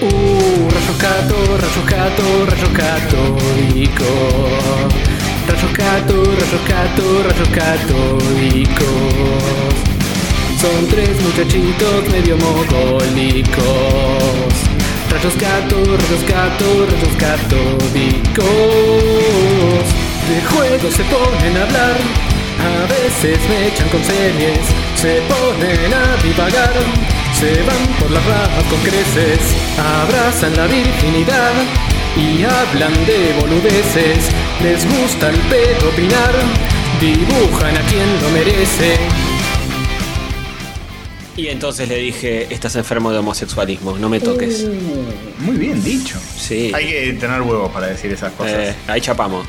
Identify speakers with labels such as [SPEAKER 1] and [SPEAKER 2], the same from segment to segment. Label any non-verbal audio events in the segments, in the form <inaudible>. [SPEAKER 1] Uh, rayoscato, rayoscato, rayoscatólico. Rayoscato, rayoscato, rayoscatólicos. Son tres muchachitos medio mogólicos. Rayoscato, rayoscato, rayoscatólicos. De juegos se ponen a hablar. A veces me echan con series. Se ponen a divagar. Se van por las ramas con creces, abrazan la virginidad y hablan de boludeces. Les gusta el pedo opinar, dibujan a quien lo merece.
[SPEAKER 2] Y entonces le dije, estás enfermo de homosexualismo, no me toques.
[SPEAKER 3] Muy bien dicho.
[SPEAKER 2] sí,
[SPEAKER 3] Hay que tener huevos para decir esas cosas.
[SPEAKER 2] eh, ahí chapamos.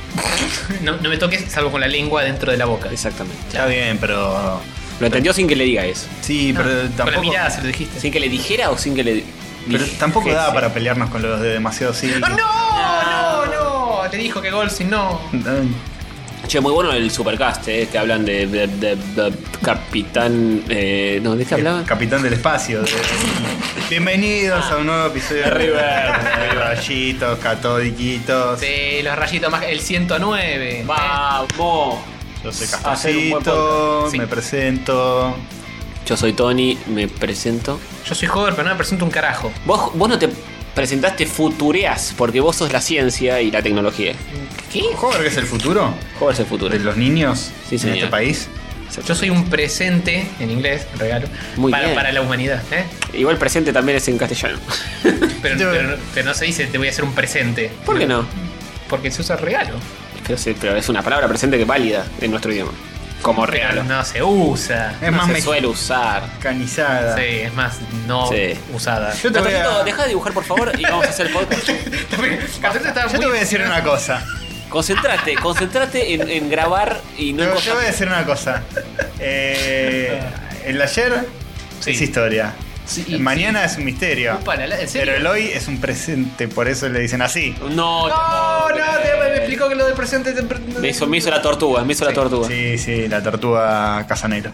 [SPEAKER 4] No, no me toques salvo con la lengua dentro de la boca.
[SPEAKER 2] Exactamente.
[SPEAKER 3] Está bien, pero.
[SPEAKER 2] Lo entendió sin que le diga eso.
[SPEAKER 3] Sí, pero
[SPEAKER 4] Con la
[SPEAKER 3] tampoco.
[SPEAKER 4] mirada se lo dijiste.
[SPEAKER 2] ¿Sin que le dijera o sin que le.?
[SPEAKER 3] Pero
[SPEAKER 2] dije-
[SPEAKER 3] tampoco da
[SPEAKER 2] dijese?
[SPEAKER 3] para pelearnos con los de demasiado sí.
[SPEAKER 4] ¡Oh, ¡No, no, no! Te dijo que Golsin no.
[SPEAKER 3] Eh,
[SPEAKER 2] Che, muy bueno el supercast, eh, que hablan de. de- de- de Capitán. Eh, no, ¿de qué hablaba?
[SPEAKER 3] Capitán del espacio. de- Bienvenidos a un nuevo episodio de
[SPEAKER 2] River.
[SPEAKER 3] River. Rayitos, catodiquitos.
[SPEAKER 4] Sí, los rayitos más. El 109.
[SPEAKER 2] ¡Vamos!
[SPEAKER 3] Yo soy
[SPEAKER 2] Hacer un buen
[SPEAKER 3] Castorcito,
[SPEAKER 2] podcast, sí.
[SPEAKER 3] me presento.
[SPEAKER 2] Yo soy Tony, me presento.
[SPEAKER 4] Yo soy joven, pero no me presento un carajo.
[SPEAKER 2] Vos, vos no te presentaste futureas, porque vos sos la ciencia y la tecnología.
[SPEAKER 4] ¿Qué?
[SPEAKER 3] ¿Joder que es el futuro
[SPEAKER 2] ¿Cómo es el futuro?
[SPEAKER 3] de los niños
[SPEAKER 2] Sí,
[SPEAKER 3] en
[SPEAKER 2] señor.
[SPEAKER 3] este país?
[SPEAKER 4] Yo soy un presente, en inglés, regalo,
[SPEAKER 2] Muy
[SPEAKER 4] para,
[SPEAKER 2] bien.
[SPEAKER 4] para la humanidad. ¿eh?
[SPEAKER 2] Igual presente también es en castellano.
[SPEAKER 4] Pero,
[SPEAKER 3] Yo-
[SPEAKER 4] pero- pero no se dice te voy a hacer un presente,
[SPEAKER 2] ¿Por qué no?
[SPEAKER 4] porque se usa regalo.
[SPEAKER 2] Pero, sí, pero es una palabra presente que es válida en nuestro idioma. Como regalo.
[SPEAKER 4] Pero no se usa.
[SPEAKER 3] Es
[SPEAKER 2] No
[SPEAKER 3] más
[SPEAKER 2] se suele usar.
[SPEAKER 3] mexicanizada.
[SPEAKER 4] Sí, es más, no
[SPEAKER 2] Sí.
[SPEAKER 4] usada.
[SPEAKER 3] Yo te voy a-
[SPEAKER 2] Castorcito, deja de dibujar, por favor, y vamos a hacer el podcast.
[SPEAKER 4] Castorcito estaba
[SPEAKER 3] Yo
[SPEAKER 4] muy-
[SPEAKER 3] te voy a decir una cosa.
[SPEAKER 2] Concentrate, concentrate en, en grabar y no en
[SPEAKER 3] Yo, yo
[SPEAKER 2] cosas-
[SPEAKER 3] voy a decir una cosa. Eh, el ayer
[SPEAKER 4] Sí.
[SPEAKER 3] es historia.
[SPEAKER 4] Sí,
[SPEAKER 3] Mañana es un misterio.
[SPEAKER 4] Upa, la la- ¿en serio?
[SPEAKER 3] pero el hoy es un presente, por eso le dicen así.
[SPEAKER 2] No,
[SPEAKER 4] No,
[SPEAKER 2] te-
[SPEAKER 4] no, te- me explicó que lo del presente. te-
[SPEAKER 2] Me hizo, me hizo la tortuga, me hizo la
[SPEAKER 4] Sí,
[SPEAKER 2] tortuga. <laughs>
[SPEAKER 3] Sí, sí, la tortuga
[SPEAKER 4] <laughs>
[SPEAKER 3] Casanero.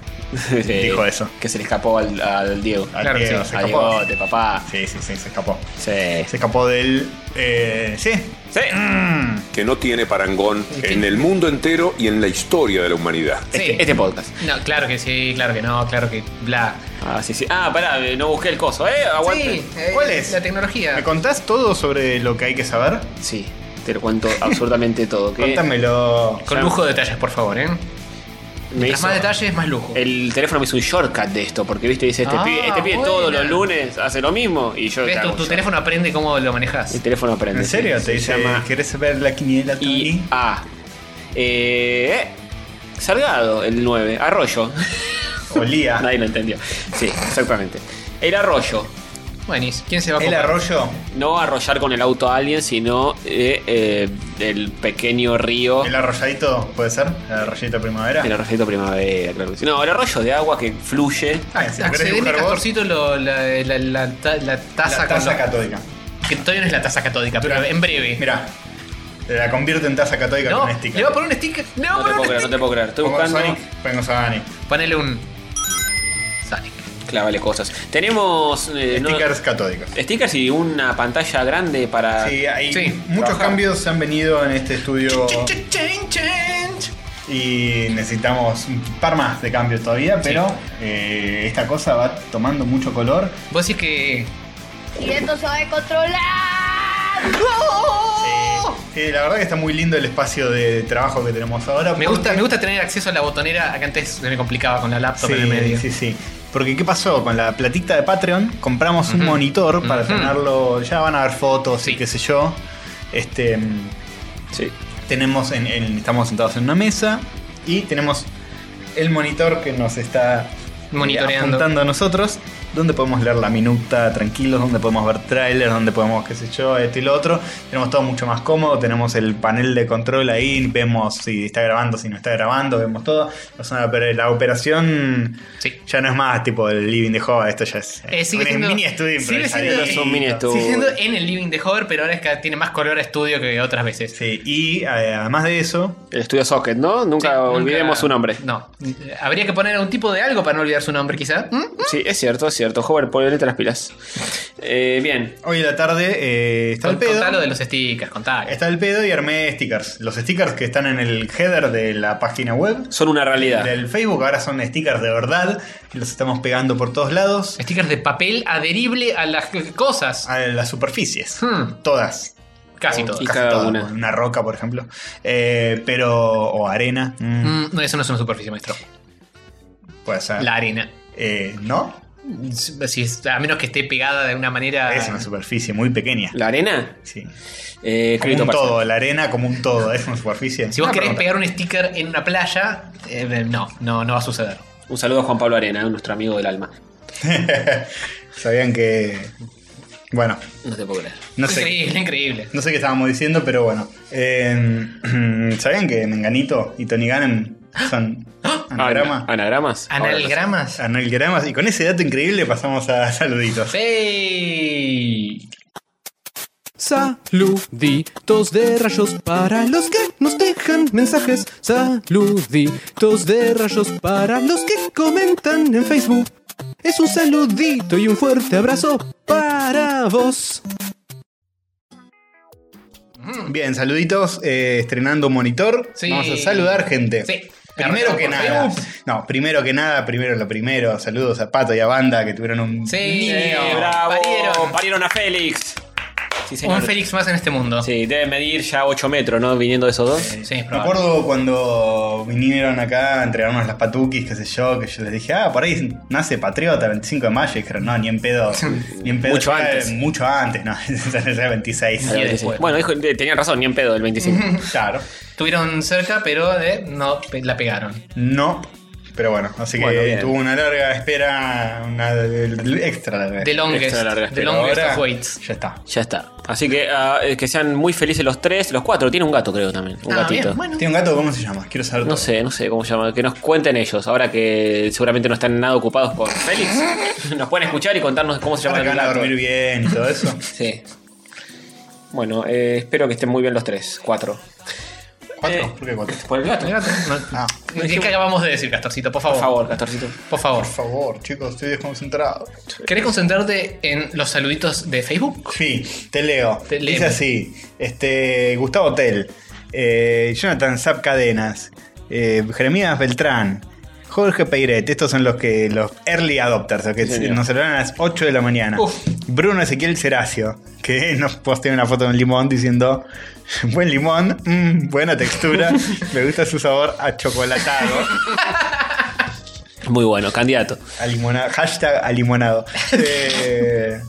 [SPEAKER 2] Sí.
[SPEAKER 3] dijo eso.
[SPEAKER 2] Que se le escapó al, al Diego.
[SPEAKER 3] Al
[SPEAKER 4] Claro,
[SPEAKER 3] Diego,
[SPEAKER 4] sí,
[SPEAKER 3] se
[SPEAKER 2] Al
[SPEAKER 3] escapó.
[SPEAKER 2] Diegote, papá.
[SPEAKER 3] Sí, sí, sí, se escapó.
[SPEAKER 2] Sí. Este,
[SPEAKER 3] Se escapó del. Eh, sí.
[SPEAKER 2] Sí.
[SPEAKER 3] Mm.
[SPEAKER 5] que no tiene parangón en el mundo entero y en la historia de la humanidad.
[SPEAKER 4] Sí.
[SPEAKER 2] Este, este podcast.
[SPEAKER 4] No, claro que sí, claro que no, claro que bla.
[SPEAKER 2] Ah, sí, sí. Ah, pará, eh, no busqué el coso, ¿eh? Aguante.
[SPEAKER 4] Sí, eh,
[SPEAKER 3] ¿Cuál es?
[SPEAKER 4] La tecnología.
[SPEAKER 3] ¿Me contás todo sobre lo que hay que saber?
[SPEAKER 2] Sí, te lo cuento <laughs> absolutamente todo. que
[SPEAKER 3] Contámelo.
[SPEAKER 4] Con lujo de detalles, por favor, ¿eh?
[SPEAKER 2] me
[SPEAKER 4] Mientras
[SPEAKER 2] hizo-
[SPEAKER 4] más detalles, más lujo.
[SPEAKER 2] El teléfono me hizo un shortcut de esto, porque viste, dice este
[SPEAKER 4] Ah,
[SPEAKER 2] pibe, este pibe
[SPEAKER 4] buena.
[SPEAKER 2] todos los lunes hace lo mismo y yo.
[SPEAKER 4] Ves,
[SPEAKER 2] te hago
[SPEAKER 4] tu,
[SPEAKER 2] un
[SPEAKER 4] tu
[SPEAKER 2] shortcut.
[SPEAKER 4] teléfono aprende cómo lo
[SPEAKER 2] El
[SPEAKER 4] manejas.
[SPEAKER 2] teléfono aprende.
[SPEAKER 3] ¿En
[SPEAKER 2] sí.
[SPEAKER 3] serio?
[SPEAKER 2] Se
[SPEAKER 3] Te dice,
[SPEAKER 2] llama
[SPEAKER 3] ¿querés ver la quiniela, Tony?
[SPEAKER 2] IA. Eh, Salgado, el 9.
[SPEAKER 4] <laughs>
[SPEAKER 2] Arroyo.
[SPEAKER 3] Olía.
[SPEAKER 2] Nadie lo entendió. Sí, exactamente. El arroyo.
[SPEAKER 4] Buenísimo. ¿Quién se va a
[SPEAKER 3] ¿El
[SPEAKER 4] comprar?
[SPEAKER 3] arroyo?
[SPEAKER 2] No arrollar con el auto a alguien, sino eh, eh, el pequeño río.
[SPEAKER 3] ¿El arrolladito puede ser? ¿El arrollito primavera?
[SPEAKER 2] El arroyito primavera, claro que sí. No, el arroyo de agua que fluye.
[SPEAKER 4] Ah,
[SPEAKER 3] Si lo querés
[SPEAKER 4] Accedele,
[SPEAKER 3] dibujar vos.
[SPEAKER 4] Castorcito, lo- la, la- la ta- la taza
[SPEAKER 3] La
[SPEAKER 4] con
[SPEAKER 3] taza
[SPEAKER 4] los-
[SPEAKER 3] catódica.
[SPEAKER 4] Que todavía no es la taza catódica, pero en breve.
[SPEAKER 3] Mirá. La convierto en taza catódica
[SPEAKER 4] No,
[SPEAKER 3] con este un
[SPEAKER 4] le
[SPEAKER 3] sticker.
[SPEAKER 4] va a poner un sticker. Le va
[SPEAKER 2] No te
[SPEAKER 4] a poner
[SPEAKER 2] puedo
[SPEAKER 4] un
[SPEAKER 2] creer, no te
[SPEAKER 4] sticker.
[SPEAKER 2] puedo creer. Estoy
[SPEAKER 3] Pongo
[SPEAKER 2] buscando.
[SPEAKER 3] Sonic, pongo Sonic.
[SPEAKER 4] Ponele un. Sonic.
[SPEAKER 2] Clavale cosas. Tenemos. eh, no-
[SPEAKER 3] Stickers catódicos.
[SPEAKER 2] stickers y una pantalla grande para.
[SPEAKER 3] Sí, hay
[SPEAKER 4] Sí,
[SPEAKER 3] muchos
[SPEAKER 2] trabajar.
[SPEAKER 3] cambios se han venido en este estudio
[SPEAKER 4] Ch- change, change.
[SPEAKER 3] y necesitamos un par más de cambios todavía, pero eh, esta cosa va tomando mucho color.
[SPEAKER 4] Vos decís que.
[SPEAKER 6] Y esto se va a controlar.
[SPEAKER 4] ¡Oh!
[SPEAKER 3] Eh, la verdad que está muy lindo el espacio de trabajo que tenemos ahora.
[SPEAKER 4] Me gusta,
[SPEAKER 3] porque-
[SPEAKER 4] me gusta tener acceso a la botonera. Acá antes se me complicaba con la laptop
[SPEAKER 3] Sí,
[SPEAKER 4] en el medio.
[SPEAKER 3] sí, sí. Porque ¿qué pasó? Con la platita de Patreon compramos un
[SPEAKER 4] Ujú.
[SPEAKER 3] monitor para
[SPEAKER 4] Ujú.
[SPEAKER 3] tenerlo, ya van a ver fotos
[SPEAKER 4] Sí.
[SPEAKER 3] y qué sé yo. Este, mm,
[SPEAKER 2] Sí.
[SPEAKER 3] tenemos en- en- estamos sentados en una mesa y tenemos el monitor que nos está
[SPEAKER 4] Monitoreando.
[SPEAKER 3] apuntando a nosotros, donde podemos leer la minuta tranquilos, donde podemos ver trailers, donde podemos, qué sé yo, esto y lo otro. Tenemos todo mucho más cómodo, tenemos el panel de control ahí, vemos si está grabando, si no está grabando, vemos todo. O sea, pero la operación
[SPEAKER 4] Sí.
[SPEAKER 3] ya no es más tipo el living de Jova, esto ya es
[SPEAKER 4] Eh, sigue
[SPEAKER 3] un
[SPEAKER 4] siendo-
[SPEAKER 3] mini estudio
[SPEAKER 4] sigue siendo-
[SPEAKER 3] improvisadito.
[SPEAKER 2] Son mini estudios.
[SPEAKER 4] Sigue siendo en el living de Hover, pero ahora es que tiene más color a estudio que otras veces.
[SPEAKER 3] Sí, y eh, además de eso,
[SPEAKER 2] El estudio Socket, ¿no? Nunca
[SPEAKER 4] Sí,
[SPEAKER 2] olvidemos su nombre.
[SPEAKER 4] No. Habría que poner algún tipo de algo para no olvidar es un hombre quizá. ¿Mm?
[SPEAKER 2] Sí, es cierto, es cierto. Hover, ponle las pilas. Eh, bien.
[SPEAKER 3] Hoy en la tarde eh, está el
[SPEAKER 4] Con-
[SPEAKER 3] pedo.
[SPEAKER 4] Contalo de los stickers, contalo.
[SPEAKER 3] Está el pedo y armé stickers. Los stickers que están en el header de la página web
[SPEAKER 2] Son una realidad.
[SPEAKER 3] del Facebook ahora son stickers de verdad. Los estamos pegando por todos lados.
[SPEAKER 4] Stickers de papel adherible a las cosas.
[SPEAKER 3] A las superficies.
[SPEAKER 4] Hmm.
[SPEAKER 3] Todas.
[SPEAKER 4] Casi
[SPEAKER 3] O
[SPEAKER 4] todo.
[SPEAKER 2] Y cada
[SPEAKER 3] todas.
[SPEAKER 2] una.
[SPEAKER 3] Una roca, por ejemplo. Eh, pero. O arena. Mm,
[SPEAKER 4] Mm, no, eso no es una superficie, maestro.
[SPEAKER 3] Puede ser.
[SPEAKER 4] La arena.
[SPEAKER 3] Eh, ¿No?
[SPEAKER 4] Si es- a menos que esté pegada de una manera.
[SPEAKER 3] Es una superficie muy pequeña.
[SPEAKER 2] ¿La arena?
[SPEAKER 3] Sí.
[SPEAKER 2] Eh,
[SPEAKER 3] Como
[SPEAKER 2] Cripto
[SPEAKER 3] un
[SPEAKER 2] Parcel.
[SPEAKER 3] todo, la arena como un todo, es una superficie.
[SPEAKER 4] Si vos
[SPEAKER 3] Una
[SPEAKER 4] querés
[SPEAKER 3] pregunta.
[SPEAKER 4] pegar un sticker en una playa, eh, no, no, no va a suceder.
[SPEAKER 2] Un saludo a Juan Pablo Arena, nuestro amigo del alma.
[SPEAKER 3] <laughs> Sabían que. Bueno,
[SPEAKER 2] No te puedo creer.
[SPEAKER 3] no sé.
[SPEAKER 4] Increíble, increíble.
[SPEAKER 3] No sé qué estábamos diciendo, pero bueno. Eh, <clears throat> ¿Sabían que Menganito y Tony Gannon son
[SPEAKER 2] Ah,
[SPEAKER 3] anagramas?
[SPEAKER 2] Ana- ¿Anagramas?
[SPEAKER 4] Analgramas.
[SPEAKER 3] Anagramas. Y con ese dato increíble pasamos a <laughs> saluditos.
[SPEAKER 4] ¡Ey!
[SPEAKER 1] Saluditos de rayos para los que nos dejan mensajes. Saluditos de rayos para los que comentan en Facebook. Es un saludito y un fuerte abrazo para vos.
[SPEAKER 3] Bien, saluditos. eh, estrenando un monitor.
[SPEAKER 4] Sí.
[SPEAKER 3] Vamos a saludar, gente.
[SPEAKER 4] Sí.
[SPEAKER 3] Primero
[SPEAKER 4] Arrancamos
[SPEAKER 3] que
[SPEAKER 4] por
[SPEAKER 3] nada.
[SPEAKER 4] Facebook.
[SPEAKER 3] No, primero que nada, primero lo primero. Saludos a Pato y a Banda que tuvieron un
[SPEAKER 4] Sí,
[SPEAKER 3] niño.
[SPEAKER 4] eh,
[SPEAKER 2] ¡Bravo!
[SPEAKER 4] Parieron.
[SPEAKER 2] Parieron. a Félix. Sí, señor.
[SPEAKER 4] Un Félix más en este mundo. Sí,
[SPEAKER 2] Sí, debe medir ya 8 metros, ¿no? Viniendo de esos dos.
[SPEAKER 4] es
[SPEAKER 3] Me
[SPEAKER 4] probable.
[SPEAKER 3] acuerdo cuando vinieron acá a entregarnos las patuquis, qué sé yo, que yo les dije, ah, por ahí nace Patriota, 25 de mayo. Y dijeron, no, ni en pedo. ni en pedo.
[SPEAKER 2] Mucho
[SPEAKER 3] Ya,
[SPEAKER 2] antes.
[SPEAKER 3] Mucho antes, no. <laughs> Era 26.
[SPEAKER 4] Sí, después.
[SPEAKER 2] Bueno, dijo, tenían razón, ni en pedo el 25.
[SPEAKER 3] Claro.
[SPEAKER 4] Estuvieron cerca, pero eh, no pe- la pegaron.
[SPEAKER 3] No. Pero bueno, así que
[SPEAKER 2] Bueno, bien.
[SPEAKER 3] tuvo una larga espera, una extra larga.
[SPEAKER 4] The longest,
[SPEAKER 2] Extra larga
[SPEAKER 4] the
[SPEAKER 2] espera.
[SPEAKER 4] longest
[SPEAKER 3] Ahora
[SPEAKER 4] of waits.
[SPEAKER 3] Ya está.
[SPEAKER 2] ya está. Así que ah, eh, que sean muy felices los tres, los cuatro. Tiene un gato, creo también. Un
[SPEAKER 4] Ah,
[SPEAKER 2] gatito.
[SPEAKER 4] bien, bueno.
[SPEAKER 3] ¿Tiene un gato? ¿Cómo se llama? Quiero saber
[SPEAKER 2] No
[SPEAKER 3] todo.
[SPEAKER 2] sé, no sé cómo se llama. Que nos cuenten ellos, ahora que seguramente no están nada ocupados por Félix. <laughs> nos pueden escuchar y contarnos cómo se llama
[SPEAKER 3] Ahora
[SPEAKER 2] el Eh,
[SPEAKER 3] que van a
[SPEAKER 2] gato.
[SPEAKER 3] dormir bien y
[SPEAKER 2] <laughs>
[SPEAKER 3] todo eso.
[SPEAKER 2] Sí. Bueno, eh, espero que estén muy bien los tres, cuatro.
[SPEAKER 3] ¿Cuatro?
[SPEAKER 2] Eh,
[SPEAKER 3] ¿Por qué cuatro?
[SPEAKER 2] Por el gato.
[SPEAKER 4] El gato, no.
[SPEAKER 3] Ah,
[SPEAKER 4] ¿Qué que acabamos de decir, Castorcito? Por
[SPEAKER 2] Por
[SPEAKER 4] favor.
[SPEAKER 2] favor, Castorcito.
[SPEAKER 4] Por favor.
[SPEAKER 3] por favor, chicos, estoy desconcentrado.
[SPEAKER 4] ¿Querés concentrarte en los saluditos de Facebook?
[SPEAKER 3] Sí, te leo.
[SPEAKER 4] Te leo.
[SPEAKER 3] Dice así: este, Gustavo Tell, eh, Jonathan Zap Cadenas, eh, Jeremías Beltrán, Jorge Peiret. Estos son los que los early adopters, los que
[SPEAKER 2] Sí, señor.
[SPEAKER 3] nos saludaron a las 8 de la mañana.
[SPEAKER 4] Uf.
[SPEAKER 3] Bruno Ezequiel Ceracio, que <laughs> nos posteó una foto de un limón diciendo: Buen limón, mm, buena textura, me gusta su sabor a chocolatado. <laughs>
[SPEAKER 2] Muy bueno, candidato.
[SPEAKER 3] Alimonado. Hashtag
[SPEAKER 4] <laughs>
[SPEAKER 3] alimonado. Eh,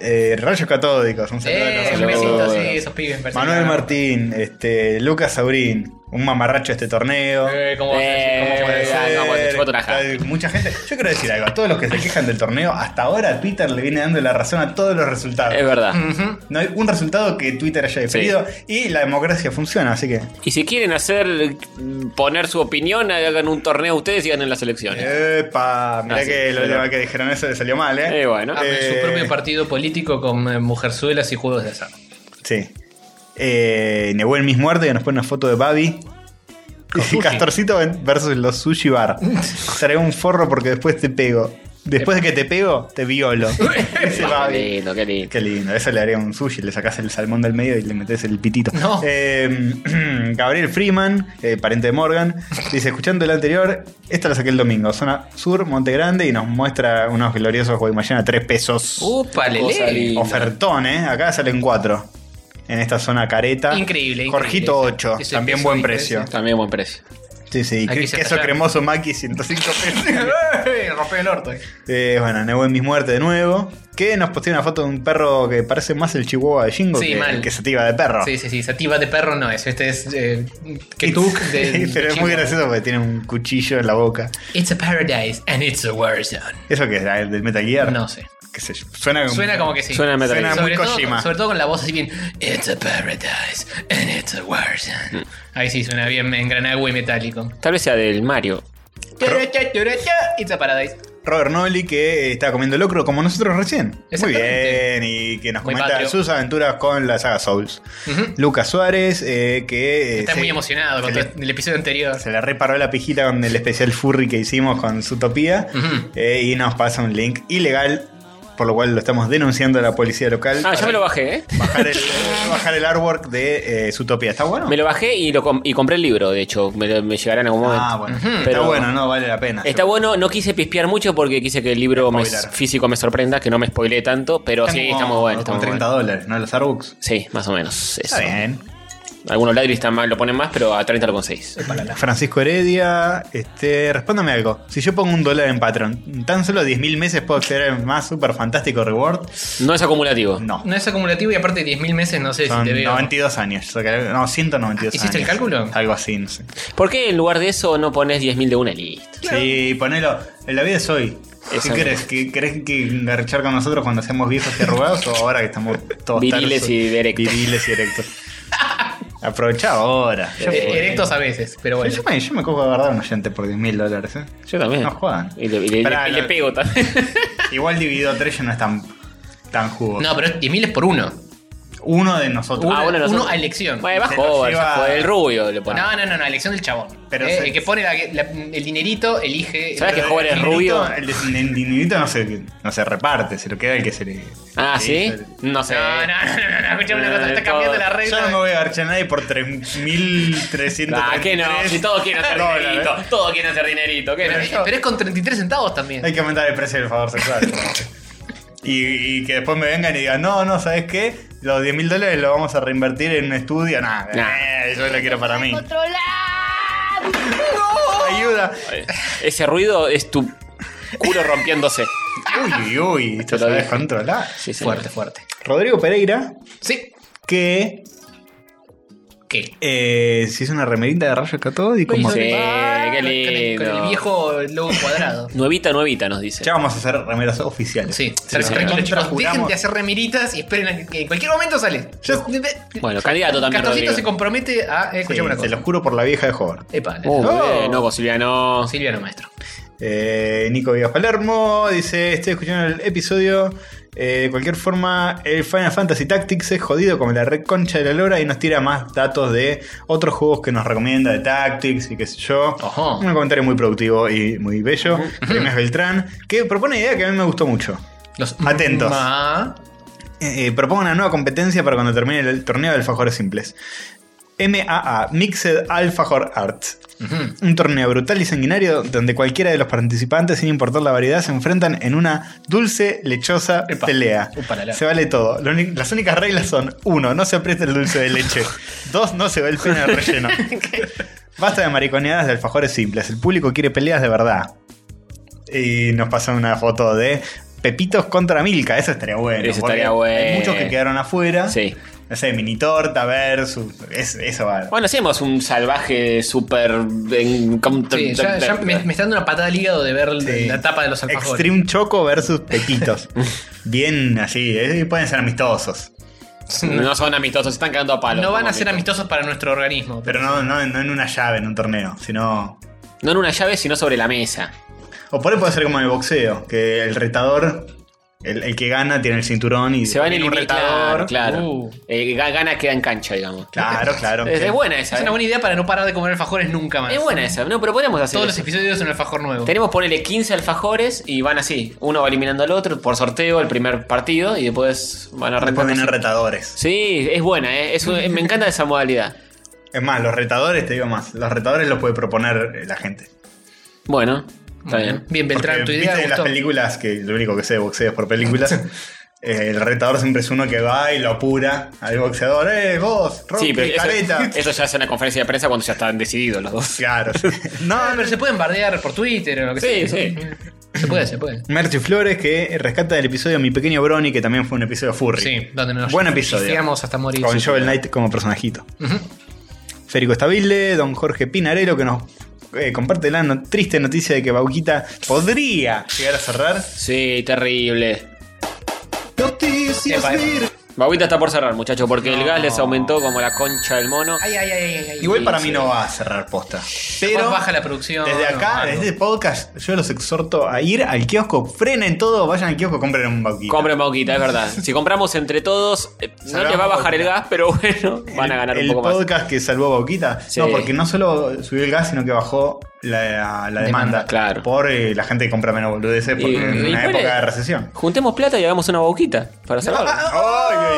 [SPEAKER 3] eh, rayos catódicos. Un saludo a
[SPEAKER 4] Eh,
[SPEAKER 3] los
[SPEAKER 4] un besito,
[SPEAKER 3] saludos.
[SPEAKER 4] sí, esos pibes. me parece
[SPEAKER 3] Manuel
[SPEAKER 4] que-
[SPEAKER 3] Martín, este, Lucas Saurín, un mamarracho este torneo.
[SPEAKER 4] Eh, ¿Cómo va a ser?
[SPEAKER 2] Eh,
[SPEAKER 4] ¿Cómo puede
[SPEAKER 2] eh,
[SPEAKER 4] ser?
[SPEAKER 2] no, bueno, te chupó toda la jaja.
[SPEAKER 3] Hay mucha gente. Yo quiero decir algo, a todos los que se quejan del torneo, hasta ahora Twitter le viene dando la razón a todos los resultados.
[SPEAKER 2] Es verdad.
[SPEAKER 4] Ujú.
[SPEAKER 3] No hay un resultado que Twitter haya definido y la democracia funciona, así que.
[SPEAKER 2] Y si quieren hacer poner su opinión, hagan un torneo ustedes y ganen las
[SPEAKER 3] Eh.
[SPEAKER 2] elecciones.
[SPEAKER 3] Epa, mirá
[SPEAKER 2] Ah, sí,
[SPEAKER 3] que lo
[SPEAKER 2] pero-
[SPEAKER 3] último que dijeron eso le salió mal, ¿eh?
[SPEAKER 2] Eh, bueno.
[SPEAKER 4] Armen
[SPEAKER 3] Eh,
[SPEAKER 4] Ah, su propio partido político con eh, mujerzuelas y juegos de azar.
[SPEAKER 3] Sí. Eh, Nehuel Mis Muerto y nos pone una foto de Babi. <laughs>
[SPEAKER 4] Con sushi.
[SPEAKER 3] Castorcito versus los
[SPEAKER 2] <laughs>
[SPEAKER 3] sushi bar. Traigo un forro porque después te pego. Después de que te pego,
[SPEAKER 2] <laughs>
[SPEAKER 3] te violo. Ese
[SPEAKER 2] Qué
[SPEAKER 3] Babi.
[SPEAKER 2] lindo, qué lindo.
[SPEAKER 3] Qué lindo, eso le haría un sushi, le sacás el salmón del medio y le metes el pitito.
[SPEAKER 4] No.
[SPEAKER 3] Eh, <clears throat> Gabriel Freeman, eh, pariente de Morgan, dice, escuchando el anterior, esta la saqué el domingo, zona sur, Monte Grande, y nos muestra unos gloriosos Guaymallén a tres pesos.
[SPEAKER 2] Uh,
[SPEAKER 4] ¡Upa,
[SPEAKER 2] Cosa
[SPEAKER 4] lele!
[SPEAKER 2] linda.
[SPEAKER 3] Ofertón, ¿eh? Acá salen cuatro. En esta zona careta.
[SPEAKER 4] Increíble,
[SPEAKER 3] Jorgito
[SPEAKER 4] increíble.
[SPEAKER 3] 8.
[SPEAKER 4] Ese
[SPEAKER 3] También
[SPEAKER 4] queso
[SPEAKER 3] buen
[SPEAKER 4] ahí,
[SPEAKER 3] precio.
[SPEAKER 4] ese.
[SPEAKER 2] También buen precio.
[SPEAKER 3] Sí, sí.
[SPEAKER 4] Hay que
[SPEAKER 3] Queso
[SPEAKER 4] sacar.
[SPEAKER 3] cremoso Maki, 105 pesos. <laughs>
[SPEAKER 4] Rompe el orto. eh.
[SPEAKER 3] eh, bueno, Nehuen Mis Muerte de nuevo. Que nos posteó una foto de un perro que parece más el chihuahua de Jingo
[SPEAKER 4] Sí,
[SPEAKER 3] que
[SPEAKER 4] mal.
[SPEAKER 3] el que se te iba de perro.
[SPEAKER 4] Sí, sí, sí. Sativa de perro no es. Este es. eh,
[SPEAKER 3] <laughs>
[SPEAKER 4] Ketuk de.
[SPEAKER 3] Pero es muy
[SPEAKER 4] Chihuahua.
[SPEAKER 3] gracioso porque tiene un cuchillo en la boca.
[SPEAKER 4] It's a paradise and it's a war zone.
[SPEAKER 3] ¿Eso que es? ¿El del Metal Gear?
[SPEAKER 4] No sé.
[SPEAKER 3] Qué sé yo. Suena como.
[SPEAKER 4] Suena como que sí.
[SPEAKER 2] Suena a Metal
[SPEAKER 3] Suena
[SPEAKER 2] Gear.
[SPEAKER 3] muy
[SPEAKER 4] sobre, todo,
[SPEAKER 3] Kojima.
[SPEAKER 4] sobre todo con la voz así bien. It's a paradise and it's a war zone.
[SPEAKER 3] Mm.
[SPEAKER 4] Ahí sí suena bien en granagüe metálico.
[SPEAKER 2] Tal vez sea del Mario.
[SPEAKER 4] Chura, chura, chura, It's a paradise.
[SPEAKER 3] Robert Nolly, que eh, estaba comiendo locro como nosotros recién. Muy
[SPEAKER 7] Exactamente.
[SPEAKER 3] bien, y que nos
[SPEAKER 7] Muy
[SPEAKER 3] comenta
[SPEAKER 7] patrio.
[SPEAKER 3] sus aventuras con la saga Souls.
[SPEAKER 7] Ujú.
[SPEAKER 3] Lucas Suárez, eh, que... eh,
[SPEAKER 7] Está
[SPEAKER 3] se-
[SPEAKER 7] muy emocionado con
[SPEAKER 3] se le-
[SPEAKER 7] todo el episodio anterior.
[SPEAKER 3] se le reparó la pijita con el especial furry que hicimos con Zootopia
[SPEAKER 7] Ujú.
[SPEAKER 3] eh, y nos pasa un link ilegal, por lo cual lo estamos denunciando a la policía local.
[SPEAKER 2] Ah, ya me lo bajé, ¿eh?
[SPEAKER 3] Bajar el, <laughs> bajar el artwork de eh, Zootopia. ¿Está bueno?
[SPEAKER 2] Me lo bajé y, lo com- y compré el libro, de hecho. Me, lo- me llegará en algún momento.
[SPEAKER 3] Ah, bueno. Está
[SPEAKER 2] Pero-
[SPEAKER 3] bueno, no vale la pena.
[SPEAKER 2] Está
[SPEAKER 3] Yo-
[SPEAKER 2] bueno, no quise pispear mucho porque quise que el libro me-
[SPEAKER 3] Spoiler.
[SPEAKER 2] físico me sorprenda, que no me spoileé tanto, pero
[SPEAKER 3] Están
[SPEAKER 2] sí,
[SPEAKER 3] como-
[SPEAKER 2] está muy bueno. Está
[SPEAKER 3] como
[SPEAKER 2] muy
[SPEAKER 3] 30
[SPEAKER 2] bueno.
[SPEAKER 3] dólares, ¿no? Los Arbux.
[SPEAKER 2] Sí, más o menos. Eso.
[SPEAKER 3] Está bien.
[SPEAKER 2] Algunos ladris están mal, lo ponen más, pero a 30 lo con 6.
[SPEAKER 3] Francisco Heredia, este, respóndame algo. Si yo pongo un dólar en Patreon, ¿en tan solo 10.000 meses puedo acceder al más super fantástico reward?
[SPEAKER 2] No es acumulativo.
[SPEAKER 3] No.
[SPEAKER 7] No es acumulativo y aparte 10.000 meses, no sé
[SPEAKER 3] Son
[SPEAKER 7] si te veo.
[SPEAKER 3] 92 años. yo creo- No, 192
[SPEAKER 7] ¿Hiciste el
[SPEAKER 3] años.
[SPEAKER 7] cálculo?
[SPEAKER 3] Algo así, no sé.
[SPEAKER 2] ¿Por qué en lugar de eso no pones 10.000 de una y listo?
[SPEAKER 3] Sí, ponelo. La vida es hoy. ¿Qué
[SPEAKER 2] Exacto.
[SPEAKER 3] crees? ¿Que, ¿Crees que engarchar con nosotros cuando seamos viejos y arrugados o ahora que estamos todos
[SPEAKER 2] Viriles
[SPEAKER 3] tarsos?
[SPEAKER 2] y erectos.
[SPEAKER 3] Viriles y erectos. Aprovecha ahora. Yo,
[SPEAKER 7] Eh, Erectos a veces, pero bueno.
[SPEAKER 3] yo me, yo me cojo a guardar un oyente por 10 mil dólares. ¿eh?
[SPEAKER 2] Yo también.
[SPEAKER 3] No jodan.
[SPEAKER 2] Y le, y le-
[SPEAKER 3] Pará,
[SPEAKER 2] y le
[SPEAKER 3] no.
[SPEAKER 2] pego <laughs> también.
[SPEAKER 3] Igual dividido 3 ya no es tan, tan jugoso.
[SPEAKER 7] No, pero 10.000 es por uno.
[SPEAKER 3] Uno de nosotros.
[SPEAKER 7] Uno-
[SPEAKER 2] Ah, bueno, nosotros-
[SPEAKER 7] uno a elección.
[SPEAKER 2] Bueno, va
[SPEAKER 3] Se lo
[SPEAKER 2] joven,
[SPEAKER 3] lleva-
[SPEAKER 2] ya fue el rubio le ponen.
[SPEAKER 7] No, no, no, no, elección del chabón.
[SPEAKER 3] Pero
[SPEAKER 7] Eh,
[SPEAKER 3] se-
[SPEAKER 7] el que pone la- la- el dinerito elige.
[SPEAKER 2] ¿Sabes
[SPEAKER 3] Pero
[SPEAKER 2] que joven
[SPEAKER 3] Ah, el
[SPEAKER 2] es rubio?
[SPEAKER 3] dinerito- El, de- el dinerito no se, no se reparte, se lo queda el que se le.
[SPEAKER 2] Ah,
[SPEAKER 3] se
[SPEAKER 2] ¿sí?
[SPEAKER 3] le-
[SPEAKER 2] No sé.
[SPEAKER 7] No, no, no, no, no, escuchame una cosa,
[SPEAKER 2] Eh,
[SPEAKER 7] está cambiando
[SPEAKER 2] todo.
[SPEAKER 7] la
[SPEAKER 3] Yo no me
[SPEAKER 7] regla.
[SPEAKER 3] voy a garchar a nadie por 3.333
[SPEAKER 2] Ah, que no, si todos quieren
[SPEAKER 3] <laughs>
[SPEAKER 2] hacer
[SPEAKER 3] dólares.
[SPEAKER 2] dinerito, todos quieren hacer dinerito, ¿qué no?
[SPEAKER 7] Pero, eh, pero es con 33 centavos también.
[SPEAKER 3] Hay que aumentar el precio del favor sexual. y, y que después me vengan y digan, no, no, ¿sabes qué? Los 10.000 dólares los vamos a reinvertir en un estudio. Nada,
[SPEAKER 2] Nah.
[SPEAKER 3] yo lo quiero para mí.
[SPEAKER 8] Controlado.
[SPEAKER 3] Ayuda.
[SPEAKER 2] Ese ruido es tu culo rompiéndose.
[SPEAKER 3] Uy, uy, uy, esto
[SPEAKER 2] Te lo
[SPEAKER 3] se va a
[SPEAKER 2] dije.
[SPEAKER 3] descontrolar.
[SPEAKER 2] Sí, sí.
[SPEAKER 7] Fuerte, fuerte.
[SPEAKER 3] Rodrigo Pereira,
[SPEAKER 7] Sí.
[SPEAKER 3] que
[SPEAKER 7] ¿Qué?
[SPEAKER 3] eh, se hizo una remerita de rayos catódicos.
[SPEAKER 2] Hizo
[SPEAKER 3] como-
[SPEAKER 2] Sí,
[SPEAKER 3] Ya
[SPEAKER 2] qué
[SPEAKER 7] Con el- Con
[SPEAKER 2] lindo.
[SPEAKER 7] el viejo logo cuadrado.
[SPEAKER 2] Nuevita, nuevita, nos dice.
[SPEAKER 3] vamos a hacer remeras oficiales.
[SPEAKER 7] Sí,
[SPEAKER 3] Se
[SPEAKER 7] tranquilos,
[SPEAKER 3] recontra
[SPEAKER 7] chicos, dejen
[SPEAKER 3] juramos.
[SPEAKER 7] de hacer remiritas y esperen a que- que en cualquier momento sale. Yo-
[SPEAKER 2] Bueno, candidato también,
[SPEAKER 7] Castorcito
[SPEAKER 2] Rodrigo.
[SPEAKER 7] se compromete a. eh,
[SPEAKER 3] Sí,
[SPEAKER 7] escuchame una
[SPEAKER 3] se
[SPEAKER 7] cosa.
[SPEAKER 3] lo juro por la vieja de Hobart.
[SPEAKER 7] Epa,
[SPEAKER 2] Uh,
[SPEAKER 3] Oh.
[SPEAKER 2] eh, no, Silviano.
[SPEAKER 7] Silviano, maestro.
[SPEAKER 3] Eh, Nico Vivas Palermo dice: Estoy escuchando el episodio. eh, de cualquier forma, el Final Fantasy Tactics es jodido como la red concha de la lora y nos tira más datos de otros juegos que nos recomienda de Tactics y qué sé yo.
[SPEAKER 7] Ajá.
[SPEAKER 3] Un comentario muy productivo y muy bello. Inés Beltrán, que propone una idea que a mí me gustó mucho.
[SPEAKER 7] Los
[SPEAKER 3] Atentos.
[SPEAKER 7] Ma-
[SPEAKER 3] Eh, eh, propongo una nueva competencia para cuando termine el torneo de alfajores simples. MAA, Mixed Alfajor Arts.
[SPEAKER 7] Ujú.
[SPEAKER 3] Un torneo brutal y sanguinario donde cualquiera de los participantes, sin importar la variedad, se enfrentan en una dulce, lechosa
[SPEAKER 7] Epa.
[SPEAKER 3] pelea.
[SPEAKER 7] Upalala.
[SPEAKER 3] Se vale todo. Lo uni- las únicas reglas son: uno, no se aprieta el dulce
[SPEAKER 7] <laughs>
[SPEAKER 3] de leche. Dos, no se ve el pene del relleno. Basta de mariconeadas de alfajores simples. El público quiere peleas de verdad. Y nos pasan una foto de Pepitos contra Milka. Eso estaría bueno.
[SPEAKER 2] Eso
[SPEAKER 3] porque
[SPEAKER 2] estaría bueno.
[SPEAKER 3] Hay muchos que quedaron afuera.
[SPEAKER 2] Sí.
[SPEAKER 3] No sé, mini torta versus. es- eso va.
[SPEAKER 2] Bueno, hacemos un salvaje super. en- counter-
[SPEAKER 7] Sí, ya,
[SPEAKER 2] <laughs>
[SPEAKER 7] ya me, me está dando una patada al hígado de ver
[SPEAKER 3] Sí.
[SPEAKER 7] la tapa de los alfajores.
[SPEAKER 3] Extreme Choco versus
[SPEAKER 2] <laughs>
[SPEAKER 3] Pepitos. Bien así, eh, pueden ser amistosos.
[SPEAKER 2] No son amistosos, se están cagando a palos.
[SPEAKER 7] No van a
[SPEAKER 2] como
[SPEAKER 7] ser amistosos para nuestro organismo.
[SPEAKER 3] Pero no, no, no en una llave, en un torneo, sino...
[SPEAKER 2] No en una llave, sino sobre la mesa.
[SPEAKER 3] O por ahí puede ser como en el boxeo, que el retador, el, el que gana tiene el cinturón y...
[SPEAKER 2] Se van a
[SPEAKER 3] tiene un
[SPEAKER 2] eliminar. Claro,
[SPEAKER 3] retador.
[SPEAKER 2] claro.
[SPEAKER 7] Uh.
[SPEAKER 2] Eh, ga- gana queda en cancha, digamos.
[SPEAKER 3] Claro, claro.
[SPEAKER 2] Es, es buena esa.
[SPEAKER 7] Es
[SPEAKER 2] eh.
[SPEAKER 7] una buena idea para no parar de comer alfajores nunca más.
[SPEAKER 2] Es buena esa. No, pero podríamos hacer.
[SPEAKER 7] Todos los
[SPEAKER 2] eso.
[SPEAKER 7] episodios un alfajor nuevo.
[SPEAKER 2] Tenemos, ponele 15 alfajores y van así. Uno va eliminando al otro por sorteo el primer partido y después van a
[SPEAKER 3] Después vienen
[SPEAKER 2] reemplazar.
[SPEAKER 3] retadores.
[SPEAKER 2] Sí, es buena, ¿eh? Es un- me encanta esa modalidad.
[SPEAKER 3] Es más, los retadores, te digo más, los retadores los puede proponer eh, la gente.
[SPEAKER 2] Bueno, está bien.
[SPEAKER 7] Bien, Beltrán,
[SPEAKER 3] Porque,
[SPEAKER 7] tu idea
[SPEAKER 3] viste
[SPEAKER 7] me
[SPEAKER 3] en las
[SPEAKER 7] gustó.
[SPEAKER 3] películas, que lo único que sé de boxeo es
[SPEAKER 7] <laughs>
[SPEAKER 3] por películas, eh, el retador siempre es uno que va y lo apura al boxeador. ¡Eh, vos! ¡Rocky,
[SPEAKER 2] Sí, pero eso,
[SPEAKER 3] careta!
[SPEAKER 7] <laughs>
[SPEAKER 2] <laughs> eso ya es una conferencia de prensa cuando ya están decididos los dos.
[SPEAKER 3] Claro. sí. No,
[SPEAKER 7] Ah, pero se pueden bardear por Twitter o lo que
[SPEAKER 2] Sí,
[SPEAKER 7] sea.
[SPEAKER 2] sí.
[SPEAKER 7] Se puede, se puede.
[SPEAKER 3] Merchi Flores que rescata del episodio Mi Pequeño Brony, que también fue un episodio furry.
[SPEAKER 7] Sí, donde nos
[SPEAKER 3] Buen episodio.
[SPEAKER 7] chifeamos hasta morir.
[SPEAKER 3] Con
[SPEAKER 7] Sí,
[SPEAKER 3] Joel Knight como personajito.
[SPEAKER 7] Ujú.
[SPEAKER 3] Federico Estabile, don Jorge Pinarello, que nos eh, comparte la no- triste noticia de que Bauquita podría llegar a cerrar.
[SPEAKER 2] Sí, terrible.
[SPEAKER 7] Epa, epa.
[SPEAKER 2] Babita está por cerrar, muchachos, porque el gas les aumentó como la concha del mono.
[SPEAKER 4] Ay, ay, ay, ay, ay.
[SPEAKER 3] Igual para
[SPEAKER 2] sí.
[SPEAKER 3] mí no va a cerrar posta.
[SPEAKER 4] Pero
[SPEAKER 3] Pero
[SPEAKER 4] baja la producción.
[SPEAKER 3] desde
[SPEAKER 4] o
[SPEAKER 3] acá,
[SPEAKER 4] algo.
[SPEAKER 3] desde el podcast, yo los exhorto a ir al kiosco, frenen todo, vayan al kiosco, compren un bauquita.
[SPEAKER 2] Compren Bauquita, es verdad. Si compramos entre todos, eh, no
[SPEAKER 3] Salvamos
[SPEAKER 2] les va a bajar el
[SPEAKER 3] Bauquita.
[SPEAKER 2] gas, pero bueno, van a ganar
[SPEAKER 3] el
[SPEAKER 2] un poco más.
[SPEAKER 3] podcast que salvó a Bauquita.
[SPEAKER 2] Sí.
[SPEAKER 3] No, porque no solo subió el gas, sino que bajó la, la demanda.
[SPEAKER 4] Demanda,
[SPEAKER 2] claro.
[SPEAKER 3] Por eh, la gente que compra menos boludeces porque
[SPEAKER 2] Y-
[SPEAKER 3] en
[SPEAKER 2] y
[SPEAKER 3] una
[SPEAKER 2] fuera-
[SPEAKER 3] época de recesión.
[SPEAKER 2] Juntemos plata y hagamos una Bauquita para
[SPEAKER 3] Ah,
[SPEAKER 2] cerrar.
[SPEAKER 3] ¡Ay, ay,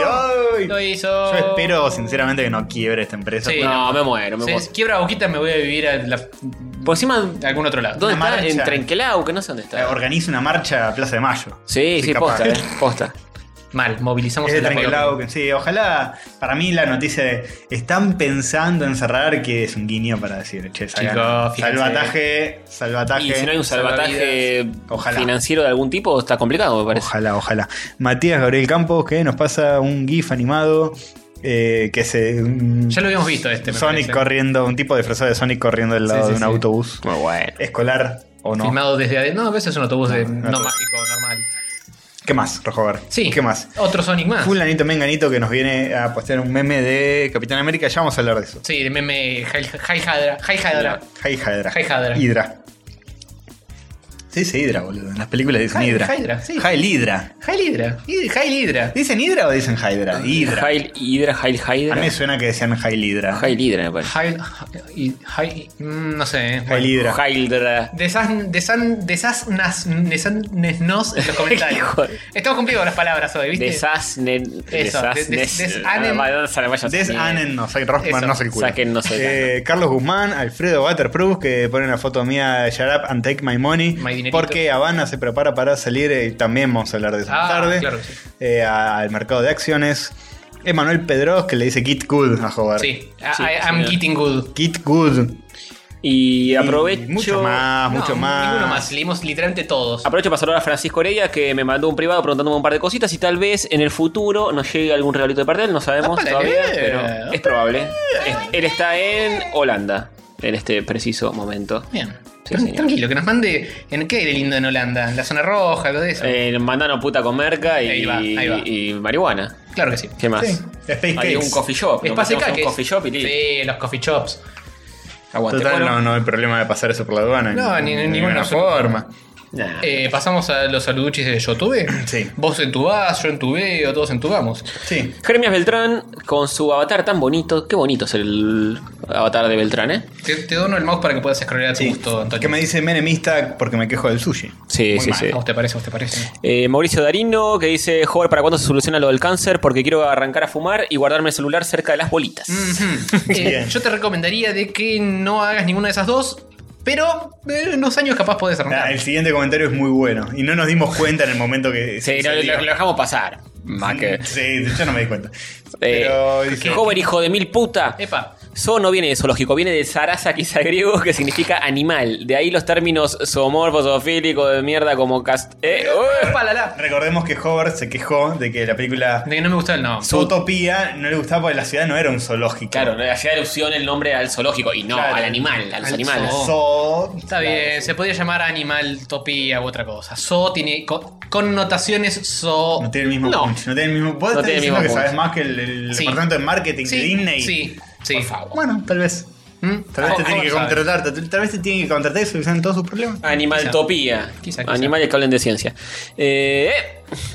[SPEAKER 3] ay!
[SPEAKER 4] Lo hizo.
[SPEAKER 3] Yo espero sinceramente que no quiebre esta empresa.
[SPEAKER 4] Sí.
[SPEAKER 2] No, me muero, me
[SPEAKER 4] Si
[SPEAKER 2] muero.
[SPEAKER 4] es- quiebra boquita, me voy a vivir a, la-
[SPEAKER 2] Por encima,
[SPEAKER 4] a algún otro lado.
[SPEAKER 2] Pues, ¿dónde
[SPEAKER 3] Una
[SPEAKER 2] está?
[SPEAKER 3] marcha.
[SPEAKER 2] En Trenquelau, que no sé dónde
[SPEAKER 3] Eh,
[SPEAKER 2] está.
[SPEAKER 3] Organiza una marcha a Plaza de Mayo.
[SPEAKER 2] Sí,
[SPEAKER 3] Soy
[SPEAKER 2] sí,
[SPEAKER 3] capaz.
[SPEAKER 2] posta, eh,
[SPEAKER 3] <laughs>
[SPEAKER 2] posta.
[SPEAKER 4] Mal, movilizamos
[SPEAKER 3] Es de
[SPEAKER 4] el apoyo.
[SPEAKER 3] Trenquelau, que- sí, ojalá para mí la noticia de están pensando en cerrar que es un guiño para decir, che, salgan.
[SPEAKER 4] Chicos, fíjense.
[SPEAKER 3] salvataje, salvataje.
[SPEAKER 2] Y si no hay un salvataje
[SPEAKER 3] Salvavidas. Ojalá.
[SPEAKER 2] financiero de algún tipo, está complicado, me parece.
[SPEAKER 3] Ojalá, ojalá. Matías Gabriel Campos que nos pasa un GIF animado eh, que se un-
[SPEAKER 4] Ya lo habíamos visto este. me
[SPEAKER 3] Sonic
[SPEAKER 4] parece.
[SPEAKER 3] corriendo, un tipo disfrazado de Sonic corriendo del lado
[SPEAKER 4] sí,
[SPEAKER 3] de un
[SPEAKER 4] sí.
[SPEAKER 3] autobús
[SPEAKER 2] Muy bueno.
[SPEAKER 3] escolar o no. Ah,
[SPEAKER 4] Filmado desde adentro. No, a veces es un autobús de,
[SPEAKER 3] no,
[SPEAKER 4] no,
[SPEAKER 3] no.
[SPEAKER 4] mágico, normal.
[SPEAKER 3] ¿Qué más, Rojover?
[SPEAKER 4] Sí. Ah.
[SPEAKER 3] ¿Qué más?
[SPEAKER 4] Otro Sonic más.
[SPEAKER 3] Fulanito Menganito que nos viene a postear un meme de Capitán América, ya vamos a hablar de eso.
[SPEAKER 4] Sí, de meme Jai Jai Hadra. Jai Hadra.
[SPEAKER 3] Hi Hydra.
[SPEAKER 4] Hi Hydra.
[SPEAKER 3] Hydra. Se dice Hydra, boludo. En las películas dicen
[SPEAKER 4] Hi-
[SPEAKER 3] Hydra.
[SPEAKER 4] Hydra, sí.
[SPEAKER 3] Hail Hydra.
[SPEAKER 4] Jai Lidra. Id- Jai Lidra.
[SPEAKER 3] ¿Dicen Hydra o dicen Hydra? Hydra.
[SPEAKER 2] Hail Hydra, Hail
[SPEAKER 3] A mí me
[SPEAKER 2] Hydra.
[SPEAKER 3] suena que decían Hail Hydra.
[SPEAKER 2] Hail Hydra, me parece.
[SPEAKER 4] Jai. Jai- Jai- mm, No sé. eh.
[SPEAKER 3] Hail Hydra.
[SPEAKER 2] Hydra.
[SPEAKER 4] Desan, desan, desasnas, desasnesnos en los comentarios.
[SPEAKER 2] <laughs> Hijo de-
[SPEAKER 4] Estamos cumpliendo las palabras hoy, ¿viste?
[SPEAKER 2] Desasnen.
[SPEAKER 4] des- des-
[SPEAKER 2] Ah,
[SPEAKER 4] desanen-
[SPEAKER 3] Desanen, no sé, Rossman,
[SPEAKER 4] Eso.
[SPEAKER 3] no sé el culo.
[SPEAKER 2] Sáquennos el
[SPEAKER 3] Eh, Carlos Guzmán, Alfredo Waterproof, que pone una foto mía de Shut Up and Take My Money.
[SPEAKER 4] My dinerito.
[SPEAKER 3] porque Habana se prepara para salir, eh, y también vamos a hablar de eso más
[SPEAKER 4] Ah,
[SPEAKER 3] tarde,
[SPEAKER 4] claro que sí.
[SPEAKER 3] eh, a- al mercado de acciones. Emanuel Pedros, que le dice Kit Good a jugar.
[SPEAKER 4] Sí, I-
[SPEAKER 2] Sí,
[SPEAKER 4] I- I'm
[SPEAKER 2] sí.
[SPEAKER 4] getting good.
[SPEAKER 3] Kit Good.
[SPEAKER 2] Y aprovecho.
[SPEAKER 3] Y mucho más, mucho
[SPEAKER 4] No,
[SPEAKER 3] más.
[SPEAKER 4] Ninguno Ah, más, Ah, leímos literalmente todos.
[SPEAKER 2] Aprovecho para saludar a Francisco Heredia que me mandó un privado preguntándome un par de cositas y tal vez en el futuro nos llegue algún regalito de Pardel, no sabemos
[SPEAKER 4] Ópale,
[SPEAKER 2] todavía,
[SPEAKER 4] eh,
[SPEAKER 2] pero es
[SPEAKER 4] ópale.
[SPEAKER 2] probable. Es- él está en Holanda en este preciso momento.
[SPEAKER 4] Bien.
[SPEAKER 2] Sí,
[SPEAKER 4] Tran-
[SPEAKER 2] señor.
[SPEAKER 4] Tranquilo, que nos mande en qué aire lindo en Holanda, en la zona roja, algo de eso.
[SPEAKER 2] Eh, mandanos puta con merca y,
[SPEAKER 4] Ahí va, ahí va.
[SPEAKER 2] y marihuana.
[SPEAKER 4] claro que sí.
[SPEAKER 2] ¿Qué más?
[SPEAKER 3] Sí. Space
[SPEAKER 2] Hay
[SPEAKER 3] Cakes.
[SPEAKER 2] un coffee shop. nos
[SPEAKER 4] Espacio
[SPEAKER 2] metemos en
[SPEAKER 4] Caques.
[SPEAKER 2] un coffee shop y listo.
[SPEAKER 4] Sí, los coffee shops.
[SPEAKER 2] Aguante.
[SPEAKER 3] Total,
[SPEAKER 2] Bueno,
[SPEAKER 3] no, no hay problema de pasar eso por la aduana.
[SPEAKER 4] No, ni- ni-
[SPEAKER 3] ninguna
[SPEAKER 4] ninguna
[SPEAKER 3] forma.
[SPEAKER 2] nah.
[SPEAKER 4] Eh, Pasamos a los saluduchis de YouTube. <clears throat>
[SPEAKER 3] Sí.
[SPEAKER 4] Vos entubás, yo entubeo, todos entubamos.
[SPEAKER 3] Sí.
[SPEAKER 2] Jeremias Beltrán con su avatar tan bonito. Qué bonito es el avatar de Beltrán, ¿eh?
[SPEAKER 4] Te, te dono el mouse para que puedas scrollear a tu
[SPEAKER 3] Sí.
[SPEAKER 4] gusto, Antonio.
[SPEAKER 3] Que me dice menemista porque me quejo del sushi.
[SPEAKER 2] Sí,
[SPEAKER 3] Muy
[SPEAKER 2] sí,
[SPEAKER 3] mal.
[SPEAKER 2] sí.
[SPEAKER 4] ¿A vos te parece? ¿A vos te <laughs> parece?
[SPEAKER 2] Eh, Mauricio Darino que dice, joder, ¿para cuándo se soluciona lo del cáncer? Porque quiero arrancar a fumar y guardarme el celular cerca de las bolitas.
[SPEAKER 4] Ujú. Eh,
[SPEAKER 3] Bien.
[SPEAKER 4] yo te recomendaría de que no hagas ninguna de esas dos, pero eh, en unos años capaz podés
[SPEAKER 3] Ah,
[SPEAKER 4] arrancar.
[SPEAKER 3] el siguiente comentario es muy bueno. Y no nos dimos cuenta en el momento que.
[SPEAKER 2] Sí, no,
[SPEAKER 3] salió.
[SPEAKER 2] lo, lo dejamos pasar. Más que...
[SPEAKER 3] Sí, yo no me di cuenta.
[SPEAKER 2] Eh,
[SPEAKER 3] Mm. <laughs> Pero dice,
[SPEAKER 2] joven hijo de mil puta.
[SPEAKER 4] Epa,
[SPEAKER 2] Zo no viene de zoológico, viene de zaraza, quizá griego, que significa animal. De ahí los términos zoomorfo, zoofílico, de mierda, como cast... eh, uy.
[SPEAKER 4] epa, la, la.
[SPEAKER 3] recordemos que Hover se quejó de que la película
[SPEAKER 4] De que no me gusta el no.
[SPEAKER 3] Zootopia no le gustaba porque la ciudad no era un zoológico.
[SPEAKER 2] Claro, le hacía alusión el nombre al zoológico y no
[SPEAKER 3] Claro.
[SPEAKER 2] al animal, a los
[SPEAKER 4] Al
[SPEAKER 2] animales.
[SPEAKER 4] zoo.
[SPEAKER 3] Zoo.
[SPEAKER 4] Está bien, se podría llamar animal topía u otra cosa. Zoo tiene co- connotaciones zoo.
[SPEAKER 3] No tiene el mismo
[SPEAKER 4] No.
[SPEAKER 3] punch. No tiene el mismo. Vos
[SPEAKER 2] No
[SPEAKER 3] estás
[SPEAKER 2] tiene el
[SPEAKER 3] diciendo
[SPEAKER 2] mismo
[SPEAKER 3] que sabes
[SPEAKER 2] punch.
[SPEAKER 3] más que el, el
[SPEAKER 4] Sí.
[SPEAKER 3] departamento de marketing
[SPEAKER 4] Sí,
[SPEAKER 3] de Disney.
[SPEAKER 4] sí, sí.
[SPEAKER 2] Por favor.
[SPEAKER 3] Bueno, tal vez.
[SPEAKER 4] ¿Mm?
[SPEAKER 3] Tal vez te
[SPEAKER 4] Ah,
[SPEAKER 3] tiene que
[SPEAKER 4] ¿cómo sabes?
[SPEAKER 3] contratar. Tal, tal vez te tiene que contratar y solucionar todos sus problemas.
[SPEAKER 2] Animaltopía.
[SPEAKER 4] Quizá, quizá.
[SPEAKER 2] Animales que hablen de ciencia. Eh,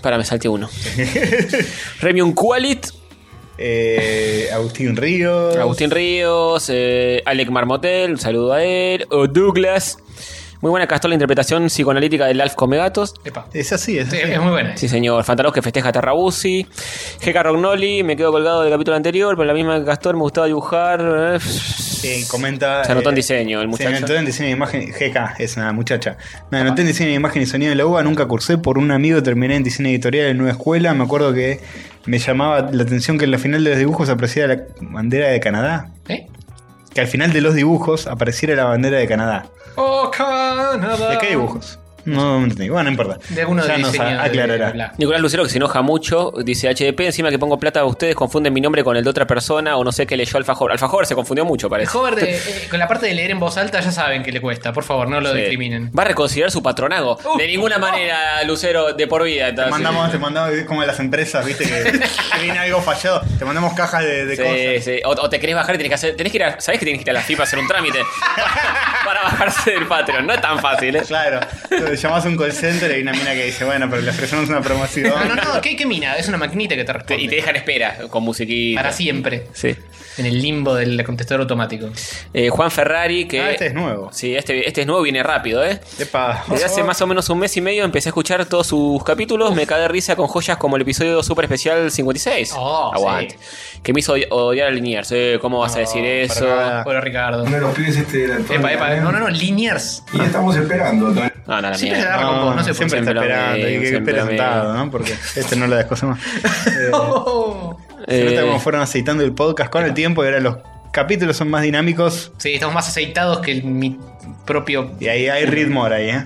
[SPEAKER 2] para, me salté
[SPEAKER 3] <laughs>
[SPEAKER 2] uno. Remium Qualit,
[SPEAKER 3] Eh, Agustín Ríos.
[SPEAKER 2] Agustín Ríos, eh, Alec Marmotel, un saludo a él, o Douglas. Muy buena, Castor, la interpretación psicoanalítica del Alf Comegatos.
[SPEAKER 4] Epa.
[SPEAKER 3] Es así, es
[SPEAKER 4] Sí,
[SPEAKER 3] así.
[SPEAKER 4] es muy buena.
[SPEAKER 2] Sí, señor. Fantalos que festeja a Tarrabuzzi. Jeca Rognoli, me quedo colgado del capítulo anterior, pero la misma que Castor me gustaba dibujar. eh.
[SPEAKER 3] Eh, comenta.
[SPEAKER 2] Se anotó en
[SPEAKER 3] eh,
[SPEAKER 2] diseño el
[SPEAKER 3] Se anotó
[SPEAKER 2] muchacho.
[SPEAKER 3] en diseño de imagen. GK es una muchacha. Me anoté en diseño de imagen y sonido de la UBA. Nunca cursé por un amigo. Terminé en diseño editorial en una escuela. Me acuerdo que me llamaba la atención que en la final de los dibujos apareciera la bandera de Canadá.
[SPEAKER 4] ¿Eh?
[SPEAKER 3] Que al final de los dibujos apareciera la bandera de Canadá.
[SPEAKER 4] Oh, Canadá.
[SPEAKER 3] ¿De qué dibujos? No, no entendí. Bueno, no Ah, importa.
[SPEAKER 7] De alguno
[SPEAKER 3] ya
[SPEAKER 7] de
[SPEAKER 3] nos
[SPEAKER 7] diseño de-
[SPEAKER 3] aclarará.
[SPEAKER 7] de bla.
[SPEAKER 2] Nicolás Lucero, que se enoja mucho, dice HDP, encima que pongo plata a ustedes, confunden mi nombre con el de otra persona o no sé qué leyó Alfajor. Alfajor se confundió mucho,
[SPEAKER 7] El
[SPEAKER 2] parece.
[SPEAKER 7] hover de- eh, con la parte de leer en voz alta ya saben que le cuesta. Por favor, no lo
[SPEAKER 2] Sí.
[SPEAKER 7] discriminen.
[SPEAKER 2] Va a reconsiderar su patronago.
[SPEAKER 7] Uh.
[SPEAKER 2] de ninguna manera, Lucero, de por vida.
[SPEAKER 3] Te
[SPEAKER 2] entonces.
[SPEAKER 3] mandamos, te mandamos es como las empresas, viste, que que viene algo fallado. Te mandamos cajas de, de
[SPEAKER 2] Sí,
[SPEAKER 3] cosas.
[SPEAKER 2] sí. O, o te querés bajar y tenés que hacer. Tenés que ir a, ¿Sabés que tenés que ir a la FIPA a hacer un
[SPEAKER 3] <laughs>
[SPEAKER 2] trámite? para bajarse del Patreon. No es tan fácil, ¿eh?
[SPEAKER 3] Claro. Entonces, llamás a un call center y hay una mina que dice, bueno, pero le ofrecemos una promoción. Ah,
[SPEAKER 7] No, no, no, ¿qué, qué mina? Es una maquinita
[SPEAKER 3] <laughs>
[SPEAKER 7] que te
[SPEAKER 2] Te-
[SPEAKER 7] responde.
[SPEAKER 2] y te dejan espera con musiquita.
[SPEAKER 7] Para siempre.
[SPEAKER 2] Sí.
[SPEAKER 7] En el limbo del contestador automático.
[SPEAKER 2] Eh, Juan Ferrari, que.
[SPEAKER 3] Ah, este es nuevo.
[SPEAKER 2] Sí, este, este es nuevo, viene rápido, ¿eh?
[SPEAKER 3] Epa.
[SPEAKER 2] Desde hace más o menos un mes y medio empecé a escuchar todos sus capítulos, me cae de risa con joyas como el episodio super especial 56.
[SPEAKER 7] Oh,
[SPEAKER 2] Aguante. Que me hizo odi- odiar al Liniers. Eh, ¿Cómo vas a decir eso?
[SPEAKER 3] nada. Ah.
[SPEAKER 7] Hola, Ricardo.
[SPEAKER 9] Uno de los pibes este de la
[SPEAKER 7] Epa, epa, no, no, no, Liniers.
[SPEAKER 9] Y estamos esperando. ¿no?
[SPEAKER 2] No, no, la
[SPEAKER 7] Siempre
[SPEAKER 3] <laughs>
[SPEAKER 2] mierda.
[SPEAKER 7] se da- con vos, no sé por
[SPEAKER 3] siempre
[SPEAKER 2] qué. Siempre
[SPEAKER 3] está
[SPEAKER 2] lo
[SPEAKER 3] esperando.
[SPEAKER 2] mismo,
[SPEAKER 3] y que
[SPEAKER 2] siempre
[SPEAKER 3] espere
[SPEAKER 2] lo
[SPEAKER 3] sentado, ¿no? Porque este no lo das cosa más.
[SPEAKER 2] <laughs>
[SPEAKER 3] Eh, se
[SPEAKER 9] <laughs>
[SPEAKER 2] Eh,
[SPEAKER 3] nota cómo fueron aceitando el podcast con el tiempo y ahora los capítulos son más dinámicos
[SPEAKER 7] Sí, estamos más aceitados que el- mi propio.
[SPEAKER 3] y ahí hay ritmo ahora ahí, ¿eh?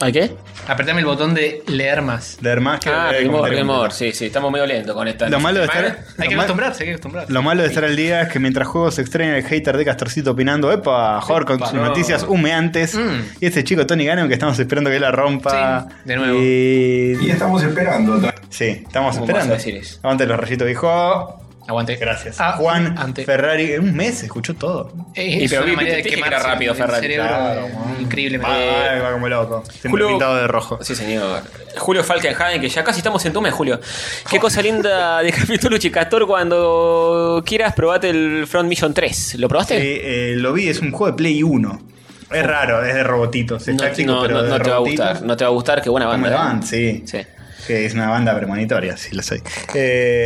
[SPEAKER 2] ¿Ay qué?
[SPEAKER 7] Apretame el botón de leer más.
[SPEAKER 3] De más que
[SPEAKER 2] Ah, Rimor,
[SPEAKER 3] de eh, comentario.
[SPEAKER 2] Rimor. Sí, sí, estamos medio lentos con esta.
[SPEAKER 3] Lo malo de estar.
[SPEAKER 7] Hay que
[SPEAKER 3] lo mal-
[SPEAKER 7] acostumbrarse, hay que acostumbrarse.
[SPEAKER 3] Lo malo de estar al día es que mientras juegos se extraña el hater de Castorcito opinando, epa, Jorge con sus noticias humeantes.
[SPEAKER 7] Mm.
[SPEAKER 3] Y este chico Tony Gannon que estamos esperando que la rompa.
[SPEAKER 7] Sí, de nuevo.
[SPEAKER 9] Y
[SPEAKER 3] Y...
[SPEAKER 9] estamos esperando. ¿no?
[SPEAKER 3] Sí, estamos
[SPEAKER 2] ¿Cómo
[SPEAKER 3] esperando.
[SPEAKER 2] vas a decir eso?
[SPEAKER 3] Aguante los rayitos, viejo.
[SPEAKER 7] Aguante.
[SPEAKER 3] Gracias.
[SPEAKER 7] Ah,
[SPEAKER 3] Juan
[SPEAKER 7] ante-
[SPEAKER 3] Ferrari, en un mes escuchó todo.
[SPEAKER 7] Eh,
[SPEAKER 2] Y
[SPEAKER 7] Es
[SPEAKER 2] pero
[SPEAKER 7] una
[SPEAKER 2] vi-
[SPEAKER 7] manera de
[SPEAKER 2] dije que
[SPEAKER 7] quemar
[SPEAKER 2] era rápido, Ferrari.
[SPEAKER 3] Claro,
[SPEAKER 7] eh, Increíble.
[SPEAKER 3] Va, va, va como loco. Siempre
[SPEAKER 2] Eh, Julio-
[SPEAKER 3] pintado de rojo.
[SPEAKER 2] Sí, señor. Julio Falkenhagen, que ya casi estamos en tu mes, Julio.
[SPEAKER 3] Oh.
[SPEAKER 2] Qué cosa linda de <laughs> capítulo Chicator. Cuando quieras, probate el Front Mission 3. ¿Lo probaste?
[SPEAKER 3] Sí, eh, lo vi, es un juego de Play 1. Es raro, es de robotitos. Es
[SPEAKER 2] Oh. No,
[SPEAKER 3] táctico,
[SPEAKER 2] no,
[SPEAKER 3] pero
[SPEAKER 2] no-
[SPEAKER 3] de
[SPEAKER 2] no te va a
[SPEAKER 3] robotitos.
[SPEAKER 2] gustar. No te va a gustar, qué buena
[SPEAKER 3] Como
[SPEAKER 2] banda.
[SPEAKER 3] el
[SPEAKER 2] ¿eh?
[SPEAKER 3] Band, sí.
[SPEAKER 2] Sí.
[SPEAKER 3] Que es una banda premonitoria, sí lo soy. Eh,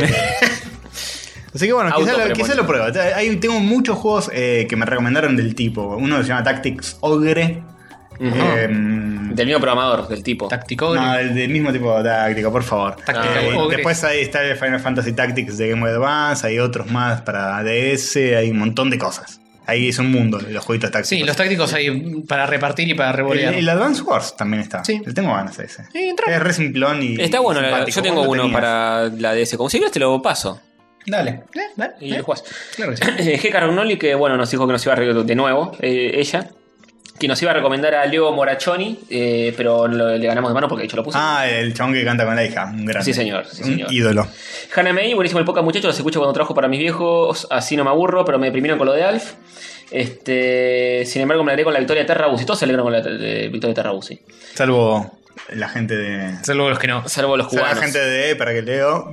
[SPEAKER 3] así que bueno, quizá lo,
[SPEAKER 2] Autopremonitorio.
[SPEAKER 3] quizá lo pruebe. Hay- tengo muchos juegos eh, que me recomendaron del tipo. Uno que se llama Tactics Ogre. Eh,
[SPEAKER 2] Del mismo programador, del tipo.
[SPEAKER 7] Táctico.
[SPEAKER 3] no, del del mismo tipo de táctico, por favor.
[SPEAKER 7] Tactical
[SPEAKER 3] Eh,
[SPEAKER 7] Ogre.
[SPEAKER 3] después ahí está el Final Fantasy Tactics de Game Boy Advance, hay otros más para DS, hay un montón de cosas. Ahí es un mundo de los jueguitos tácticos.
[SPEAKER 7] Sí, los tácticos hay para repartir y para
[SPEAKER 3] el,
[SPEAKER 7] revolear.
[SPEAKER 3] el Advance Wars también está.
[SPEAKER 7] Sí.
[SPEAKER 3] Le tengo ganas a ese.
[SPEAKER 7] Sí, entra.
[SPEAKER 3] Es re simplón y.
[SPEAKER 2] Está bueno, la-
[SPEAKER 3] simpático.
[SPEAKER 2] yo tengo
[SPEAKER 3] ¿Vos lo
[SPEAKER 2] uno
[SPEAKER 3] tenías?
[SPEAKER 2] para la DS. Como si quieres te lo paso.
[SPEAKER 3] Dale.
[SPEAKER 7] Eh, ¿vale?
[SPEAKER 2] Y
[SPEAKER 7] Eh,
[SPEAKER 2] lo jugás.
[SPEAKER 7] Claro que sí.
[SPEAKER 2] Eh, G. Caragnoli, que bueno, nos dijo que nos iba a re- de nuevo, eh, ella. Que nos iba a recomendar a Leo Morachoni, eh, pero lo- le ganamos de mano porque yo lo puse.
[SPEAKER 3] Ah, el chabón que canta con la hija. Un grande.
[SPEAKER 2] Sí, señor, sí,
[SPEAKER 3] Un
[SPEAKER 2] señor.
[SPEAKER 3] ídolo.
[SPEAKER 2] Hannah May, buenísimo el poca muchachos, los escucho cuando trabajo para mis viejos, así no me aburro, pero me deprimieron con lo de Alf. Este, sin embargo, me alegré con la victoria de Terrabusi. Todos se alegran con la eh, victoria de Terrabusi.
[SPEAKER 3] Salvo la gente de.
[SPEAKER 7] Saludos a los que no.
[SPEAKER 2] Salvo los
[SPEAKER 3] Salvo
[SPEAKER 2] cubanos.
[SPEAKER 3] la gente de. Para que leo.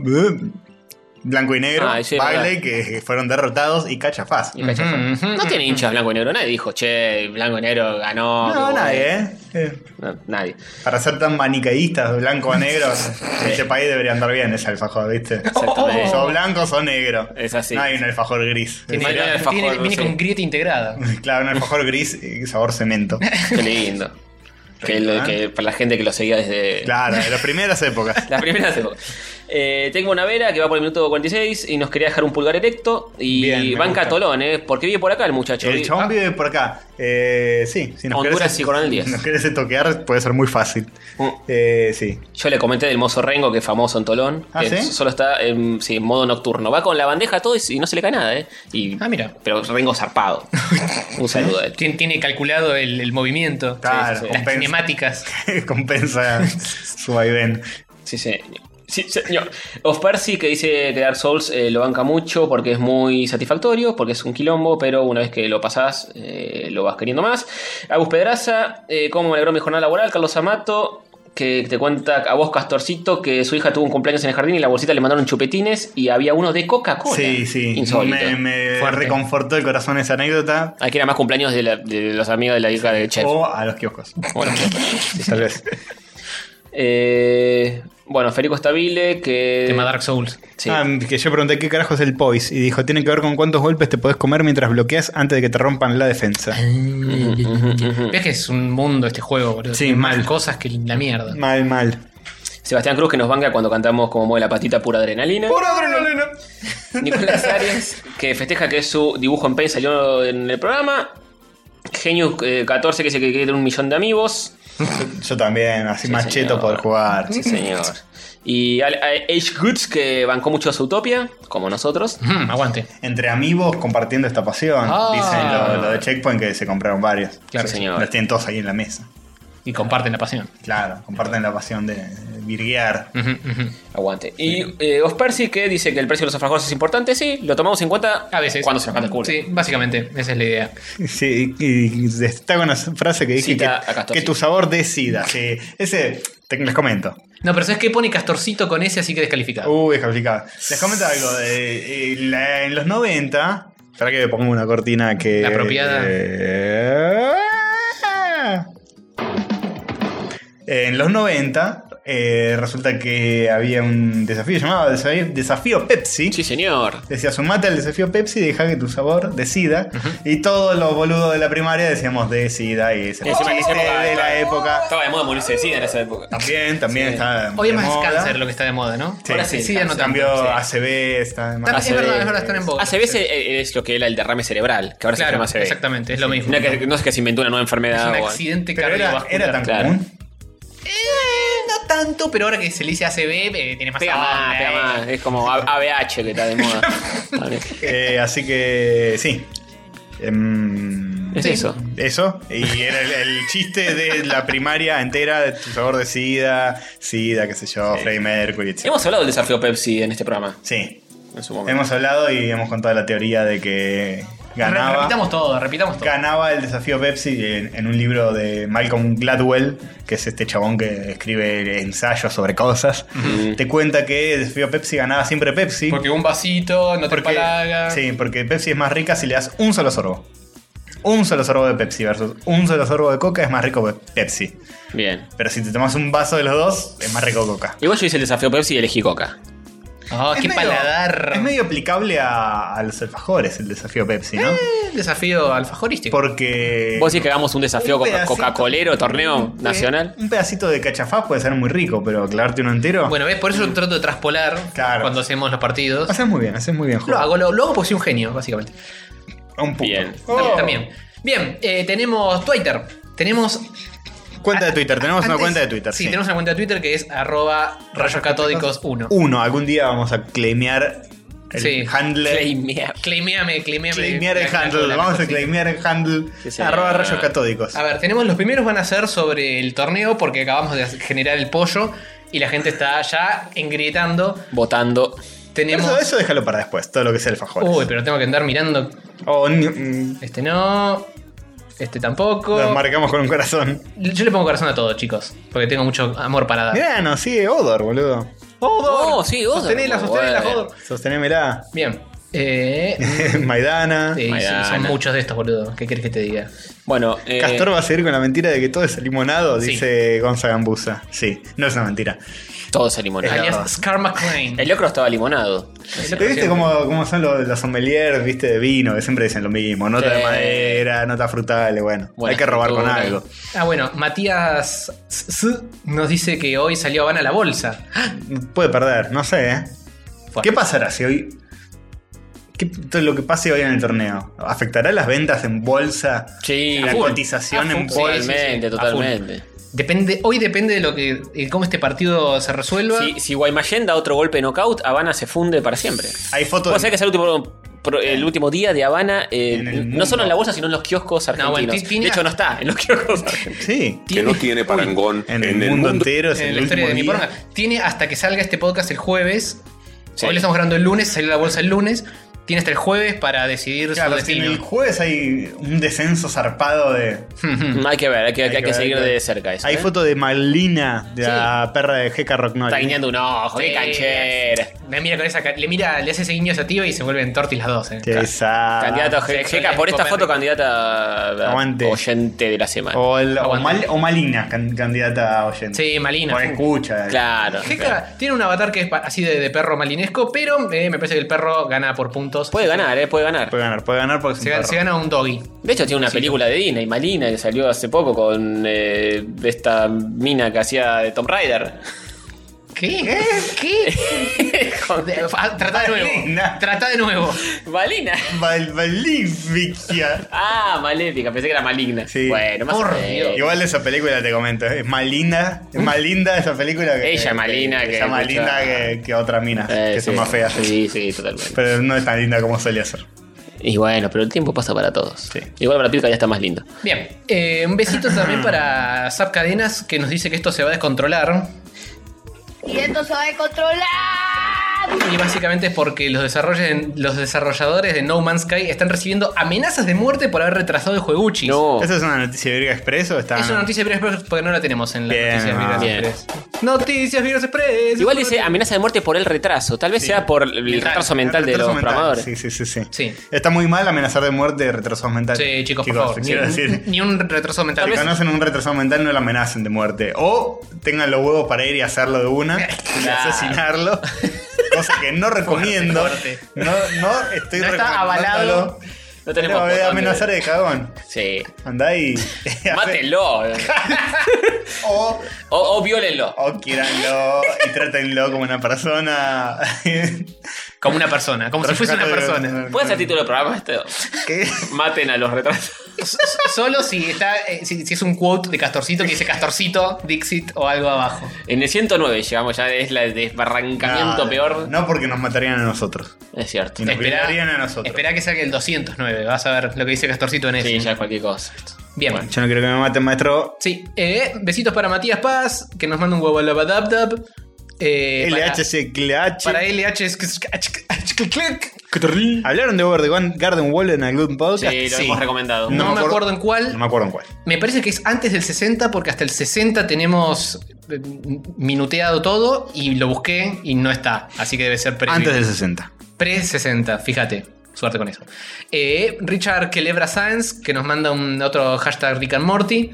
[SPEAKER 3] Blanco y negro.
[SPEAKER 2] Ah, sí, es
[SPEAKER 3] Baile
[SPEAKER 2] verdad.
[SPEAKER 3] que fueron derrotados y cachafaz.
[SPEAKER 2] Y cachafa.
[SPEAKER 7] Ujú, ujú,
[SPEAKER 2] No tiene hinchas blanco y negro. Nadie dijo, che, blanco y negro ganó.
[SPEAKER 3] No,
[SPEAKER 2] que
[SPEAKER 3] nadie, ¿eh? Eh,
[SPEAKER 2] bueno. No, nadie.
[SPEAKER 3] Para ser tan manicaístas, blanco
[SPEAKER 2] <laughs>
[SPEAKER 3] a negro, en este país debería andar bien ese alfajor, ¿viste?
[SPEAKER 2] Exactamente.
[SPEAKER 3] O blanco o negro.
[SPEAKER 2] Es así.
[SPEAKER 3] No hay un alfajor gris.
[SPEAKER 2] Sí.
[SPEAKER 7] Tiene,
[SPEAKER 2] María del Fajor,
[SPEAKER 7] tiene-
[SPEAKER 2] no
[SPEAKER 7] viene
[SPEAKER 2] sé.
[SPEAKER 7] con grieta integrada.
[SPEAKER 3] <laughs> Claro, un alfajor gris eh, sabor cemento.
[SPEAKER 2] Qué
[SPEAKER 3] <laughs>
[SPEAKER 2] lindo. que, lo- que para la gente que lo seguía desde
[SPEAKER 3] Claro, de las primeras épocas.
[SPEAKER 2] las primeras épocas. Eh, tengo una vera que va por el minuto 46 y nos quería dejar un pulgar erecto. Y
[SPEAKER 3] Bien, me
[SPEAKER 2] banca
[SPEAKER 3] gusta.
[SPEAKER 2] Tolón, ¿eh? Porque vive por acá el muchacho.
[SPEAKER 3] El
[SPEAKER 2] Vi- ah.
[SPEAKER 3] chabón vive por acá. Eh, sí, si nos
[SPEAKER 2] Honduras
[SPEAKER 3] querés,
[SPEAKER 2] y Coronel Díaz.
[SPEAKER 3] si nos querés toquear, puede ser muy fácil.
[SPEAKER 2] Mm.
[SPEAKER 3] Eh, sí. <laughs>
[SPEAKER 2] Yo le comenté del mozo Rengo, que es famoso en Tolón.
[SPEAKER 3] Ah,
[SPEAKER 2] que
[SPEAKER 3] ¿sí?
[SPEAKER 2] Solo está en, sí, en modo nocturno. Va con la bandeja todo y, y no se le cae nada, ¿eh? Y,
[SPEAKER 7] Ah, mira.
[SPEAKER 2] Pero Rengo
[SPEAKER 3] <laughs>
[SPEAKER 2] zarpado. un saludo a él.
[SPEAKER 7] Tiene, tiene calculado el, el movimiento. Sí,
[SPEAKER 3] Claro,
[SPEAKER 7] sí, sí. Las
[SPEAKER 3] compensa.
[SPEAKER 7] cinemáticas.
[SPEAKER 3] Compensa su vaivén.
[SPEAKER 2] Sí, señor. Sí, señor. Of Percy que dice que Dark Souls eh, lo banca mucho porque es muy satisfactorio, porque es un quilombo, pero una vez que lo pasás, eh, lo vas queriendo más. Agus Pedraza, eh, cómo me alegró mi jornada laboral. Carlos Amato, que te cuenta a vos, Castorcito, que su hija tuvo un cumpleaños en el jardín y la bolsita le mandaron chupetines y había uno de Coca-Cola.
[SPEAKER 3] Sí, sí.
[SPEAKER 2] Insólito.
[SPEAKER 3] Me, me
[SPEAKER 7] Fuerte.
[SPEAKER 3] reconfortó el corazón esa anécdota.
[SPEAKER 2] Hay que ir a más cumpleaños de, la- de los amigos de la hija de Chef.
[SPEAKER 3] O a los kioscos.
[SPEAKER 2] Bueno,
[SPEAKER 3] Oh. <laughs> Tal vez.
[SPEAKER 2] eh, bueno, Federico Stabile, que...
[SPEAKER 7] Tema Dark Souls.
[SPEAKER 2] Sí.
[SPEAKER 3] Ah, que yo pregunté qué carajo es el poise. Y dijo, tiene que ver con cuántos golpes te podés comer mientras bloqueas antes de que te rompan la defensa.
[SPEAKER 2] <laughs>
[SPEAKER 7] Ves que es un mundo este juego, boludo.
[SPEAKER 3] Sí,
[SPEAKER 7] Tiene más
[SPEAKER 3] mal.
[SPEAKER 7] cosas que la mierda.
[SPEAKER 3] Mal, mal.
[SPEAKER 2] Sebastián Cruz que nos banca cuando cantamos como mueve la patita pura adrenalina.
[SPEAKER 3] adrenalina!
[SPEAKER 2] <laughs> Nicolás Arias que festeja que su dibujo en Paint
[SPEAKER 4] <laughs>
[SPEAKER 2] salió en el programa. Genius eh, 14 que dice que quiere tener un millón de amigos.
[SPEAKER 3] Yo también, así
[SPEAKER 2] Sí,
[SPEAKER 3] más
[SPEAKER 2] señor.
[SPEAKER 3] cheto poder jugar.
[SPEAKER 2] Sí, señor. Y al- a H. Goods, que bancó mucho a su utopia, como nosotros.
[SPEAKER 4] Mm, aguante.
[SPEAKER 3] Entre amigos compartiendo esta pasión.
[SPEAKER 4] Ah.
[SPEAKER 3] Dicen lo, lo de Checkpoint que se compraron varios.
[SPEAKER 4] Claro,
[SPEAKER 2] Sí,
[SPEAKER 4] señor.
[SPEAKER 2] señor.
[SPEAKER 3] Los tienen todos ahí en la mesa.
[SPEAKER 4] Y comparten la pasión.
[SPEAKER 3] Claro, comparten la pasión de de virguear. <laughs>
[SPEAKER 4] Ujú, ujú.
[SPEAKER 2] Aguante. Y eh, Ospersi, que dice que el precio de los alfajores es importante, sí, lo tomamos en cuenta
[SPEAKER 4] A veces.
[SPEAKER 2] cuando se nos canta el culo.
[SPEAKER 4] Sí, básicamente, esa es la idea.
[SPEAKER 3] Sí, y, y está con una frase que dije
[SPEAKER 2] Sí, está- acá
[SPEAKER 3] que,
[SPEAKER 2] está,
[SPEAKER 3] que
[SPEAKER 2] sí.
[SPEAKER 3] tu sabor decida. Sí, ese, te- les comento.
[SPEAKER 4] No, pero ¿sabes qué? Pone Castorcito con ese, así que
[SPEAKER 3] <laughs>
[SPEAKER 4] descalificado.
[SPEAKER 3] Uy, es complicado. Les comento algo. de- eh, la- en los 90. Espera que me ponga una cortina que.
[SPEAKER 4] La apropiada.
[SPEAKER 3] Eh, en los 90. eh, resulta que había un desafío llamado Desafío, desafío Pepsi.
[SPEAKER 2] Sí, señor.
[SPEAKER 3] Decía, sumate al desafío Pepsi y deja que tu sabor decida. Y todos los boludos de la primaria decíamos decida y ese
[SPEAKER 2] Y encima en esa
[SPEAKER 3] chiste
[SPEAKER 2] época
[SPEAKER 3] de la época.
[SPEAKER 2] Estaba de moda morirse de sida en esa época.
[SPEAKER 3] También, también
[SPEAKER 2] Sí.
[SPEAKER 3] está.
[SPEAKER 4] Hoy
[SPEAKER 3] de
[SPEAKER 4] además
[SPEAKER 3] moda.
[SPEAKER 4] es cáncer lo que está de moda, ¿no?
[SPEAKER 3] Sí.
[SPEAKER 2] Ahora sí,
[SPEAKER 4] Sí, ya no tanto.
[SPEAKER 3] Cambió
[SPEAKER 4] sí.
[SPEAKER 3] ACB, está de
[SPEAKER 4] Está-
[SPEAKER 3] más.
[SPEAKER 4] Es verdad, es verdad, están en boga.
[SPEAKER 2] ACB es, eh, es lo que era el derrame cerebral, que ahora se
[SPEAKER 4] Claro,
[SPEAKER 2] llama ACB.
[SPEAKER 4] exactamente, es lo mismo.
[SPEAKER 2] No es, que, no es que se inventó una nueva
[SPEAKER 4] Es
[SPEAKER 2] enfermedad.
[SPEAKER 4] un
[SPEAKER 2] o-
[SPEAKER 4] accidente
[SPEAKER 3] Pero era,
[SPEAKER 4] cardiovascular.
[SPEAKER 3] era tan
[SPEAKER 2] claro.
[SPEAKER 3] común.
[SPEAKER 4] Eh, no tanto, pero ahora que se le dice ACB, eh, tiene más
[SPEAKER 2] Pega más,
[SPEAKER 4] sabor,
[SPEAKER 2] pega
[SPEAKER 4] eh.
[SPEAKER 2] más. Es como A- ABH que está de moda. Vale.
[SPEAKER 3] Eh, así que sí. Em,
[SPEAKER 2] Es
[SPEAKER 4] Sí.
[SPEAKER 2] eso.
[SPEAKER 3] eso. Y era el, el chiste de la primaria entera, de tu sabor de sida, sida, qué sé yo, Freddie Mercury, etc.
[SPEAKER 2] Hemos hablado del desafío Pepsi en este programa.
[SPEAKER 3] Sí.
[SPEAKER 2] En su momento.
[SPEAKER 3] Hemos hablado y hemos contado la teoría de que
[SPEAKER 4] Re-
[SPEAKER 3] ganaba.
[SPEAKER 4] Repitamos todo, repitamos todo.
[SPEAKER 3] Ganaba el desafío Pepsi en, en un libro de Malcolm Gladwell, que es este chabón que escribe ensayos sobre cosas. Te cuenta que el desafío Pepsi ganaba siempre Pepsi.
[SPEAKER 4] Porque un vasito, no te empalaga.
[SPEAKER 3] sí, porque Pepsi es más rica si le das un solo sorbo. Un solo sorbo de Pepsi versus un solo sorbo de Coca es más rico que Pepsi.
[SPEAKER 2] Bien.
[SPEAKER 3] Pero si te tomas un vaso de los dos, es más rico Coca.
[SPEAKER 2] Igual yo hice el desafío Pepsi y elegí Coca.
[SPEAKER 4] Ah,
[SPEAKER 3] Es
[SPEAKER 4] qué
[SPEAKER 3] medio-
[SPEAKER 4] paladar.
[SPEAKER 3] Es medio aplicable a, a los alfajores el desafío Pepsi, ¿no?
[SPEAKER 4] Eh, desafío alfajorístico.
[SPEAKER 3] Porque.
[SPEAKER 2] ¿Vos decís que hagamos un desafío
[SPEAKER 3] un
[SPEAKER 2] co-
[SPEAKER 3] pedacito-
[SPEAKER 2] Coca-Colero, torneo
[SPEAKER 3] un pe-
[SPEAKER 2] nacional?
[SPEAKER 3] Un pedacito de cachafaz puede ser muy rico, pero clavarte uno entero.
[SPEAKER 4] Bueno, ¿ves? Por eso lo trato de traspolar
[SPEAKER 3] Claro.
[SPEAKER 4] cuando hacemos los partidos.
[SPEAKER 3] haces muy bien, haces muy bien,
[SPEAKER 4] Lo
[SPEAKER 3] Jorge.
[SPEAKER 4] hago, lo, lo hago porque soy un genio, básicamente.
[SPEAKER 3] Un punto.
[SPEAKER 2] Bien.
[SPEAKER 3] Oh.
[SPEAKER 4] También. Bien, eh, tenemos Twitter. Tenemos.
[SPEAKER 3] Cuenta de Twitter, tenemos una
[SPEAKER 4] Ah, antes-
[SPEAKER 3] cuenta de Twitter.
[SPEAKER 4] Sí, tenemos una cuenta de Twitter que es arroba rayoscatódicos1.
[SPEAKER 3] Uno, algún día vamos a claimear el
[SPEAKER 4] Sí.
[SPEAKER 3] handle.
[SPEAKER 2] Claimear.
[SPEAKER 4] Claimeame, claimeame.
[SPEAKER 3] Claimear el
[SPEAKER 4] la- la-
[SPEAKER 3] handle,
[SPEAKER 4] la-
[SPEAKER 3] vamos
[SPEAKER 4] la-
[SPEAKER 3] a claimear el handle.
[SPEAKER 2] Sí, señor.
[SPEAKER 3] arroba rayos catódicos.
[SPEAKER 4] A ver, tenemos los primeros van a ser sobre el torneo porque acabamos de generar el pollo y la gente está ya engrietando.
[SPEAKER 2] Votando.
[SPEAKER 4] Tenemos.
[SPEAKER 3] Eso, eso déjalo para después, todo lo que sea el fajor.
[SPEAKER 4] Uy, pero tengo que andar mirando. Este no. Este tampoco.
[SPEAKER 3] los marcamos con un corazón.
[SPEAKER 4] Yo le pongo corazón a todo, chicos. Porque tengo mucho amor para
[SPEAKER 2] Ah.
[SPEAKER 4] dar.
[SPEAKER 3] Mirá, no, sigue Odor, boludo.
[SPEAKER 4] ¡Odor!
[SPEAKER 2] Oh, sí, Odor.
[SPEAKER 4] Sostenela, sostenela,
[SPEAKER 2] Bueno.
[SPEAKER 4] Odor.
[SPEAKER 3] Sostenémela. <laughs>
[SPEAKER 4] Bien. Eh,
[SPEAKER 3] Maidana.
[SPEAKER 4] sí, sí, son
[SPEAKER 2] Maidana.
[SPEAKER 4] muchos de estos, boludo. ¿Qué querés que te diga?
[SPEAKER 2] Bueno, eh,
[SPEAKER 3] Castor va a seguir con la mentira de que todo es limonado,
[SPEAKER 4] Sí.
[SPEAKER 3] dice Gonza Gambusa. Sí, no es una mentira.
[SPEAKER 2] todo se limonado.
[SPEAKER 3] Ahí-
[SPEAKER 4] Alias Scar McLean.
[SPEAKER 2] El locro estaba limonado.
[SPEAKER 3] ¿Te viste cómo, cómo son los, los sommeliers, viste, de vino? Que siempre dicen lo mismo. Nota
[SPEAKER 2] Sí.
[SPEAKER 3] de madera, nota frutales, bueno.
[SPEAKER 2] Buena
[SPEAKER 3] hay que robar con
[SPEAKER 2] escritura.
[SPEAKER 3] algo.
[SPEAKER 4] Ah, bueno, Matías S- S- nos dice que hoy salió Habana a la bolsa.
[SPEAKER 3] Puede perder, no sé, ¿eh?
[SPEAKER 4] Fue.
[SPEAKER 3] ¿Qué pasará si hoy... ¿Qué, todo lo que pase hoy en el torneo? ¿Afectará las ventas en bolsa?
[SPEAKER 2] Sí,
[SPEAKER 3] ¿La
[SPEAKER 2] full.
[SPEAKER 3] cotización
[SPEAKER 4] A
[SPEAKER 3] en
[SPEAKER 4] full, sí,
[SPEAKER 3] bolsa?
[SPEAKER 4] sí, sí,
[SPEAKER 2] Totalmente,
[SPEAKER 4] a
[SPEAKER 2] totalmente.
[SPEAKER 4] Depende, hoy depende de lo que de cómo este partido se resuelva.
[SPEAKER 2] Si, si Guaymallén da otro golpe de knockout, Habana se funde para siempre.
[SPEAKER 3] Hay
[SPEAKER 2] Puede
[SPEAKER 3] fotos...
[SPEAKER 2] ser que sea el último, pro- el último día de Habana, eh,
[SPEAKER 3] En el mundo.
[SPEAKER 2] no solo en la bolsa, sino en los kioscos
[SPEAKER 4] No, bueno,
[SPEAKER 2] argentinos.
[SPEAKER 4] tiene-
[SPEAKER 2] de hecho, no está en los
[SPEAKER 3] <laughs>
[SPEAKER 2] kioscos argentinos.
[SPEAKER 3] Sí.
[SPEAKER 5] Que no tiene parangón
[SPEAKER 3] En, el, mundo, entero, es
[SPEAKER 4] en
[SPEAKER 3] el,
[SPEAKER 4] la historia
[SPEAKER 3] último
[SPEAKER 4] de mi
[SPEAKER 3] día.
[SPEAKER 4] poronga. Tiene hasta que salga este podcast el jueves.
[SPEAKER 2] Sí.
[SPEAKER 4] Hoy lo estamos grabando el lunes, salió la bolsa el lunes. Tiene hasta el jueves para decidir
[SPEAKER 3] Claro,
[SPEAKER 4] su
[SPEAKER 3] si en
[SPEAKER 4] destino.
[SPEAKER 3] el jueves hay un descenso zarpado de...
[SPEAKER 2] Hay que ver, hay que, hay que
[SPEAKER 3] ver,
[SPEAKER 2] seguir
[SPEAKER 3] hay que ver.
[SPEAKER 2] de cerca eso.
[SPEAKER 3] Hay
[SPEAKER 2] ¿eh?
[SPEAKER 3] foto de Malina, de la perra de Jeca Rocknoll.
[SPEAKER 2] Está guiñando un ojo,
[SPEAKER 4] Sí.
[SPEAKER 2] qué canchera.
[SPEAKER 4] Le mira con esa ca- le mira, le hace ese guiño a esa tía y se vuelven tortis las dos. eh.
[SPEAKER 3] Qué pesada.
[SPEAKER 2] Candidato Je-
[SPEAKER 4] sexo,
[SPEAKER 2] Jeca, por esta
[SPEAKER 4] lésbico,
[SPEAKER 2] foto,
[SPEAKER 4] perro.
[SPEAKER 2] candidata a-
[SPEAKER 3] Aguante. Oh,
[SPEAKER 2] oyente de la semana.
[SPEAKER 3] O, el- o
[SPEAKER 4] Aguante.
[SPEAKER 3] Mal- o Malina, can- candidata a oyente.
[SPEAKER 4] Sí, Malina.
[SPEAKER 3] O escucha. eh.
[SPEAKER 2] Claro.
[SPEAKER 4] Jeca tiene un avatar que es pa- así de, de perro malinesco, pero eh, me parece que el perro gana por puntos.
[SPEAKER 2] Puede ganar, eh, puede ganar.
[SPEAKER 3] Puede ganar, puede ganar porque es un
[SPEAKER 4] Se, gana-
[SPEAKER 3] perro.
[SPEAKER 4] se gana un doggy.
[SPEAKER 2] De hecho, tiene una película de Disney, Malina, que
[SPEAKER 4] <laughs>
[SPEAKER 2] salió hace poco con eh, esta mina que hacía de Tom Rider.
[SPEAKER 4] ¿Qué? ¿Qué?
[SPEAKER 2] Joder.
[SPEAKER 4] Ah, <laughs> Trata
[SPEAKER 3] <laughs>
[SPEAKER 4] de nuevo.
[SPEAKER 3] Valina.
[SPEAKER 4] Trata de nuevo.
[SPEAKER 2] Valina.
[SPEAKER 3] Val- Valivicia.
[SPEAKER 2] Ah, maléfica, pensé que era maligna.
[SPEAKER 3] Sí.
[SPEAKER 2] Bueno, más o
[SPEAKER 4] Por
[SPEAKER 2] menos.
[SPEAKER 4] Dios.
[SPEAKER 3] Igual esa película te comento, es más linda, es más linda esa película que
[SPEAKER 2] Ella es más linda que-
[SPEAKER 3] ella es más
[SPEAKER 2] que-
[SPEAKER 3] linda que, que otras minas,
[SPEAKER 2] Eh,
[SPEAKER 3] que son
[SPEAKER 2] sí.
[SPEAKER 3] más feas.
[SPEAKER 2] Sí, sí, totalmente.
[SPEAKER 3] Pero no es tan linda como solía ser.
[SPEAKER 2] Y bueno, pero el tiempo pasa para todos.
[SPEAKER 3] Sí.
[SPEAKER 2] Igual para Pica ya está más lindo.
[SPEAKER 4] Bien. eh, un besito
[SPEAKER 3] Ah.
[SPEAKER 4] también para Zap Cadenas que nos dice que esto se va a descontrolar.
[SPEAKER 6] Y esto se va a descontrolar.
[SPEAKER 4] Y básicamente es porque los, desarrollen- los desarrolladores de No Man's Sky están recibiendo amenazas de muerte por haber retrasado el jueguchi.
[SPEAKER 2] No.
[SPEAKER 3] ¿Esa es una noticia de Virga Express o está?
[SPEAKER 4] Es una noticia de Virus Express porque no la tenemos en las
[SPEAKER 3] Bien,
[SPEAKER 4] noticias de Virus
[SPEAKER 2] bien.
[SPEAKER 4] Express. Noticias Virus Express.
[SPEAKER 2] Igual dice amenaza de muerte por el retraso. Tal vez sea por el
[SPEAKER 4] Mental.
[SPEAKER 2] retraso mental de
[SPEAKER 3] Retraso
[SPEAKER 2] los
[SPEAKER 3] mental,
[SPEAKER 2] programadores.
[SPEAKER 3] Sí, sí, sí, sí,
[SPEAKER 4] Sí.
[SPEAKER 3] Está muy mal amenazar de muerte de retrasos mentales.
[SPEAKER 4] Sí, chicos, por favor. Ni,
[SPEAKER 3] Quiero decir,
[SPEAKER 4] ni un retraso mental.
[SPEAKER 3] si
[SPEAKER 4] Tal vez-
[SPEAKER 3] conocen un retraso mental, no lo amenacen de muerte. O tengan los huevos para ir y hacerlo de
[SPEAKER 4] <laughs>
[SPEAKER 3] una, y
[SPEAKER 2] Claro.
[SPEAKER 3] asesinarlo. Cosa que no recomiendo.
[SPEAKER 4] fuerte.
[SPEAKER 3] No, no estoy
[SPEAKER 4] No está
[SPEAKER 3] recomendándolo.
[SPEAKER 4] avalado.
[SPEAKER 2] No tenemos
[SPEAKER 3] Pero,
[SPEAKER 2] por
[SPEAKER 3] eh,
[SPEAKER 2] dónde.
[SPEAKER 3] amenazar de cagón. <laughs>
[SPEAKER 2] Sí.
[SPEAKER 3] Andá
[SPEAKER 4] <laughs>
[SPEAKER 3] y.
[SPEAKER 2] Mátelo.
[SPEAKER 3] o,
[SPEAKER 2] o, o violenlo.
[SPEAKER 3] o quieranlo y trátenlo como una persona. <laughs>
[SPEAKER 4] Como una persona, como si fuese una persona.
[SPEAKER 2] ¿Puede ser título del programa esto?
[SPEAKER 3] ¿Qué?
[SPEAKER 2] Maten a los retrasados.
[SPEAKER 4] S- s- Solo si está eh, si, si es un quote de Castorcito que dice Castorcito, Dixit o algo abajo.
[SPEAKER 2] En el 109 llegamos, ya es la el desbarrancamiento
[SPEAKER 3] No,
[SPEAKER 2] peor.
[SPEAKER 3] No, porque nos matarían a nosotros.
[SPEAKER 2] Es cierto.
[SPEAKER 3] Y nos violarían a nosotros.
[SPEAKER 4] espera que salga el 209, vas a ver lo que dice Castorcito en
[SPEAKER 2] Sí,
[SPEAKER 4] ese.
[SPEAKER 2] ya es cualquier cosa.
[SPEAKER 4] Bien.
[SPEAKER 3] Yo no quiero que me maten, maestro.
[SPEAKER 4] Sí, eh, besitos para Matías Paz, que nos manda un huevo a la badab dab. Eh, para-
[SPEAKER 3] LHC, LH.
[SPEAKER 4] Para LH es que-
[SPEAKER 3] ¿Hablaron de Over the Gun- Garden Wall en algún
[SPEAKER 2] Sí,
[SPEAKER 3] podcast?
[SPEAKER 2] lo hemos recomendado.
[SPEAKER 4] No,
[SPEAKER 3] No
[SPEAKER 4] me
[SPEAKER 3] me
[SPEAKER 4] acuerdo en cuál.
[SPEAKER 3] No me acuerdo en cuál.
[SPEAKER 4] Me parece que es antes del 60 porque hasta el 60 tenemos eh, minuteado todo y lo busqué y no está. Así que debe ser previo.
[SPEAKER 3] Antes del 60.
[SPEAKER 4] Pre-60, fíjate. Suerte con eso. Eh, Richard Quelebra Sáenz, que nos manda un otro hashtag Rick and Morty.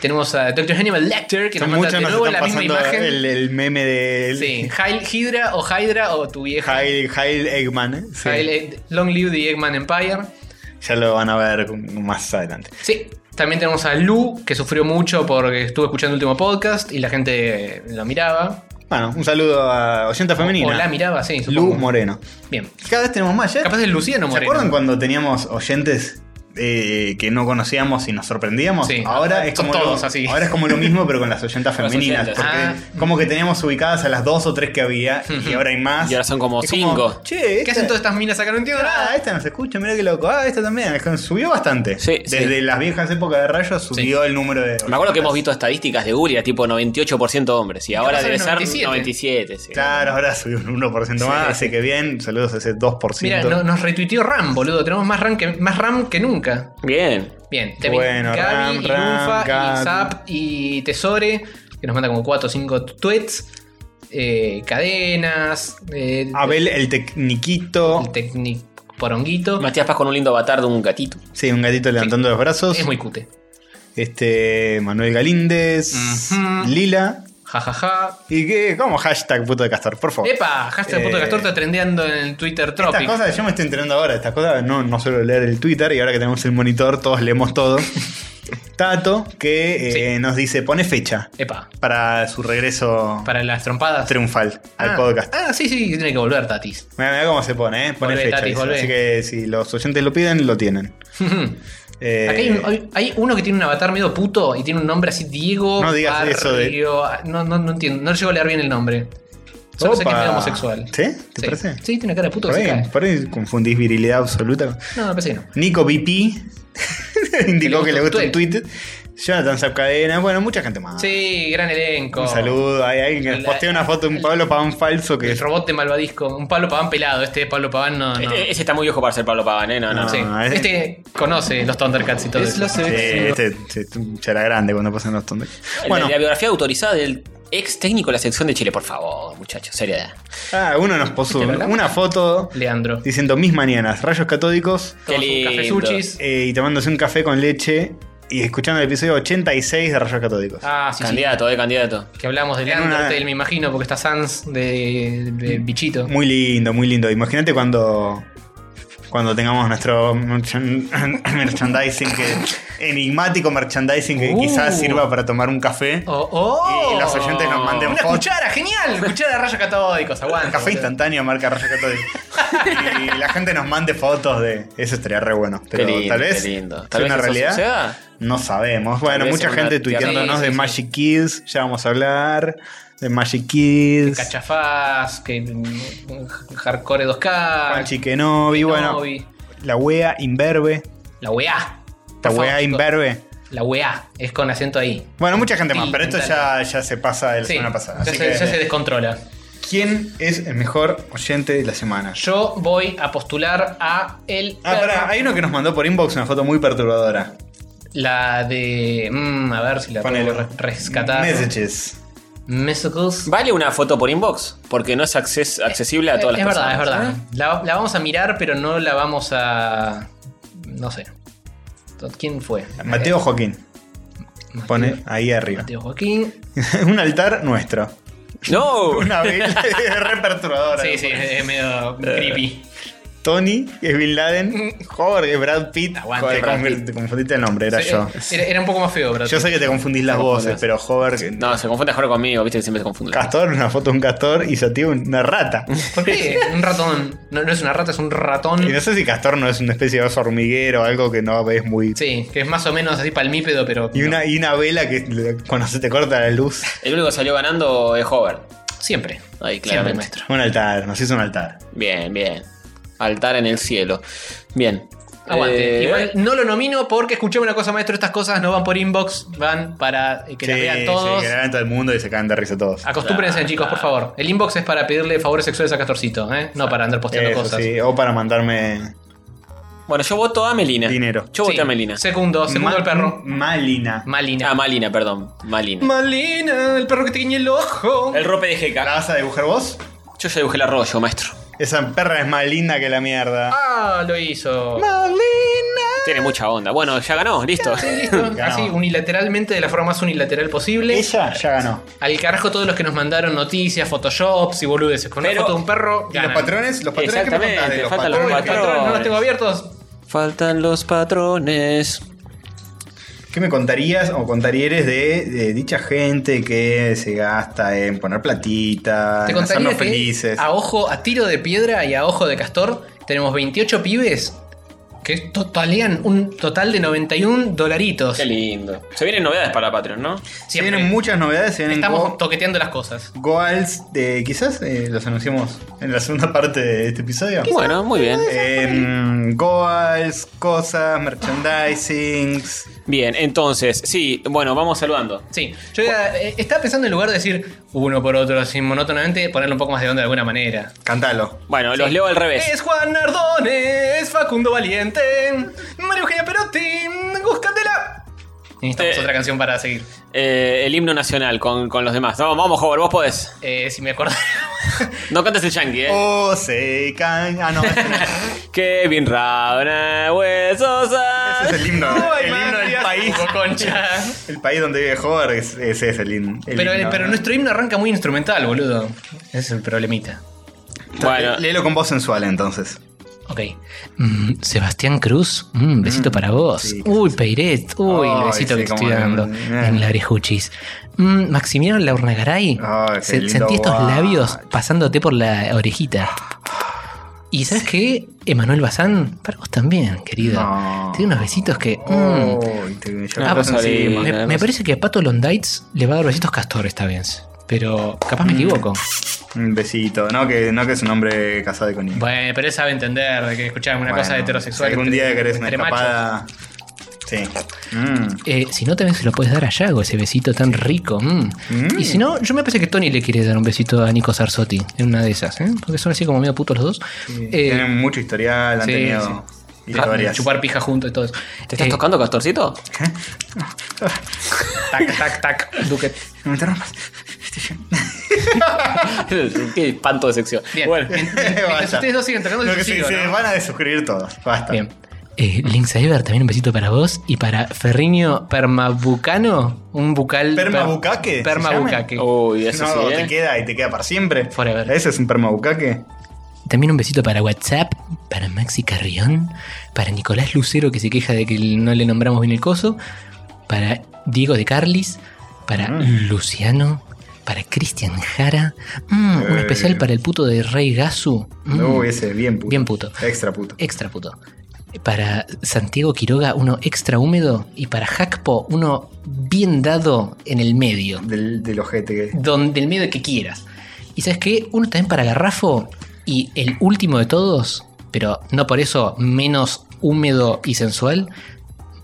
[SPEAKER 4] Tenemos a Dr. Hannibal Lecter, que nos manda
[SPEAKER 3] Muchos
[SPEAKER 4] de
[SPEAKER 3] nos
[SPEAKER 4] nuevo
[SPEAKER 3] están
[SPEAKER 4] la misma
[SPEAKER 3] pasando
[SPEAKER 4] imagen.
[SPEAKER 3] el, el meme de
[SPEAKER 4] Sí, Heil- Hydra o Hydra o tu vieja.
[SPEAKER 3] Heil, Heil Eggman. ¿eh? Sí.
[SPEAKER 4] Heil- eh, Long live the Eggman Empire.
[SPEAKER 3] Ya lo van a ver más adelante.
[SPEAKER 4] Sí, también tenemos a Lu, que sufrió mucho porque estuvo escuchando el último podcast y la gente eh, lo miraba.
[SPEAKER 3] Bueno, un saludo a
[SPEAKER 4] Oh,
[SPEAKER 3] Oyenta Femenina.
[SPEAKER 4] O la miraba, sí.
[SPEAKER 3] Lu
[SPEAKER 4] supongo.
[SPEAKER 3] Moreno.
[SPEAKER 4] Bien.
[SPEAKER 3] Cada vez tenemos más, ¿eh?
[SPEAKER 4] Capaz es Luciano
[SPEAKER 3] ¿Se
[SPEAKER 4] Moreno.
[SPEAKER 3] acuerdan cuando teníamos oyentes eh, que no conocíamos y nos sorprendíamos?
[SPEAKER 4] Sí.
[SPEAKER 3] Ahora es
[SPEAKER 4] Son
[SPEAKER 3] como
[SPEAKER 4] todos
[SPEAKER 3] lo,
[SPEAKER 4] así.
[SPEAKER 3] Ahora es como lo mismo, pero con
[SPEAKER 4] <laughs>
[SPEAKER 3] las oyentas
[SPEAKER 2] Con las
[SPEAKER 3] femeninas.
[SPEAKER 2] oyentas.
[SPEAKER 3] Porque
[SPEAKER 4] Ah.
[SPEAKER 3] como que teníamos ubicadas a las dos o tres que había
[SPEAKER 4] <laughs>
[SPEAKER 3] y ahora hay más.
[SPEAKER 2] Y ahora son como
[SPEAKER 3] Es
[SPEAKER 2] cinco.
[SPEAKER 3] che,
[SPEAKER 4] ¿Qué
[SPEAKER 3] esta-
[SPEAKER 4] hacen todas estas minas acá? No entiendo
[SPEAKER 3] Ah,
[SPEAKER 4] nada.
[SPEAKER 3] esta nos escucha, mira qué loco. Ah, esta también. Subió bastante.
[SPEAKER 2] Sí,
[SPEAKER 3] Desde las viejas épocas de rayos subió el número de.
[SPEAKER 2] Me acuerdo que hemos visto estadísticas de Google, era tipo 98% hombres, y ahora
[SPEAKER 4] pasa
[SPEAKER 2] debe
[SPEAKER 4] en
[SPEAKER 2] ser
[SPEAKER 4] 97?
[SPEAKER 2] 97. sí.
[SPEAKER 3] Claro, ahora subió un 1% más, así que bien. Saludos a ese 2%.
[SPEAKER 4] Mira, no- nos retuiteó Ram, boludo. Tenemos más Ram que, más RAM que nunca.
[SPEAKER 2] Bien.
[SPEAKER 4] Bien, también
[SPEAKER 3] Bueno,
[SPEAKER 4] Gaby,
[SPEAKER 3] Ram,
[SPEAKER 4] y
[SPEAKER 3] Ram,
[SPEAKER 4] Lunfa, y
[SPEAKER 3] Gaby.
[SPEAKER 4] Zap, y Tesore, que nos manda como 4 o 5 tweets. eh, cadenas. eh,
[SPEAKER 3] Abel, el tecniquito.
[SPEAKER 4] El Technic Poronguito.
[SPEAKER 2] Matías Paz con un lindo avatar de un gatito.
[SPEAKER 3] Sí, un gatito levantando los brazos.
[SPEAKER 4] Es muy cute.
[SPEAKER 3] Este, Manuel Galíndez,
[SPEAKER 4] Ujú.
[SPEAKER 3] Lila.
[SPEAKER 4] Ja, ja, ja.
[SPEAKER 3] ¿Y qué? ¿Cómo hashtag puto de Castor? Por favor.
[SPEAKER 4] Epa, hashtag
[SPEAKER 3] Eh,
[SPEAKER 4] puto castor está trendeando en el Twitter
[SPEAKER 3] Estas
[SPEAKER 4] Tropic.
[SPEAKER 3] cosas yo me estoy enterando ahora. Estas cosas no, no suelo leer el Twitter y ahora que tenemos el monitor todos leemos
[SPEAKER 4] <laughs>
[SPEAKER 3] todo. Tato que eh, nos dice pone fecha
[SPEAKER 4] Epa,
[SPEAKER 3] para su regreso
[SPEAKER 4] para las trompadas.
[SPEAKER 3] triunfal al
[SPEAKER 4] Ah,
[SPEAKER 3] podcast.
[SPEAKER 4] Ah, sí, sí, tiene que volver, Tatis. <laughs>
[SPEAKER 3] Mira, mira cómo se pone, ¿eh? Pone
[SPEAKER 4] Volvé,
[SPEAKER 3] fecha.
[SPEAKER 4] Tatis,
[SPEAKER 3] dice.
[SPEAKER 4] volvé.
[SPEAKER 3] Así que si los oyentes lo piden, lo tienen. Eh,
[SPEAKER 4] Acá hay, un- hay- hay uno que tiene un avatar medio puto y tiene un nombre así, Diego.
[SPEAKER 3] No digas eso de-
[SPEAKER 4] Barrio- Ah, No, no, no entiendo, no llego a leer bien el nombre. Solo sé que es
[SPEAKER 3] opa.
[SPEAKER 4] medio homosexual.
[SPEAKER 3] ¿Sí? ¿Te
[SPEAKER 4] Sí.
[SPEAKER 3] parece?
[SPEAKER 4] Sí, tiene cara de puto
[SPEAKER 3] Por
[SPEAKER 4] que se
[SPEAKER 3] ahí-
[SPEAKER 4] cae.
[SPEAKER 3] por ahí confundís virilidad absoluta.
[SPEAKER 4] No, me parece que no.
[SPEAKER 3] Nico BP <laughs> indicó
[SPEAKER 4] Que
[SPEAKER 3] que
[SPEAKER 4] le
[SPEAKER 3] le
[SPEAKER 4] gusta
[SPEAKER 3] gusta
[SPEAKER 4] un
[SPEAKER 3] el tweet. Jonathan Zapcadena, bueno, mucha gente más.
[SPEAKER 4] Sí, gran elenco.
[SPEAKER 3] Un saludo, hay alguien que nos
[SPEAKER 4] La-
[SPEAKER 3] postea una foto de un Pablo Paván falso que
[SPEAKER 4] El robot de Malvadisco. Un Pablo Paván pelado. Este Pablo Paván no. no.
[SPEAKER 2] Este- ese está muy viejo para ser Pablo Pagan, ¿eh? No, no.
[SPEAKER 3] Eh, No.
[SPEAKER 4] Sí.
[SPEAKER 3] Ah, es-
[SPEAKER 4] Este conoce los Thundercats y todo eso.
[SPEAKER 3] Sí, este, este ya era grande cuando pasan los tontos.
[SPEAKER 2] La-
[SPEAKER 3] Bueno,
[SPEAKER 2] La, biografía autorizada del ex técnico de la sección de Chile, por favor, muchachos, seriedad.
[SPEAKER 3] ah, uno nos puso una foto
[SPEAKER 4] Leandro.
[SPEAKER 3] diciendo mis mañanas, rayos catódicos
[SPEAKER 2] Qué
[SPEAKER 4] Tomas un café
[SPEAKER 2] lindo.
[SPEAKER 4] sushis.
[SPEAKER 3] eh, y tomándose un café con leche y escuchando el episodio 86 de rayos catódicos.
[SPEAKER 4] Ah, sí, sí.
[SPEAKER 2] candidato, eh, candidato.
[SPEAKER 4] Que hablamos del
[SPEAKER 3] En una-
[SPEAKER 4] Undertale, me imagino, porque está Sans de, de bichito.
[SPEAKER 3] Muy lindo, muy lindo. Imagínate cuando cuando tengamos nuestro merchan- <coughs> merchandising que enigmático merchandising que
[SPEAKER 4] Uh.
[SPEAKER 3] quizás sirva para tomar un café.
[SPEAKER 4] Oh, oh.
[SPEAKER 3] Y los oyentes nos manden
[SPEAKER 4] Una
[SPEAKER 3] fotos.
[SPEAKER 4] cuchara, genial. Cuchara de rayos catódicos, aguanta.
[SPEAKER 3] Café
[SPEAKER 4] boludo.
[SPEAKER 3] instantáneo, marca Rayo Católica. y la gente nos mande fotos de. Eso estaría re bueno. Pero
[SPEAKER 2] lindo,
[SPEAKER 3] tal vez.
[SPEAKER 2] qué lindo.
[SPEAKER 3] sea
[SPEAKER 2] Tal vez
[SPEAKER 3] una
[SPEAKER 2] eso
[SPEAKER 3] realidad.
[SPEAKER 2] suceda.
[SPEAKER 3] No sabemos. Bueno,
[SPEAKER 2] vez
[SPEAKER 3] mucha
[SPEAKER 2] en una
[SPEAKER 3] gente
[SPEAKER 2] tierra-
[SPEAKER 3] tuiteándonos
[SPEAKER 4] Sí,
[SPEAKER 3] de
[SPEAKER 4] sí, sí.
[SPEAKER 3] Magic Kids. Ya vamos a hablar. De Magic Kids.
[SPEAKER 4] Cachafaz, que mm, hardcore 2K.
[SPEAKER 3] Panchi Kenobi. Bueno,
[SPEAKER 4] Kenobi.
[SPEAKER 3] la wea imberbe.
[SPEAKER 4] La weá.
[SPEAKER 3] La
[SPEAKER 4] Por
[SPEAKER 3] wea
[SPEAKER 4] favor, chicos,
[SPEAKER 3] imberbe.
[SPEAKER 4] La weá. Es con acento ahí.
[SPEAKER 3] Bueno, mucha gente
[SPEAKER 4] Sí,
[SPEAKER 3] más, pero esto ya, ya se pasa de la
[SPEAKER 4] Sí,
[SPEAKER 3] semana pasada.
[SPEAKER 4] ya,
[SPEAKER 3] Así
[SPEAKER 4] se,
[SPEAKER 3] que,
[SPEAKER 4] ya se descontrola.
[SPEAKER 3] ¿Quién es el mejor oyente de la semana?
[SPEAKER 4] Yo voy a postular a el.
[SPEAKER 3] Ah, pará, hay uno que nos mandó por inbox una foto muy perturbadora.
[SPEAKER 4] La de. mm, a ver si la
[SPEAKER 3] Ponelo.
[SPEAKER 4] puedo re- rescatar.
[SPEAKER 3] Messages.
[SPEAKER 4] Messages.
[SPEAKER 2] ¿Vale una foto por inbox? Porque no es acces- accesible a todas las
[SPEAKER 4] eh, es
[SPEAKER 2] personas.
[SPEAKER 4] verdad, es verdad.
[SPEAKER 2] ¿eh?
[SPEAKER 4] La, la vamos a mirar, pero no la vamos a. No sé. ¿Quién fue?
[SPEAKER 3] Mateo Joaquín.
[SPEAKER 4] Mateo-
[SPEAKER 3] Pone ahí arriba.
[SPEAKER 4] Mateo Joaquín.
[SPEAKER 3] <laughs> Un altar nuestro.
[SPEAKER 2] ¡No!
[SPEAKER 4] <laughs>
[SPEAKER 3] Una vela re perturbadora.
[SPEAKER 4] Sí, sí, es
[SPEAKER 3] Eh,
[SPEAKER 4] medio creepy.
[SPEAKER 3] Tony es Bin Laden. Jorge, Brad Pitt.
[SPEAKER 4] Mm. Aguante,
[SPEAKER 3] Joder,
[SPEAKER 4] Brad
[SPEAKER 3] conf-
[SPEAKER 4] Pitt.
[SPEAKER 3] te confundiste el nombre, era
[SPEAKER 4] Sí,
[SPEAKER 3] yo.
[SPEAKER 4] Era, era un poco más feo, pero.
[SPEAKER 3] Yo sé que te confundís las voces, pero Hover.
[SPEAKER 2] No, se confunde mejor conmigo, viste que siempre se confunde.
[SPEAKER 3] Castor, una foto de un castor y Sativa una
[SPEAKER 4] <laughs>
[SPEAKER 3] rata. <laughs>
[SPEAKER 4] ¿Por qué? un ratón. No, no es una rata, es un ratón.
[SPEAKER 3] Y no sé si castor no es una especie de oso hormiguero, algo que no ves muy.
[SPEAKER 4] Sí, que es más o menos así palmípedo, pero.
[SPEAKER 3] Y, una, y una vela que le- cuando se te corta la luz.
[SPEAKER 2] El único que salió ganando es Hover.
[SPEAKER 4] Siempre.
[SPEAKER 2] Ahí,
[SPEAKER 4] Siempre,
[SPEAKER 2] claramente.
[SPEAKER 4] maestro.
[SPEAKER 3] Un altar, nos hizo un altar.
[SPEAKER 2] Bien, bien. Altar en el cielo. Bien.
[SPEAKER 4] Aguante.
[SPEAKER 2] Eh,
[SPEAKER 4] Igual no lo nomino porque escuchemos una cosa, maestro. Estas cosas no van por inbox, van para eh, que las
[SPEAKER 3] Sí,
[SPEAKER 4] vean todos. Ah,
[SPEAKER 3] sí, que la vean todo el mundo y se caen de risa todos.
[SPEAKER 4] Acostúmbrense,
[SPEAKER 2] Claro.
[SPEAKER 4] chicos, por favor. El inbox es para pedirle favores sexuales a Castorcito, ¿eh? No para andar posteando
[SPEAKER 3] Eso
[SPEAKER 4] cosas.
[SPEAKER 3] sí, o para mandarme
[SPEAKER 2] Bueno, yo voto a Melina.
[SPEAKER 3] Dinero.
[SPEAKER 2] Yo voté
[SPEAKER 4] Sí.
[SPEAKER 2] a Melina.
[SPEAKER 4] Segundo, segundo
[SPEAKER 3] Ma-
[SPEAKER 4] el perro.
[SPEAKER 3] Malina.
[SPEAKER 4] Malina.
[SPEAKER 2] Ah, Malina, perdón. Malina.
[SPEAKER 4] Malina, el perro que te guiñe el ojo.
[SPEAKER 2] el rope de
[SPEAKER 3] ¿La
[SPEAKER 2] Jeca.
[SPEAKER 3] vas a dibujar vos?
[SPEAKER 2] Yo ya dibujé el arroyo, maestro.
[SPEAKER 3] Esa perra es más linda que la mierda.
[SPEAKER 4] Ah, lo hizo. <laughs>
[SPEAKER 3] Malina.
[SPEAKER 2] Tiene mucha onda. Bueno, ya ganó, listo.
[SPEAKER 4] Listo.
[SPEAKER 3] Ganó.
[SPEAKER 4] Así, unilateralmente, de la forma más unilateral posible.
[SPEAKER 3] Ella ya ganó.
[SPEAKER 4] Al carajo todos los que nos mandaron noticias, photoshops y boludeces. Con una
[SPEAKER 2] Pero-
[SPEAKER 4] foto de un perro.
[SPEAKER 3] ¿Y los
[SPEAKER 4] ganan.
[SPEAKER 3] patrones? ¿Los patrones que me
[SPEAKER 2] Exactamente,
[SPEAKER 3] contás de los
[SPEAKER 2] faltan los
[SPEAKER 4] Uy,
[SPEAKER 3] patrones?
[SPEAKER 4] los patrones no los tengo abiertos.
[SPEAKER 2] Faltan los patrones.
[SPEAKER 3] ¿Qué me contarías o contarías de, de dicha gente que se gasta en poner platita,
[SPEAKER 4] Te
[SPEAKER 3] en
[SPEAKER 4] contaría
[SPEAKER 3] hacernos
[SPEAKER 4] que
[SPEAKER 3] felices?
[SPEAKER 4] a ojo, a tiro de piedra y a ojo de castor, tenemos 28 pibes que totalean un total de 91 dolaritos.
[SPEAKER 2] Qué lindo. Se vienen novedades para Patreon, ¿no?
[SPEAKER 3] Se
[SPEAKER 4] Siempre.
[SPEAKER 3] vienen muchas novedades, se vienen
[SPEAKER 4] Estamos
[SPEAKER 3] go-
[SPEAKER 4] toqueteando las cosas.
[SPEAKER 3] goals, eh, quizás eh, los anunciamos en la segunda parte de este episodio.
[SPEAKER 2] Bueno, muy bien.
[SPEAKER 3] Em, goals, cosas, merchandising.
[SPEAKER 2] Bien, entonces, sí, bueno, vamos saludando.
[SPEAKER 4] Sí, yo ya, eh, estaba pensando en lugar de decir uno por otro así monótonamente, ponerle un poco más de onda de alguna manera.
[SPEAKER 3] Cantalo.
[SPEAKER 2] Bueno, los leo al revés.
[SPEAKER 4] Es Juan Nardone, es Facundo Valiente, María Eugenia Perotti, Gus Candela. Y Necesitamos
[SPEAKER 2] Eh.
[SPEAKER 4] otra canción para seguir.
[SPEAKER 2] Eh, el himno nacional con, con los demás. Vamos, vamos, Hover, vos podés.
[SPEAKER 4] Eh, si
[SPEAKER 3] <laughs>
[SPEAKER 4] me acuerdo.
[SPEAKER 2] No cantes el yankee, eh.
[SPEAKER 3] Oh, se can... Ah, no,
[SPEAKER 4] <laughs>
[SPEAKER 3] ese no.
[SPEAKER 2] Kevin Rauna, huesosa.
[SPEAKER 3] ese es el himno.
[SPEAKER 4] Ay,
[SPEAKER 3] el himno del
[SPEAKER 4] Matías,
[SPEAKER 3] país.
[SPEAKER 4] Hugo Concha.
[SPEAKER 3] El país donde vive Hover, es- ese es el himno. el
[SPEAKER 4] Pero, eh,
[SPEAKER 3] himno,
[SPEAKER 4] pero
[SPEAKER 3] ¿no?
[SPEAKER 4] nuestro himno arranca muy instrumental, boludo. Ese es el problemita.
[SPEAKER 2] Bueno,
[SPEAKER 3] Léelo con voz sensual entonces.
[SPEAKER 4] Ok. Mm, Sebastián Cruz, mm, besito para vos.
[SPEAKER 3] sí.
[SPEAKER 4] Uy, Peiret, uy,
[SPEAKER 3] Ay,
[SPEAKER 4] el besito
[SPEAKER 3] sí,
[SPEAKER 4] que te estoy
[SPEAKER 3] cómo no.
[SPEAKER 4] dando
[SPEAKER 3] Eh.
[SPEAKER 4] en la orejuchis. Mm, Maximiliano Laurnagaray,
[SPEAKER 3] Ay, qué
[SPEAKER 4] se-
[SPEAKER 3] lindo
[SPEAKER 4] sentí estos
[SPEAKER 3] guacho.
[SPEAKER 4] labios pasándote por la orejita. ¿Y sabes qué? Emanuel Bazán, para vos también, querido.
[SPEAKER 3] No. Oh.
[SPEAKER 4] Tiene unos besitos que... mm,
[SPEAKER 3] Uy, te- ya
[SPEAKER 2] Ah,
[SPEAKER 3] estás
[SPEAKER 2] pues,
[SPEAKER 3] encima.
[SPEAKER 2] ahí.
[SPEAKER 4] me, me parece que a Pato Londaitz le va a dar besitos Castor esta vez. Pero capaz
[SPEAKER 3] Mm.
[SPEAKER 4] me equivoco.
[SPEAKER 3] Un besito. No que, no que es un hombre casado y con hijos.
[SPEAKER 4] Bueno, pero él sabe entender de que escuchar una
[SPEAKER 3] Bueno,
[SPEAKER 4] cosa heterosexual.
[SPEAKER 3] si Algún
[SPEAKER 4] entre-
[SPEAKER 3] día que querés una
[SPEAKER 4] entre machos.
[SPEAKER 3] escapada. Sí. Mm.
[SPEAKER 4] Eh, si no, también se lo puedes dar a Yago, ese besito tan rico. mm.
[SPEAKER 3] Mm.
[SPEAKER 4] Y si no, yo me parece que Tony le quiere dar un besito a Nico Sarsotti en una de esas, ¿eh? Porque son así como medio putos los dos. Eh,
[SPEAKER 3] Tienen mucho historial, han
[SPEAKER 4] sí,
[SPEAKER 3] tenido
[SPEAKER 4] sí.
[SPEAKER 3] historias.
[SPEAKER 4] Chupar pija juntos y todo eso.
[SPEAKER 2] ¿te estás
[SPEAKER 4] Eh,
[SPEAKER 2] tocando, Castorcito?
[SPEAKER 4] <laughs> Tac, tac, tac. Duque.
[SPEAKER 3] <laughs> No me interrumpas.
[SPEAKER 2] <laughs> Qué espanto de sección.
[SPEAKER 4] Bien.
[SPEAKER 2] Bueno,
[SPEAKER 3] <laughs> Basta.
[SPEAKER 4] ustedes dos siguen tocando,
[SPEAKER 3] Lo
[SPEAKER 4] yo
[SPEAKER 3] que sí,
[SPEAKER 4] sigo,
[SPEAKER 3] se
[SPEAKER 4] ¿no?
[SPEAKER 3] van a desuscribir todos. Basta.
[SPEAKER 4] Bien. Eh, Link Cyber, también un besito para vos y para Ferriño Permabucano. Un bucal. per-
[SPEAKER 3] ¿Permabucaque se
[SPEAKER 4] Permabucaque.
[SPEAKER 2] uy, eso
[SPEAKER 3] no,
[SPEAKER 2] sí,
[SPEAKER 3] te
[SPEAKER 2] ¿eh?
[SPEAKER 3] queda y te queda para siempre.
[SPEAKER 4] Forever.
[SPEAKER 3] Ese es un permabucaque.
[SPEAKER 4] También un besito para WhatsApp, para Maxi Carrión, para Nicolás Lucero que se queja de que no le nombramos bien el coso, para Diego de Carlis, para Luciano, para Cristian Jara, Mm, un
[SPEAKER 3] Eh.
[SPEAKER 4] especial para el puto de Rey Gasu. Mm,
[SPEAKER 3] No, ese bien puto.
[SPEAKER 4] Bien puto. Eh.
[SPEAKER 3] Extra puto.
[SPEAKER 4] Extra puto. Para Santiago Quiroga, uno extra húmedo. Y para Jacpo, uno bien dado en el medio.
[SPEAKER 3] Del, del ojete. que-
[SPEAKER 4] Donde el medio que quieras. Y sabes qué? Uno también para Garrafo. Y el último de todos, pero no por eso menos húmedo y sensual,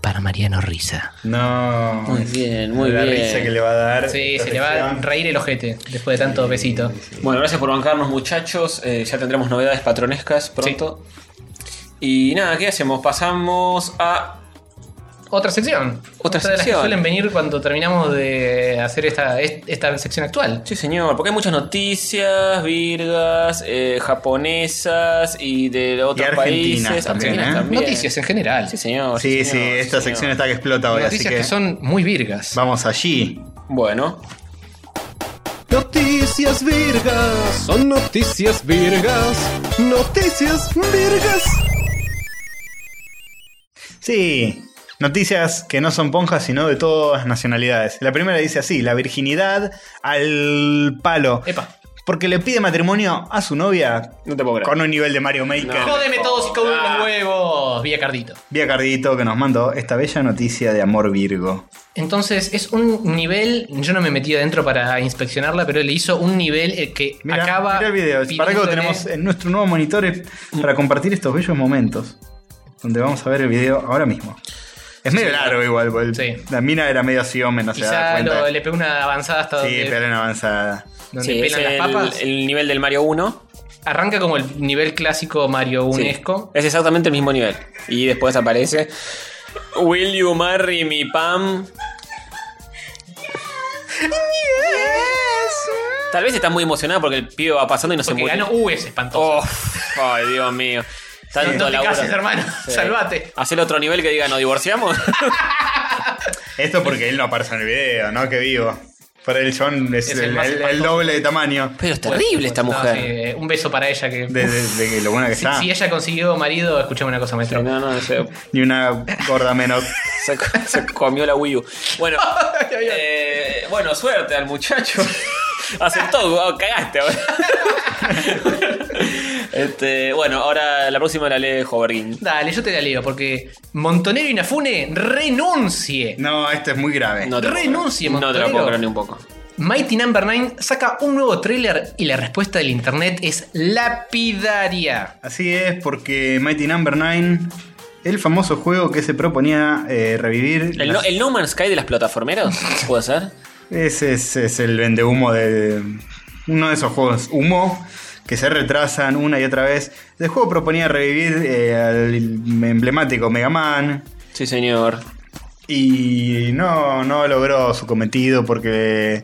[SPEAKER 4] para Mariano Risa.
[SPEAKER 3] No.
[SPEAKER 2] Muy bien, muy
[SPEAKER 3] La
[SPEAKER 2] bien.
[SPEAKER 3] risa que le va a dar.
[SPEAKER 4] Sí,
[SPEAKER 3] esta
[SPEAKER 4] se le va a
[SPEAKER 3] sección.
[SPEAKER 4] reír el ojete después de tanto besito.
[SPEAKER 2] Bueno, gracias por bancarnos, muchachos. Eh, ya tendremos novedades patronescas pronto. Y nada, ¿qué hacemos? Pasamos a.
[SPEAKER 4] Otra sección.
[SPEAKER 2] Otra
[SPEAKER 4] de las que
[SPEAKER 2] sección.
[SPEAKER 4] suelen venir cuando terminamos de hacer esta, esta sección actual.
[SPEAKER 2] Sí, señor, porque hay muchas noticias, virgas, eh, japonesas y de otros
[SPEAKER 3] argentinas
[SPEAKER 2] países.
[SPEAKER 3] también,
[SPEAKER 2] argentinas
[SPEAKER 3] ¿eh?
[SPEAKER 2] también.
[SPEAKER 4] Noticias en general.
[SPEAKER 2] Sí, señor.
[SPEAKER 3] Sí, sí,
[SPEAKER 2] señor,
[SPEAKER 3] esta
[SPEAKER 2] señor.
[SPEAKER 3] sección está que explota hoy, así
[SPEAKER 4] Noticias
[SPEAKER 3] que,
[SPEAKER 4] que... son muy virgas.
[SPEAKER 3] vamos allí.
[SPEAKER 2] Bueno,
[SPEAKER 1] Noticias virgas, son noticias virgas, noticias virgas.
[SPEAKER 3] Sí, noticias que no son ponjas, sino de todas nacionalidades. La primera dice así, la virginidad al palo.
[SPEAKER 4] Epa.
[SPEAKER 3] Porque le pide matrimonio a su novia
[SPEAKER 2] no te puedo creer.
[SPEAKER 3] con un nivel de Mario Maker.
[SPEAKER 4] Jódeme todos y cada uno de los huevos, Vía Cardito.
[SPEAKER 3] Vía Cardito que nos mandó esta bella noticia de amor Virgo.
[SPEAKER 4] Entonces, es un nivel. Yo no me metí adentro para inspeccionarla, pero le hizo un nivel eh, que
[SPEAKER 3] Mira,
[SPEAKER 4] acaba.
[SPEAKER 3] el video. Para algo
[SPEAKER 4] pidiéndole-
[SPEAKER 3] tenemos eh, en nuestro nuevo monitor es para compartir estos bellos momentos. Donde vamos a ver el video ahora mismo. Es medio largo igual, porque
[SPEAKER 4] Sí.
[SPEAKER 3] la mina era medio así hombre, no se da
[SPEAKER 4] Quizá lo-
[SPEAKER 3] cuenta.
[SPEAKER 4] le pegó una avanzada hasta
[SPEAKER 3] Sí,
[SPEAKER 4] donde,
[SPEAKER 3] pero en avanzada.
[SPEAKER 4] donde
[SPEAKER 2] Sí, es
[SPEAKER 4] pelan las
[SPEAKER 2] el,
[SPEAKER 4] papas.
[SPEAKER 2] el nivel del Mario 1.
[SPEAKER 4] Arranca como el nivel clásico Mario
[SPEAKER 2] Sí.
[SPEAKER 4] Unesco.
[SPEAKER 2] Es exactamente el mismo nivel. Y después aparece. Will you marry me, Pam? Tal vez está muy emocionada porque el pibe va pasando y no
[SPEAKER 4] Porque
[SPEAKER 2] se muere.
[SPEAKER 4] ganó. Uh, es espantoso.
[SPEAKER 2] Oh, ay, Dios mío. Tanto
[SPEAKER 4] no te
[SPEAKER 2] laburo.
[SPEAKER 4] cases, hermano. Salvate.
[SPEAKER 2] Hacer otro nivel que diga, ¿nos divorciamos?
[SPEAKER 3] Esto porque él no aparece en el video, ¿no? Que vivo. Para el John es,
[SPEAKER 4] Es el
[SPEAKER 3] el,
[SPEAKER 4] más
[SPEAKER 3] el- el
[SPEAKER 4] espantoso.
[SPEAKER 3] doble de tamaño
[SPEAKER 2] Pero es terrible esta
[SPEAKER 4] pues, No,
[SPEAKER 2] mujer.
[SPEAKER 4] sí, eh, un beso para ella que.
[SPEAKER 3] de, de- de lo buena que
[SPEAKER 4] si,
[SPEAKER 3] está.
[SPEAKER 4] si ella consiguió marido, escuchame una cosa, maestro.
[SPEAKER 2] No, no, no, se,
[SPEAKER 3] Ni una gorda menos.
[SPEAKER 2] se co- se comió la Wii U.
[SPEAKER 3] <laughs>
[SPEAKER 2] Bueno, eh, bueno, suerte al muchacho. <laughs>
[SPEAKER 3] <laughs>
[SPEAKER 2] Aceptó, oh, cagaste. ahora. <laughs> este, bueno, ahora la próxima la lee Hovergin.
[SPEAKER 4] Dale, yo te la leo, porque Montonero Inafune renuncie.
[SPEAKER 3] No, esto es muy grave.
[SPEAKER 2] No te lo puedo creer.
[SPEAKER 4] Renuncie,
[SPEAKER 2] No te lo
[SPEAKER 4] Montonero.
[SPEAKER 2] puedo creer ni un poco.
[SPEAKER 4] Mighty Number 9 saca un nuevo tráiler y la respuesta del internet es lapidaria.
[SPEAKER 3] Así es, porque Mighty Number 9, el famoso juego que se proponía eh, revivir.
[SPEAKER 2] ¿El no,
[SPEAKER 3] las-
[SPEAKER 2] el no Man's Sky de las
[SPEAKER 3] <laughs>
[SPEAKER 2] plataformeras? ¿Puede ser?
[SPEAKER 3] Ese es, es el vende humo de. Uno de esos juegos humo que se retrasan una y otra vez. El juego proponía revivir eh, al emblemático Mega Man.
[SPEAKER 2] Sí, señor.
[SPEAKER 3] Y no, no logró su cometido porque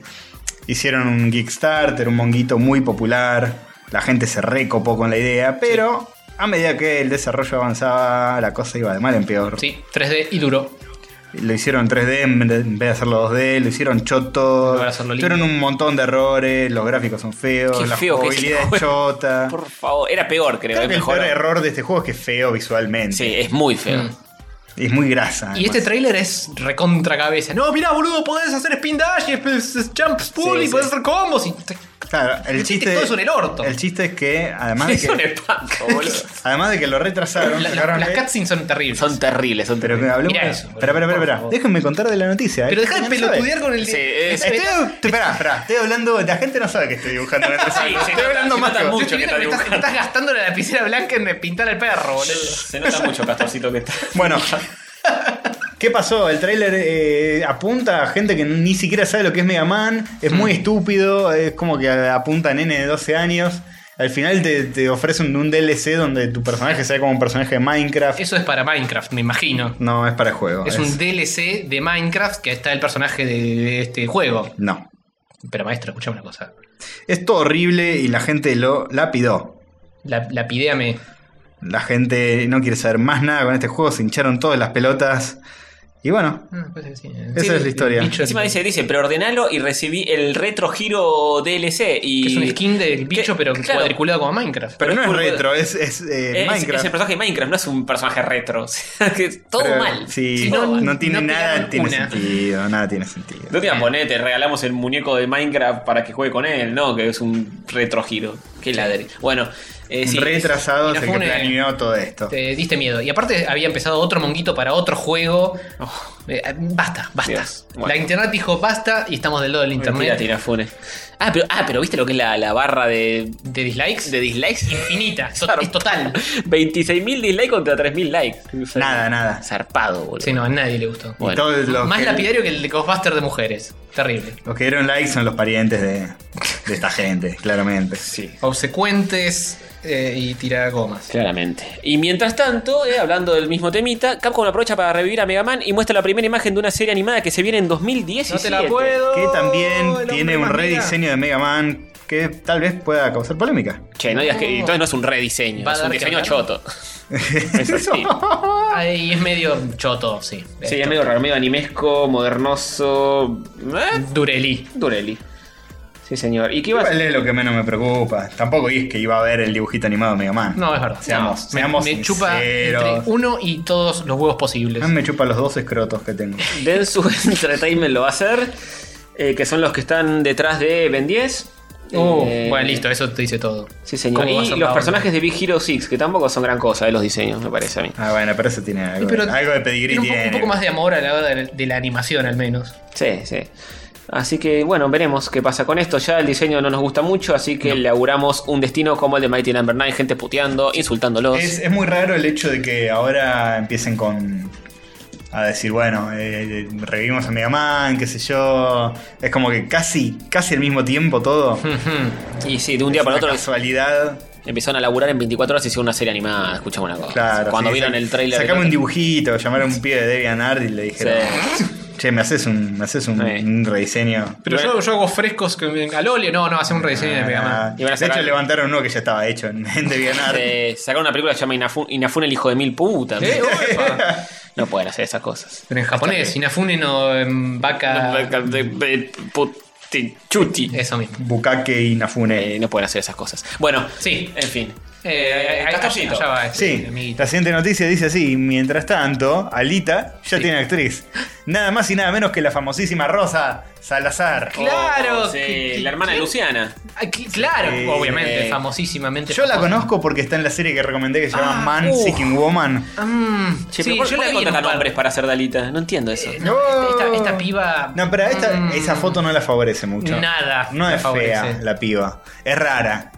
[SPEAKER 3] hicieron un Kickstarter, un monguito muy popular. La gente se recopó con la idea, pero a medida que el desarrollo avanzaba, la cosa iba de mal en peor.
[SPEAKER 4] Sí, 3D y duro.
[SPEAKER 3] Lo hicieron 3D en vez en vez de hacerlo 2D, lo hicieron choto.
[SPEAKER 4] Ahora hacerlo limpio.
[SPEAKER 3] Tuvieron un montón de errores, los gráficos son feos,
[SPEAKER 2] Qué
[SPEAKER 3] la
[SPEAKER 2] feo que es
[SPEAKER 3] jugabilidad
[SPEAKER 2] el
[SPEAKER 3] es chota.
[SPEAKER 2] <laughs> Por favor, era peor, creo.
[SPEAKER 3] Creo
[SPEAKER 2] eh,
[SPEAKER 3] que el
[SPEAKER 2] mejor.
[SPEAKER 3] Ah. peor error de este juego es que es feo visualmente.
[SPEAKER 2] Sí, es muy feo.
[SPEAKER 4] Mm.
[SPEAKER 3] Es muy grasa.
[SPEAKER 4] Y
[SPEAKER 3] además.
[SPEAKER 4] este tráiler es recontra cabeza. No, mirá, boludo, podés hacer spin dash, y p- s- jump spool
[SPEAKER 2] Sí,
[SPEAKER 4] y
[SPEAKER 2] sí.
[SPEAKER 4] podés hacer combos. Y...
[SPEAKER 3] Claro, el
[SPEAKER 4] Este
[SPEAKER 3] chiste.
[SPEAKER 4] juego es un el orto.
[SPEAKER 3] El chiste es que, además de
[SPEAKER 2] <laughs> Es un
[SPEAKER 3] Ah, que,
[SPEAKER 2] espanto, boludo.
[SPEAKER 3] además de que lo retrasaron,
[SPEAKER 4] <laughs> La- la-
[SPEAKER 3] sacaron-
[SPEAKER 4] las cutscenes son terribles.
[SPEAKER 2] eh, Son terribles, son
[SPEAKER 3] pero que
[SPEAKER 2] terribles.
[SPEAKER 3] hablemos.
[SPEAKER 4] Mirá
[SPEAKER 3] Espera,
[SPEAKER 4] eso, boludo,
[SPEAKER 3] espera, espera,
[SPEAKER 4] por
[SPEAKER 3] espera.
[SPEAKER 4] favor.
[SPEAKER 3] Déjenme contar de la noticia.
[SPEAKER 4] Pero
[SPEAKER 3] eh.
[SPEAKER 4] deja de
[SPEAKER 3] Nadie sabe.
[SPEAKER 4] pelotudear con el...
[SPEAKER 2] Sí, es-
[SPEAKER 4] el-
[SPEAKER 3] Estoy, te- pará, pará, estoy hablando. La gente no sabe que estoy dibujando.
[SPEAKER 4] <laughs>
[SPEAKER 3] la noticia.
[SPEAKER 2] Sí, se
[SPEAKER 3] estoy
[SPEAKER 2] nota-
[SPEAKER 3] hablando
[SPEAKER 2] se
[SPEAKER 3] más
[SPEAKER 2] nota
[SPEAKER 3] que vos.
[SPEAKER 2] mucho.
[SPEAKER 4] Estoy viendo
[SPEAKER 2] que está
[SPEAKER 4] que estás,
[SPEAKER 2] dibujando.
[SPEAKER 4] estás gastando la lapicera blanca en pintar al perro, boludo.
[SPEAKER 2] Se nota mucho, Castorcito, que está.
[SPEAKER 4] <laughs>
[SPEAKER 3] Bueno. ¿Qué pasó? El tráiler eh, apunta a gente que ni siquiera sabe lo que es Mega Man, es
[SPEAKER 4] Mm.
[SPEAKER 3] muy estúpido, es como que apunta a nene de 12 años. Al final te, te ofrece un, un DLC donde tu personaje sea como un personaje de Minecraft.
[SPEAKER 4] Eso es para Minecraft, me imagino.
[SPEAKER 3] No, es para el juego.
[SPEAKER 4] Es un DLC de Minecraft que está el personaje de, de este juego.
[SPEAKER 3] No.
[SPEAKER 4] Pero maestro, escuchame una cosa.
[SPEAKER 3] Es todo horrible y la gente lo lapidó.
[SPEAKER 4] La, lapidéame.
[SPEAKER 3] La gente no quiere saber más nada con este juego, se hincharon todas las pelotas. Y bueno,
[SPEAKER 4] Ah, parece que sí.
[SPEAKER 3] esa
[SPEAKER 4] Sí,
[SPEAKER 3] es la historia.
[SPEAKER 4] bicho,
[SPEAKER 2] Encima dice, dice, preordenalo y recibí el retrogiro DLC. Y
[SPEAKER 4] que es un skin del
[SPEAKER 2] que-
[SPEAKER 4] bicho, pero
[SPEAKER 2] claro.
[SPEAKER 4] cuadriculado como Minecraft.
[SPEAKER 3] Pero no es
[SPEAKER 2] Pero- este
[SPEAKER 3] retro, es, es, eh,
[SPEAKER 2] es,
[SPEAKER 3] Minecraft.
[SPEAKER 2] es el personaje de Minecraft, no es un personaje retro. <laughs> O sea, que es todo
[SPEAKER 3] Pero,
[SPEAKER 2] mal.
[SPEAKER 3] Sí,
[SPEAKER 2] Todo
[SPEAKER 3] no,
[SPEAKER 2] mal.
[SPEAKER 4] no
[SPEAKER 3] tiene
[SPEAKER 4] pegaron
[SPEAKER 3] nada, tiene
[SPEAKER 4] una.
[SPEAKER 3] sentido, nada tiene sentido.
[SPEAKER 2] No te digan, poné, te regalamos el muñeco de Minecraft para que juegue con él, no, que es un retrogiro. Qué ladre. Bueno, eh,
[SPEAKER 3] Un
[SPEAKER 2] sí,
[SPEAKER 3] retrasado es el que
[SPEAKER 4] Inafune-
[SPEAKER 3] planeó todo esto.
[SPEAKER 4] Te diste miedo. Y aparte había empezado otro monguito para otro juego. Eh, basta, basta.
[SPEAKER 2] Oh. Dios, bueno.
[SPEAKER 4] La internet dijo basta y estamos del lado del
[SPEAKER 2] Mentira,
[SPEAKER 4] internet.
[SPEAKER 2] Tirafune. Ah, pero, ah, pero viste lo que es la, la barra de, <laughs>
[SPEAKER 4] De dislikes.
[SPEAKER 2] de dislikes. <laughs>
[SPEAKER 4] Infinita. to-
[SPEAKER 2] Claro.
[SPEAKER 4] Es total.
[SPEAKER 2] 26.000 dislikes contra 3.000 likes.
[SPEAKER 3] Nada, nada.
[SPEAKER 2] Zarpado, boludo.
[SPEAKER 4] Sí, no, a nadie le gustó.
[SPEAKER 2] Bueno.
[SPEAKER 3] Todos los
[SPEAKER 4] Más
[SPEAKER 3] que,
[SPEAKER 4] lapidario que el de Ghostbuster de mujeres. Terrible.
[SPEAKER 3] los que dieron like son los parientes de, de esta gente, claramente. Sí.
[SPEAKER 4] Obsecuentes eh, y tira gomas.
[SPEAKER 2] Claramente. Y mientras tanto, eh, hablando del mismo temita, Capcom aprovecha para revivir a Mega Man y muestra la primera imagen de una serie animada que se viene en 2017.
[SPEAKER 4] No te la puedo.
[SPEAKER 3] Que también
[SPEAKER 4] Oh, El
[SPEAKER 3] tiene
[SPEAKER 4] hombre
[SPEAKER 3] un
[SPEAKER 4] más
[SPEAKER 3] rediseño de Mega Man que tal vez pueda causar polémica.
[SPEAKER 2] Che, no digas que entonces no es un rediseño,
[SPEAKER 4] Va a
[SPEAKER 2] es un
[SPEAKER 4] dar que
[SPEAKER 2] diseño
[SPEAKER 4] hablar. <laughs>
[SPEAKER 2] choto. es así.
[SPEAKER 4] Ay, es medio choto, sí.
[SPEAKER 2] Ah. Sí, es medio raro, medio animesco, modernoso. ¿Eh?
[SPEAKER 4] Durelí.
[SPEAKER 2] Durelli. Sí, señor. ¿Y qué vas
[SPEAKER 3] Igual es lo que menos me preocupa. Tampoco es que iba a ver el dibujito animado de Mega Man.
[SPEAKER 4] No, es verdad.
[SPEAKER 3] Seamos-
[SPEAKER 4] No,
[SPEAKER 3] seamos
[SPEAKER 4] me, me chupa
[SPEAKER 3] sinceros.
[SPEAKER 4] entre uno y todos los huevos posibles.
[SPEAKER 3] A mí Ah, me chupa los dos escrotos que tengo.
[SPEAKER 2] Densu <laughs> Entertainment lo va a hacer, eh, que son los que están detrás de Ben 10.
[SPEAKER 4] Oh,
[SPEAKER 2] Eh,
[SPEAKER 4] bueno, listo, eso te dice todo.
[SPEAKER 2] Sí, señor.
[SPEAKER 4] ¿Cómo va a
[SPEAKER 2] Y
[SPEAKER 4] ser
[SPEAKER 2] los
[SPEAKER 4] la
[SPEAKER 2] personajes de Big Hero 6, que tampoco son gran cosa, eh, los diseños, me parece a mí.
[SPEAKER 3] Ah, bueno, pero eso tiene algo,
[SPEAKER 4] Pero-
[SPEAKER 3] algo de pedigrí
[SPEAKER 4] Tiene un, poco-
[SPEAKER 3] tiene.
[SPEAKER 4] un poco más de amor a la hora de, de la animación, al menos.
[SPEAKER 2] Sí, sí. Así que bueno, veremos qué pasa con esto. Ya el diseño no nos gusta mucho, así que le auguramos un destino como el de Mighty Number 9, gente puteando, insultándolos.
[SPEAKER 3] Es, es muy raro el hecho de que ahora empiecen con. A decir, bueno, eh, revivimos a Mega Man, qué sé yo. Es como que casi, casi al mismo tiempo
[SPEAKER 2] <laughs>
[SPEAKER 3] todo.
[SPEAKER 2] Y sí, de un día para
[SPEAKER 3] Es una
[SPEAKER 2] otro
[SPEAKER 3] Casualidad.
[SPEAKER 2] empezaron a laburar en 24 horas y hicieron una serie animada. Escuchamos una cosa.
[SPEAKER 3] Claro.
[SPEAKER 2] Cuando
[SPEAKER 3] sí,
[SPEAKER 2] vieron
[SPEAKER 3] sac-
[SPEAKER 2] el trailer.
[SPEAKER 3] Sacame un dibujito, llamaron a un pibe de DeviantArt y le dijeron. Che, me haces un, me haces un,
[SPEAKER 2] Sí.
[SPEAKER 3] un rediseño.
[SPEAKER 4] Pero yo, yo hago frescos que me- al óleo. No, no, hace un rediseño de Mega Man.
[SPEAKER 2] Y van a
[SPEAKER 3] Ah, de
[SPEAKER 2] sacar-
[SPEAKER 3] hecho, levantaron uno que ya estaba hecho en, en DeviantArt.
[SPEAKER 2] Eh, sacaron una película que se llama Inafune, Inafune el hijo de mil puta.
[SPEAKER 4] Eh, <laughs> opa.
[SPEAKER 2] No pueden hacer esas cosas.
[SPEAKER 4] Pero en japonés, Inafune no en vaca.
[SPEAKER 2] De- de- puti- chuti.
[SPEAKER 4] Eso mismo.
[SPEAKER 3] Bukake y Nafune.
[SPEAKER 2] Eh, no pueden hacer esas cosas. Bueno,
[SPEAKER 4] Sí.
[SPEAKER 2] en fin.
[SPEAKER 4] Eh, ahí-
[SPEAKER 2] Castorcito.
[SPEAKER 4] allá va este,
[SPEAKER 3] Sí,
[SPEAKER 4] amiguito.
[SPEAKER 3] la siguiente noticia dice así: mientras tanto, Alita ya tiene actriz. Nada más y nada menos que la famosísima Rosa Salazar.
[SPEAKER 4] Claro,
[SPEAKER 2] Oh, sí,
[SPEAKER 4] que-
[SPEAKER 2] la hermana de Luciana.
[SPEAKER 4] Ah, que- Claro,
[SPEAKER 3] Sí.
[SPEAKER 4] obviamente, famosísimamente.
[SPEAKER 3] Yo la
[SPEAKER 4] famosa.
[SPEAKER 3] conozco porque está en la serie que recomendé que se llama
[SPEAKER 4] Ah,
[SPEAKER 3] Man
[SPEAKER 4] uf.
[SPEAKER 3] Seeking Woman.
[SPEAKER 4] Mm,
[SPEAKER 2] Che,
[SPEAKER 4] sí,
[SPEAKER 2] pero ¿por-
[SPEAKER 4] yo
[SPEAKER 2] por
[SPEAKER 4] la
[SPEAKER 2] qué
[SPEAKER 4] vi en
[SPEAKER 2] contratan
[SPEAKER 4] un par.
[SPEAKER 2] hombres para hacer Dalita? No entiendo eso.
[SPEAKER 4] Eh, no, esta, esta- esta piba.
[SPEAKER 3] No, pero esta,
[SPEAKER 4] Mm,
[SPEAKER 3] esa foto no la favorece mucho.
[SPEAKER 4] Nada
[SPEAKER 3] No
[SPEAKER 4] la
[SPEAKER 3] es fea
[SPEAKER 4] favorece.
[SPEAKER 3] la piba. Es rara.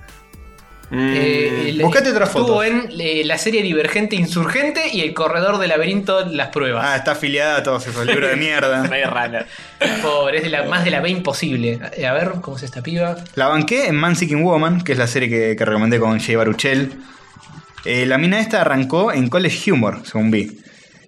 [SPEAKER 2] Mm.
[SPEAKER 4] eh, el-
[SPEAKER 3] Buscate otra foto.
[SPEAKER 4] Estuvo en eh, la serie Divergente Insurgente y El Corredor del Laberinto Las
[SPEAKER 3] Ah,
[SPEAKER 4] Pruebas.
[SPEAKER 3] está afiliada a todos esos libros de
[SPEAKER 4] <laughs>
[SPEAKER 3] mierda.
[SPEAKER 2] Medio rara.
[SPEAKER 4] Pobre, es de la, más de la B imposible. Eh, A ver, ¿cómo es esta piba?
[SPEAKER 3] La banqué en Man Seeking Woman, que es la serie que, que recomendé con Jay Baruchel. Eh, la mina esta arrancó en College Humor, según vi.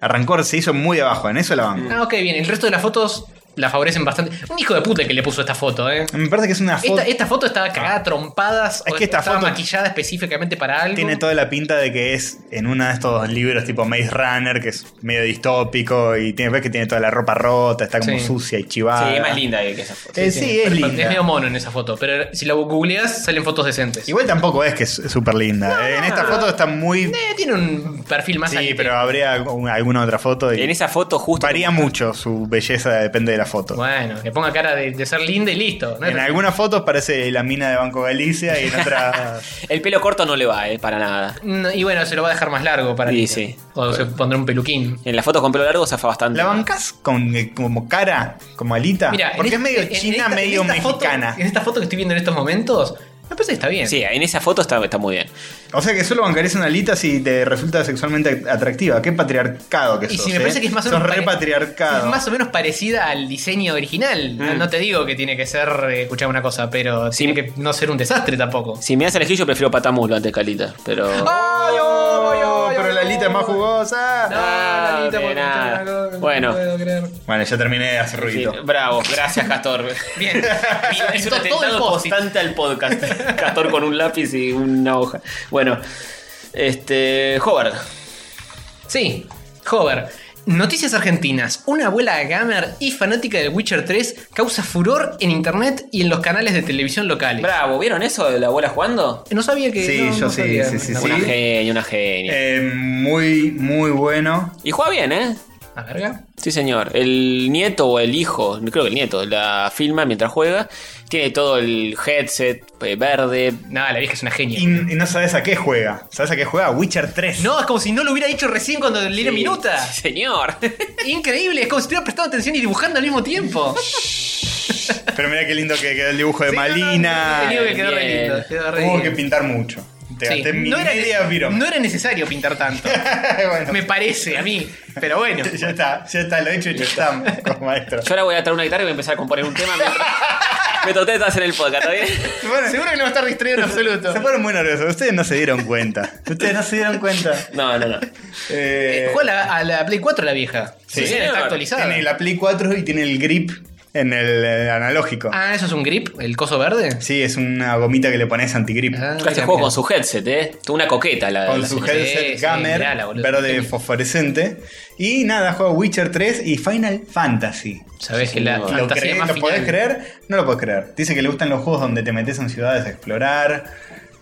[SPEAKER 3] Arrancó, se hizo muy abajo, en eso la banco.
[SPEAKER 4] Ah, ok, bien. El resto de las fotos la favorecen bastante. Un hijo de puta el que le puso esta foto, ¿eh?
[SPEAKER 3] Me parece que es una foto.
[SPEAKER 4] Esta, esta foto estaba cagada a trompadas.
[SPEAKER 3] Es
[SPEAKER 4] o
[SPEAKER 3] que esta
[SPEAKER 4] estaba
[SPEAKER 3] foto-
[SPEAKER 4] maquillada específicamente para algo.
[SPEAKER 3] Tiene toda la pinta de que es en uno de estos libros tipo Maze Runner, que es medio distópico y tiene, ves que tiene toda la ropa rota, está como
[SPEAKER 4] Sí.
[SPEAKER 3] sucia y
[SPEAKER 2] Sí,
[SPEAKER 3] chivada.
[SPEAKER 2] es más linda que esa foto.
[SPEAKER 3] Ah. Eh, sí, es
[SPEAKER 4] Pero
[SPEAKER 3] linda.
[SPEAKER 4] Es medio mono en esa foto, pero si la googleas salen fotos decentes.
[SPEAKER 3] Igual tampoco es que es súper linda. eh. En esta foto está muy.
[SPEAKER 4] Eh, tiene un perfil más
[SPEAKER 3] Sí,
[SPEAKER 4] alto.
[SPEAKER 3] pero habría algu- alguna otra foto. Y
[SPEAKER 2] En esa foto justo...
[SPEAKER 3] Varía mucho su belleza, depende de la foto.
[SPEAKER 4] Bueno, que ponga cara de, de ser linda y listo. ¿no?
[SPEAKER 3] En algunas fotos parece la mina de Banco Galicia y en
[SPEAKER 4] <laughs>
[SPEAKER 3] otras.
[SPEAKER 2] El pelo corto no le va, eh, para nada.
[SPEAKER 4] No, y bueno, se lo va a dejar más largo para
[SPEAKER 2] Sí,
[SPEAKER 4] mí.
[SPEAKER 2] sí.
[SPEAKER 4] O se pondrá un peluquín.
[SPEAKER 2] En la foto con pelo largo zafa bastante.
[SPEAKER 3] ¿La bancás con, eh, como cara? ¿Como alita?
[SPEAKER 4] Mira,
[SPEAKER 3] Ah, Porque es
[SPEAKER 4] en
[SPEAKER 3] medio
[SPEAKER 4] este- en
[SPEAKER 3] china,
[SPEAKER 4] esta- en
[SPEAKER 3] medio
[SPEAKER 4] esta foto- <laughs>
[SPEAKER 3] mexicana.
[SPEAKER 4] en esta foto que estoy viendo en estos momentos, me parece que está bien.
[SPEAKER 2] Sí, en esa foto está, está muy bien.
[SPEAKER 3] O sea que solo bancarías una alita si te resulta sexualmente atractiva. Qué patriarcado que
[SPEAKER 4] Y
[SPEAKER 3] sos.
[SPEAKER 4] si me
[SPEAKER 3] eh.
[SPEAKER 4] parece que es más o
[SPEAKER 3] Sos
[SPEAKER 4] menos.
[SPEAKER 3] re
[SPEAKER 4] pare-
[SPEAKER 3] patriarcado.
[SPEAKER 4] Es más o menos parecida al diseño original. No- No te digo que tiene que ser, escuchar una cosa, pero
[SPEAKER 2] Mm. Sí.
[SPEAKER 4] tiene que no ser un desastre tampoco.
[SPEAKER 2] Si me hace elegir, yo prefiero patamulo antes Calita. Pero.
[SPEAKER 4] ¡Ay,
[SPEAKER 3] Oh, pero la alita es más jugosa.
[SPEAKER 2] Ah, de nada. Bueno.
[SPEAKER 3] Bueno, ya terminé de hacer
[SPEAKER 2] Sí,
[SPEAKER 3] ruido.
[SPEAKER 2] bravo, gracias, Castor.
[SPEAKER 4] <laughs>
[SPEAKER 2] <laughs>
[SPEAKER 4] Bien.
[SPEAKER 2] es un
[SPEAKER 4] Todo- todo el
[SPEAKER 2] atentado
[SPEAKER 4] post-it.
[SPEAKER 2] constante al podcast. Castor con un lápiz y una hoja. Bueno, este. Hobart.
[SPEAKER 4] Sí, Hover. Noticias argentinas. Una abuela gamer y fanática del Witcher 3 causa furor en internet y en los canales de televisión locales.
[SPEAKER 2] Bravo, ¿vieron eso de la abuela jugando?
[SPEAKER 4] No sabía que.
[SPEAKER 3] Sí,
[SPEAKER 4] no,
[SPEAKER 3] yo
[SPEAKER 4] no
[SPEAKER 3] sí,
[SPEAKER 4] sabía.
[SPEAKER 3] sí, sí,
[SPEAKER 4] Una
[SPEAKER 3] sí.
[SPEAKER 2] Una
[SPEAKER 4] buena-
[SPEAKER 2] genia, una genia.
[SPEAKER 3] Eh, muy, muy bueno.
[SPEAKER 2] Y juega bien, ¿eh?
[SPEAKER 4] ¿A verga?
[SPEAKER 2] Sí, señor. El nieto o el hijo, creo que el nieto, la filma mientras juega. Tiene todo el headset eh, verde.
[SPEAKER 4] No, la vieja es una
[SPEAKER 3] Y,
[SPEAKER 4] genia.
[SPEAKER 3] y no sabes a qué juega. ¿Sabes a qué juega? A Witcher 3.
[SPEAKER 4] No, es como si no lo hubiera hecho recién cuando le dieron
[SPEAKER 2] Sí,
[SPEAKER 4] minuta.
[SPEAKER 2] sí, señor.
[SPEAKER 4] Increíble, es como si estuviera prestando atención y dibujando al mismo tiempo.
[SPEAKER 3] Pero mira qué lindo que quedó el dibujo de
[SPEAKER 4] Sí, no, no,
[SPEAKER 3] Malina.
[SPEAKER 4] Te digo que quedó re
[SPEAKER 2] bien.
[SPEAKER 4] lindo, quedó re
[SPEAKER 3] Hubo que
[SPEAKER 4] bien.
[SPEAKER 3] pintar mucho. Te
[SPEAKER 4] Sí,
[SPEAKER 3] gasté mi
[SPEAKER 4] no, era,
[SPEAKER 3] media viroma. <laughs>
[SPEAKER 4] no era necesario pintar tanto.
[SPEAKER 3] Bueno,
[SPEAKER 4] Me parece a mí, pero bueno.
[SPEAKER 3] ya está, ya está, lo
[SPEAKER 4] <laughs>
[SPEAKER 3] dicho hecho está, con maestro.
[SPEAKER 2] Yo ahora voy a traer una guitarra y voy a empezar a componer un tema
[SPEAKER 4] <laughs>
[SPEAKER 2] mientras, mientras ustedes hacen el podcast, ¿está bien?
[SPEAKER 3] Se fueron-
[SPEAKER 4] Seguro que no va a estar distraído en absoluto.
[SPEAKER 3] se fueron muy nerviosos, ustedes no se dieron cuenta. Ustedes no se dieron cuenta.
[SPEAKER 2] No, no, no.
[SPEAKER 3] Eh,
[SPEAKER 4] Eh, Juega a la, a la Play 4 la vieja.
[SPEAKER 2] Sí,
[SPEAKER 4] Sí,
[SPEAKER 2] señor.
[SPEAKER 4] está actualizada.
[SPEAKER 3] tiene la Play 4 y tiene el grip en el eh, analógico.
[SPEAKER 4] Ah, eso es un grip, el coso verde.
[SPEAKER 3] Sí, es una gomita que le pones antigrip.
[SPEAKER 4] Ah,
[SPEAKER 2] Casi
[SPEAKER 4] mira,
[SPEAKER 2] Este juego
[SPEAKER 4] mira.
[SPEAKER 2] con su headset, ¿eh? Una coqueta la,
[SPEAKER 3] Con
[SPEAKER 2] la
[SPEAKER 3] su
[SPEAKER 2] señora.
[SPEAKER 3] headset
[SPEAKER 4] sí,
[SPEAKER 3] gamer
[SPEAKER 4] mirala, boludo.
[SPEAKER 3] verde fosforescente. Y nada, juega Witcher 3 y Final Fantasy.
[SPEAKER 4] Sabés que la
[SPEAKER 2] Lo
[SPEAKER 3] ¿Lo,
[SPEAKER 4] fantasía
[SPEAKER 3] crees?
[SPEAKER 4] más
[SPEAKER 3] ¿Lo podés
[SPEAKER 4] final.
[SPEAKER 3] creer? No lo podés creer. Dice que le gustan los juegos donde te metes en ciudades a explorar.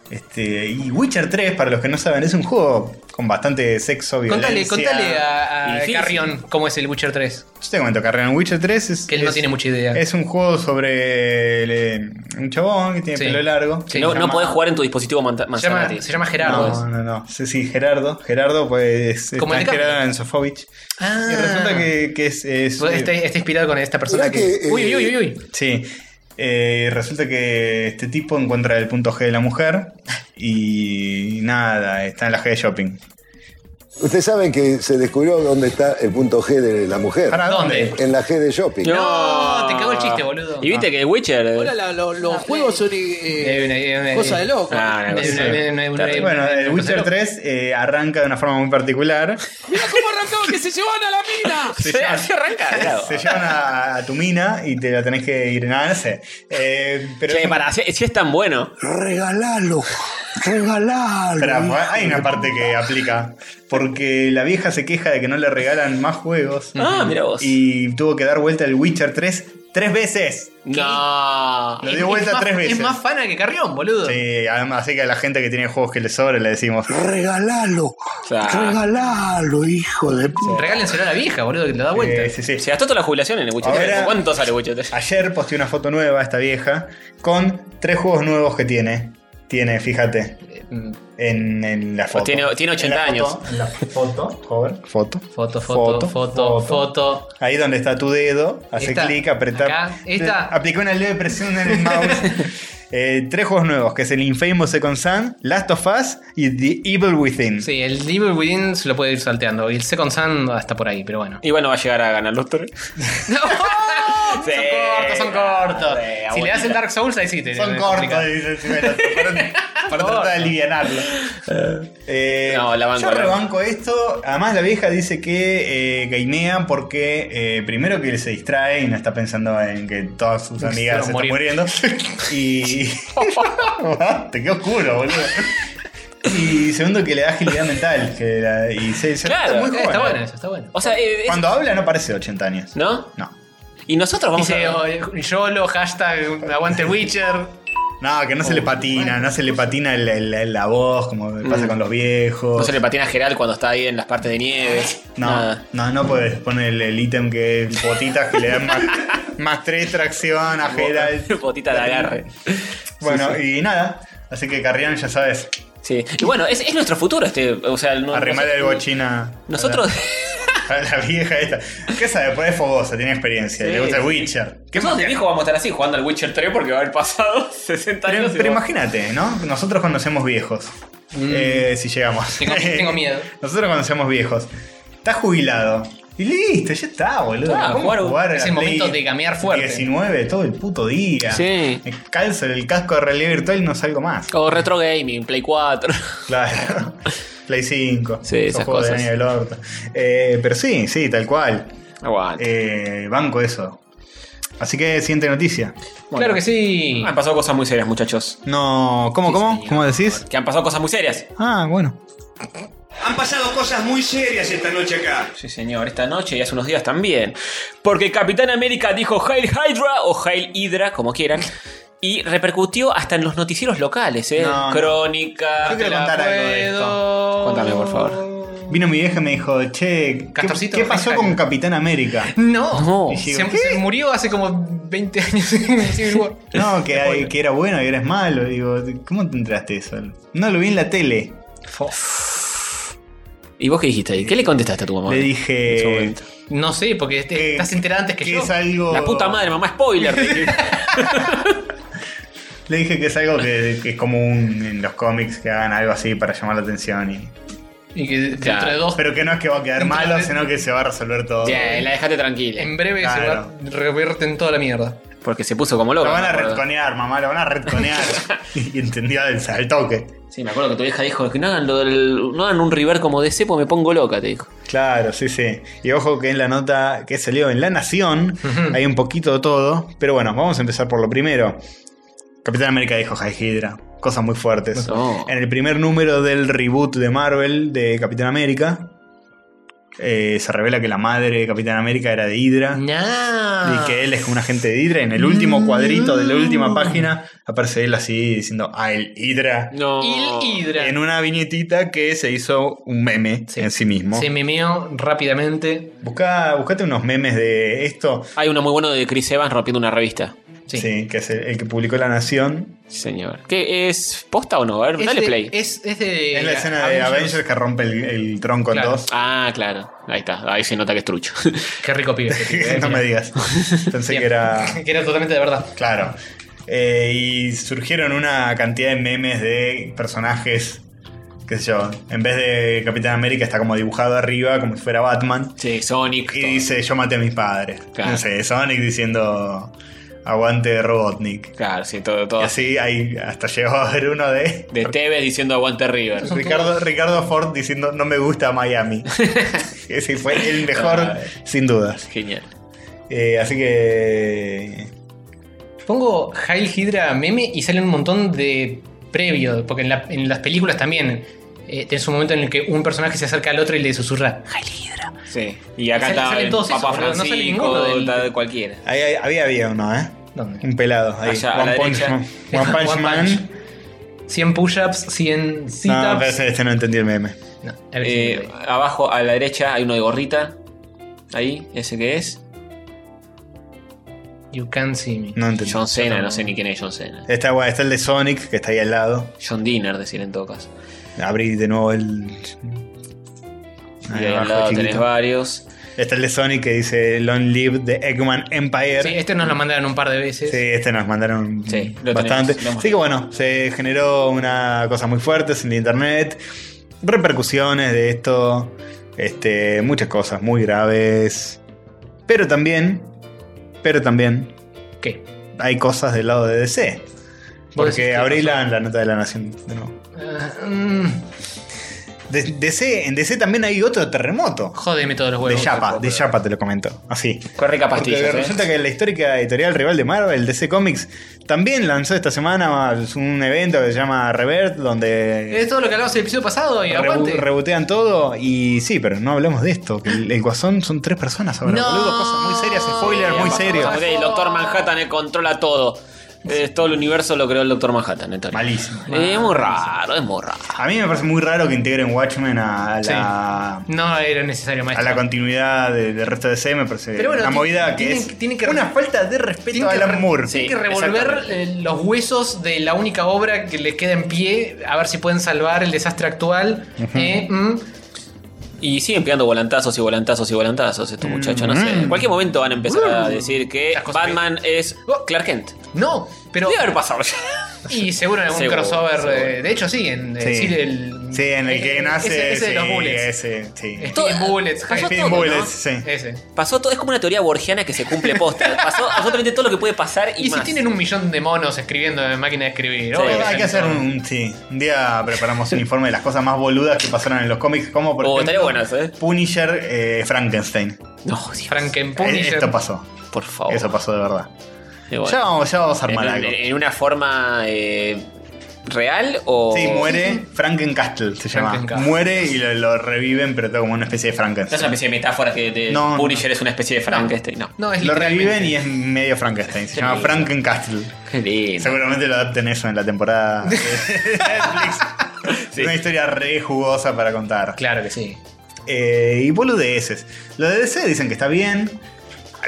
[SPEAKER 3] Este, y Witcher 3, para los que no saben, es un juego con bastante sexo,
[SPEAKER 4] Contale,
[SPEAKER 3] violencia.
[SPEAKER 4] contale
[SPEAKER 2] Y
[SPEAKER 4] a, a
[SPEAKER 2] difícil.
[SPEAKER 4] Carrión cómo es el Witcher 3.
[SPEAKER 3] Yo te cuento, Carrión. Witcher 3 es...
[SPEAKER 4] Que él no
[SPEAKER 3] es-
[SPEAKER 4] tiene mucha idea.
[SPEAKER 3] Es un juego sobre eh, un chabón que tiene
[SPEAKER 4] Sí.
[SPEAKER 3] pelo largo.
[SPEAKER 4] Sí.
[SPEAKER 2] no, no
[SPEAKER 3] Se llama-
[SPEAKER 2] podés jugar en tu dispositivo manta-
[SPEAKER 4] se, llama,
[SPEAKER 2] Manzanati.
[SPEAKER 4] se llama Gerardo.
[SPEAKER 3] No,
[SPEAKER 4] es.
[SPEAKER 3] no, no. Sí, sí, Gerardo. Gerardo, pues...
[SPEAKER 4] Como
[SPEAKER 3] está
[SPEAKER 4] el de Carrión.
[SPEAKER 3] Gerardo Enzofovich.
[SPEAKER 4] Ah.
[SPEAKER 3] Y resulta que, que es... es-
[SPEAKER 4] Pues, Está, está inspirado con esta persona
[SPEAKER 10] Mirá
[SPEAKER 4] que.
[SPEAKER 10] que, eh,
[SPEAKER 4] Uy, uy, uy, uy.
[SPEAKER 3] Sí. Eh, resulta que este tipo encuentra el punto G de la mujer y nada, está en la G de shopping.
[SPEAKER 11] Ustedes saben que se descubrió dónde está el punto G de la mujer.
[SPEAKER 3] ¿Para
[SPEAKER 4] ¿Dónde?
[SPEAKER 11] En la G de shopping.
[SPEAKER 4] No, te cagó el chiste, boludo. Ah.
[SPEAKER 2] Y viste que Witcher. eh,
[SPEAKER 1] Ahora la- lo- los juegos son eh,
[SPEAKER 4] Eh, una- eh, una-
[SPEAKER 1] cosa de loco.
[SPEAKER 2] Ah, una
[SPEAKER 4] Eh,
[SPEAKER 2] cosa.
[SPEAKER 4] eh, eh, eh, eh,
[SPEAKER 3] Bueno,
[SPEAKER 4] eh,
[SPEAKER 3] el Witcher 3 eh, arranca de una forma muy particular.
[SPEAKER 1] Mira cómo arrancaba que se llevan a la mina.
[SPEAKER 2] <laughs> Sí, así
[SPEAKER 3] <laughs>
[SPEAKER 2] arranca. claro.
[SPEAKER 3] Se llevan a, a tu mina y te la tenés que ir. Nada, no sé. Eh, pero
[SPEAKER 2] Che, pará, si, si es tan bueno.
[SPEAKER 11] Regalalo. Regalalo.
[SPEAKER 3] Pero ¿eh? hay una parte que aplica. Porque la vieja se queja de que no le regalan más juegos.
[SPEAKER 2] Ah, mira vos.
[SPEAKER 3] Y tuvo que dar vuelta el Witcher 3 tres veces.
[SPEAKER 2] No.
[SPEAKER 3] Lo
[SPEAKER 4] Es-
[SPEAKER 3] dio vuelta
[SPEAKER 4] es más-
[SPEAKER 3] tres veces.
[SPEAKER 4] Es más fana que Carrión, boludo.
[SPEAKER 3] Sí, además, así que a la gente que tiene juegos que le sobra le decimos.
[SPEAKER 11] Regalalo.
[SPEAKER 2] sea-
[SPEAKER 11] Regalalo, hijo de puta.
[SPEAKER 4] Regálenselo a la vieja, boludo, que le da vuelta.
[SPEAKER 3] Eh, sí, sí.
[SPEAKER 2] Se gastó toda la jubilación en el Witcher.
[SPEAKER 3] Ahora-
[SPEAKER 2] ¿Cuánto sale Witcher?
[SPEAKER 3] Ayer posteé una foto nueva, esta vieja, con tres juegos nuevos que tiene. Tiene, fíjate,
[SPEAKER 4] Mm,
[SPEAKER 3] en, en la foto.
[SPEAKER 2] Pues Tiene- tiene 80
[SPEAKER 3] En la foto, en la foto, joven, foto.
[SPEAKER 4] Foto, foto, foto, foto.
[SPEAKER 3] Ahí donde está tu dedo, hace
[SPEAKER 4] Esta,
[SPEAKER 3] clic, apretar.
[SPEAKER 4] acá, esta.
[SPEAKER 3] Aplica una leve presión en el
[SPEAKER 4] <laughs>
[SPEAKER 3] mouse. Eh, tres juegos nuevos, que es el Infamous Second Son, Last of Us y The Evil Within.
[SPEAKER 4] Sí, el Evil Within se lo puede ir salteando. Y el Second Sun está por ahí,
[SPEAKER 2] <laughs>
[SPEAKER 4] pero bueno.
[SPEAKER 2] Y bueno, va a llegar a ganar los tres.
[SPEAKER 4] <laughs> son
[SPEAKER 2] Sí.
[SPEAKER 4] cortos, son cortos.
[SPEAKER 2] Sí,
[SPEAKER 4] si le das el
[SPEAKER 2] abuelita.
[SPEAKER 4] Dark Souls, ahí sí te
[SPEAKER 3] Son
[SPEAKER 4] te Eh,
[SPEAKER 3] cortos,
[SPEAKER 4] complica.
[SPEAKER 3] dice el primero,
[SPEAKER 2] <laughs>
[SPEAKER 3] para, para tratar de aliviarlo. Eh,
[SPEAKER 2] No, la banco,
[SPEAKER 3] yo
[SPEAKER 2] la banco.
[SPEAKER 3] rebanco esto. Además, la vieja dice que eh, gamea porque eh, primero que se distrae y no está pensando en que todas sus amigas se
[SPEAKER 4] van
[SPEAKER 3] están muriendo.
[SPEAKER 2] <laughs>
[SPEAKER 3] Y. Te quedó oscuro, boludo. Y segundo, que le da agilidad mental. que la- y se, se nota
[SPEAKER 2] Claro,
[SPEAKER 3] muy
[SPEAKER 4] Eh,
[SPEAKER 3] joven.
[SPEAKER 4] Está bueno eso, está bueno.
[SPEAKER 2] O sea, eh, es-
[SPEAKER 3] Cuando habla, no parece de 80 años.
[SPEAKER 2] ¿no?
[SPEAKER 3] No.
[SPEAKER 2] Y nosotros vamos
[SPEAKER 4] Dice
[SPEAKER 2] a.
[SPEAKER 4] oh, YOLO, hashtag aguante el Witcher.
[SPEAKER 3] No, que no se le patina, no se le patina el- el- la voz, como pasa con los viejos.
[SPEAKER 2] Mm. No se le patina a Gerald cuando está ahí en las partes de nieve.
[SPEAKER 3] No,
[SPEAKER 2] Nada.
[SPEAKER 3] no, no puedes poner el- el ítem que es botitas que le dan
[SPEAKER 2] <laughs>
[SPEAKER 3] más, más tres tracción a Geralt.
[SPEAKER 2] Botita de agarre.
[SPEAKER 3] Bueno, y nada. Así que Carrión, ya sabes,
[SPEAKER 2] Sí. Y bueno, es, es nuestro futuro este. O sea, no-
[SPEAKER 3] arrimale el
[SPEAKER 2] nosotros-
[SPEAKER 3] bochina.
[SPEAKER 2] Nosotros.
[SPEAKER 3] <laughs> A la, a la vieja esta. ¿Qué sabe? Pues es fogosa, tiene experiencia,
[SPEAKER 2] Sí,
[SPEAKER 3] le gusta el
[SPEAKER 2] sí.
[SPEAKER 3] Witcher.
[SPEAKER 2] <laughs> Que nosotros de viejo vamos a estar así jugando al Witcher 3 porque va a haber pasado <laughs> 60 años.
[SPEAKER 3] Pero,
[SPEAKER 2] y
[SPEAKER 3] pero
[SPEAKER 2] vos-
[SPEAKER 3] imagínate, ¿no? Nosotros conocemos viejos. Eh, si llegamos.
[SPEAKER 4] Tengo- tengo miedo.
[SPEAKER 3] <laughs> Nosotros conocemos viejos. Está jubilado. Y listo, ya está, boludo.
[SPEAKER 2] Ah,
[SPEAKER 3] ¿Cómo
[SPEAKER 2] jugar un-
[SPEAKER 3] jugar a
[SPEAKER 4] es
[SPEAKER 3] la
[SPEAKER 4] el
[SPEAKER 3] Play
[SPEAKER 4] momento de gamear fuerte.
[SPEAKER 3] 19 todo el puto día.
[SPEAKER 2] Sí.
[SPEAKER 3] Me calzo el casco de realidad virtual y no salgo más.
[SPEAKER 2] O retro gaming, Play 4.
[SPEAKER 3] Claro. Play 5.
[SPEAKER 2] Sí,
[SPEAKER 3] esos
[SPEAKER 2] esas
[SPEAKER 3] juegos del
[SPEAKER 2] cosas.
[SPEAKER 3] año del orto. Eh, pero sí, sí, tal cual.
[SPEAKER 2] Aguante.
[SPEAKER 3] Eh, banco eso. Así que siguiente noticia.
[SPEAKER 4] Claro que sí.
[SPEAKER 2] Han pasado cosas muy serias, muchachos.
[SPEAKER 3] No, ¿cómo, cómo? ¿Cómo decís?
[SPEAKER 2] Que han pasado cosas muy serias.
[SPEAKER 3] Ah, bueno.
[SPEAKER 12] Han pasado cosas muy serias esta noche acá.
[SPEAKER 2] Sí, señor, esta noche y hace unos días también. Porque Capitán América dijo Hail Hydra o Hail Hydra, como quieran. Y repercutió hasta en los noticieros locales, ¿eh?
[SPEAKER 3] No, no.
[SPEAKER 4] Ah,
[SPEAKER 2] Crónica.
[SPEAKER 3] Yo quiero
[SPEAKER 2] te la
[SPEAKER 3] contar algo de esto.
[SPEAKER 2] puedo- Contame, por favor.
[SPEAKER 3] Vino mi vieja y me dijo, che, ¿qué,
[SPEAKER 4] Castorcito,
[SPEAKER 3] qué pasó
[SPEAKER 4] Jorge.
[SPEAKER 3] con
[SPEAKER 2] <laughs>
[SPEAKER 3] Capitán América?
[SPEAKER 4] No,
[SPEAKER 2] No.
[SPEAKER 3] Y digo,
[SPEAKER 4] Se,
[SPEAKER 3] ¿qué?
[SPEAKER 4] se murió hace como 20 años <laughs> en Civil War.
[SPEAKER 3] No, que, hay- que era bueno y eres malo. Digo, ¿cómo te enteraste eso? No, lo vi en la tele.
[SPEAKER 2] ¿Y vos qué dijiste ahí? ¿Qué le contestaste a tu mamá?
[SPEAKER 3] Le
[SPEAKER 2] en ese
[SPEAKER 3] dije
[SPEAKER 2] momento?
[SPEAKER 4] No sé, porque te-
[SPEAKER 3] Que-
[SPEAKER 4] estás enterada antes que,
[SPEAKER 3] que
[SPEAKER 4] yo.
[SPEAKER 3] es algo.
[SPEAKER 2] La puta madre, mamá, <laughs> spoiler.
[SPEAKER 3] Le dije que es algo que, que es común en los cómics que hagan algo así para llamar la atención. y-
[SPEAKER 4] Y que dentro
[SPEAKER 2] Claro,
[SPEAKER 4] de dos,
[SPEAKER 3] Pero que no es que va a quedar
[SPEAKER 4] Entonces-
[SPEAKER 3] malo, sino que se va a resolver todo.
[SPEAKER 2] Ya, la dejate tranquila.
[SPEAKER 4] en breve
[SPEAKER 3] Claro.
[SPEAKER 4] se va a revierte en toda la mierda.
[SPEAKER 2] Porque se puso como loca.
[SPEAKER 3] Lo van
[SPEAKER 2] me
[SPEAKER 3] a
[SPEAKER 2] acuerdo.
[SPEAKER 3] retconear, mamá, lo van a
[SPEAKER 2] <laughs>
[SPEAKER 3] retconear. y entendió el saltoque.
[SPEAKER 2] Sí, me acuerdo que tu vieja dijo que no hagan, lo del- no hagan un river como DC porque me pongo loca, te dijo.
[SPEAKER 3] Claro, sí, sí. Y ojo que en la nota que salió en La Nación hay un poquito de todo. Pero bueno, vamos a empezar por lo primero. Capitán América dijo High Hydra. Cosas muy fuertes.
[SPEAKER 2] No.
[SPEAKER 3] En el primer número del reboot de Marvel de Capitán América, eh, se revela que la madre de Capitán América era de Hydra.
[SPEAKER 4] Nah.
[SPEAKER 3] Y que él es un agente de Hydra. En el último cuadrito de la última página aparece él así diciendo a el Hydra.
[SPEAKER 2] No.
[SPEAKER 4] Il Hydra.
[SPEAKER 3] En una viñetita que se hizo un meme
[SPEAKER 4] Sí.
[SPEAKER 3] en sí mismo.
[SPEAKER 4] Se memeó rápidamente.
[SPEAKER 3] Busca, buscate unos memes de esto.
[SPEAKER 2] Hay uno muy bueno de Chris Evans rompiendo una revista.
[SPEAKER 3] Sí.
[SPEAKER 4] Sí.
[SPEAKER 3] que es el, el que publicó La Nación.
[SPEAKER 2] Sí, señor. ¿Qué es posta o no? A ver,
[SPEAKER 4] Es
[SPEAKER 2] dale
[SPEAKER 4] de-
[SPEAKER 2] play.
[SPEAKER 4] Es, es de.
[SPEAKER 3] es la escena de Avengers que rompe el, el tronco
[SPEAKER 4] Eh, Claro.
[SPEAKER 3] en dos. <laughs>
[SPEAKER 2] Ah, claro. Ahí está. Ahí se nota que es trucho. <laughs>
[SPEAKER 4] Qué rico pibe. este pibe, eh,
[SPEAKER 3] <laughs> no me
[SPEAKER 4] mira.
[SPEAKER 3] digas. Pensé
[SPEAKER 4] Bien.
[SPEAKER 3] que era.
[SPEAKER 4] que era totalmente de verdad.
[SPEAKER 3] Claro. Eh, y surgieron una cantidad de memes de personajes. Qué sé yo. En vez de Capitán América está como dibujado arriba, como si fuera Batman.
[SPEAKER 2] sí, Sonic.
[SPEAKER 3] Y
[SPEAKER 2] todo.
[SPEAKER 3] dice: Yo maté a mis padres.
[SPEAKER 2] Claro.
[SPEAKER 3] No sé, Sonic diciendo: Aguante Robotnik.
[SPEAKER 2] Claro, sí, todo,
[SPEAKER 3] Y
[SPEAKER 2] todo.
[SPEAKER 3] así hay, hasta llegó a haber uno de.
[SPEAKER 2] De Tevez diciendo aguante River.
[SPEAKER 3] Ricardo, Ricardo Ford diciendo no me gusta Miami. Ese fue el mejor,
[SPEAKER 2] Ay.
[SPEAKER 3] sin dudas.
[SPEAKER 2] Genial.
[SPEAKER 3] Eh, así que.
[SPEAKER 4] Pongo Hail Hydra meme y sale un montón de previo, porque en, la- en las películas también eh, tenés un momento en el que un personaje se acerca al otro y le susurra Hail Hydra.
[SPEAKER 2] Sí. Y acá
[SPEAKER 4] Sale-
[SPEAKER 2] está
[SPEAKER 4] salen
[SPEAKER 2] el
[SPEAKER 4] todos
[SPEAKER 2] Papa
[SPEAKER 4] esos, boludo. No sale
[SPEAKER 2] Francisco,
[SPEAKER 4] ninguno del-
[SPEAKER 2] tal- cualquiera.
[SPEAKER 3] Ahí, ahí- había, había uno, ¿eh?
[SPEAKER 4] ¿Dónde?
[SPEAKER 3] Un pelado. Ahí.
[SPEAKER 2] Allá, a la derecha.
[SPEAKER 3] Man. One Punch
[SPEAKER 4] One
[SPEAKER 3] Man.
[SPEAKER 4] Punch. 100 push-ups, 100
[SPEAKER 3] No, pero
[SPEAKER 4] sit-ups.
[SPEAKER 3] ese- este no entendí el meme.
[SPEAKER 4] No, a ver si me
[SPEAKER 2] Eh,
[SPEAKER 4] doy.
[SPEAKER 2] abajo a la derecha hay uno de gorrita. Ahí, ese que es.
[SPEAKER 4] You can see me.
[SPEAKER 3] No entendí.
[SPEAKER 2] John Cena, no sé ni quién es John Cena.
[SPEAKER 3] Está, guay, está el de Sonic, que está ahí al lado.
[SPEAKER 2] John Dinner, decir en todo caso.
[SPEAKER 3] Abrí de nuevo el.
[SPEAKER 2] Y ahí
[SPEAKER 3] Ahí
[SPEAKER 2] al
[SPEAKER 3] abajo,
[SPEAKER 2] lado tenés
[SPEAKER 3] chiquito.
[SPEAKER 2] varios.
[SPEAKER 3] Está el de Sonic que dice Long Live the Eggman Empire.
[SPEAKER 4] Sí, este nos lo mandaron un par de veces.
[SPEAKER 3] Sí, este nos mandaron
[SPEAKER 2] Sí, lo
[SPEAKER 3] bastante.
[SPEAKER 2] tenemos, lo hemos
[SPEAKER 3] Así que bueno, se generó una cosa muy fuerte en el internet. Repercusiones de esto. Este, muchas cosas muy graves. Pero también. Pero también.
[SPEAKER 4] ¿Qué?
[SPEAKER 3] Hay cosas del lado de DC.
[SPEAKER 4] ¿Vos decís
[SPEAKER 3] Porque
[SPEAKER 4] que
[SPEAKER 3] abrí
[SPEAKER 4] pasó?
[SPEAKER 3] la, la nota de la nación de nuevo.
[SPEAKER 4] Ah, mm,
[SPEAKER 3] De- DC, en DC también hay otro terremoto.
[SPEAKER 4] jódeme todos los
[SPEAKER 3] De
[SPEAKER 4] huevos.
[SPEAKER 3] Yapa, de Yapa te lo comento. Así.
[SPEAKER 2] Corre
[SPEAKER 3] Porque
[SPEAKER 4] ¿eh?
[SPEAKER 2] pastillas.
[SPEAKER 3] resulta que la histórica editorial rival de Marvel, DC Comics, también lanzó esta semana un evento que se llama Revert, donde
[SPEAKER 4] Es todo lo que hablamos en el episodio pasado y
[SPEAKER 3] rebu-
[SPEAKER 4] aguante.
[SPEAKER 3] rebotean todo. Y sí, pero no hablamos de esto, que el, el guasón son tres personas ahora,
[SPEAKER 4] No.
[SPEAKER 3] boludo, cosas muy serias, spoiler, muy serio.
[SPEAKER 2] Ok, el Doctor Manhattan eh, controla todo. Eh, todo el universo lo creó el Doctor Manhattan. en teoría.
[SPEAKER 3] Malísimo.
[SPEAKER 2] Eh, es muy raro, es muy raro.
[SPEAKER 3] A mí me parece muy raro que integren Watchmen a la...
[SPEAKER 4] No era necesario,
[SPEAKER 3] A
[SPEAKER 4] maestro.
[SPEAKER 3] la continuidad de- del resto de DC me parece
[SPEAKER 4] Pero bueno,
[SPEAKER 3] una
[SPEAKER 4] ti-
[SPEAKER 3] movida que
[SPEAKER 4] tienen-
[SPEAKER 3] es
[SPEAKER 4] tienen que-
[SPEAKER 3] una falta de respeto
[SPEAKER 4] Tienen
[SPEAKER 3] a
[SPEAKER 4] que
[SPEAKER 3] Alan
[SPEAKER 4] re-
[SPEAKER 3] Moore.
[SPEAKER 2] Sí.
[SPEAKER 4] Hay que revolver
[SPEAKER 2] exactamente.
[SPEAKER 4] eh, los huesos de la única obra que les queda en pie, a ver si pueden salvar el desastre actual. Eh, mm.
[SPEAKER 2] Y siguen pegando volantazos y volantazos y volantazos estos muchachos. No sé. En cualquier momento van a empezar a decir que
[SPEAKER 4] Las cosas
[SPEAKER 2] Batman es
[SPEAKER 4] Oh.
[SPEAKER 2] Clark Kent.
[SPEAKER 4] No, pero.
[SPEAKER 2] Debe haber pasado ya.
[SPEAKER 4] Y seguro en algún
[SPEAKER 2] Seguro,
[SPEAKER 4] crossover.
[SPEAKER 2] seguro.
[SPEAKER 4] eh, de hecho, sí, en eh,
[SPEAKER 3] Sí.
[SPEAKER 4] sí, el.
[SPEAKER 3] Sí, en el que
[SPEAKER 4] eh,
[SPEAKER 3] nace...
[SPEAKER 4] Ese, ese de los
[SPEAKER 3] sí,
[SPEAKER 4] bullets.
[SPEAKER 3] ese, sí.
[SPEAKER 4] Speed Bullets.
[SPEAKER 2] Pasó
[SPEAKER 4] Speed
[SPEAKER 2] todo, ¿no?
[SPEAKER 3] Bullets, sí.
[SPEAKER 4] Ese.
[SPEAKER 2] Pasó todo, es como una teoría borgiana que se cumple posta. Pasó absolutamente todo lo que puede pasar y,
[SPEAKER 4] <laughs> Y
[SPEAKER 2] más. Oh,
[SPEAKER 4] si tienen un millón de monos escribiendo en máquina de escribir.
[SPEAKER 2] Sí.
[SPEAKER 4] obvio
[SPEAKER 3] Hay
[SPEAKER 4] salen
[SPEAKER 3] que hacer
[SPEAKER 4] todos.
[SPEAKER 3] un, un- sí, un día preparamos un informe de las cosas más boludas que pasaron en los cómics, como por
[SPEAKER 2] Oh, estaría
[SPEAKER 3] ejemplo
[SPEAKER 2] bueno eso, ¿eh?
[SPEAKER 3] Punisher eh, Frankenstein.
[SPEAKER 2] No, Dios,
[SPEAKER 4] Franken
[SPEAKER 3] Eh,
[SPEAKER 4] Punisher.
[SPEAKER 3] Esto pasó,
[SPEAKER 2] por favor.
[SPEAKER 3] eso pasó de verdad.
[SPEAKER 2] Y Oh. bueno, Eh,
[SPEAKER 3] Ya, vamos, ya vamos a
[SPEAKER 2] en,
[SPEAKER 3] armar
[SPEAKER 2] un-
[SPEAKER 3] algo.
[SPEAKER 2] en una forma eh, real o...?
[SPEAKER 3] Sí, muere Frankencastle, se llama.
[SPEAKER 7] Frankencastle.
[SPEAKER 3] Muere y lo, lo reviven, pero todo como una especie de
[SPEAKER 2] No es
[SPEAKER 3] Frankenstein.
[SPEAKER 2] una especie de metáfora que de
[SPEAKER 3] No, no.
[SPEAKER 2] Punisher es una especie de Frankenstein, no.
[SPEAKER 7] No, es
[SPEAKER 3] Lo reviven
[SPEAKER 7] literalmente-
[SPEAKER 3] y es medio Frankenstein. Se
[SPEAKER 2] Qué
[SPEAKER 3] llama
[SPEAKER 2] lindo.
[SPEAKER 3] Frankencastle.
[SPEAKER 2] Qué lindo.
[SPEAKER 3] Seguramente lo adapten eso en la
[SPEAKER 2] <laughs>
[SPEAKER 3] temporada de Netflix.
[SPEAKER 2] Sí.
[SPEAKER 3] Es una historia re jugosa para contar.
[SPEAKER 2] Claro que sí.
[SPEAKER 3] Eh, y boludeces. Lo de DC dicen que está bien.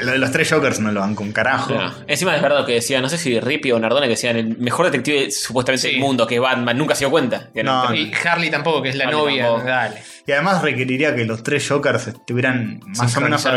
[SPEAKER 3] Lo de los tres Jokers no lo dan con carajo.
[SPEAKER 2] No. Encima es verdad que decía, no sé si Rippy o Nardone que decían el mejor detective supuestamente
[SPEAKER 7] Sí.
[SPEAKER 2] del mundo, que es Batman, nunca se dio cuenta. Que
[SPEAKER 3] Ah, No,
[SPEAKER 7] Y Harley tampoco, que es la
[SPEAKER 2] Harley
[SPEAKER 7] novia.
[SPEAKER 2] tampoco.
[SPEAKER 7] Dale.
[SPEAKER 3] Y además requeriría que los tres Jokers estuvieran más o menos
[SPEAKER 7] Sincronizados.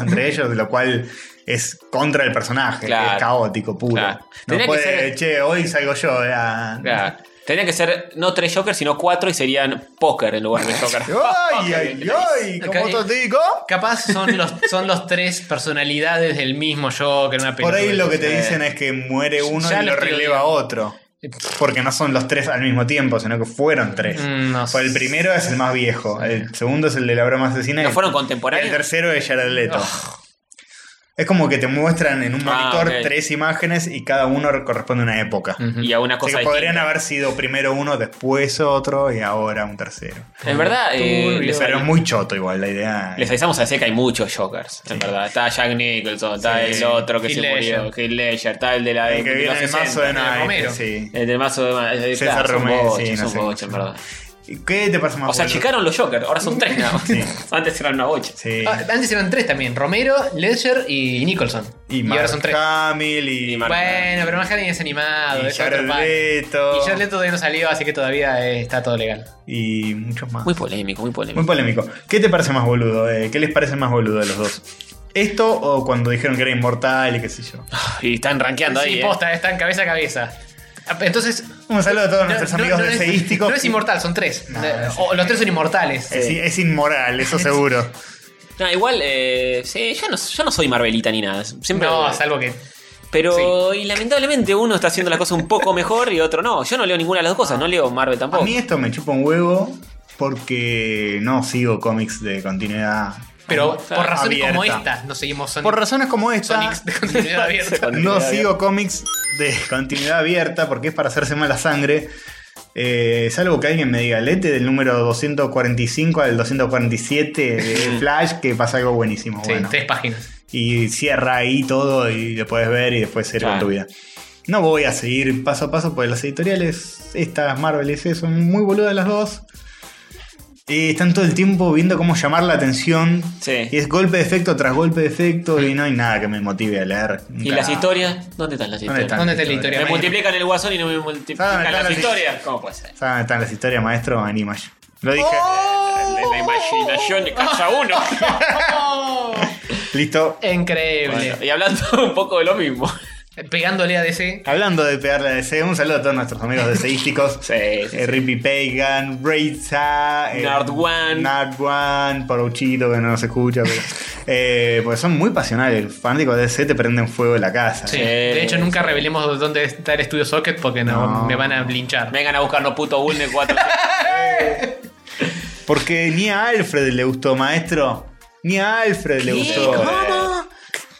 [SPEAKER 2] <laughs>
[SPEAKER 3] entre ellos, lo cual es contra el personaje,
[SPEAKER 2] Claro.
[SPEAKER 3] es caótico, puro.
[SPEAKER 2] Claro.
[SPEAKER 3] No
[SPEAKER 2] Tenía que
[SPEAKER 3] puede,
[SPEAKER 2] ser-
[SPEAKER 3] che, hoy salgo yo. ah".
[SPEAKER 2] Claro. Tendrían que ser no tres Jokers, sino cuatro y serían póker en
[SPEAKER 3] <laughs>
[SPEAKER 2] lugar de Joker. <laughs>
[SPEAKER 3] ¡Ay, ay, ay!
[SPEAKER 7] Ok.
[SPEAKER 3] ¿Cómo te digo?
[SPEAKER 7] Capaz son los, son los tres personalidades del mismo Joker. Una
[SPEAKER 3] Por ahí lo que te
[SPEAKER 7] pelotudez.
[SPEAKER 3] dicen es que muere uno
[SPEAKER 7] Ya
[SPEAKER 3] y
[SPEAKER 7] lo
[SPEAKER 3] lo
[SPEAKER 7] estoy
[SPEAKER 3] releva
[SPEAKER 7] odiando.
[SPEAKER 3] otro. Porque no son los tres al mismo tiempo, sino que fueron tres.
[SPEAKER 7] Mm, no
[SPEAKER 3] Pues el
[SPEAKER 7] sé.
[SPEAKER 3] primero es el más viejo, el segundo es el de la broma asesina.
[SPEAKER 2] ¿No
[SPEAKER 3] y-
[SPEAKER 2] fueron
[SPEAKER 3] y
[SPEAKER 2] contemporáneos?
[SPEAKER 3] El tercero es Jared Leto. Es como que te muestran en un
[SPEAKER 2] Ah,
[SPEAKER 3] monitor
[SPEAKER 2] ok.
[SPEAKER 3] tres imágenes y cada uno corresponde a una época.
[SPEAKER 7] Mm.
[SPEAKER 2] Y a una
[SPEAKER 3] Así
[SPEAKER 2] cosa
[SPEAKER 3] que podrían
[SPEAKER 2] distinta.
[SPEAKER 3] haber sido primero uno, después otro y ahora un tercero.
[SPEAKER 2] En verdad, eh, les,
[SPEAKER 3] Pero es muy choto igual la idea.
[SPEAKER 2] les avisamos a C que hay muchos Jokers, en verdad. Está Jack Nicholson, está
[SPEAKER 7] Sí.
[SPEAKER 2] el otro que
[SPEAKER 7] Heath
[SPEAKER 2] se
[SPEAKER 7] Ledger.
[SPEAKER 2] murió, Heath Ledger, está el de la...
[SPEAKER 3] El que
[SPEAKER 2] de
[SPEAKER 3] viene
[SPEAKER 2] los
[SPEAKER 3] el mazo de
[SPEAKER 2] 60.
[SPEAKER 7] de
[SPEAKER 3] naipes,
[SPEAKER 7] Romero.
[SPEAKER 3] sí.
[SPEAKER 2] El del mazo de... eh,
[SPEAKER 3] César
[SPEAKER 2] claro, son
[SPEAKER 3] Romero,
[SPEAKER 2] boches,
[SPEAKER 3] sí, no
[SPEAKER 2] son
[SPEAKER 3] sé.
[SPEAKER 2] boches, en verdad.
[SPEAKER 3] ¿Y ¿Qué te parece más
[SPEAKER 2] O sea,
[SPEAKER 3] boludo?
[SPEAKER 2] achicaron los Jokers, ahora son tres nada más.
[SPEAKER 3] Sí.
[SPEAKER 2] <laughs> Antes eran una bocha.
[SPEAKER 3] Sí.
[SPEAKER 7] Ah, antes eran tres también: Romero, Ledger y Nicholson.
[SPEAKER 3] y,
[SPEAKER 7] Y,
[SPEAKER 3] Mark
[SPEAKER 7] ahora son tres.
[SPEAKER 3] Hamill y,
[SPEAKER 2] Y Mark-
[SPEAKER 7] Bueno, pero más Harley es animado.
[SPEAKER 3] y
[SPEAKER 7] es
[SPEAKER 3] Jared
[SPEAKER 7] otro pan.
[SPEAKER 3] Leto.
[SPEAKER 7] Y Jared Leto todavía no salió, así que todavía eh, está todo legal.
[SPEAKER 3] y muchos más.
[SPEAKER 2] Muy polémico, muy polémico.
[SPEAKER 3] Muy polémico. ¿Qué te parece más boludo? eh? ¿Qué les parece más boludo a los dos? ¿Esto o cuando dijeron que era inmortal y qué sé yo?
[SPEAKER 2] Y están rankeando ahí.
[SPEAKER 7] sí,
[SPEAKER 2] eh.
[SPEAKER 7] posta, están cabeza a cabeza. Ah, Entonces.
[SPEAKER 3] Un saludo a todos
[SPEAKER 7] no-
[SPEAKER 3] nuestros
[SPEAKER 7] no-
[SPEAKER 3] amigos
[SPEAKER 7] no
[SPEAKER 3] de
[SPEAKER 7] es-
[SPEAKER 3] Seístico.
[SPEAKER 7] No es inmortal, son tres.
[SPEAKER 3] No,
[SPEAKER 7] Eh,
[SPEAKER 3] es- Eh,
[SPEAKER 7] o los tres son inmortales.
[SPEAKER 3] Es, es inmoral,
[SPEAKER 7] <laughs>
[SPEAKER 3] eso seguro.
[SPEAKER 2] No, igual, eh, sí, yo, no, yo no soy Marvelita ni nada. Siempre,
[SPEAKER 7] No, salvo que.
[SPEAKER 2] pero y lamentablemente uno está haciendo las cosas un poco mejor y otro no. Yo no leo ninguna de las dos cosas, no leo Marvel
[SPEAKER 3] A
[SPEAKER 2] tampoco.
[SPEAKER 3] mí esto me chupa un huevo porque no sigo cómics de continuidad.
[SPEAKER 7] Pero por razones como
[SPEAKER 3] abierta.
[SPEAKER 7] esta, no seguimos Sonic.
[SPEAKER 3] Por razones como esta,
[SPEAKER 7] Sonics de
[SPEAKER 3] <laughs>
[SPEAKER 7] continuidad abierta.
[SPEAKER 3] no sigo cómics de continuidad abierta porque es para hacerse mala sangre. Eh, salvo que alguien me diga, lete del número 245 al
[SPEAKER 7] <laughs>
[SPEAKER 3] 247 de Flash que pasa algo buenísimo.
[SPEAKER 7] Sí,
[SPEAKER 3] bueno.
[SPEAKER 7] tres páginas.
[SPEAKER 3] y cierra ahí todo y lo puedes ver y después ser con
[SPEAKER 2] Claro.
[SPEAKER 3] tu vida. No voy a seguir paso a paso porque las editoriales, estas Marvel y ese, son muy boludas las dos. Eh, están todo el tiempo viendo cómo llamar la atención.
[SPEAKER 2] Sí.
[SPEAKER 3] Y es golpe de efecto tras golpe de efecto y no hay nada que me motive a leer.
[SPEAKER 2] ¿Y
[SPEAKER 3] Nunca.
[SPEAKER 2] las historias? ¿Dónde están las historias?
[SPEAKER 3] ¿Dónde están?
[SPEAKER 7] ¿Dónde está la
[SPEAKER 3] las
[SPEAKER 7] historia?
[SPEAKER 2] Me
[SPEAKER 7] Mario?
[SPEAKER 2] multiplican el guasón y no me
[SPEAKER 3] Ah,
[SPEAKER 2] multiplican
[SPEAKER 3] están
[SPEAKER 2] las
[SPEAKER 3] las
[SPEAKER 2] historias. ¿Cómo puede ser?
[SPEAKER 3] ¿Saben dónde están las historias, maestro? En Image. Lo dije.
[SPEAKER 2] La, la imaginación de cada uno.
[SPEAKER 3] Listo.
[SPEAKER 7] Increíble.
[SPEAKER 2] Bueno, y hablando un poco de lo mismo.
[SPEAKER 7] Pegándole a DC.
[SPEAKER 3] Hablando de pegarle a DC, un saludo a todos nuestros amigos deseísticos.
[SPEAKER 2] Sí, sí,
[SPEAKER 3] Eh, Rippy Pagan, Reitza,
[SPEAKER 2] Nard One.
[SPEAKER 3] Nard One, Porouchito, que no nos escucha.
[SPEAKER 2] <laughs>
[SPEAKER 3] Pero, eh, porque son muy pasionales. Los fanáticos de DC te prenden fuego en la casa.
[SPEAKER 7] Sí.
[SPEAKER 2] Sí,
[SPEAKER 7] De hecho,
[SPEAKER 2] sí.
[SPEAKER 7] nunca revelemos dónde está el estudio Socket porque no,
[SPEAKER 3] No.
[SPEAKER 7] me van a linchar.
[SPEAKER 2] Vengan a buscarnos puto Bulne 4.
[SPEAKER 3] Porque ni a Alfred le gustó, maestro. Ni a Alfred le gustó.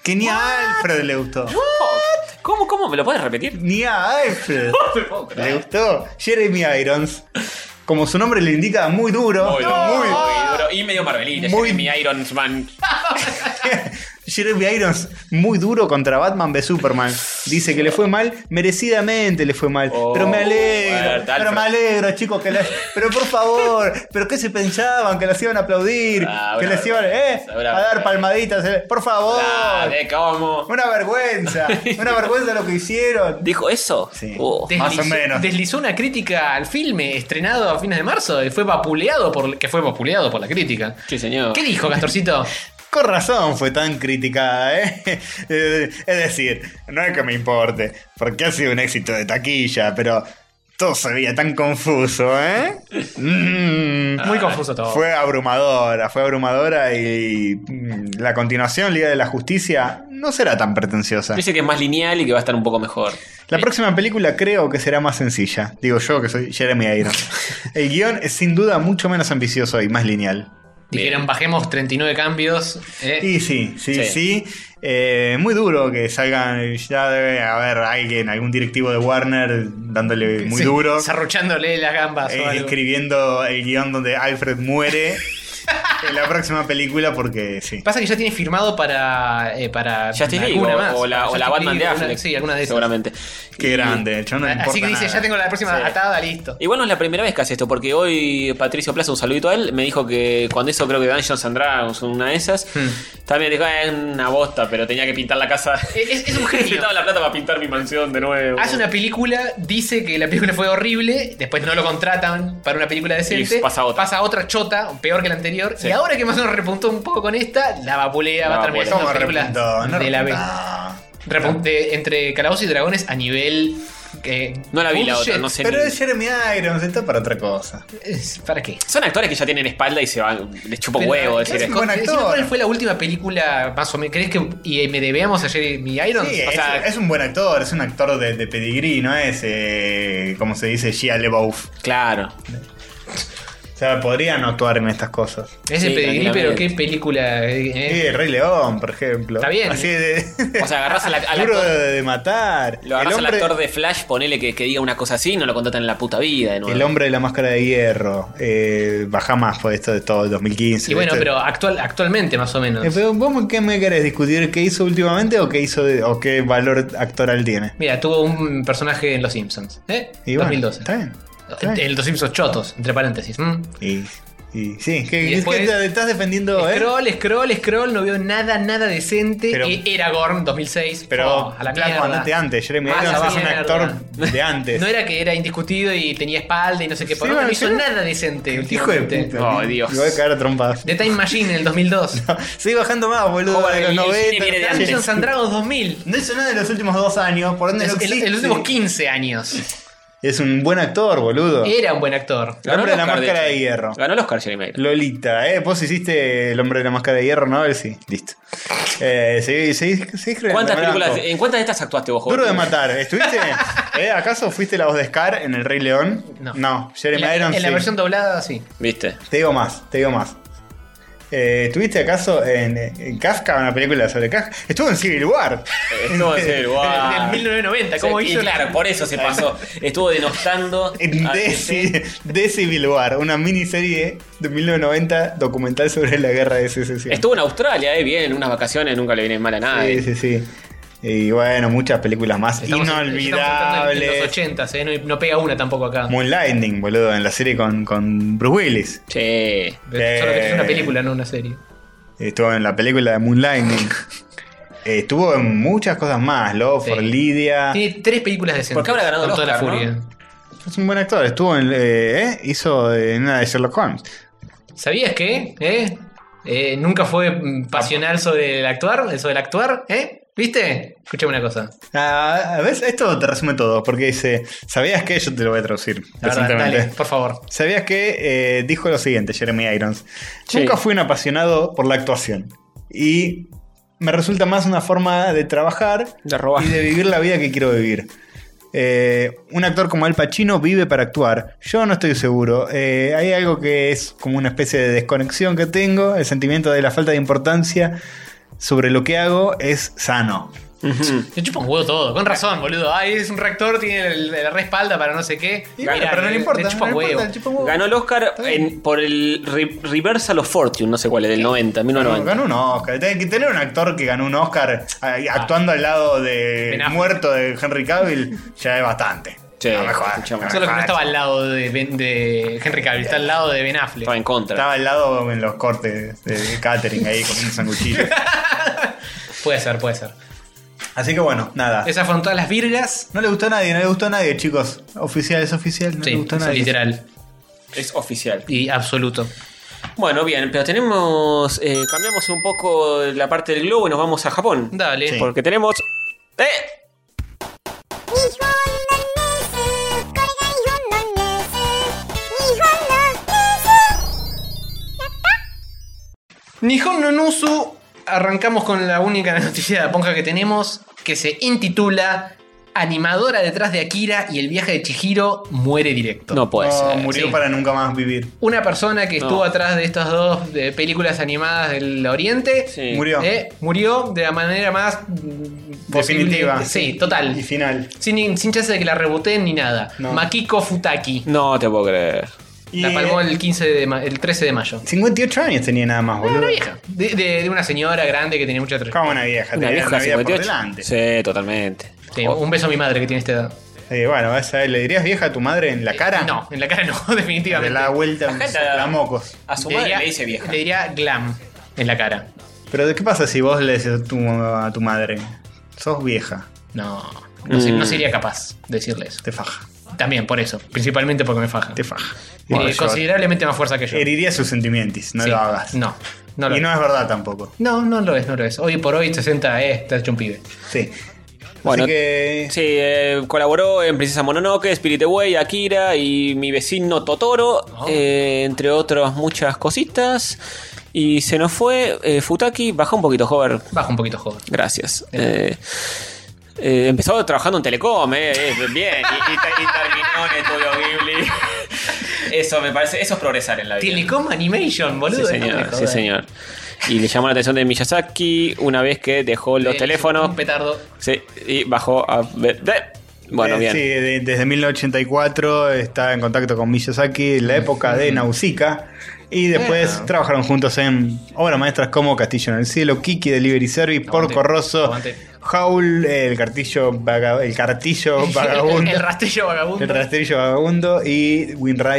[SPEAKER 3] Que ni a Alfred le gustó.
[SPEAKER 2] ¿Cómo, ¿Cómo? ¿Me lo puedes repetir?
[SPEAKER 3] Ni a Alfred.
[SPEAKER 2] No te puedo creer.
[SPEAKER 3] ¿Le gustó? Jeremy Irons. Como su nombre le indica, muy duro.
[SPEAKER 2] Muy, duro, muy duro. Y medio Marvelita. Muy...
[SPEAKER 3] Muy-
[SPEAKER 2] mi Iron Man.
[SPEAKER 3] <laughs> Jeremy Irons, muy duro contra Batman v Superman. Dice que le fue mal, merecidamente le fue mal.
[SPEAKER 2] Oh,
[SPEAKER 3] pero me alegro,
[SPEAKER 2] bueno, tal-
[SPEAKER 3] pero me alegro, chicos. Que las- pero por favor, ¿pero qué se pensaban? Que las iban a aplaudir,
[SPEAKER 2] Ah,
[SPEAKER 3] que
[SPEAKER 2] una
[SPEAKER 3] les iban eh,
[SPEAKER 2] vergüenza, una
[SPEAKER 3] a dar
[SPEAKER 2] vergüenza.
[SPEAKER 3] palmaditas. eh, Por
[SPEAKER 2] Oh.
[SPEAKER 3] favor,
[SPEAKER 2] Dale, ¿cómo?
[SPEAKER 3] una
[SPEAKER 2] <laughs>
[SPEAKER 3] vergüenza, una vergüenza lo que hicieron.
[SPEAKER 2] ¿Dijo eso?
[SPEAKER 3] Sí.
[SPEAKER 2] Oh.
[SPEAKER 7] Desliz-
[SPEAKER 3] Más o menos.
[SPEAKER 7] Deslizó una crítica al filme estrenado a fines de marzo y fue vapuleado por, que fue vapuleado por la crítica.
[SPEAKER 2] Sí, señor.
[SPEAKER 7] ¿Qué dijo
[SPEAKER 3] <laughs>
[SPEAKER 7] Castorcito?
[SPEAKER 3] Con razón fue tan criticada, ¿eh? <laughs> Eh, Es decir, no es que me importe, porque ha sido un éxito de taquilla, pero todo se veía tan confuso, ¿eh? Mm.
[SPEAKER 7] Muy confuso todo.
[SPEAKER 3] Fue abrumadora, fue abrumadora y mm, la continuación, Liga de la Justicia, no será tan pretenciosa.
[SPEAKER 2] Dice que es más lineal y que va a estar un poco mejor.
[SPEAKER 3] La próxima película creo que será más sencilla. Digo yo que soy Jeremy Irons. El guión es sin duda mucho menos ambicioso y más lineal.
[SPEAKER 7] Dijeron, bajemos 39 cambios. eh,
[SPEAKER 3] Y sí, sí, sí.
[SPEAKER 2] Sí.
[SPEAKER 3] Eh, muy duro que salgan. Ya debe haber alguien, algún directivo de Warner dándole muy
[SPEAKER 4] Sí,
[SPEAKER 3] duro.
[SPEAKER 4] Zarruchándole las gambas. o
[SPEAKER 3] eh,
[SPEAKER 4] algo.
[SPEAKER 3] escribiendo el guión donde Alfred
[SPEAKER 4] <laughs>
[SPEAKER 3] muere en la próxima película porque sí.
[SPEAKER 4] Pasa que ya tiene firmado para. eh, para
[SPEAKER 2] Justice League
[SPEAKER 4] alguna
[SPEAKER 2] o,
[SPEAKER 4] más.
[SPEAKER 2] o la,
[SPEAKER 4] Para
[SPEAKER 2] o la
[SPEAKER 4] Justice
[SPEAKER 2] Batman de
[SPEAKER 4] League, alguna-
[SPEAKER 2] Affleck.
[SPEAKER 4] Sí, alguna de esas.
[SPEAKER 2] Seguramente.
[SPEAKER 3] Qué grande, el no le importa
[SPEAKER 4] Así que dice,
[SPEAKER 3] nada.
[SPEAKER 4] ya tengo la próxima
[SPEAKER 2] Sí.
[SPEAKER 4] atada, listo.
[SPEAKER 2] Igual no es la primera vez que hace esto, porque hoy Patricio Plaza, un saludito a él, me dijo que cuando hizo creo que Dungeons and Dragons, una de esas,
[SPEAKER 3] Hmm.
[SPEAKER 2] también dijo, "Ah, es una bosta, pero tenía que pintar la casa.
[SPEAKER 4] Es,
[SPEAKER 2] <laughs>
[SPEAKER 4] es un genio.
[SPEAKER 2] Necesitaba la plata para pintar mi mansión de nuevo.
[SPEAKER 4] Hace una película, dice que la película fue horrible, después no lo contratan para una película decente.
[SPEAKER 2] Y pasa otra.
[SPEAKER 4] chota, peor que la anterior.
[SPEAKER 2] Sí.
[SPEAKER 4] Y ahora que más o menos repuntó un poco con esta, la vapulea,
[SPEAKER 2] La
[SPEAKER 4] va a
[SPEAKER 2] vapulea.
[SPEAKER 4] terminar siendo
[SPEAKER 3] ¿Cómo
[SPEAKER 4] películas
[SPEAKER 3] repuntó? No
[SPEAKER 4] de la B.
[SPEAKER 3] repuntó.
[SPEAKER 4] Repunte entre calabozos y dragones a nivel. eh, que
[SPEAKER 2] No la vi la
[SPEAKER 4] bullshit.
[SPEAKER 2] otra, no sé.
[SPEAKER 3] Pero
[SPEAKER 2] ni-
[SPEAKER 3] es Jeremy Irons, está para otra cosa.
[SPEAKER 4] Es- ¿Para qué?
[SPEAKER 2] Son actores que ya tienen espalda y se van, les chupo
[SPEAKER 4] Pero,
[SPEAKER 2] huevo.
[SPEAKER 4] ¿qué hace
[SPEAKER 2] Decir,
[SPEAKER 3] es buen
[SPEAKER 4] con-
[SPEAKER 3] actor.
[SPEAKER 4] decime, ¿Cuál fue la última película más o menos? ¿Crees que y eh, me debíamos a Jeremy Irons?
[SPEAKER 3] Sí,
[SPEAKER 4] o
[SPEAKER 3] es,
[SPEAKER 4] sea,
[SPEAKER 3] es un buen actor, es un actor de, de pedigrí, no es eh, como se dice Gia LeBouf.
[SPEAKER 2] claro.
[SPEAKER 3] O sea, podrían actuar en estas cosas.
[SPEAKER 4] es el
[SPEAKER 2] sí,
[SPEAKER 4] pedigrí, pero
[SPEAKER 2] tranquilamente.
[SPEAKER 4] qué película. eh,
[SPEAKER 3] Sí, Rey León, por ejemplo.
[SPEAKER 4] Está bien.
[SPEAKER 3] Así de.
[SPEAKER 2] O sea, agarrás a la- al
[SPEAKER 3] duro
[SPEAKER 2] actor-
[SPEAKER 3] de, de matar.
[SPEAKER 2] Lo
[SPEAKER 3] el
[SPEAKER 2] agarras
[SPEAKER 3] hombre,
[SPEAKER 2] al actor de Flash, ponele que, que diga una cosa así y no lo contratan en la puta vida. de nuevo.
[SPEAKER 3] El hombre de la máscara de hierro. Eh, baja más por esto de todo el 2015.
[SPEAKER 4] Y bueno,
[SPEAKER 3] ¿viste?
[SPEAKER 4] pero actual, actualmente más o menos.
[SPEAKER 3] Eh, pero vos qué me querés discutir qué hizo últimamente o qué hizo de- o qué valor actoral tiene.
[SPEAKER 4] Mira, tuvo un personaje en Los Simpsons. ¿Eh?
[SPEAKER 3] Y bueno,
[SPEAKER 4] 2012.
[SPEAKER 3] Está bien. está
[SPEAKER 4] En-
[SPEAKER 3] bien.
[SPEAKER 4] en Los Simpsons chotos, entre paréntesis. Mm.
[SPEAKER 3] Y, y sí,
[SPEAKER 4] Y
[SPEAKER 3] que, es
[SPEAKER 4] después-
[SPEAKER 3] que te estás defendiendo, ¿eh?
[SPEAKER 4] Scroll, scroll, scroll, no veo nada, nada decente.
[SPEAKER 3] Pero-
[SPEAKER 4] Eh, era Gorn 2006.
[SPEAKER 3] Pero
[SPEAKER 4] Oh, a la
[SPEAKER 3] Plato,
[SPEAKER 4] mierda.
[SPEAKER 3] andate antes. Jeremy
[SPEAKER 4] Más
[SPEAKER 3] Irons
[SPEAKER 4] a la
[SPEAKER 3] es un
[SPEAKER 4] mierda.
[SPEAKER 3] actor de antes.
[SPEAKER 4] No era que era indiscutido y tenía espalda y no sé qué. Por
[SPEAKER 3] Sí,
[SPEAKER 4] lo menos no
[SPEAKER 3] sí.
[SPEAKER 4] hizo nada decente.
[SPEAKER 3] Hijo de
[SPEAKER 4] últimamente.
[SPEAKER 3] puta.
[SPEAKER 2] Ay, Dios.
[SPEAKER 3] Me voy a caer a trompadas.
[SPEAKER 4] The Time Machine en el 2002.
[SPEAKER 3] <laughs> Sigue bajando más, boludo.
[SPEAKER 2] Joder, el
[SPEAKER 3] de los
[SPEAKER 2] cine
[SPEAKER 3] 90.
[SPEAKER 2] viene de antes.
[SPEAKER 4] Dungeons and Dragons 2000.
[SPEAKER 3] No hizo nada en los últimos dos años. Por donde
[SPEAKER 4] Es-
[SPEAKER 3] no
[SPEAKER 4] el,
[SPEAKER 3] existe.
[SPEAKER 4] el último 15 años.
[SPEAKER 3] Es un buen actor, boludo.
[SPEAKER 4] Era un buen actor.
[SPEAKER 3] El hombre de la
[SPEAKER 2] Ganó el
[SPEAKER 3] máscara de,
[SPEAKER 2] hecho.
[SPEAKER 3] hierro.
[SPEAKER 2] Ganó el Oscar Jeremy Irons.
[SPEAKER 3] Lolita, ¿eh? Vos hiciste el hombre de la máscara de hierro, ¿no? Él sí. Listo. Eh, seguí, seguí, seguí creando,
[SPEAKER 2] ¿Cuántas
[SPEAKER 3] me banco.
[SPEAKER 2] películas, ¿En cuántas de estas actuaste vos,
[SPEAKER 3] Duro de
[SPEAKER 2] Jorge? <laughs>
[SPEAKER 3] matar. ¿Estuviste? ¿Eh? ¿Acaso fuiste la voz de Scar en El Rey León?
[SPEAKER 4] No.
[SPEAKER 3] Jeremy
[SPEAKER 4] en la,
[SPEAKER 3] Irons.
[SPEAKER 4] en la
[SPEAKER 3] sí.
[SPEAKER 4] versión doblada, sí.
[SPEAKER 2] ¿Viste?
[SPEAKER 3] Te digo más, te digo más. Eh, ¿Estuviste acaso en, en Kafka, una película sobre Kafka? Estuvo en
[SPEAKER 2] <laughs>
[SPEAKER 3] Civil War.
[SPEAKER 2] Estuvo en
[SPEAKER 3] <laughs>
[SPEAKER 2] serio, guau.
[SPEAKER 3] Ah.
[SPEAKER 4] Del 1990, ¿cómo
[SPEAKER 2] Sí, y
[SPEAKER 4] hizo?
[SPEAKER 2] Claro, por eso se pasó. Estuvo denostando.
[SPEAKER 3] <laughs> En
[SPEAKER 2] a-
[SPEAKER 3] The, Ci- The Civil War, una miniserie de 1990 documental sobre la guerra de secesión.
[SPEAKER 2] Estuvo en Australia, eh, bien, unas vacaciones, nunca le vienen mal a nadie.
[SPEAKER 3] Sí, sí, sí. Y bueno, muchas películas más
[SPEAKER 4] Estamos- estamos en- En los
[SPEAKER 3] inolvidables.
[SPEAKER 4] 80, ¿eh? no, no pega una tampoco acá.
[SPEAKER 3] Moonlighting, boludo, en la serie con, con Bruce Willis.
[SPEAKER 2] Che.
[SPEAKER 4] Pero Solo que es
[SPEAKER 3] Eh.
[SPEAKER 4] una película, no una serie.
[SPEAKER 3] Estuvo en la película de
[SPEAKER 4] <laughs>
[SPEAKER 3] Moonlighting. Eh, Estuvo en muchas cosas más. Love
[SPEAKER 4] Sí.
[SPEAKER 3] for Lydia.
[SPEAKER 4] Tiene tres películas decentes.
[SPEAKER 2] ¿Por qué Ah. habrá ganado
[SPEAKER 4] Con
[SPEAKER 2] el
[SPEAKER 4] toda la
[SPEAKER 2] Oscar,
[SPEAKER 4] furia.
[SPEAKER 3] Es un buen actor. Estuvo en. eh, ¿eh? Hizo eh, en una de Sherlock Holmes.
[SPEAKER 4] ¿Sabías que? ¿Eh? Eh, ¿Nunca fue mm, pasional sobre el actuar? ¿Sobre el actuar? ¿Eh? ¿Viste? Escuchame una cosa.
[SPEAKER 3] Ah, ¿Ves? Esto te resume todo. Porque dice. ¿Sabías qué? Yo te lo voy a traducir.
[SPEAKER 4] La verdad,
[SPEAKER 3] decentemente.
[SPEAKER 4] dale, por favor.
[SPEAKER 3] ¿Sabías que eh, dijo lo siguiente Jeremy Irons?
[SPEAKER 2] Sí.
[SPEAKER 3] Nunca fui un apasionado por la actuación. Y me resulta más una forma de trabajar
[SPEAKER 2] De robar.
[SPEAKER 3] y de vivir la vida que quiero vivir. Eh, un actor como Al Pacino vive para actuar. Yo no estoy seguro. Eh, hay algo que es como una especie de desconexión que tengo. El sentimiento de la falta de importancia sobre lo que hago es sano.
[SPEAKER 2] Ujú.
[SPEAKER 4] Yo chupo un huevo todo, con razón, boludo. Ay, es un reactor, tiene el- la respalda para no sé qué.
[SPEAKER 3] Bueno,
[SPEAKER 4] Mira,
[SPEAKER 3] pero no le importa.
[SPEAKER 4] eh, Le chupa
[SPEAKER 3] no le
[SPEAKER 4] huevo.
[SPEAKER 3] importa, le chupa huevo.
[SPEAKER 2] Ganó el Oscar en- por el Re- Reversal of Fortune, no sé cuál, es, del 90,
[SPEAKER 3] Ganó,
[SPEAKER 2] 1990.
[SPEAKER 3] ganó un Oscar. Tiene que tener un actor que ganó un Oscar ah, actuando al lado de
[SPEAKER 4] Ben Affleck.
[SPEAKER 3] muerto de Henry Cavill ya es bastante.
[SPEAKER 2] Sí,
[SPEAKER 3] No me jodas,
[SPEAKER 2] escuchamos.
[SPEAKER 3] no me
[SPEAKER 4] Solo que no
[SPEAKER 3] jodas.
[SPEAKER 4] estaba al lado de, Ben- de Henry Cavill, está al lado de Ben Affleck.
[SPEAKER 2] Estaba en contra.
[SPEAKER 3] Estaba al lado en los cortes de catering ahí con un sanguchillo.
[SPEAKER 4] Puede ser, puede ser.
[SPEAKER 3] <laughs> Así que bueno, nada.
[SPEAKER 4] Esas fueron todas las virgas.
[SPEAKER 3] No le gustó a nadie, no le gustó a nadie, chicos. Oficial es oficial, no
[SPEAKER 4] Sí,
[SPEAKER 3] le gustó a
[SPEAKER 4] es
[SPEAKER 3] nadie.
[SPEAKER 4] literal
[SPEAKER 2] Es oficial.
[SPEAKER 4] y absoluto.
[SPEAKER 2] Bueno, bien, pero tenemos. eh, cambiamos un poco la parte del globo y nos vamos a Japón.
[SPEAKER 4] Dale.
[SPEAKER 3] Sí.
[SPEAKER 2] Porque tenemos. ¡Eh!
[SPEAKER 4] Nihon no <laughs> Nusu, arrancamos con la única noticia de Ponja que tenemos, que se intitula animadora detrás de Akira y el viaje de Chihiro muere directo.
[SPEAKER 2] No puede
[SPEAKER 3] No, Ah, murió
[SPEAKER 4] Pues, eh, Sí.
[SPEAKER 3] para nunca más vivir.
[SPEAKER 4] Una persona que
[SPEAKER 3] No.
[SPEAKER 4] estuvo atrás de estas dos eh, películas animadas del Oriente
[SPEAKER 3] Murió.
[SPEAKER 4] eh, murió de la manera más posible.
[SPEAKER 3] Definitiva.
[SPEAKER 4] eh, Sí, total.
[SPEAKER 3] Y final.
[SPEAKER 4] Sin, sin chance de que la reboteen ni nada. Makiko Futaki.
[SPEAKER 2] No te puedo creer.
[SPEAKER 4] La palmó
[SPEAKER 3] eh,
[SPEAKER 4] el, 15 de ma- el 13 de mayo.
[SPEAKER 3] 58 años tenía nada más, boludo.
[SPEAKER 4] Una vieja. De, de- de una señora grande que tenía mucha trayectoria.
[SPEAKER 3] Como una vieja.
[SPEAKER 2] Una
[SPEAKER 3] tenía
[SPEAKER 2] vieja
[SPEAKER 3] una vida por
[SPEAKER 2] 58.
[SPEAKER 3] delante.
[SPEAKER 2] Sí, totalmente.
[SPEAKER 4] Sí, un beso a mi madre que tiene esta edad.
[SPEAKER 3] Eh, bueno, vas a ver, ¿le dirías vieja a tu madre en la cara?
[SPEAKER 4] Eh, No, en la cara no, <laughs>
[SPEAKER 3] Le
[SPEAKER 4] definitivamente.
[SPEAKER 3] da vuelta
[SPEAKER 4] <laughs>
[SPEAKER 3] un
[SPEAKER 2] gente-
[SPEAKER 3] soplamocos.
[SPEAKER 2] A su
[SPEAKER 4] Le
[SPEAKER 2] madre
[SPEAKER 4] diría-
[SPEAKER 2] le dice vieja.
[SPEAKER 4] Le diría glam en la cara.
[SPEAKER 3] Pero ¿de ¿qué pasa si vos le dices a tu, a tu madre? Sos vieja.
[SPEAKER 4] No, no, se-
[SPEAKER 2] Mm.
[SPEAKER 4] no sería capaz de decirle eso.
[SPEAKER 3] Te faja.
[SPEAKER 4] También por eso, principalmente porque me faja.
[SPEAKER 3] Te faja.
[SPEAKER 4] Tiene
[SPEAKER 3] Bueno, yo-
[SPEAKER 4] considerablemente más fuerza que yo.
[SPEAKER 3] Heriría sus sentimientos, no
[SPEAKER 4] Sí.
[SPEAKER 3] lo hagas.
[SPEAKER 4] No, no lo
[SPEAKER 3] y
[SPEAKER 4] es.
[SPEAKER 3] no es verdad tampoco.
[SPEAKER 4] No, no lo es, no lo es. Hoy por hoy 60 es, está hecho un pibe.
[SPEAKER 3] Sí.
[SPEAKER 2] Bueno,
[SPEAKER 3] Así que.
[SPEAKER 2] Sí, eh, colaboró en Princesa Mononoke, Spirit Away, Akira y mi vecino Totoro,
[SPEAKER 3] Ah.
[SPEAKER 2] eh, entre otras muchas cositas. Y se nos fue eh, Futaki, baja un poquito, Hover.
[SPEAKER 4] Baja un poquito joven.
[SPEAKER 2] Gracias. Eh, eh, empezó trabajando en Telecom, eh, eh, bien, y, y te- y terminó en Estudio Ghibli. <laughs> Eso me parece, eso es progresar en la vida.
[SPEAKER 4] Telecom Animation, boludo.
[SPEAKER 2] sí,
[SPEAKER 4] déjame
[SPEAKER 2] señor, sí,
[SPEAKER 4] joder.
[SPEAKER 2] señor. Y le llamó la atención de Miyazaki una vez que dejó los
[SPEAKER 4] Le-
[SPEAKER 2] teléfonos.
[SPEAKER 4] Un petardo.
[SPEAKER 2] Sí, y bajó a. de- Bueno,
[SPEAKER 3] Eh,
[SPEAKER 2] bien.
[SPEAKER 3] Sí, de- desde 1984 está en contacto con Miyazaki en la época de Nausicaa. Y después trabajaron juntos en obras maestras como Castillo en el Cielo, Kiki Delivery Service, Porco Rosso,
[SPEAKER 4] aguante.
[SPEAKER 3] Howl, eh, el cartillo, vaga- el cartillo
[SPEAKER 4] <laughs> El,
[SPEAKER 3] vagabundo,
[SPEAKER 4] el rastrillo vagabundo.
[SPEAKER 3] el rastrillo vagabundo y Wind
[SPEAKER 4] El pedo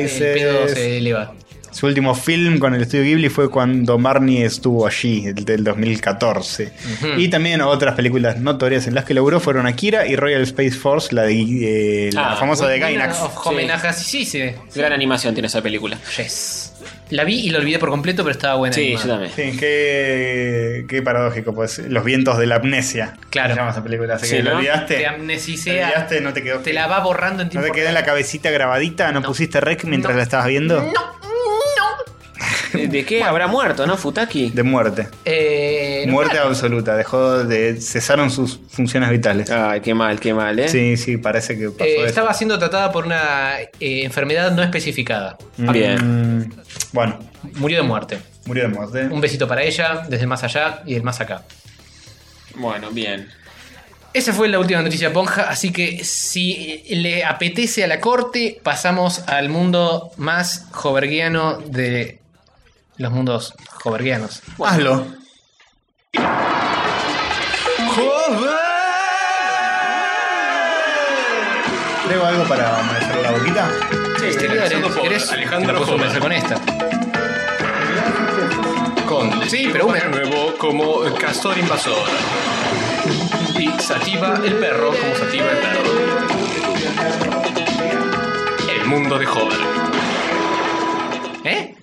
[SPEAKER 3] Rises.
[SPEAKER 4] se eleva.
[SPEAKER 3] Su último film con el estudio Ghibli fue cuando Marnie estuvo allí, el del 2014. Y también otras películas notorias en las que logró fueron Akira y Royal Space Force, la, de, eh, la
[SPEAKER 2] Ah,
[SPEAKER 3] famosa de
[SPEAKER 4] Una
[SPEAKER 3] Gainax.
[SPEAKER 4] of-
[SPEAKER 2] Sí.
[SPEAKER 4] Homenaje, sí, sí, sí.
[SPEAKER 2] Gran animación tiene esa película.
[SPEAKER 4] Yes. La vi y la olvidé por completo, pero estaba buena.
[SPEAKER 2] Sí,
[SPEAKER 4] animada.
[SPEAKER 2] yo también.
[SPEAKER 3] Sí, qué, qué paradójico, pues. Los vientos de la amnesia.
[SPEAKER 4] Claro.
[SPEAKER 3] Se llama esa película. Así
[SPEAKER 2] Sí,
[SPEAKER 3] que
[SPEAKER 2] ¿no?
[SPEAKER 3] ¿lo olvidaste.
[SPEAKER 4] Te
[SPEAKER 3] ¿Lo
[SPEAKER 4] amnesicea.
[SPEAKER 3] olvidaste, no te quedó.
[SPEAKER 4] Te la va borrando en
[SPEAKER 3] ¿No
[SPEAKER 4] tiempo.
[SPEAKER 3] te quedó en la cabecita grabadita? ¿No, pusiste rec mientras
[SPEAKER 4] No.
[SPEAKER 3] la estabas viendo?
[SPEAKER 2] ¿De de qué habrá muerto, no, Futaki?
[SPEAKER 3] De muerte.
[SPEAKER 4] Eh, no,
[SPEAKER 3] muerte
[SPEAKER 4] claro.
[SPEAKER 3] absoluta. Dejó de. cesaron sus funciones vitales.
[SPEAKER 2] Ay, qué mal, qué mal, ¿eh?
[SPEAKER 3] Sí, sí, parece que pasó
[SPEAKER 4] Eh,
[SPEAKER 3] eso.
[SPEAKER 4] estaba siendo tratada por una eh, enfermedad no especificada.
[SPEAKER 2] Bien.
[SPEAKER 3] Mm, bueno,
[SPEAKER 4] Murió de muerte.
[SPEAKER 3] murió de muerte.
[SPEAKER 4] Un besito para ella, desde el más allá y el más acá.
[SPEAKER 2] Bueno, bien.
[SPEAKER 4] Esa fue la última noticia Ponja, así que si le apetece a la corte, pasamos al mundo más joverguiano de los mundos joverguianos.
[SPEAKER 3] Hazlo. ¡Joder! ¿Tengo algo para maestrar la boquita?
[SPEAKER 4] Este,
[SPEAKER 13] empezando
[SPEAKER 4] si
[SPEAKER 13] por
[SPEAKER 4] querés,
[SPEAKER 13] Alejandro
[SPEAKER 4] lo puedo
[SPEAKER 13] Jover.
[SPEAKER 4] comenzar con esta. Con sí, pero
[SPEAKER 13] De
[SPEAKER 4] una.
[SPEAKER 13] nuevo como Castor Invasor.
[SPEAKER 4] Y Sativa el perro, como Sativa el perro.
[SPEAKER 13] El mundo de Hover.
[SPEAKER 4] ¿Eh?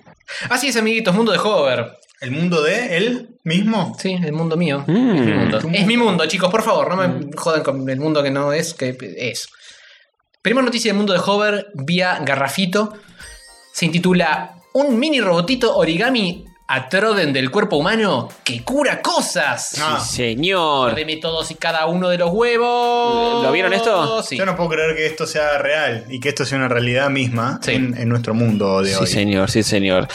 [SPEAKER 4] Así es, amiguitos, mundo de Hover.
[SPEAKER 3] ¿El mundo de él mismo?
[SPEAKER 4] Sí, el mundo mío.
[SPEAKER 2] Mm.
[SPEAKER 4] Es mi mundo.
[SPEAKER 3] Tu
[SPEAKER 4] Es mi mundo, chicos, por favor, no me jodan con el mundo que no es, que es. Primera noticia del mundo de Hover vía Garrafito. Se intitula Un mini robotito origami atroden del cuerpo humano que cura cosas.
[SPEAKER 3] Ah,
[SPEAKER 2] Señor.
[SPEAKER 4] Deme todos y cada uno de los huevos.
[SPEAKER 2] ¿Lo vieron esto?
[SPEAKER 4] Sí.
[SPEAKER 3] Yo no puedo creer que esto sea real y que esto sea una realidad misma
[SPEAKER 4] Sí.
[SPEAKER 3] en, en nuestro mundo de
[SPEAKER 2] Sí,
[SPEAKER 3] hoy.
[SPEAKER 2] señor, sí, señor.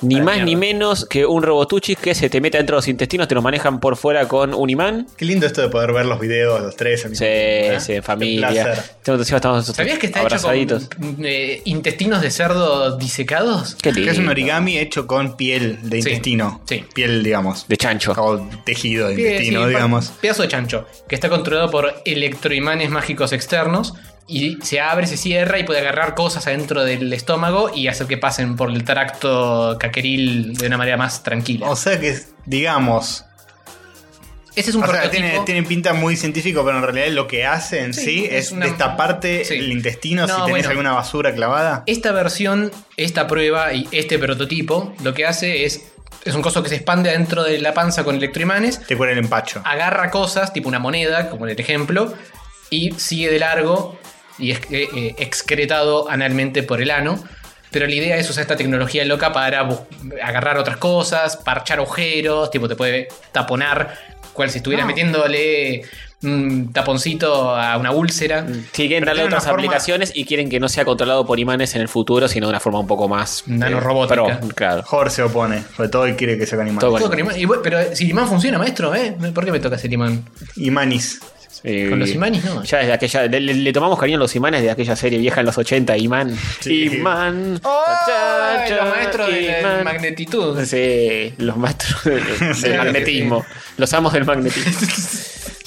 [SPEAKER 2] Ni
[SPEAKER 4] la
[SPEAKER 2] más
[SPEAKER 4] mierda.
[SPEAKER 2] ni menos que un robotuchis que se te mete dentro de los intestinos, te los manejan por fuera con un imán.
[SPEAKER 3] Qué lindo esto de poder ver los videos, los tres. al
[SPEAKER 2] Sí,
[SPEAKER 3] mismo tiempo, ¿eh?
[SPEAKER 2] sí, en
[SPEAKER 3] Qué
[SPEAKER 2] familia.
[SPEAKER 3] placer.
[SPEAKER 2] Estamos, encima estamos
[SPEAKER 4] ¿Sabías que está
[SPEAKER 2] abrazaditos.
[SPEAKER 4] hecho con eh, intestinos de cerdo disecados?
[SPEAKER 2] Qué
[SPEAKER 3] Que
[SPEAKER 2] lindo.
[SPEAKER 3] es un origami hecho con piel de
[SPEAKER 4] Sí,
[SPEAKER 3] intestino.
[SPEAKER 4] sí.
[SPEAKER 3] Piel, digamos.
[SPEAKER 2] De chancho.
[SPEAKER 3] O tejido de
[SPEAKER 4] Sí,
[SPEAKER 3] intestino,
[SPEAKER 4] sí,
[SPEAKER 3] digamos.
[SPEAKER 4] Pedazo de chancho, que está controlado por electroimanes mágicos externos y se abre, se cierra y puede agarrar cosas adentro del estómago y hacer que pasen por el tracto caqueril de una manera más tranquila.
[SPEAKER 3] O sea que, digamos.
[SPEAKER 4] Ese es un
[SPEAKER 3] o sea,
[SPEAKER 4] prototipo.
[SPEAKER 3] tiene, tiene pinta muy científico, pero en realidad lo que hace en sí,
[SPEAKER 4] es
[SPEAKER 3] es,
[SPEAKER 4] una-
[SPEAKER 3] destaparte
[SPEAKER 4] Sí.
[SPEAKER 3] el intestino si
[SPEAKER 4] No,
[SPEAKER 3] tenés
[SPEAKER 4] bueno.
[SPEAKER 3] alguna basura clavada.
[SPEAKER 4] Esta versión, esta prueba y este prototipo lo que hace es es un coso que se expande adentro de la panza con electroimanes
[SPEAKER 3] Te cura el empacho.
[SPEAKER 4] agarra cosas, tipo una moneda, como en el ejemplo, y sigue de largo y es eh, excretado analmente por el ano. Pero la idea es usar esta tecnología loca para bu- agarrar otras cosas, parchar agujeros, tipo te puede taponar, cual si estuvieras metiéndole un taponcito a una úlcera.
[SPEAKER 2] Sí, quieren darle
[SPEAKER 4] tiene
[SPEAKER 2] otras
[SPEAKER 4] una forma-
[SPEAKER 2] aplicaciones y quieren que no sea controlado por imanes en el futuro, sino de una forma un poco más. eh,
[SPEAKER 4] Nanorobótica.
[SPEAKER 2] pro, claro.
[SPEAKER 3] Jorge se opone, sobre todo él quiere que se hagan
[SPEAKER 2] Todo
[SPEAKER 3] imanes.
[SPEAKER 2] con
[SPEAKER 4] Todo con imán. Y bueno, pero si el imán funciona, maestro, ¿eh? ¿Por qué me toca hacer imán?
[SPEAKER 3] Imanis.
[SPEAKER 2] Sí.
[SPEAKER 4] Con los imanes, no.
[SPEAKER 2] Eh, Ya desde aquella. Le, le- le tomamos cariño a los imanes de aquella serie vieja en los 80, Imán.
[SPEAKER 3] Sí.
[SPEAKER 2] Imán.
[SPEAKER 4] Ay, los maestros de la
[SPEAKER 2] Imán.
[SPEAKER 4] magnetitud.
[SPEAKER 2] Sí, los maestros
[SPEAKER 3] <laughs>
[SPEAKER 2] del, del
[SPEAKER 3] Sí.
[SPEAKER 2] magnetismo. Los amos del
[SPEAKER 3] <laughs>
[SPEAKER 2] magnetismo.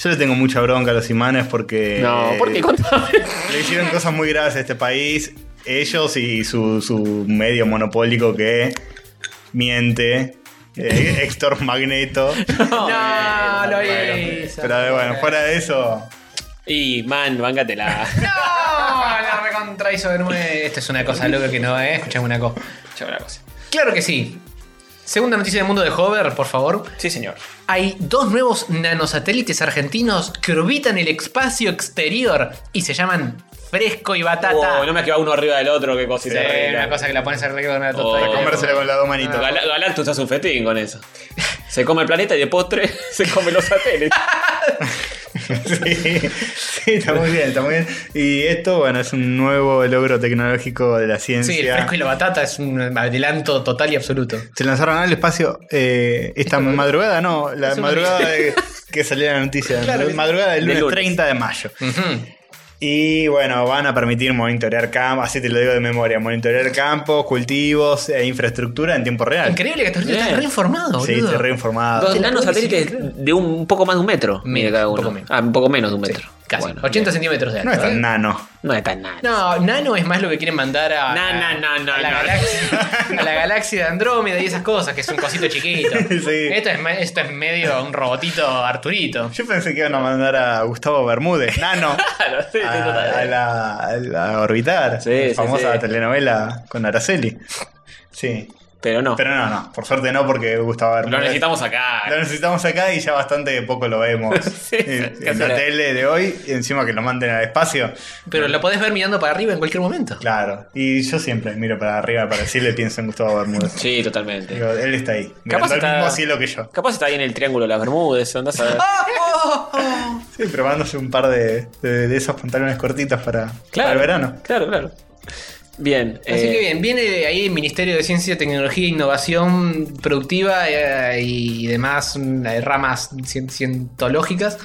[SPEAKER 3] Yo le tengo mucha bronca a los imanes porque.
[SPEAKER 2] No, ¿por qué? Contame.
[SPEAKER 3] Le hicieron cosas muy graves a este país. Ellos y su, su medio monopólico que miente. eh, <laughs> Héctor Magneto.
[SPEAKER 4] No, lo
[SPEAKER 3] Pero bueno, fuera de eso.
[SPEAKER 2] Y man,
[SPEAKER 4] <laughs>
[SPEAKER 2] vángatela.
[SPEAKER 4] No, la recontra hizo de nuevo. Esto es una cosa loca que no, ¿eh? Escuchame una cosa.
[SPEAKER 2] Escuchame una cosa.
[SPEAKER 4] Claro que sí. Segunda noticia del mundo de Hover, por favor.
[SPEAKER 2] Sí, señor.
[SPEAKER 4] Hay dos nuevos nanosatélites argentinos que orbitan el espacio exterior y se llaman Fresco y Batata.
[SPEAKER 2] Oh, no me queda uno arriba del otro, qué cosita
[SPEAKER 4] Sí,
[SPEAKER 2] horrible.
[SPEAKER 4] una cosa que la pones arriba de una
[SPEAKER 2] Oh.
[SPEAKER 4] torta. de
[SPEAKER 3] Comérsela con las dos manitos.
[SPEAKER 2] Gal- Galactus hace un fetín con eso. Se come el planeta y de postre <laughs> se come los satélites.
[SPEAKER 3] <laughs> Sí, sí, está muy bien, está muy bien. Y esto, bueno, es un nuevo logro tecnológico de la ciencia.
[SPEAKER 4] Sí, el fresco y la batata es un adelanto total y absoluto.
[SPEAKER 3] Se lanzaron al espacio eh, esta madrugada, no, la
[SPEAKER 4] Es una
[SPEAKER 3] madrugada de- que salió la noticia,
[SPEAKER 4] Claro,
[SPEAKER 3] la madrugada del
[SPEAKER 2] del
[SPEAKER 3] lunes,
[SPEAKER 2] lunes.
[SPEAKER 3] 30 de mayo.
[SPEAKER 4] Ujú.
[SPEAKER 3] Y bueno, van a permitir monitorear campos, así te lo digo de memoria, monitorear campos, cultivos e infraestructura en tiempo real.
[SPEAKER 4] Increíble que hasta ahorita
[SPEAKER 2] Bien.
[SPEAKER 4] estás reinformado,
[SPEAKER 3] Sí,
[SPEAKER 4] boludo.
[SPEAKER 3] estoy
[SPEAKER 4] Ah,
[SPEAKER 3] reinformado.
[SPEAKER 2] Dos nanos satélites de un, un poco más de un metro.
[SPEAKER 4] Menos,
[SPEAKER 2] mide cada
[SPEAKER 4] un
[SPEAKER 2] uno.
[SPEAKER 4] poco menos.
[SPEAKER 2] Ah, un poco menos de un metro.
[SPEAKER 4] Casi.
[SPEAKER 2] Bueno,
[SPEAKER 4] 80 centímetros de alto.
[SPEAKER 3] No es
[SPEAKER 4] ¿eh?
[SPEAKER 3] tan nano.
[SPEAKER 2] No es tan nada.
[SPEAKER 4] No, nano es más lo que quieren mandar a.
[SPEAKER 2] Na, na, na, na,
[SPEAKER 4] a la
[SPEAKER 2] na.
[SPEAKER 4] galaxia.
[SPEAKER 2] <laughs>
[SPEAKER 4] a la galaxia de Andrómeda y esas cosas, que es un cosito chiquito.
[SPEAKER 3] Sí.
[SPEAKER 4] Esto, es, ma- esto es medio un robotito Arturito.
[SPEAKER 3] Yo pensé que iban a mandar a Gustavo Bermúdez, <laughs> nano,
[SPEAKER 2] sí,
[SPEAKER 3] a, a la, a la orbitar,
[SPEAKER 2] Sí,
[SPEAKER 3] la
[SPEAKER 2] sí,
[SPEAKER 3] famosa
[SPEAKER 2] sí.
[SPEAKER 3] telenovela con Araceli. Sí,
[SPEAKER 2] Pero no.
[SPEAKER 3] pero no, no, por suerte no, porque Gustavo Bermúdez.
[SPEAKER 2] lo necesitamos acá.
[SPEAKER 3] Lo necesitamos acá y ya bastante poco lo vemos
[SPEAKER 2] <laughs> Sí,
[SPEAKER 3] en,
[SPEAKER 2] casi
[SPEAKER 3] en la
[SPEAKER 2] nada.
[SPEAKER 3] tele de hoy. Y encima que lo manden al espacio.
[SPEAKER 4] Pero lo podés ver mirando para arriba en cualquier momento.
[SPEAKER 3] Claro. Y yo siempre miro para arriba para decirle pienso en Gustavo Bermúdez.
[SPEAKER 2] Sí, totalmente.
[SPEAKER 3] Digo, él está ahí. Mirando
[SPEAKER 2] Capaz
[SPEAKER 3] el
[SPEAKER 2] está-
[SPEAKER 3] mismo cielo que yo.
[SPEAKER 2] Capaz está ahí en el Triángulo de las Bermúdez, andás a ver.
[SPEAKER 3] Ah. Sí, probándose un par de, de- de esos pantalones cortitos para, para el verano.
[SPEAKER 2] Claro, claro. Bien.
[SPEAKER 4] Así
[SPEAKER 2] eh,
[SPEAKER 4] que bien, viene de ahí el Ministerio de Ciencia, Tecnología, e Innovación Productiva eh, y demás mm, eh, ramas cien- cientológicas,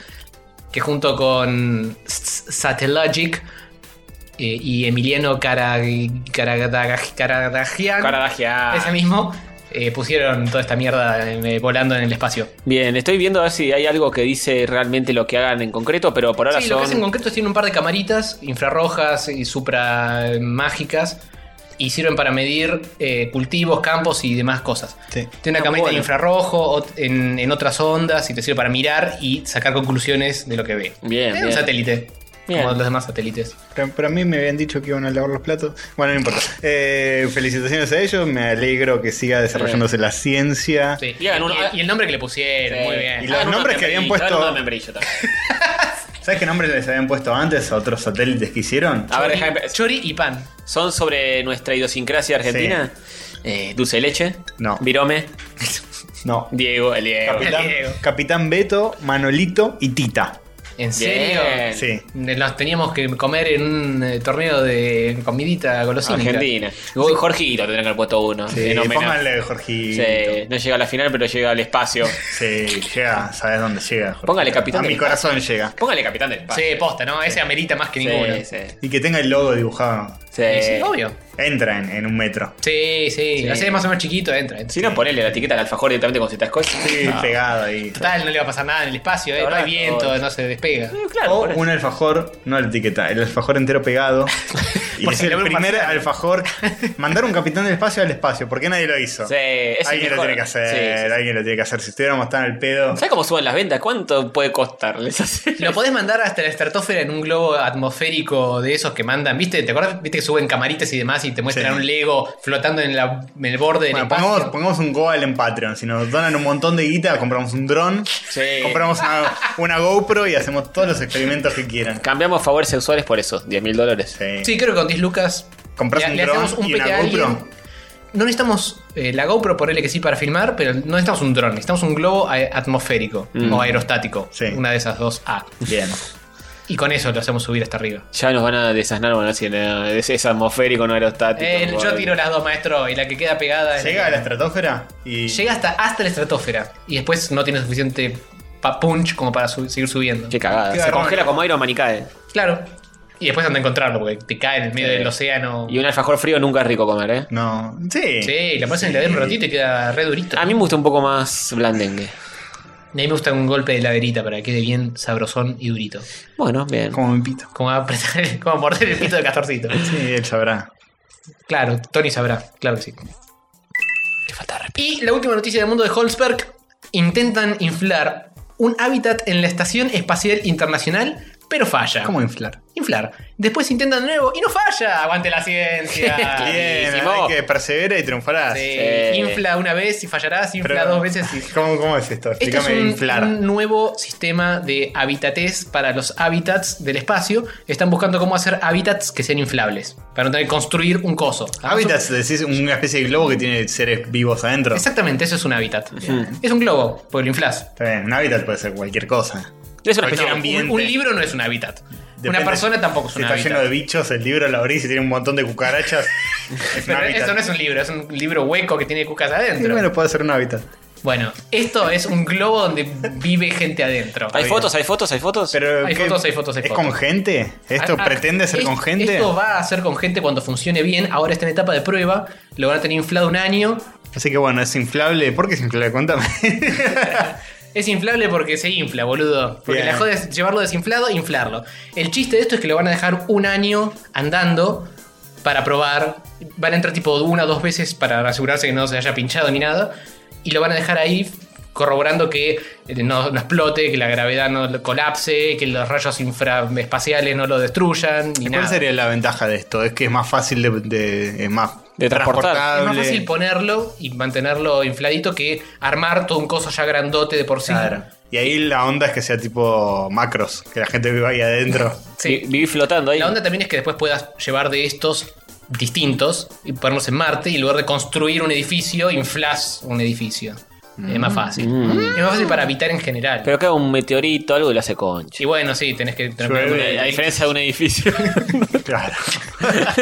[SPEAKER 4] que junto con S- Satellogic eh, y Emiliano Carag- Caradag- Caradagian,
[SPEAKER 2] Caradagiá.
[SPEAKER 4] ese mismo, eh, pusieron toda esta mierda eh, volando en el espacio.
[SPEAKER 2] Bien, estoy viendo a ver si hay algo que dice realmente lo que hagan en concreto, pero por ahora
[SPEAKER 4] Sí, lo
[SPEAKER 2] son.
[SPEAKER 4] que hacen en concreto es tienen un par de camaritas infrarrojas y supra eh, mágicas y sirven para medir eh, cultivos, campos y demás cosas.
[SPEAKER 3] Sí.
[SPEAKER 4] Tiene una
[SPEAKER 2] Ah,
[SPEAKER 4] camarita
[SPEAKER 2] bueno.
[SPEAKER 4] de infrarrojo ot- en, en otras ondas y te sirve para mirar y sacar conclusiones de lo que ve.
[SPEAKER 2] Bien,
[SPEAKER 4] Es
[SPEAKER 2] bien.
[SPEAKER 4] Eh, un satélite.
[SPEAKER 2] Bien.
[SPEAKER 4] Como los demás satélites.
[SPEAKER 3] Pero, pero a mí me habían dicho que iban a lavar los platos. Bueno, no importa. Eh, felicitaciones a ellos. Me alegro que siga desarrollándose la ciencia.
[SPEAKER 4] Sí.
[SPEAKER 2] Y hagan uno-
[SPEAKER 4] y, y el nombre que le pusieron,
[SPEAKER 2] Sí.
[SPEAKER 4] muy bien.
[SPEAKER 3] Y los
[SPEAKER 2] Hagan uno
[SPEAKER 3] nombres
[SPEAKER 2] de
[SPEAKER 3] que habían
[SPEAKER 2] membrillo,
[SPEAKER 3] puesto-
[SPEAKER 2] hagan uno de membrillo también.
[SPEAKER 3] ¿Sabes qué nombres les habían puesto antes a otros satélites que hicieron?
[SPEAKER 2] A ver,
[SPEAKER 4] Chori-
[SPEAKER 2] déjame-
[SPEAKER 4] Chori y pan.
[SPEAKER 2] Son sobre nuestra idiosincrasia argentina. Eh, dulce de leche.
[SPEAKER 3] No.
[SPEAKER 2] Virome.
[SPEAKER 3] No.
[SPEAKER 2] Diego, el Diego.
[SPEAKER 4] Capi-
[SPEAKER 3] Capitán,
[SPEAKER 4] <laughs> Diego.
[SPEAKER 3] Capitán Beto, Manolito y Tita.
[SPEAKER 4] ¿En serio?
[SPEAKER 2] Bien.
[SPEAKER 3] Sí.
[SPEAKER 4] Nos teníamos que comer en un eh, torneo de comidita golosina.
[SPEAKER 2] Argentina. Uy, Jorgito tendría que haber puesto uno.
[SPEAKER 3] Sí,
[SPEAKER 2] Eh, no, menos.
[SPEAKER 3] pónganle Jorgito.
[SPEAKER 2] Sí, no llega a la final, pero llega al espacio.
[SPEAKER 3] Sí, llega, sabes dónde llega. Jorge.
[SPEAKER 2] Póngale
[SPEAKER 3] A
[SPEAKER 2] capitán
[SPEAKER 3] mi
[SPEAKER 2] del
[SPEAKER 3] corazón llega.
[SPEAKER 2] Póngale capitán del
[SPEAKER 4] Sí,
[SPEAKER 2] espacio.
[SPEAKER 4] posta, ¿no? Ese amerita más que ninguno.
[SPEAKER 2] sí.
[SPEAKER 3] Y que tenga el logo dibujado.
[SPEAKER 2] sí.
[SPEAKER 4] Sí, sí, obvio.
[SPEAKER 3] Entra en, en un metro.
[SPEAKER 4] Sí, sí.
[SPEAKER 2] Sí.
[SPEAKER 4] La serie más o menos chiquito, entra. entra.
[SPEAKER 2] Si no, ponele la etiqueta al alfajor directamente con citas cosas.
[SPEAKER 3] Sí, pegado ahí.
[SPEAKER 4] Total, no le va a pasar nada en el espacio, ¿eh?
[SPEAKER 2] La
[SPEAKER 4] No hay
[SPEAKER 2] verdad,
[SPEAKER 4] viento,
[SPEAKER 2] no.
[SPEAKER 4] no se despega.
[SPEAKER 2] Claro,
[SPEAKER 3] O
[SPEAKER 2] por eso.
[SPEAKER 3] un alfajor, no la etiqueta, el alfajor entero pegado.
[SPEAKER 2] <laughs>
[SPEAKER 3] y
[SPEAKER 4] Por
[SPEAKER 3] es
[SPEAKER 4] si le
[SPEAKER 3] el
[SPEAKER 4] abre un
[SPEAKER 3] primer
[SPEAKER 4] pastel.
[SPEAKER 3] alfajor. Mandar un capitán del espacio al espacio, porque nadie lo hizo.
[SPEAKER 2] Sí, es el
[SPEAKER 3] alguien lo
[SPEAKER 2] mejor. ¿eh?
[SPEAKER 3] tiene que hacer,
[SPEAKER 2] Sí, sí, sí.
[SPEAKER 3] alguien lo tiene que hacer. Si estuviéramos tan al pedo.
[SPEAKER 2] ¿Sabes cómo suben las ventas? ¿Cuánto puede costarles <laughs> hacer?
[SPEAKER 4] Lo podés mandar hasta la estratosfera en un globo atmosférico de esos que mandan, ¿viste? ¿Te acuerdas? ¿Viste que suben camaritas y demás y te muestran
[SPEAKER 3] Sí.
[SPEAKER 4] un Lego flotando en, la- en el borde del
[SPEAKER 3] Bueno,
[SPEAKER 4] espacio?
[SPEAKER 3] pongamos, pongamos un Goal en Patreon. Si nos donan un montón de guita, compramos un dron,
[SPEAKER 2] Sí.
[SPEAKER 3] compramos una, una GoPro y hacemos todos los experimentos que quieran.
[SPEAKER 2] Cambiamos favores sexuales por eso, 10 mil dólares.
[SPEAKER 3] Sí.
[SPEAKER 4] Sí, creo que con 10 lucas
[SPEAKER 3] Compras
[SPEAKER 4] le-
[SPEAKER 3] un
[SPEAKER 4] le
[SPEAKER 3] dron
[SPEAKER 4] hacemos un
[SPEAKER 3] y una
[SPEAKER 4] pete a
[SPEAKER 3] GoPro.
[SPEAKER 4] alguien. no necesitamos eh, la GoPro, ponele que sí, para filmar, pero no necesitamos un dron, necesitamos un globo a- atmosférico
[SPEAKER 2] Mm.
[SPEAKER 4] o aerostático. Una de esas dos A. Bien. Y con eso lo hacemos subir hasta arriba.
[SPEAKER 2] Ya nos van a desasnar, van a decir, "No, eh, es, es atmosférico, no aerostático.
[SPEAKER 4] Eh, yo
[SPEAKER 2] Bueno.
[SPEAKER 4] tiro las dos, maestro, y la que queda pegada.
[SPEAKER 3] Llega a la
[SPEAKER 4] estratosfera y. Llega hasta, hasta la estratosfera. Y después no tiene suficiente pa- punch como para su- seguir subiendo.
[SPEAKER 2] Qué cagada.
[SPEAKER 4] Qué
[SPEAKER 2] Se
[SPEAKER 4] garrón.
[SPEAKER 2] congela como Iron Man y cae.
[SPEAKER 4] Claro. Y después anda a encontrarlo, porque te cae en el medio
[SPEAKER 2] Sí.
[SPEAKER 4] del océano.
[SPEAKER 2] Y un alfajor frío nunca es rico comer, ¿eh? No.
[SPEAKER 4] Sí. Sí, la pones en el heladero un ratito y queda re durito.
[SPEAKER 2] A mí me gusta un poco más blandengue.
[SPEAKER 4] Y a mí me gusta un golpe de laderita para que quede bien sabrosón y durito.
[SPEAKER 2] Bueno, bien.
[SPEAKER 4] Como mi pito. Como, apretar el- como morder el pito de castorcito. Sí, él sabrá. Claro, Tony sabrá, claro que sí. Y la última noticia del mundo de Holzberg. Intentan inflar un hábitat en la Estación Espacial Internacional, pero falla.
[SPEAKER 3] ¿Cómo inflar?
[SPEAKER 4] Inflar. Después intentan de nuevo y no falla.
[SPEAKER 3] <laughs>
[SPEAKER 4] Aguante la ciencia.
[SPEAKER 3] Bien, hay que persevera y triunfarás.
[SPEAKER 4] Sí, Infla una vez y fallarás, infla
[SPEAKER 3] Pero-
[SPEAKER 4] dos veces y
[SPEAKER 3] ¿Cómo, cómo es esto?
[SPEAKER 4] este
[SPEAKER 3] Explícame
[SPEAKER 4] es un,
[SPEAKER 3] inflar.
[SPEAKER 4] un nuevo sistema de habitatez para los hábitats del espacio. Están buscando cómo hacer hábitats que sean inflables. Para no tener que construir un coso.
[SPEAKER 3] Hábitats, decís una especie de globo que tiene seres vivos adentro.
[SPEAKER 4] Exactamente, eso es un hábitat. Es un globo, porque lo inflas.
[SPEAKER 3] Está bien, un hábitat puede ser cualquier cosa.
[SPEAKER 4] Es una
[SPEAKER 3] Cualquier
[SPEAKER 4] especie-
[SPEAKER 3] ambiente.
[SPEAKER 4] un, un libro no es un hábitat.
[SPEAKER 3] Depende.
[SPEAKER 4] Una persona tampoco es
[SPEAKER 3] Si
[SPEAKER 4] un
[SPEAKER 3] está
[SPEAKER 4] hábitat.
[SPEAKER 3] lleno de bichos, el libro lo abrís y tiene un montón de cucarachas.
[SPEAKER 4] <laughs>
[SPEAKER 3] es un
[SPEAKER 4] Pero
[SPEAKER 3] hábitat.
[SPEAKER 4] eso no es un libro, es un libro hueco que tiene cucas
[SPEAKER 3] Sí,
[SPEAKER 4] adentro.
[SPEAKER 3] bueno, puede ser un hábitat.
[SPEAKER 4] Bueno, esto es un globo donde vive gente adentro.
[SPEAKER 3] Hay fotos,
[SPEAKER 2] hay fotos, hay fotos.
[SPEAKER 4] hay
[SPEAKER 3] ¿qué?
[SPEAKER 4] fotos, hay fotos, hay
[SPEAKER 3] ¿Es
[SPEAKER 4] fotos.
[SPEAKER 3] con gente? ¿Esto
[SPEAKER 4] Ah, ah,
[SPEAKER 3] pretende ser
[SPEAKER 4] es-
[SPEAKER 3] con gente?
[SPEAKER 4] Esto va a ser con gente cuando funcione bien. Ahora está en etapa de prueba. Lo van a tener inflado un año.
[SPEAKER 3] Así que bueno, es inflable. ¿Por qué es inflable? <laughs> Cuéntame.
[SPEAKER 4] Es inflable porque se infla, boludo. Porque
[SPEAKER 3] Bien.
[SPEAKER 4] la joda es llevarlo desinflado e inflarlo. El chiste de esto es que lo van a dejar un año andando para probar. Van a entrar tipo una o dos veces para asegurarse que no se haya pinchado ni nada. Y lo van a dejar ahí corroborando que eh, no, no explote, que la gravedad no lo colapse, que los rayos infraespaciales no lo destruyan, ni
[SPEAKER 3] ¿Cuál
[SPEAKER 4] nada.
[SPEAKER 3] sería la ventaja de esto? Es que es más fácil de... de- es más
[SPEAKER 4] Es
[SPEAKER 3] transportable.
[SPEAKER 4] más fácil ponerlo y mantenerlo infladito que armar todo un coso ya grandote de por sí.
[SPEAKER 3] Claro. Y ahí la onda es que sea tipo macros, que la gente viva ahí
[SPEAKER 4] <laughs>
[SPEAKER 3] adentro.
[SPEAKER 4] Sí.
[SPEAKER 2] Viví flotando ahí.
[SPEAKER 4] La onda también es que después puedas llevar de estos distintos y ponernos en Marte y en lugar de construir un edificio, inflas un edificio. Es
[SPEAKER 3] Mm.
[SPEAKER 4] más fácil. Es más fácil para habitar en general.
[SPEAKER 2] Pero acá un meteorito, algo y lo hace concha.
[SPEAKER 4] Y bueno, sí, tenés que... tenés que-
[SPEAKER 2] A diferencia de un edificio.
[SPEAKER 3] claro.
[SPEAKER 4] <laughs>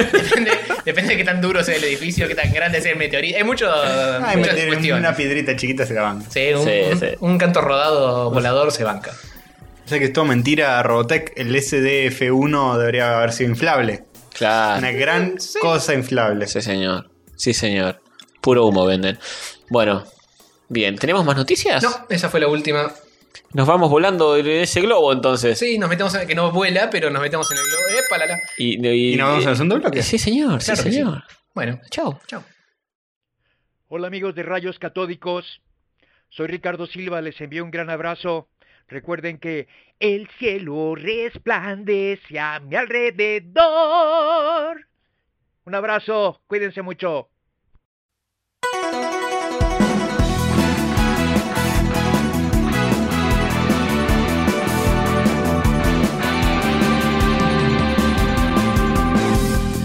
[SPEAKER 4] Depende de qué tan duro sea el edificio, qué tan grande sea el meteorito. Hay mucho,
[SPEAKER 3] Ay,
[SPEAKER 4] muchas
[SPEAKER 3] Ah, meter
[SPEAKER 4] cuestiones.
[SPEAKER 3] una piedrita chiquita se la van.
[SPEAKER 4] Sí, un, un- un canto rodado volador se banca.
[SPEAKER 3] O sea que es todo mentira, Robotech. El SDF1 debería haber sido inflable.
[SPEAKER 4] Ah.
[SPEAKER 2] Claro.
[SPEAKER 3] Una gran cosa inflable.
[SPEAKER 2] Sí, señor. Sí, señor. Puro humo venden. Bueno, bien. ¿Tenemos más noticias?
[SPEAKER 4] No, esa fue la última.
[SPEAKER 2] Nos vamos volando de ese globo entonces.
[SPEAKER 4] Sí, nos metemos en que no vuela, pero nos metemos en el globo. ¡Epa, la, la!
[SPEAKER 2] Y, eh,
[SPEAKER 3] ¿Y nos vemos en el segundo bloque?
[SPEAKER 2] Sí, señor.
[SPEAKER 4] Claro
[SPEAKER 2] sí,
[SPEAKER 4] que sí.
[SPEAKER 2] señor.
[SPEAKER 4] Bueno,
[SPEAKER 2] chao.
[SPEAKER 14] Hola amigos de Rayos Catódicos, soy Ricardo Silva, les envío un gran abrazo. Recuerden que el cielo resplandece a mi alrededor. Un abrazo, cuídense mucho.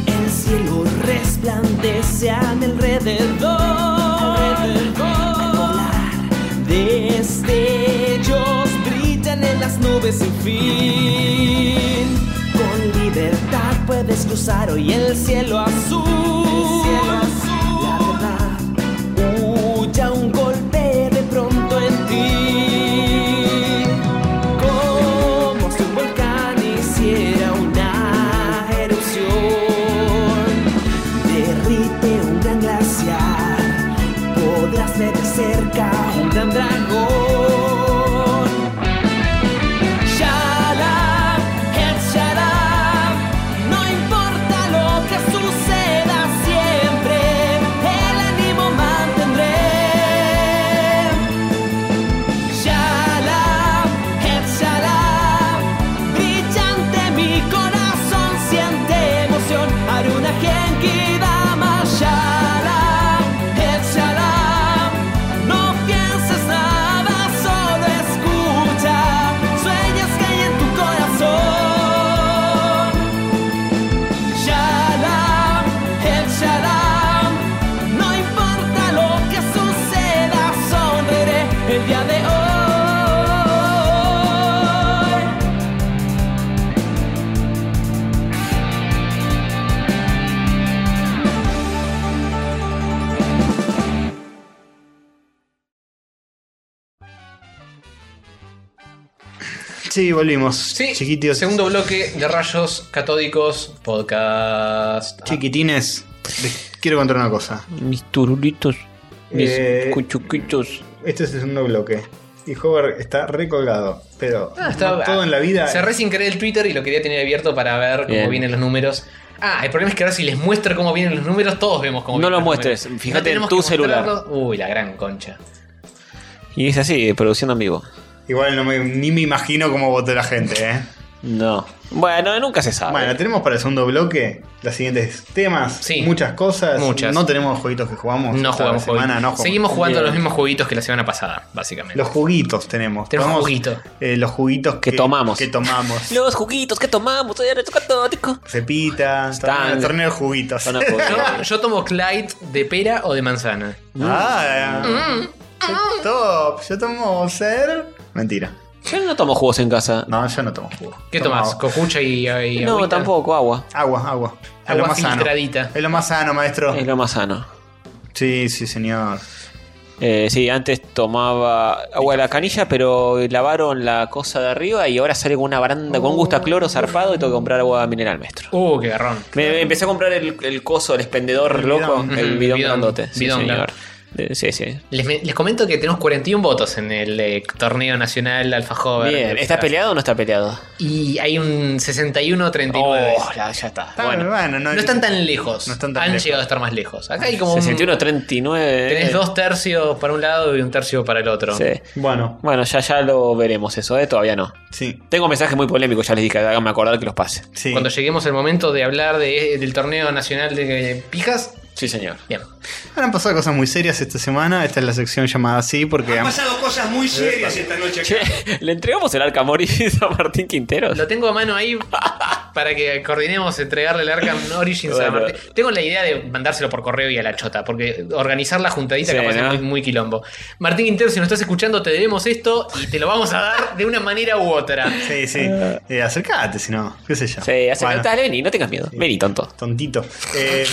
[SPEAKER 6] El cielo resplandece a mi alrededor. Al volar, destellos brillan en las nubes sin fin. Con libertad puedes cruzar hoy el cielo azul. La verdad, huya un golpe de pronto en ti como si un volcán hiciera una erupción. Derrite un gran glaciar, podrás ver de cerca un gran dragón. Shut up, head shut up, no importa lo que suceda siempre, el ánimo mantendré. Shalab, Heb Shalab, brillante mi corazón siente emoción. Haré una Genki Dama, Shalab, Heb Shalab, no pienses nada.
[SPEAKER 3] Sí, volvimos. Chiquititos.
[SPEAKER 4] Segundo bloque de Rayos Catódicos Podcast.
[SPEAKER 3] Chiquitines, les quiero contar una cosa.
[SPEAKER 4] Mis turulitos,
[SPEAKER 3] mis
[SPEAKER 4] cuchuquitos.
[SPEAKER 3] Este es el segundo bloque. Y Hover está recolgado. Pero
[SPEAKER 4] Ah, está-
[SPEAKER 3] como todo en la vida. eh.
[SPEAKER 4] Cerré sin querer el Twitter y lo quería tener abierto para ver cómo
[SPEAKER 3] Bien.
[SPEAKER 4] vienen los números. Ah, el problema es que ahora si les muestro cómo vienen los números, todos vemos cómo
[SPEAKER 2] No
[SPEAKER 4] vienen
[SPEAKER 2] lo
[SPEAKER 4] los
[SPEAKER 2] muestres,
[SPEAKER 4] números.
[SPEAKER 2] fíjate en
[SPEAKER 4] tenemos
[SPEAKER 2] tu
[SPEAKER 4] que
[SPEAKER 2] celular.
[SPEAKER 4] mostrarlo. Uy, la gran concha.
[SPEAKER 2] Y es así, eh, produciendo en vivo.
[SPEAKER 3] Igual no me- ni me imagino cómo votó la gente, ¿eh?
[SPEAKER 2] No. Bueno, nunca se sabe.
[SPEAKER 3] Bueno, tenemos para el segundo bloque los siguientes temas. Muchas cosas.
[SPEAKER 4] Muchas.
[SPEAKER 3] No tenemos jueguitos que jugamos.
[SPEAKER 4] No
[SPEAKER 3] esta
[SPEAKER 4] jugamos
[SPEAKER 3] semana,
[SPEAKER 4] jueguitos.
[SPEAKER 3] no jugamos.
[SPEAKER 4] Seguimos jugando
[SPEAKER 3] Bien.
[SPEAKER 4] los mismos jueguitos que la semana pasada, básicamente.
[SPEAKER 3] Los juguitos tenemos.
[SPEAKER 4] Tenemos
[SPEAKER 3] Tomamos,
[SPEAKER 4] juguitos.
[SPEAKER 3] eh, los juguitos que, tomamos.
[SPEAKER 2] <laughs>
[SPEAKER 3] Que tomamos.
[SPEAKER 2] Los juguitos que tomamos, soy Ernesto Catódico.
[SPEAKER 3] Cepita, torneo- torneo de juguitos.
[SPEAKER 4] yo, yo tomo Clyde de pera o de manzana.
[SPEAKER 3] <laughs> Ah,
[SPEAKER 4] Mm.
[SPEAKER 3] qué top. Yo tomo ser. Mentira.
[SPEAKER 2] <laughs> Yo no tomo jugos en casa.
[SPEAKER 3] No, yo no tomo jugos.
[SPEAKER 4] ¿Qué tomás? ¿Cojucha y, y
[SPEAKER 2] No,
[SPEAKER 4] agüita?
[SPEAKER 2] tampoco, agua.
[SPEAKER 3] Agua, agua. Es lo
[SPEAKER 4] Agua
[SPEAKER 3] más sano.
[SPEAKER 4] filtradita.
[SPEAKER 3] Es lo más sano, maestro.
[SPEAKER 2] Es lo más sano. Eh,
[SPEAKER 3] Sí, sí, señor.
[SPEAKER 2] sí, antes tomaba agua de la canilla, pero lavaron la cosa de arriba y ahora sale con una baranda con gusto a cloro zarpado y tengo que comprar agua mineral, maestro.
[SPEAKER 4] Uh, qué garrón.
[SPEAKER 2] Me, me empecé a comprar el, el coso, el expendedor loco,
[SPEAKER 4] bidón.
[SPEAKER 2] el bidón,
[SPEAKER 4] Ujú, bidón,
[SPEAKER 2] grandote. Sí,
[SPEAKER 4] bidón,
[SPEAKER 2] señor.
[SPEAKER 4] claro.
[SPEAKER 2] De- sí, sí.
[SPEAKER 4] Les, les comento que tenemos 41 votos en el eh, torneo nacional Alfajover.
[SPEAKER 2] Bien, ¿está peleado o no está peleado?
[SPEAKER 4] Y hay un 61-39.
[SPEAKER 2] Oh, la- ya está.
[SPEAKER 4] Está-
[SPEAKER 2] Bueno,
[SPEAKER 4] no, están tan lejos. Han llegado a estar más lejos. Acá hay como un-
[SPEAKER 2] 61, 39.
[SPEAKER 4] tenés
[SPEAKER 2] eh.
[SPEAKER 4] dos tercios para un lado y un tercio para el otro.
[SPEAKER 2] Sí.
[SPEAKER 3] Bueno.
[SPEAKER 2] Bueno, ya, ya lo veremos eso, ¿eh? Todavía no.
[SPEAKER 3] Sí.
[SPEAKER 2] Tengo mensajes muy polémicos, ya les dije, háganme acordar que los pase.
[SPEAKER 4] Cuando lleguemos al momento de hablar de- del torneo nacional de eh, pijas.
[SPEAKER 2] Sí, señor.
[SPEAKER 4] Bien.
[SPEAKER 3] Ahora han pasado cosas muy serias esta semana. Esta es la sección llamada así porque...
[SPEAKER 4] Han
[SPEAKER 3] pasado
[SPEAKER 4] cosas muy
[SPEAKER 3] serias
[SPEAKER 4] esta noche.
[SPEAKER 2] <laughs> ¿Le entregamos el arca Morís a Martín Quintero?
[SPEAKER 4] Lo tengo a mano ahí para que coordinemos entregarle el Arkham Origins a
[SPEAKER 2] Bueno.
[SPEAKER 4] Martín. Tengo la idea de mandárselo por correo y a la chota, porque organizar la juntadita
[SPEAKER 2] Sí,
[SPEAKER 4] capaz
[SPEAKER 2] ¿no?
[SPEAKER 4] es muy, muy quilombo. Martín Quintero, si nos estás escuchando, te debemos esto y te lo vamos a dar de una manera u otra.
[SPEAKER 3] Sí, sí. Eh, acercate, si no. ¿Qué sé yo?
[SPEAKER 2] Sí, hace
[SPEAKER 3] Bueno.
[SPEAKER 2] dale, vení, no tengas miedo. Vení, tonto.
[SPEAKER 3] Tontito. Eh,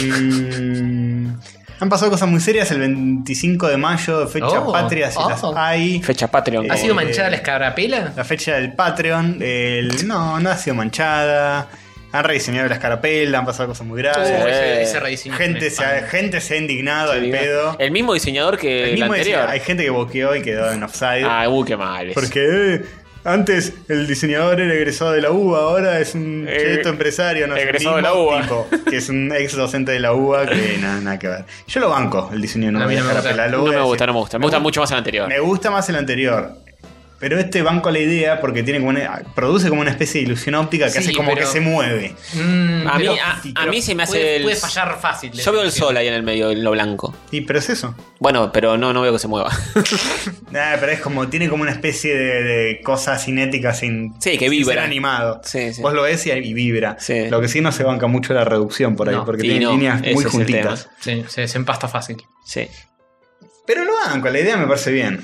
[SPEAKER 3] mm, han pasado cosas muy serias el 25 de mayo, fecha
[SPEAKER 4] Oh,
[SPEAKER 3] patria, si
[SPEAKER 4] oh.
[SPEAKER 3] las hay.
[SPEAKER 2] Fecha Patreon.
[SPEAKER 4] ¿Ha
[SPEAKER 3] Eh,
[SPEAKER 4] sido manchada la escarapela?
[SPEAKER 3] La fecha del Patreon. el- no, no ha sido manchada. Han rediseñado la escarapela, han pasado cosas muy graves.
[SPEAKER 4] Uh, ese- ese rediseño me
[SPEAKER 3] Ah, gente, se ha, gente se ha indignado al
[SPEAKER 2] diga.
[SPEAKER 3] pedo.
[SPEAKER 2] El mismo diseñador que
[SPEAKER 3] El
[SPEAKER 2] el,
[SPEAKER 3] mismo
[SPEAKER 2] anterior.
[SPEAKER 3] diseñador. hay gente que boqueó y quedó en offside.
[SPEAKER 2] Ah, uh, qué mal.
[SPEAKER 3] Porque eh, antes el diseñador era egresado de la UBA, ahora es un
[SPEAKER 2] Eh,
[SPEAKER 3] cheto empresario, no sé,
[SPEAKER 2] egresado de
[SPEAKER 3] mismo
[SPEAKER 2] la ah. UBA.
[SPEAKER 3] tipo, que es un ex docente de la UBA que nada, nada que ver. Yo lo banco, el diseño no
[SPEAKER 2] A
[SPEAKER 3] me
[SPEAKER 2] mí
[SPEAKER 3] voy a
[SPEAKER 2] no me
[SPEAKER 3] dejar
[SPEAKER 2] gusta.
[SPEAKER 3] apelar, lo
[SPEAKER 2] No
[SPEAKER 3] voy a
[SPEAKER 2] me
[SPEAKER 3] decir.
[SPEAKER 2] gusta, no me gusta. Me gusta mucho más el anterior.
[SPEAKER 3] Me gusta más el anterior. Pero este banco la idea porque tiene como una- produce como una especie de ilusión óptica que
[SPEAKER 4] Sí,
[SPEAKER 3] hace como
[SPEAKER 4] pero-
[SPEAKER 3] que se mueve.
[SPEAKER 4] Mm,
[SPEAKER 2] A mí,
[SPEAKER 4] pero-
[SPEAKER 2] a, a mí se me hace
[SPEAKER 4] Puede,
[SPEAKER 2] el...
[SPEAKER 4] puede fallar fácil.
[SPEAKER 2] Yo veo el sol ahí en el medio, en lo blanco.
[SPEAKER 3] Sí, pero es eso.
[SPEAKER 2] Bueno, pero no, no veo que se mueva. <laughs>
[SPEAKER 3] Nah, pero es como, tiene como una especie de, de cosa cinética sin,
[SPEAKER 2] Sí, que
[SPEAKER 3] sin
[SPEAKER 2] vibra.
[SPEAKER 3] ser animado.
[SPEAKER 2] sí.
[SPEAKER 3] Vos lo ves y, y vibra. Lo que sí no se banca mucho la reducción por ahí,
[SPEAKER 4] No,
[SPEAKER 3] porque
[SPEAKER 4] y
[SPEAKER 3] tiene
[SPEAKER 4] no,
[SPEAKER 3] líneas
[SPEAKER 4] ese
[SPEAKER 3] muy
[SPEAKER 4] es el
[SPEAKER 3] juntitas.
[SPEAKER 4] Sí, se desempasta fácil.
[SPEAKER 2] Sí.
[SPEAKER 3] Pero lo banco, la idea me parece bien.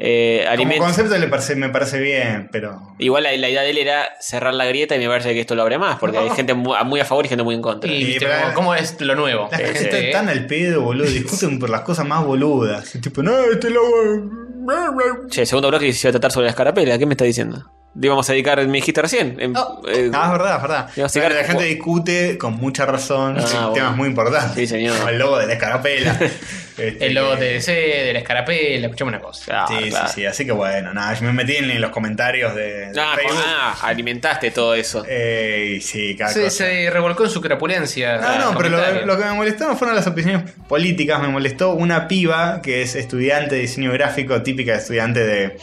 [SPEAKER 2] aliment-
[SPEAKER 3] Como concepto le parece- me parece bien, pero.
[SPEAKER 2] Eh, Igual la, la idea de él era cerrar la grieta y me parece que esto lo abre más,
[SPEAKER 3] <laughs>
[SPEAKER 2] porque hay gente mu- muy a favor y gente muy en contra.
[SPEAKER 4] Y, viste, como- ¿cómo es lo nuevo?
[SPEAKER 3] La gente
[SPEAKER 2] sí.
[SPEAKER 3] está tan al pedo, boludo. Discuten por las cosas más boludas. Y Tipo, no, este lobo.
[SPEAKER 2] Che, segundo bloque se iba a tratar sobre la escarapela, ¿qué me está diciendo? Le íbamos a dedicar, me dijiste recién. en- eh,
[SPEAKER 3] Ah, es verdad, es verdad.
[SPEAKER 2] le íbamos a dedicar-
[SPEAKER 3] Pero la gente discute con mucha razón
[SPEAKER 2] Ah,
[SPEAKER 3] sí,
[SPEAKER 2] bueno.
[SPEAKER 3] temas muy importantes.
[SPEAKER 2] Sí, señor.
[SPEAKER 3] Como el logo de la escarapela. Este,
[SPEAKER 4] El logo de DC, de la escarapela, escuchame una cosa.
[SPEAKER 3] Sí, sí,
[SPEAKER 2] claro.
[SPEAKER 3] sí. Así que bueno, nada, yo me metí en los comentarios de, de
[SPEAKER 2] Ah,
[SPEAKER 3] Facebook.
[SPEAKER 2] ah, alimentaste todo eso.
[SPEAKER 3] Eh, sí, cada
[SPEAKER 4] Se,
[SPEAKER 3] cosa. Ah,
[SPEAKER 4] se revolcó en su crapulencia.
[SPEAKER 3] No, no, pero lo,
[SPEAKER 4] comentario.
[SPEAKER 3] lo que me molestaron fueron las opiniones políticas. Me molestó una piba que es estudiante de diseño gráfico, típica estudiante de.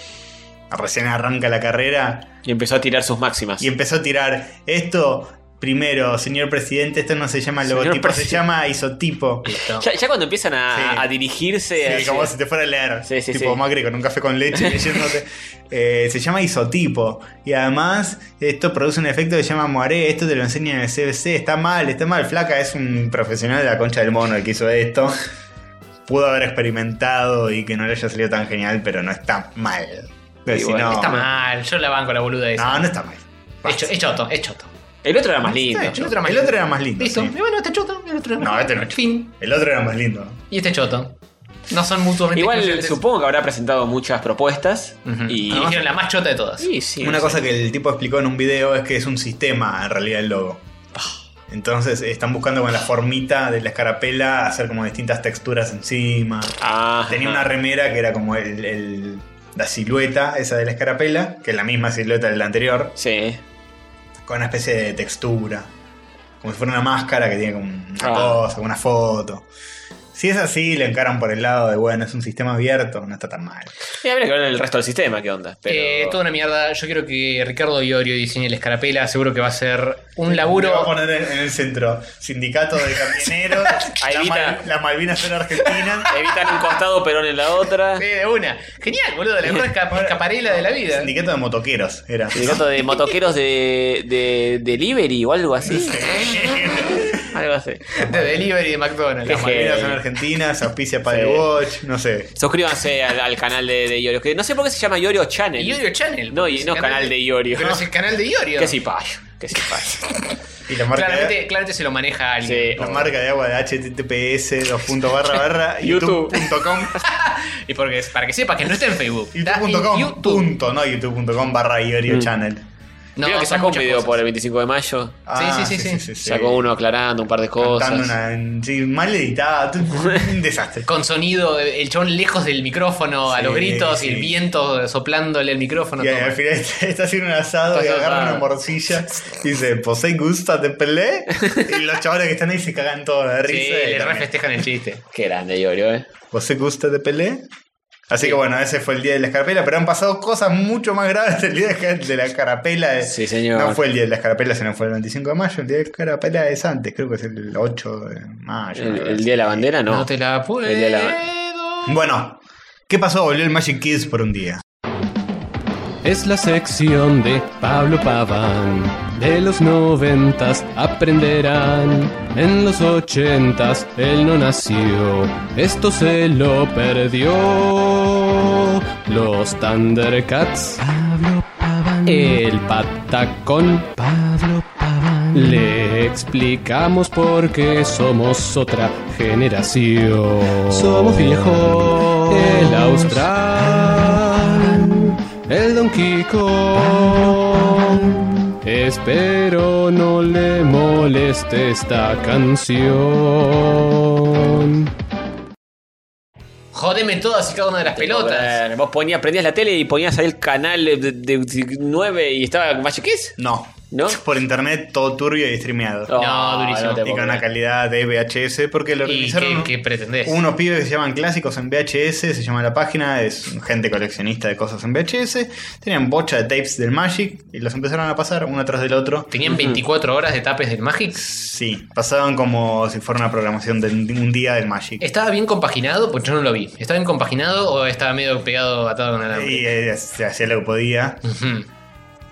[SPEAKER 3] recién arranca la carrera.
[SPEAKER 2] Y empezó a tirar sus máximas.
[SPEAKER 3] Y empezó a tirar esto. Primero, señor presidente, esto no se llama
[SPEAKER 2] Señor
[SPEAKER 3] logotipo, se
[SPEAKER 2] presi-
[SPEAKER 3] llama isotipo.
[SPEAKER 2] Ya, ya cuando empiezan a, a dirigirse.
[SPEAKER 3] Sí,
[SPEAKER 2] hacia-
[SPEAKER 3] como si te fuera a leer.
[SPEAKER 2] Sí, sí,
[SPEAKER 3] tipo
[SPEAKER 2] sí.
[SPEAKER 3] Macri con un café con leche leyéndote. Eh, se llama isotipo. Y además, esto produce un efecto que se llama moaré. Esto te lo enseñan en el CBC. Está mal, está mal. Flaca es un profesional de la concha del mono el que hizo esto. Pudo haber experimentado y que no le haya salido tan genial, pero no está mal. Pero
[SPEAKER 4] Y
[SPEAKER 3] si
[SPEAKER 4] bueno,
[SPEAKER 3] no-
[SPEAKER 4] Está mal, yo la banco la boluda esa.
[SPEAKER 3] No, no está mal.
[SPEAKER 4] Es, cho- es choto, es choto.
[SPEAKER 2] El otro era más
[SPEAKER 3] Sí,
[SPEAKER 2] lindo.
[SPEAKER 3] el otro era más lindo. El otro era más lindo.
[SPEAKER 4] Listo.
[SPEAKER 3] sí.
[SPEAKER 4] Y bueno, este choto, el otro
[SPEAKER 3] No, este no es choto.
[SPEAKER 4] Fin.
[SPEAKER 3] El otro era más lindo.
[SPEAKER 4] Y este choto. No son mutuamente
[SPEAKER 15] Igual
[SPEAKER 4] excluyentes.
[SPEAKER 15] supongo que habrá presentado muchas propuestas y
[SPEAKER 4] Además, eligieron la más chota de todas.
[SPEAKER 15] Sí, sí,
[SPEAKER 3] Una
[SPEAKER 15] sí.
[SPEAKER 3] cosa que el tipo explicó en un video es que es un sistema en realidad el logo. Entonces están buscando con la formita de la escarapela hacer como distintas texturas encima. Tenía una remera que era como el- el- la silueta esa de la escarapela, que es la misma silueta de la anterior.
[SPEAKER 15] Sí.
[SPEAKER 3] Con una especie de textura. Como si fuera una máscara que tiene como una
[SPEAKER 15] Ah.
[SPEAKER 3] cosa, una foto. Si es así, le encaran por el lado de, bueno, es un sistema abierto, no está tan mal.
[SPEAKER 15] Y habría que ver el resto del sistema, qué onda. Pero...
[SPEAKER 4] Eh, toda una mierda. Yo quiero que Ricardo Iorio diseñe la escarapela. Seguro que va a ser un
[SPEAKER 3] Le va a
[SPEAKER 4] laburo.
[SPEAKER 3] poner en, en el centro. Sindicato de camioneros.
[SPEAKER 4] <laughs>
[SPEAKER 3] la, Mal- la Malvinas en Argentina.
[SPEAKER 15] Evitan un costado, Perón en la otra.
[SPEAKER 4] Sí, de una. Genial, boludo. La mejor esca- escaparela de la vida.
[SPEAKER 3] Sindicato de motoqueros era. <laughs>
[SPEAKER 15] Sindicato de motoqueros de, de delivery o algo así. algo así.
[SPEAKER 4] De delivery de McDonald's.
[SPEAKER 3] Las Malvinas en Argentina, se auspicia para el Watch, no sé.
[SPEAKER 15] Suscríbanse al, al canal de, de Iorio. Que no sé por qué se llama Iorio Channel.
[SPEAKER 4] Iorio Channel.
[SPEAKER 15] No, y-
[SPEAKER 4] porque
[SPEAKER 15] no
[SPEAKER 4] es
[SPEAKER 15] canal, de Iorio.
[SPEAKER 4] Pero es el canal de Iorio.
[SPEAKER 15] Que sí, payo. Que sí,
[SPEAKER 4] <laughs>
[SPEAKER 15] payo.
[SPEAKER 3] Y la marca, de,
[SPEAKER 4] Claramente, claramente se lo maneja alguien.
[SPEAKER 3] la marca de agua de https dos punto
[SPEAKER 15] <laughs>
[SPEAKER 3] barra barra
[SPEAKER 4] YouTube. <laughs>
[SPEAKER 3] youtube.com
[SPEAKER 4] Y porque para que sepa que no está en Facebook. Está en
[SPEAKER 3] youtube.com
[SPEAKER 4] YouTube.
[SPEAKER 3] punto no youtube.com barra Iorio
[SPEAKER 15] Mm.
[SPEAKER 3] channel
[SPEAKER 4] No,
[SPEAKER 15] Creo que
[SPEAKER 4] son
[SPEAKER 15] sacó un
[SPEAKER 4] muchas
[SPEAKER 15] video
[SPEAKER 4] cosas.
[SPEAKER 15] por el 25 de mayo.
[SPEAKER 3] Ah,
[SPEAKER 4] sí, sí, sí, sí.
[SPEAKER 15] Sacó uno aclarando un par de cosas.
[SPEAKER 3] Cantando una- sí, mal editada <laughs> un desastre
[SPEAKER 4] Con sonido, el chabón lejos del micrófono, a
[SPEAKER 3] Sí,
[SPEAKER 4] los gritos,
[SPEAKER 3] sí.
[SPEAKER 4] y el viento soplándole el micrófono.
[SPEAKER 3] y
[SPEAKER 4] todo
[SPEAKER 3] al
[SPEAKER 4] mal.
[SPEAKER 3] final está, está haciendo un asado y
[SPEAKER 4] Está
[SPEAKER 3] agarra
[SPEAKER 4] asado.
[SPEAKER 3] una morcilla y dice ¿Posei gusta de pelé? y los chavales que están ahí se cagan todos de
[SPEAKER 4] Sí,
[SPEAKER 3] risa y
[SPEAKER 4] le
[SPEAKER 3] también,
[SPEAKER 4] refestejan
[SPEAKER 15] <laughs>
[SPEAKER 4] el chiste.
[SPEAKER 15] Qué grande Iorio, eh.
[SPEAKER 3] ¿Posei gusta de pelé? Así que bueno, ese fue el día de la escarapela, pero han pasado cosas mucho más graves el día de de la escarapela. de-
[SPEAKER 15] Sí, señor.
[SPEAKER 3] No fue el día de la escarapela, sino fue el 25 de mayo. El día de la escarapela es antes, creo que es el 8 de mayo.
[SPEAKER 15] El,
[SPEAKER 3] algo
[SPEAKER 15] el
[SPEAKER 3] así.
[SPEAKER 15] día de la bandera, no.
[SPEAKER 4] No te la puedo.
[SPEAKER 15] El día de la-
[SPEAKER 3] Bueno, ¿qué pasó? Volvió el Magic Kids por un día.
[SPEAKER 1] Es la sección de Pablo Paván. De los noventas aprenderán. En los ochentas él no nació. Esto se lo perdió. Los Thundercats. Pablo Paván. El patacón. Pablo Paván. Le explicamos por qué somos otra generación. Somos viejos. El austral. El Don Kiko. Espero no le moleste esta canción.
[SPEAKER 4] Jódeme todas y cada una de las pelotas.
[SPEAKER 15] Bueno, vos ponías, prendías la tele y ponías ahí el canal de, de- de 9 y estaba Magic Kids.
[SPEAKER 3] No.
[SPEAKER 15] ¿No?
[SPEAKER 3] Por internet, todo turbio y streameado.
[SPEAKER 4] No, durísimo.
[SPEAKER 15] te
[SPEAKER 3] y
[SPEAKER 15] puedo
[SPEAKER 3] con una
[SPEAKER 15] creer.
[SPEAKER 3] calidad de VHS, porque lo
[SPEAKER 4] ¿Y
[SPEAKER 3] organizaron
[SPEAKER 4] qué, qué pretendés?
[SPEAKER 3] unos pibes que se llaman clásicos en VHS, se llama la página, es gente coleccionista de cosas en VHS. Tenían bocha de tapes del Magic y los empezaron a pasar uno tras del otro.
[SPEAKER 4] ¿Tenían 24 horas de tapes del Magic?
[SPEAKER 3] Sí, pasaban como si fuera una programación de un un día del Magic.
[SPEAKER 4] ¿Estaba bien compaginado? Pues yo no lo vi. ¿Estaba bien compaginado o estaba medio pegado atado con alambre?
[SPEAKER 3] Y eh, se hacía lo que podía.
[SPEAKER 4] Ujú.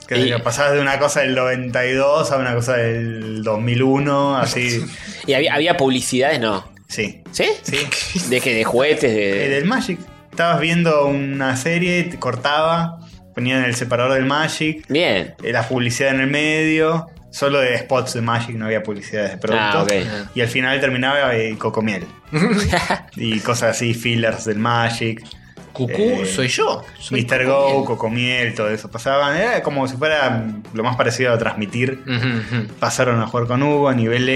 [SPEAKER 3] Que
[SPEAKER 15] Y-
[SPEAKER 3] pasabas de una cosa del 92 a una cosa del 2001, así.
[SPEAKER 15] ¿Y había, había publicidades? No.
[SPEAKER 3] sí.
[SPEAKER 15] ¿Sí? ¿De qué? ¿De juguetes?
[SPEAKER 3] Eh,
[SPEAKER 15] De...
[SPEAKER 3] del Magic. Estabas viendo una serie, te cortaba, ponían el separador del Magic,
[SPEAKER 15] Bien.
[SPEAKER 3] eh, la publicidad en el medio, solo de spots de Magic, no había publicidades de productos.
[SPEAKER 15] Ah, ok.
[SPEAKER 3] Y al final terminaba eh,
[SPEAKER 15] <laughs>
[SPEAKER 3] Cocomiel. y cosas así, fillers del Magic.
[SPEAKER 4] <laughs> Cucú,
[SPEAKER 3] Eh,
[SPEAKER 4] soy yo. Soy
[SPEAKER 3] Mr. Go, Cocomiel, todo eso pasaban. Era como si fuera mm, lo más parecido a transmitir.
[SPEAKER 4] Ujú, ujú.
[SPEAKER 3] Pasaron a jugar con Hugo a nivel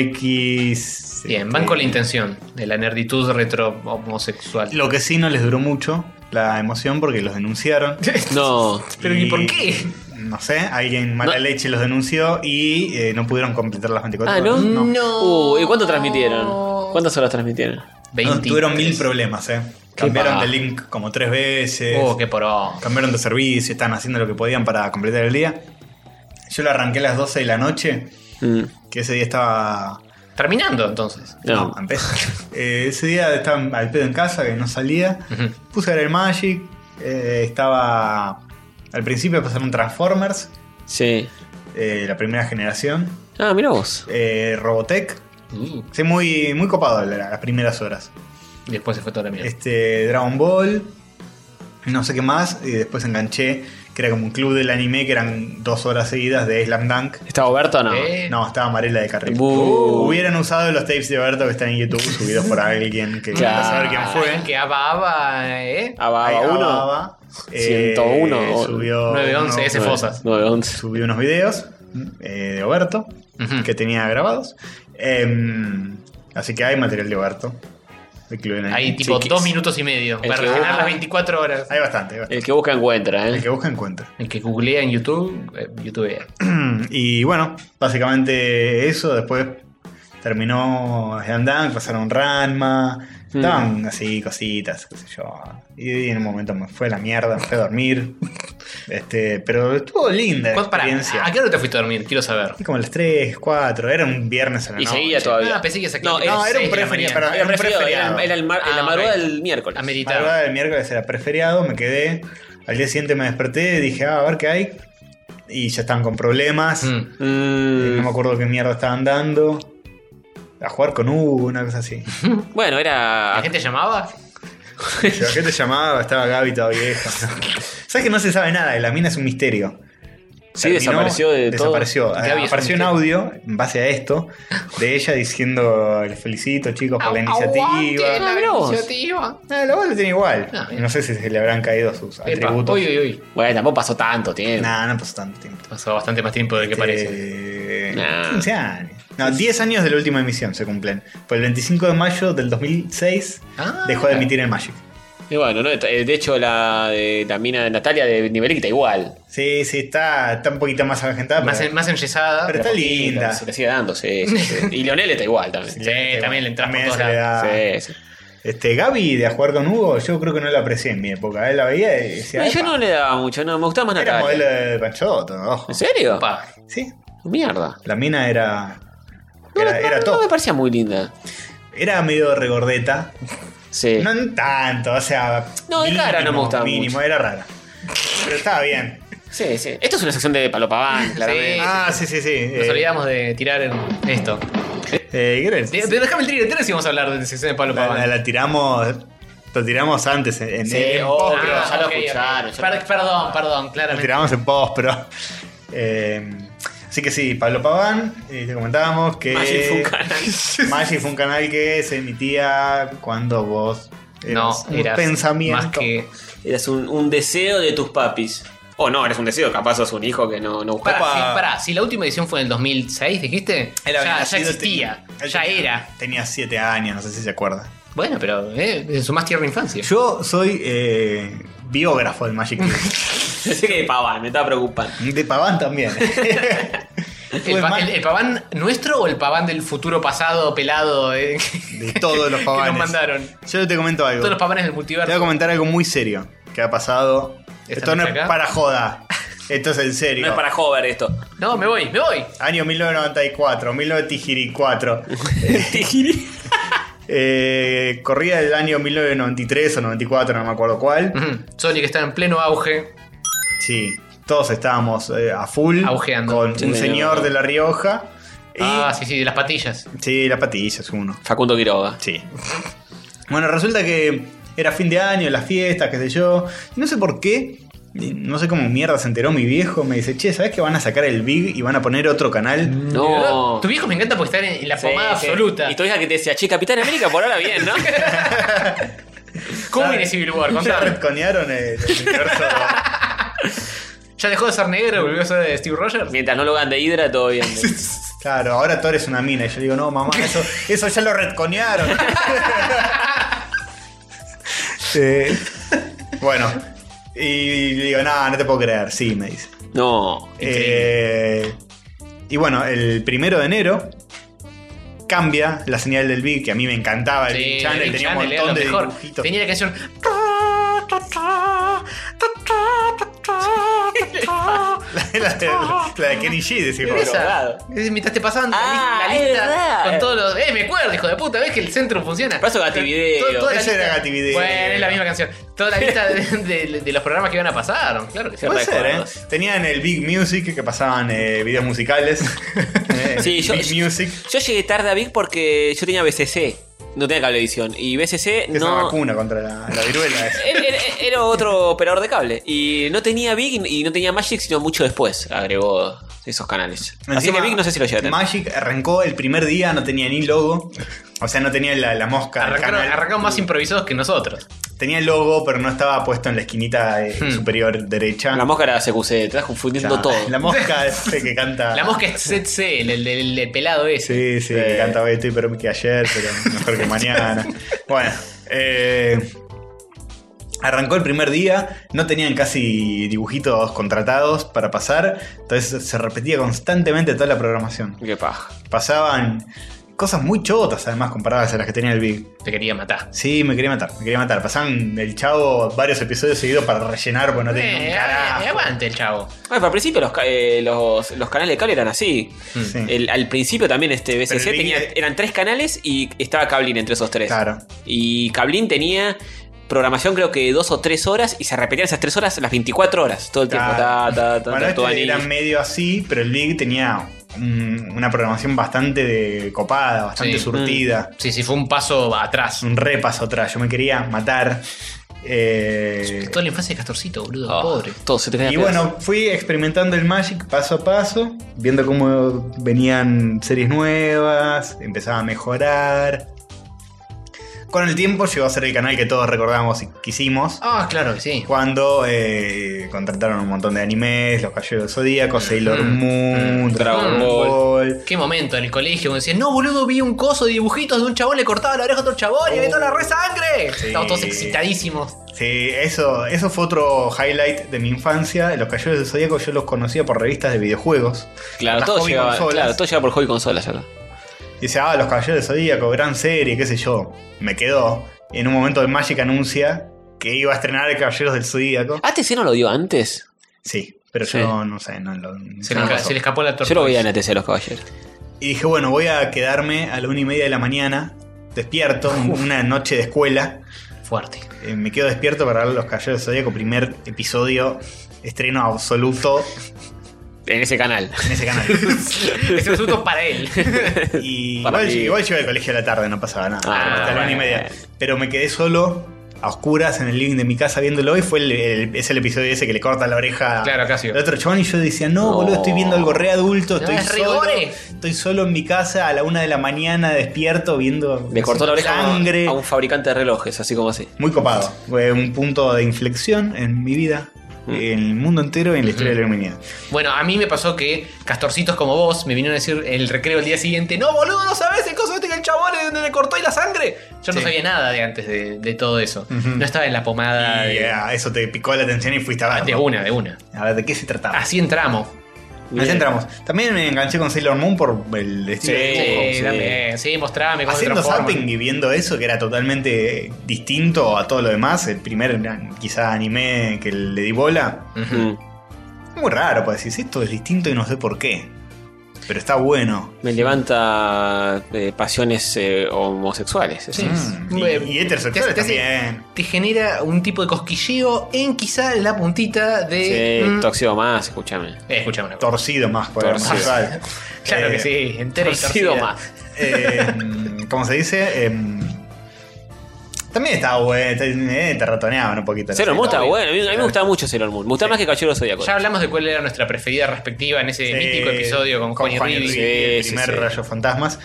[SPEAKER 3] X.
[SPEAKER 4] Bien,
[SPEAKER 3] este,
[SPEAKER 4] van con la intención de la nerditud retro homosexual. <laughs>
[SPEAKER 3] Lo que sí no les duró mucho la emoción porque los denunciaron.
[SPEAKER 15] No.
[SPEAKER 4] ¿Pero
[SPEAKER 3] y
[SPEAKER 4] y por qué?
[SPEAKER 3] No sé, alguien mala
[SPEAKER 15] No.
[SPEAKER 3] leche los denunció y eh, no pudieron completar las 24
[SPEAKER 15] Ah, ¿no?
[SPEAKER 3] horas.
[SPEAKER 15] Uh, ¿Y cuánto transmitieron? ¿Cuántas horas transmitieron?
[SPEAKER 4] 20.
[SPEAKER 3] Ah, Tuvieron mil problemas, ¿eh?
[SPEAKER 15] Qué
[SPEAKER 3] Cambiaron
[SPEAKER 15] paja.
[SPEAKER 3] de link como tres veces.
[SPEAKER 4] Oh, qué porón.
[SPEAKER 3] Cambiaron de servicio, estaban haciendo lo que podían para completar el día. Yo lo arranqué a las 12 de la noche,
[SPEAKER 15] Mm,
[SPEAKER 3] que ese día estaba.
[SPEAKER 4] Terminando entonces.
[SPEAKER 15] No.
[SPEAKER 4] <laughs>
[SPEAKER 3] empecé. Eh, ese día estaba al pedo en casa, que no salía.
[SPEAKER 4] Ujú.
[SPEAKER 3] Puse a ver el Magic. eh, estaba. Al principio pasaron Transformers,
[SPEAKER 15] Sí.
[SPEAKER 3] eh, la primera generación.
[SPEAKER 15] Ah, mira vos.
[SPEAKER 3] eh, Robotech.
[SPEAKER 4] Uh,
[SPEAKER 3] Sí, muy, muy copado la- las primeras horas.
[SPEAKER 4] después se fue toda la mierda.
[SPEAKER 3] Este, Dragon Ball. no sé qué más, y después enganché, que era como un club del anime, que eran dos horas seguidas de Slam Dunk.
[SPEAKER 2] ¿Estaba Oberto o no?
[SPEAKER 4] ¿Eh?
[SPEAKER 3] No, estaba Marela de Carril. Uh,
[SPEAKER 2] Buh.
[SPEAKER 3] Hubieran usado los tapes de Oberto que están en <laughs> YouTube subidos por alguien que quiera saber quién fue. Ah,
[SPEAKER 4] Que ababa, ¿eh?
[SPEAKER 15] Ah,
[SPEAKER 3] Ahí, Abba, Abba, eh,
[SPEAKER 4] 101,
[SPEAKER 3] subió
[SPEAKER 4] 911,
[SPEAKER 3] unos-
[SPEAKER 4] ese Fosas.
[SPEAKER 3] Subió unos videos eh, de Oberto que tenía grabados. Em, así que hay material de Oberto. de Club Enanito.
[SPEAKER 4] Ahí, tipo, dos minutos y medio.
[SPEAKER 3] El
[SPEAKER 4] Para
[SPEAKER 3] que
[SPEAKER 4] rellenar
[SPEAKER 3] busca-
[SPEAKER 4] las 24 horas.
[SPEAKER 3] Hay bastante, hay bastante.
[SPEAKER 2] El que busca encuentra, ¿eh?
[SPEAKER 3] El que busca encuentra.
[SPEAKER 4] El que googlea en YouTube, eh, YouTube.
[SPEAKER 3] y bueno, básicamente eso. Después terminó Andan, pasaron Ranma.
[SPEAKER 4] Mm.
[SPEAKER 3] Estaban así cositas, qué sé yo. Y en un momento me fue a la mierda, me fui a
[SPEAKER 4] <laughs>
[SPEAKER 3] dormir. este, pero estuvo linda la
[SPEAKER 4] ¿Cuánto- Pues pará,
[SPEAKER 3] experiencia.
[SPEAKER 4] ¿A qué hora te fuiste a dormir? Quiero saber.
[SPEAKER 3] Y Como a las 3, 4, era un viernes a la
[SPEAKER 4] Y
[SPEAKER 3] noche.
[SPEAKER 4] seguía todavía. Ah, pensé que sacaba-
[SPEAKER 3] No, era, un
[SPEAKER 4] No, era seis de la
[SPEAKER 3] preferido,
[SPEAKER 4] mañana.
[SPEAKER 3] perdón,
[SPEAKER 4] Era
[SPEAKER 3] era un
[SPEAKER 4] preferido,
[SPEAKER 3] preferiado.
[SPEAKER 4] era el- era el mar- la Ah, madrugada
[SPEAKER 2] del miércoles.
[SPEAKER 3] La madrugada del miércoles era preferiado, me quedé. Al día siguiente me desperté, dije, ah, a ver qué hay. Y ya estaban con problemas.
[SPEAKER 4] Mm.
[SPEAKER 3] Eh, No me acuerdo qué mierda estaban dando. A jugar con Hugo, una cosa así.
[SPEAKER 15] Bueno, era.
[SPEAKER 3] Ah.
[SPEAKER 4] ¿La gente llamaba?
[SPEAKER 3] La gente llamaba, estaba Gaby toda vieja. Sabes que no se sabe nada, la mina es un misterio.
[SPEAKER 15] Sí, desapareció de todo.
[SPEAKER 3] Desapareció.
[SPEAKER 15] Gaby es un
[SPEAKER 3] Apareció un audio en base a esto de ella diciendo: Les felicito, chicos, por la iniciativa.
[SPEAKER 4] iniciativa.
[SPEAKER 3] Eh, la voz la tiene igual.
[SPEAKER 4] Ah, bien.
[SPEAKER 3] No sé si se le habrán caído sus
[SPEAKER 4] Epa,
[SPEAKER 3] atributos.
[SPEAKER 4] uy, uy, uy.
[SPEAKER 2] Bueno, tampoco pasó tanto tiempo.
[SPEAKER 3] Nah, no pasó tanto tiempo.
[SPEAKER 4] Pasó bastante más tiempo
[SPEAKER 3] Este,
[SPEAKER 4] del que
[SPEAKER 3] parece. 15 años. No, 10 años de la última emisión se cumplen. Pues el 25 de mayo del 2006
[SPEAKER 15] Ah.
[SPEAKER 3] dejó de emitir el Magic.
[SPEAKER 2] Y bueno, no, eh, de hecho, la, de, la mina de Natalia de Nivelita igual.
[SPEAKER 3] Sí, sí, está, está un poquito más agentada.
[SPEAKER 4] Más,
[SPEAKER 3] ah, pero-
[SPEAKER 4] en- más enyesada.
[SPEAKER 3] Pero está linda.
[SPEAKER 2] Se le sigue dando, sí. sí,
[SPEAKER 3] <laughs>
[SPEAKER 2] sí. Y Leonel está igual también.
[SPEAKER 4] Sí, también le entramos
[SPEAKER 3] se le da- Este, Gaby de a jugar con Hugo, yo creo que no la aprecié en mi época. Él la veía y decía.
[SPEAKER 15] No, yo
[SPEAKER 3] "Epa".
[SPEAKER 15] no le daba mucho, no, me gustaba más
[SPEAKER 3] Era modelo
[SPEAKER 15] Natalia.
[SPEAKER 3] de Panchoto, ojo.
[SPEAKER 15] ¿En serio?
[SPEAKER 3] Sí.
[SPEAKER 15] Mierda.
[SPEAKER 3] La mina era. Era, era todo. me
[SPEAKER 15] parecía muy linda.
[SPEAKER 3] Era medio regordeta.
[SPEAKER 15] Sí.
[SPEAKER 3] No tanto, o sea.
[SPEAKER 15] No, de cara no me gustaba
[SPEAKER 3] Mínimo,
[SPEAKER 15] mucho.
[SPEAKER 3] era rara. Pero estaba bien.
[SPEAKER 2] Sí, sí. Esto es una sección de Palopaván, claramente.
[SPEAKER 3] Ah, sí, sí, sí.
[SPEAKER 4] Nos
[SPEAKER 3] Eh,
[SPEAKER 4] olvidamos de tirar en esto.
[SPEAKER 3] Eh, ¿qué era el-
[SPEAKER 4] De- de- Déjame el trigger, si vamos a hablar de la sección de Pablo
[SPEAKER 3] la,
[SPEAKER 4] Paván.
[SPEAKER 3] la- la tiramos. Lo tiramos antes en, en- en
[SPEAKER 4] oh,
[SPEAKER 3] post, pero-
[SPEAKER 4] ah, ok, ok. Per- Perdón, perdón,
[SPEAKER 3] Lo
[SPEAKER 4] claramente.
[SPEAKER 3] tiramos en post, pero. eh, así que sí, Pablo Paván, eh, te comentábamos que.
[SPEAKER 4] Magic fue un
[SPEAKER 3] <laughs> canal. fue un canal que se emitía cuando vos.
[SPEAKER 2] No,
[SPEAKER 3] eras un
[SPEAKER 2] eras
[SPEAKER 3] pensamiento.
[SPEAKER 2] más Eras un, un deseo de tus papis. O Oh, no, eres un deseo, capaz sos un hijo que no, no buscó. <laughs>
[SPEAKER 4] Pará, si, pará, si la última edición fue en el 2006, dijiste,
[SPEAKER 3] Él había
[SPEAKER 4] ya, ya
[SPEAKER 3] nacido,
[SPEAKER 4] existía, ya era.
[SPEAKER 3] Tenía 7 años, no sé si se acuerda.
[SPEAKER 4] Bueno, pero eh, en su más tierna infancia.
[SPEAKER 3] Yo soy eh, biógrafo del Magic
[SPEAKER 4] <laughs>
[SPEAKER 3] Kingdom.
[SPEAKER 2] Pensé que de Paván, me estaba preocupando.
[SPEAKER 3] De Paván también.
[SPEAKER 4] ¿El, pa- el- el paván nuestro o el paván del futuro pasado pelado eh, <laughs>
[SPEAKER 3] De todos los
[SPEAKER 4] que
[SPEAKER 3] pavanes.
[SPEAKER 4] nos mandaron?
[SPEAKER 3] Yo te comento algo.
[SPEAKER 4] Todos los pavanes del
[SPEAKER 3] Te voy a
[SPEAKER 4] multiverso.
[SPEAKER 3] comentar algo muy serio que ha pasado. Esto no
[SPEAKER 4] noche
[SPEAKER 3] es
[SPEAKER 4] acá?
[SPEAKER 3] para joda. Esto es en serio.
[SPEAKER 2] No es para Hover esto.
[SPEAKER 4] No, me voy, me voy.
[SPEAKER 3] Año 1994, 1994. eh, corría el año 1993 o 94, no me acuerdo cuál.
[SPEAKER 4] Sonic está en pleno auge.
[SPEAKER 3] Sí, todos estábamos eh, a full.
[SPEAKER 4] Augeando.
[SPEAKER 3] Con
[SPEAKER 4] Sí,
[SPEAKER 3] un
[SPEAKER 4] medio-
[SPEAKER 3] señor de La Rioja.
[SPEAKER 4] Ah, sí, sí, de las patillas.
[SPEAKER 3] Sí, la patilla es uno.
[SPEAKER 2] Facundo Quiroga.
[SPEAKER 3] Sí. Bueno, resulta que era fin de año, las fiestas, qué sé yo. No sé por qué. No sé cómo mierda se enteró mi viejo. Me dice, che, ¿sabes que van a sacar el Big y van a poner otro canal?
[SPEAKER 2] No.
[SPEAKER 4] Tu viejo me encanta porque está en, en la
[SPEAKER 2] Oh. Sí,
[SPEAKER 4] pomada
[SPEAKER 2] sí.
[SPEAKER 4] absoluta.
[SPEAKER 2] Y tu hija que te decía, che, Capitán América, por ahora <laughs> bien, ¿no?
[SPEAKER 4] ¿Cómo viene Civil War?
[SPEAKER 3] Ya
[SPEAKER 4] Contame.
[SPEAKER 3] retconearon el, el universo.
[SPEAKER 4] ¿Ya dejó de ser negro y volvió a ser de Steve Rogers?
[SPEAKER 2] Mientras no lo hagan de Hydra, todo bien.
[SPEAKER 3] claro, ahora Thor es una mina. Y yo digo, no, mamá, eso, eso ya lo retconearon. <laughs> Sí. Eh, Bueno. Y le digo, no, no te puedo creer. Sí, me dice.
[SPEAKER 2] No.
[SPEAKER 3] Eh, y bueno, el primero de enero cambia la señal del Big, que a mí me encantaba. El Big Channel
[SPEAKER 4] Big
[SPEAKER 3] tenía
[SPEAKER 4] Channel
[SPEAKER 3] un
[SPEAKER 4] era lo
[SPEAKER 3] montón de
[SPEAKER 4] mejor.
[SPEAKER 3] dibujitos.
[SPEAKER 4] Tenía la canción.
[SPEAKER 3] la, de, <laughs> la de Kenny G, decimos.
[SPEAKER 4] Esa. Es- Mientras te pasaban la li- la lista con todos los. ¡Eh, me acuerdo, hijo de puta! ¿Ves que el centro funciona?
[SPEAKER 2] Paso Gativideo.
[SPEAKER 4] Todo- toda la
[SPEAKER 3] Ese era
[SPEAKER 4] lista-
[SPEAKER 3] Gativideo.
[SPEAKER 4] Bueno, es la misma canción. Toda la
[SPEAKER 3] <laughs>
[SPEAKER 4] lista de, de- de los programas que iban a pasar. Claro que sí.
[SPEAKER 3] Puede ser, ¿eh?
[SPEAKER 4] Recuerdos.
[SPEAKER 3] Tenían el Big Music, que pasaban eh, videos musicales. Eh,
[SPEAKER 2] Sí, yo-
[SPEAKER 3] <laughs> Big Music.
[SPEAKER 2] Yo llegué tarde a Big porque yo tenía BCC. no tenía cablevisión. Y BCC
[SPEAKER 3] Es una
[SPEAKER 2] no.
[SPEAKER 3] vacuna contra la, la viruela. es.
[SPEAKER 2] Era, era- era otro operador de cable. Y no tenía Big y no tenía Magic, sino mucho después agregó esos canales. Así
[SPEAKER 3] Encima,
[SPEAKER 2] que Big no sé si lo llega a tener.
[SPEAKER 3] Magic arrancó el primer día, no tenía ni logo. O sea, no tenía la, la mosca. del
[SPEAKER 4] Arrancaron,
[SPEAKER 3] canal.
[SPEAKER 4] arrancaron más improvisados que nosotros.
[SPEAKER 3] Tenía el logo, pero no estaba puesto en la esquinita eh, superior derecha. La
[SPEAKER 2] Hmm. mosca era CQC, te estás confundiendo todo.
[SPEAKER 3] La mosca <laughs> es el que canta.
[SPEAKER 4] La mosca es ZC, el, el- el- el pelado ese.
[SPEAKER 3] Sí, sí,
[SPEAKER 2] Eh.
[SPEAKER 3] que canta hoy estoy peor que ayer, pero mejor que mañana.
[SPEAKER 2] <laughs>
[SPEAKER 3] Bueno, eh, arrancó el primer día, no tenían casi dibujitos contratados para pasar, entonces se repetía constantemente toda la programación.
[SPEAKER 2] Qué paja.
[SPEAKER 3] Pasaban cosas muy chotas, además, comparadas a las que tenía el Big.
[SPEAKER 4] Te quería matar.
[SPEAKER 3] Sí, me quería matar, me quería matar. Pasaban el chavo varios episodios seguidos para rellenar, pues no tenía un
[SPEAKER 4] Eh,
[SPEAKER 3] carajo.
[SPEAKER 4] eh, aguante el chavo.
[SPEAKER 2] Bueno, pero al principio los, ca- eh, los, los canales de cable eran así.
[SPEAKER 3] Sí.
[SPEAKER 2] El- al principio también este BCC
[SPEAKER 3] Pero el
[SPEAKER 2] tenía,
[SPEAKER 3] Big-
[SPEAKER 2] eran tres canales y estaba Cablin entre esos tres.
[SPEAKER 3] Claro.
[SPEAKER 2] Y Cablin tenía programación creo que dos o tres horas y se repetían esas tres horas las 24 horas todo el tiempo. Ta, ta, ta,
[SPEAKER 3] Ah, Bueno,
[SPEAKER 2] ta,
[SPEAKER 3] este
[SPEAKER 2] todo
[SPEAKER 3] era
[SPEAKER 2] anime.
[SPEAKER 3] medio así, pero el League tenía un- una programación bastante de- copada, bastante
[SPEAKER 4] Sí.
[SPEAKER 3] surtida.
[SPEAKER 4] Sí, sí, fue un paso atrás.
[SPEAKER 3] Un repaso atrás. Yo me quería matar. Eh,
[SPEAKER 4] Toda la infancia de Castorcito, boludo,
[SPEAKER 3] Ah.
[SPEAKER 4] pobre.
[SPEAKER 2] Todo se te caía
[SPEAKER 3] y
[SPEAKER 2] a pedazos.
[SPEAKER 3] bueno, fui experimentando el Magic paso a paso, viendo cómo venían series nuevas, empezaba a mejorar. Con el tiempo llegó a ser el canal que todos recordamos y quisimos.
[SPEAKER 4] Ah, claro que sí.
[SPEAKER 3] Cuando eh, contrataron un montón de animes, Los Caballeros del Zodíaco, Sailor
[SPEAKER 4] Mm,
[SPEAKER 3] Moon, Dragon
[SPEAKER 4] Mm.
[SPEAKER 3] Ball.
[SPEAKER 4] Qué momento en el colegio cuando decían, no, boludo, vi un coso de dibujitos de un chabón, le cortaba la oreja a otro chabón y
[SPEAKER 3] Oh.
[SPEAKER 4] había toda la re sangre.
[SPEAKER 3] Sí.
[SPEAKER 4] Estábamos todos excitadísimos.
[SPEAKER 3] Sí, eso, eso fue otro highlight de mi infancia. Los Caballeros del Zodíaco yo los conocía por revistas de videojuegos.
[SPEAKER 2] Claro,
[SPEAKER 3] Las
[SPEAKER 2] todo
[SPEAKER 3] hobby
[SPEAKER 2] llegaba,
[SPEAKER 3] consolas.
[SPEAKER 2] claro, todo llegaba por hobby consolas acá.
[SPEAKER 3] Y dice, ah, Los Caballeros del Zodíaco, gran serie, qué sé yo. Me quedó. Y en un momento el Magic anuncia que iba a estrenar el Caballeros del Zodíaco.
[SPEAKER 2] ¿Ah, TC no lo dio antes?
[SPEAKER 3] Sí, pero
[SPEAKER 2] Sí.
[SPEAKER 3] yo no sé, no lo...
[SPEAKER 4] Se,
[SPEAKER 3] no
[SPEAKER 4] le,
[SPEAKER 3] pasó.
[SPEAKER 4] se le escapó la
[SPEAKER 2] Yo
[SPEAKER 4] torta.
[SPEAKER 2] lo veía en ATC los caballeros.
[SPEAKER 3] Y dije, bueno, voy a quedarme a la una y media de la mañana, despierto, un- una noche de escuela.
[SPEAKER 4] Fuerte.
[SPEAKER 3] Eh, me quedo despierto para ver Los Caballeros del Zodíaco, primer episodio, estreno absoluto
[SPEAKER 2] En ese canal.
[SPEAKER 3] en ese
[SPEAKER 4] <laughs>
[SPEAKER 3] canal.
[SPEAKER 4] Ese asunto es para él.
[SPEAKER 2] <laughs>
[SPEAKER 3] Y
[SPEAKER 2] Para
[SPEAKER 3] igual,
[SPEAKER 2] ti.
[SPEAKER 3] igual yo iba al colegio a la tarde, no pasaba nada.
[SPEAKER 2] Ah,
[SPEAKER 3] hasta la una y
[SPEAKER 2] bueno.
[SPEAKER 3] media. Pero me quedé solo, a oscuras, en el living de mi casa viéndolo. Y fue el, el- es el episodio ese que le corta la oreja
[SPEAKER 4] Claro, Casio.
[SPEAKER 3] al otro chabón. Y yo decía, no,
[SPEAKER 2] No.
[SPEAKER 3] boludo, estoy viendo algo re adulto.
[SPEAKER 4] No,
[SPEAKER 3] Estoy,
[SPEAKER 4] es
[SPEAKER 3] solo,
[SPEAKER 4] rigore.
[SPEAKER 3] estoy solo en mi casa a la una de la mañana, despierto, viendo
[SPEAKER 2] Le cortó la oreja a-
[SPEAKER 3] sangre.
[SPEAKER 2] a un fabricante de relojes, así como así.
[SPEAKER 3] Muy copado. Fue un punto de inflexión en mi vida,
[SPEAKER 2] Mm.
[SPEAKER 3] en el mundo entero y en la historia de la humanidad.
[SPEAKER 4] Bueno, a mí me pasó que castorcitos como vos me vinieron a decir en el recreo el día siguiente: No, boludo, no sabés el coso este que el chabón es donde le cortó y la sangre. Yo no
[SPEAKER 3] Sí.
[SPEAKER 4] sabía nada de antes de, de todo eso.
[SPEAKER 3] Ujú.
[SPEAKER 4] No estaba en la pomada
[SPEAKER 3] Y
[SPEAKER 4] de,
[SPEAKER 3] ah, eso te picó la atención y fuiste a verlo.
[SPEAKER 4] de una, de una.
[SPEAKER 3] A ver, ¿de qué se trataba?
[SPEAKER 4] Así entramos.
[SPEAKER 3] Así entramos. También me enganché con Sailor Moon por el estilo de dibujo.
[SPEAKER 4] Sí, dame, sí, mostrame cómo se
[SPEAKER 3] Haciendo
[SPEAKER 4] transforma.
[SPEAKER 3] zapping y viendo eso, que era totalmente distinto a todo lo demás, el primer quizá anime que le di bola.
[SPEAKER 2] Ujú.
[SPEAKER 4] Mm.
[SPEAKER 3] Muy raro, pues decís, esto es distinto y no sé por qué. Pero está bueno.
[SPEAKER 2] Me levanta eh, pasiones eh, homosexuales. eso
[SPEAKER 4] Sí.
[SPEAKER 2] es.
[SPEAKER 3] Mm. Y,
[SPEAKER 4] Bueno,
[SPEAKER 3] y heterosexuales
[SPEAKER 4] te hace- te hace-
[SPEAKER 3] también.
[SPEAKER 4] Te genera un tipo de cosquilleo en quizá la puntita de.
[SPEAKER 2] Sí,
[SPEAKER 4] Mm.
[SPEAKER 2] toxido más, escúchame.
[SPEAKER 4] Eh, escuchame una cosa.
[SPEAKER 3] Torcido más por
[SPEAKER 2] Torcido.
[SPEAKER 3] homosexual.
[SPEAKER 4] <laughs> Claro
[SPEAKER 3] Eh,
[SPEAKER 4] que sí, entero y
[SPEAKER 2] Torcido
[SPEAKER 4] torcida.
[SPEAKER 2] más.
[SPEAKER 3] eh, ¿Cómo se dice? Em, también estaba bueno, te, eh, te ratoneaban un poquito.
[SPEAKER 2] Sailor Moon está
[SPEAKER 3] Obvio.
[SPEAKER 2] bueno. A mí, a mí me gustaba mucho Sailor Moon. Me gustaba más que Caballero Zodíaco.
[SPEAKER 4] Ya hablamos de cuál era nuestra preferida respectiva en ese
[SPEAKER 3] Sí,
[SPEAKER 4] mítico episodio con, Juan y
[SPEAKER 3] Juan y
[SPEAKER 4] Ruiz.
[SPEAKER 3] Ricky,
[SPEAKER 2] Sí,
[SPEAKER 3] el
[SPEAKER 2] sí,
[SPEAKER 3] primer
[SPEAKER 2] sí.
[SPEAKER 3] Rayo Fantasmas.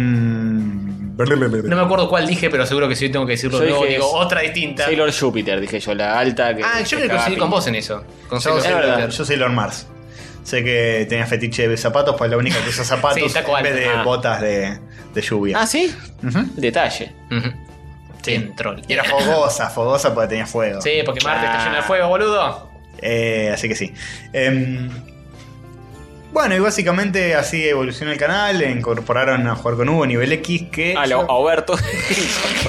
[SPEAKER 3] Em, blablabla.
[SPEAKER 4] No me acuerdo cuál dije, pero seguro que sí tengo que decirlo
[SPEAKER 2] Yo
[SPEAKER 4] de nuevo.
[SPEAKER 2] dije
[SPEAKER 4] Digo,
[SPEAKER 2] es-
[SPEAKER 4] otra distinta.
[SPEAKER 2] Sailor Júpiter, dije yo, la alta que.
[SPEAKER 4] Ah, yo creo que coincidí con vos en eso. Con
[SPEAKER 3] Yo
[SPEAKER 4] Sailor
[SPEAKER 3] soy,
[SPEAKER 4] Júpiter.
[SPEAKER 3] Lord- yo soy Lord Mars. Sé que tenía fetiche de zapatos, pues la única que usa zapatos
[SPEAKER 4] Sí, taco
[SPEAKER 3] en vez
[SPEAKER 4] alto.
[SPEAKER 3] de
[SPEAKER 4] Ah.
[SPEAKER 3] botas de, de lluvia.
[SPEAKER 2] Ah, sí.
[SPEAKER 3] Ujú.
[SPEAKER 2] Detalle.
[SPEAKER 4] Ujú. Bien, troll. <laughs>
[SPEAKER 3] Y era fogosa, fogosa porque tenía fuego.
[SPEAKER 4] Sí, porque Marte
[SPEAKER 2] Ah.
[SPEAKER 4] está lleno de fuego, boludo.
[SPEAKER 3] Eh, así que sí. Em, bueno, y básicamente así evolucionó el canal. Incorporaron a jugar con Hugo, nivel X, que.
[SPEAKER 2] A, lo, a Oberto.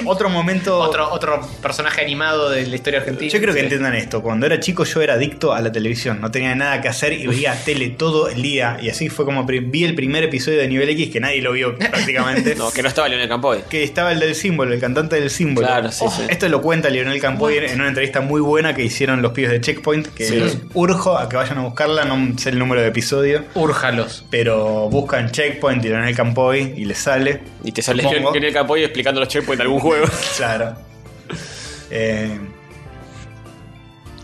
[SPEAKER 3] Otro momento.
[SPEAKER 2] Oh.
[SPEAKER 4] Otro, otro personaje animado de la historia argentina.
[SPEAKER 3] Yo creo que
[SPEAKER 4] Sí.
[SPEAKER 3] entiendan esto. Cuando era chico yo era adicto a la televisión. No tenía nada que hacer y veía tele todo el día. Y así fue como pri- vi el primer episodio de Nivel X que nadie
[SPEAKER 2] <laughs>
[SPEAKER 3] lo vio prácticamente.
[SPEAKER 2] no, que no estaba Leonel Campoy.
[SPEAKER 3] Que estaba el del símbolo, el cantante del símbolo. Oh,
[SPEAKER 2] Claro, sí, sí.
[SPEAKER 3] Esto lo cuenta Lionel Campoy en- en una entrevista muy buena que hicieron los pibes de Checkpoint. Que
[SPEAKER 2] Sí.
[SPEAKER 3] los urjo a que vayan a buscarla. No sé el número de episodio.
[SPEAKER 4] Úrjalos.
[SPEAKER 3] Pero buscan checkpoint, tiran el campoy y les sale.
[SPEAKER 2] Y te sale Leon- Lionel Campoy explicando los checkpoints de algún <laughs> juego.
[SPEAKER 3] claro. Eh,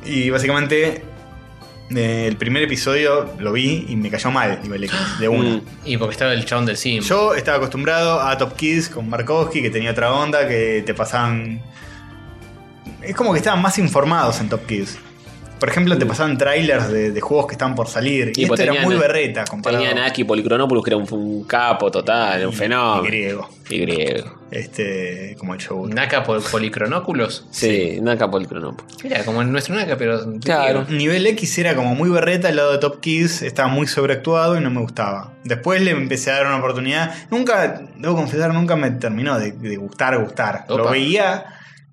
[SPEAKER 3] y básicamente eh, el primer episodio lo vi y me cayó mal digo, le- de
[SPEAKER 2] Mm.
[SPEAKER 3] una.
[SPEAKER 4] Y porque estaba el chabón del sim.
[SPEAKER 3] Yo estaba acostumbrado a Top Kids con Markovsky, que tenía otra onda, que te pasaban. Es como que estaban más informados en Top Kids. Por ejemplo, te pasaban trailers de, de juegos que estaban por salir. Y,
[SPEAKER 2] Mm. pues
[SPEAKER 3] esto era
[SPEAKER 2] tenían-
[SPEAKER 3] muy berreta comparado.
[SPEAKER 2] Tenían Aki Policronopoulos, que era un, un capo total, un fenómeno. Y
[SPEAKER 3] griego.
[SPEAKER 2] Y griego.
[SPEAKER 3] Este, como el show.
[SPEAKER 4] Naka por policronóculos.
[SPEAKER 2] Sí, Naka Policronopoulos.
[SPEAKER 4] Mira, como en nuestro Naka, pero. de griego.
[SPEAKER 3] Nivel X era como muy berreta al lado de Top Kids, estaba muy sobreactuado y no me gustaba. Después le empecé a dar una oportunidad. Nunca, debo confesar, nunca me terminó de, de gustar, gustar. Lo
[SPEAKER 2] Opa.
[SPEAKER 3] veía,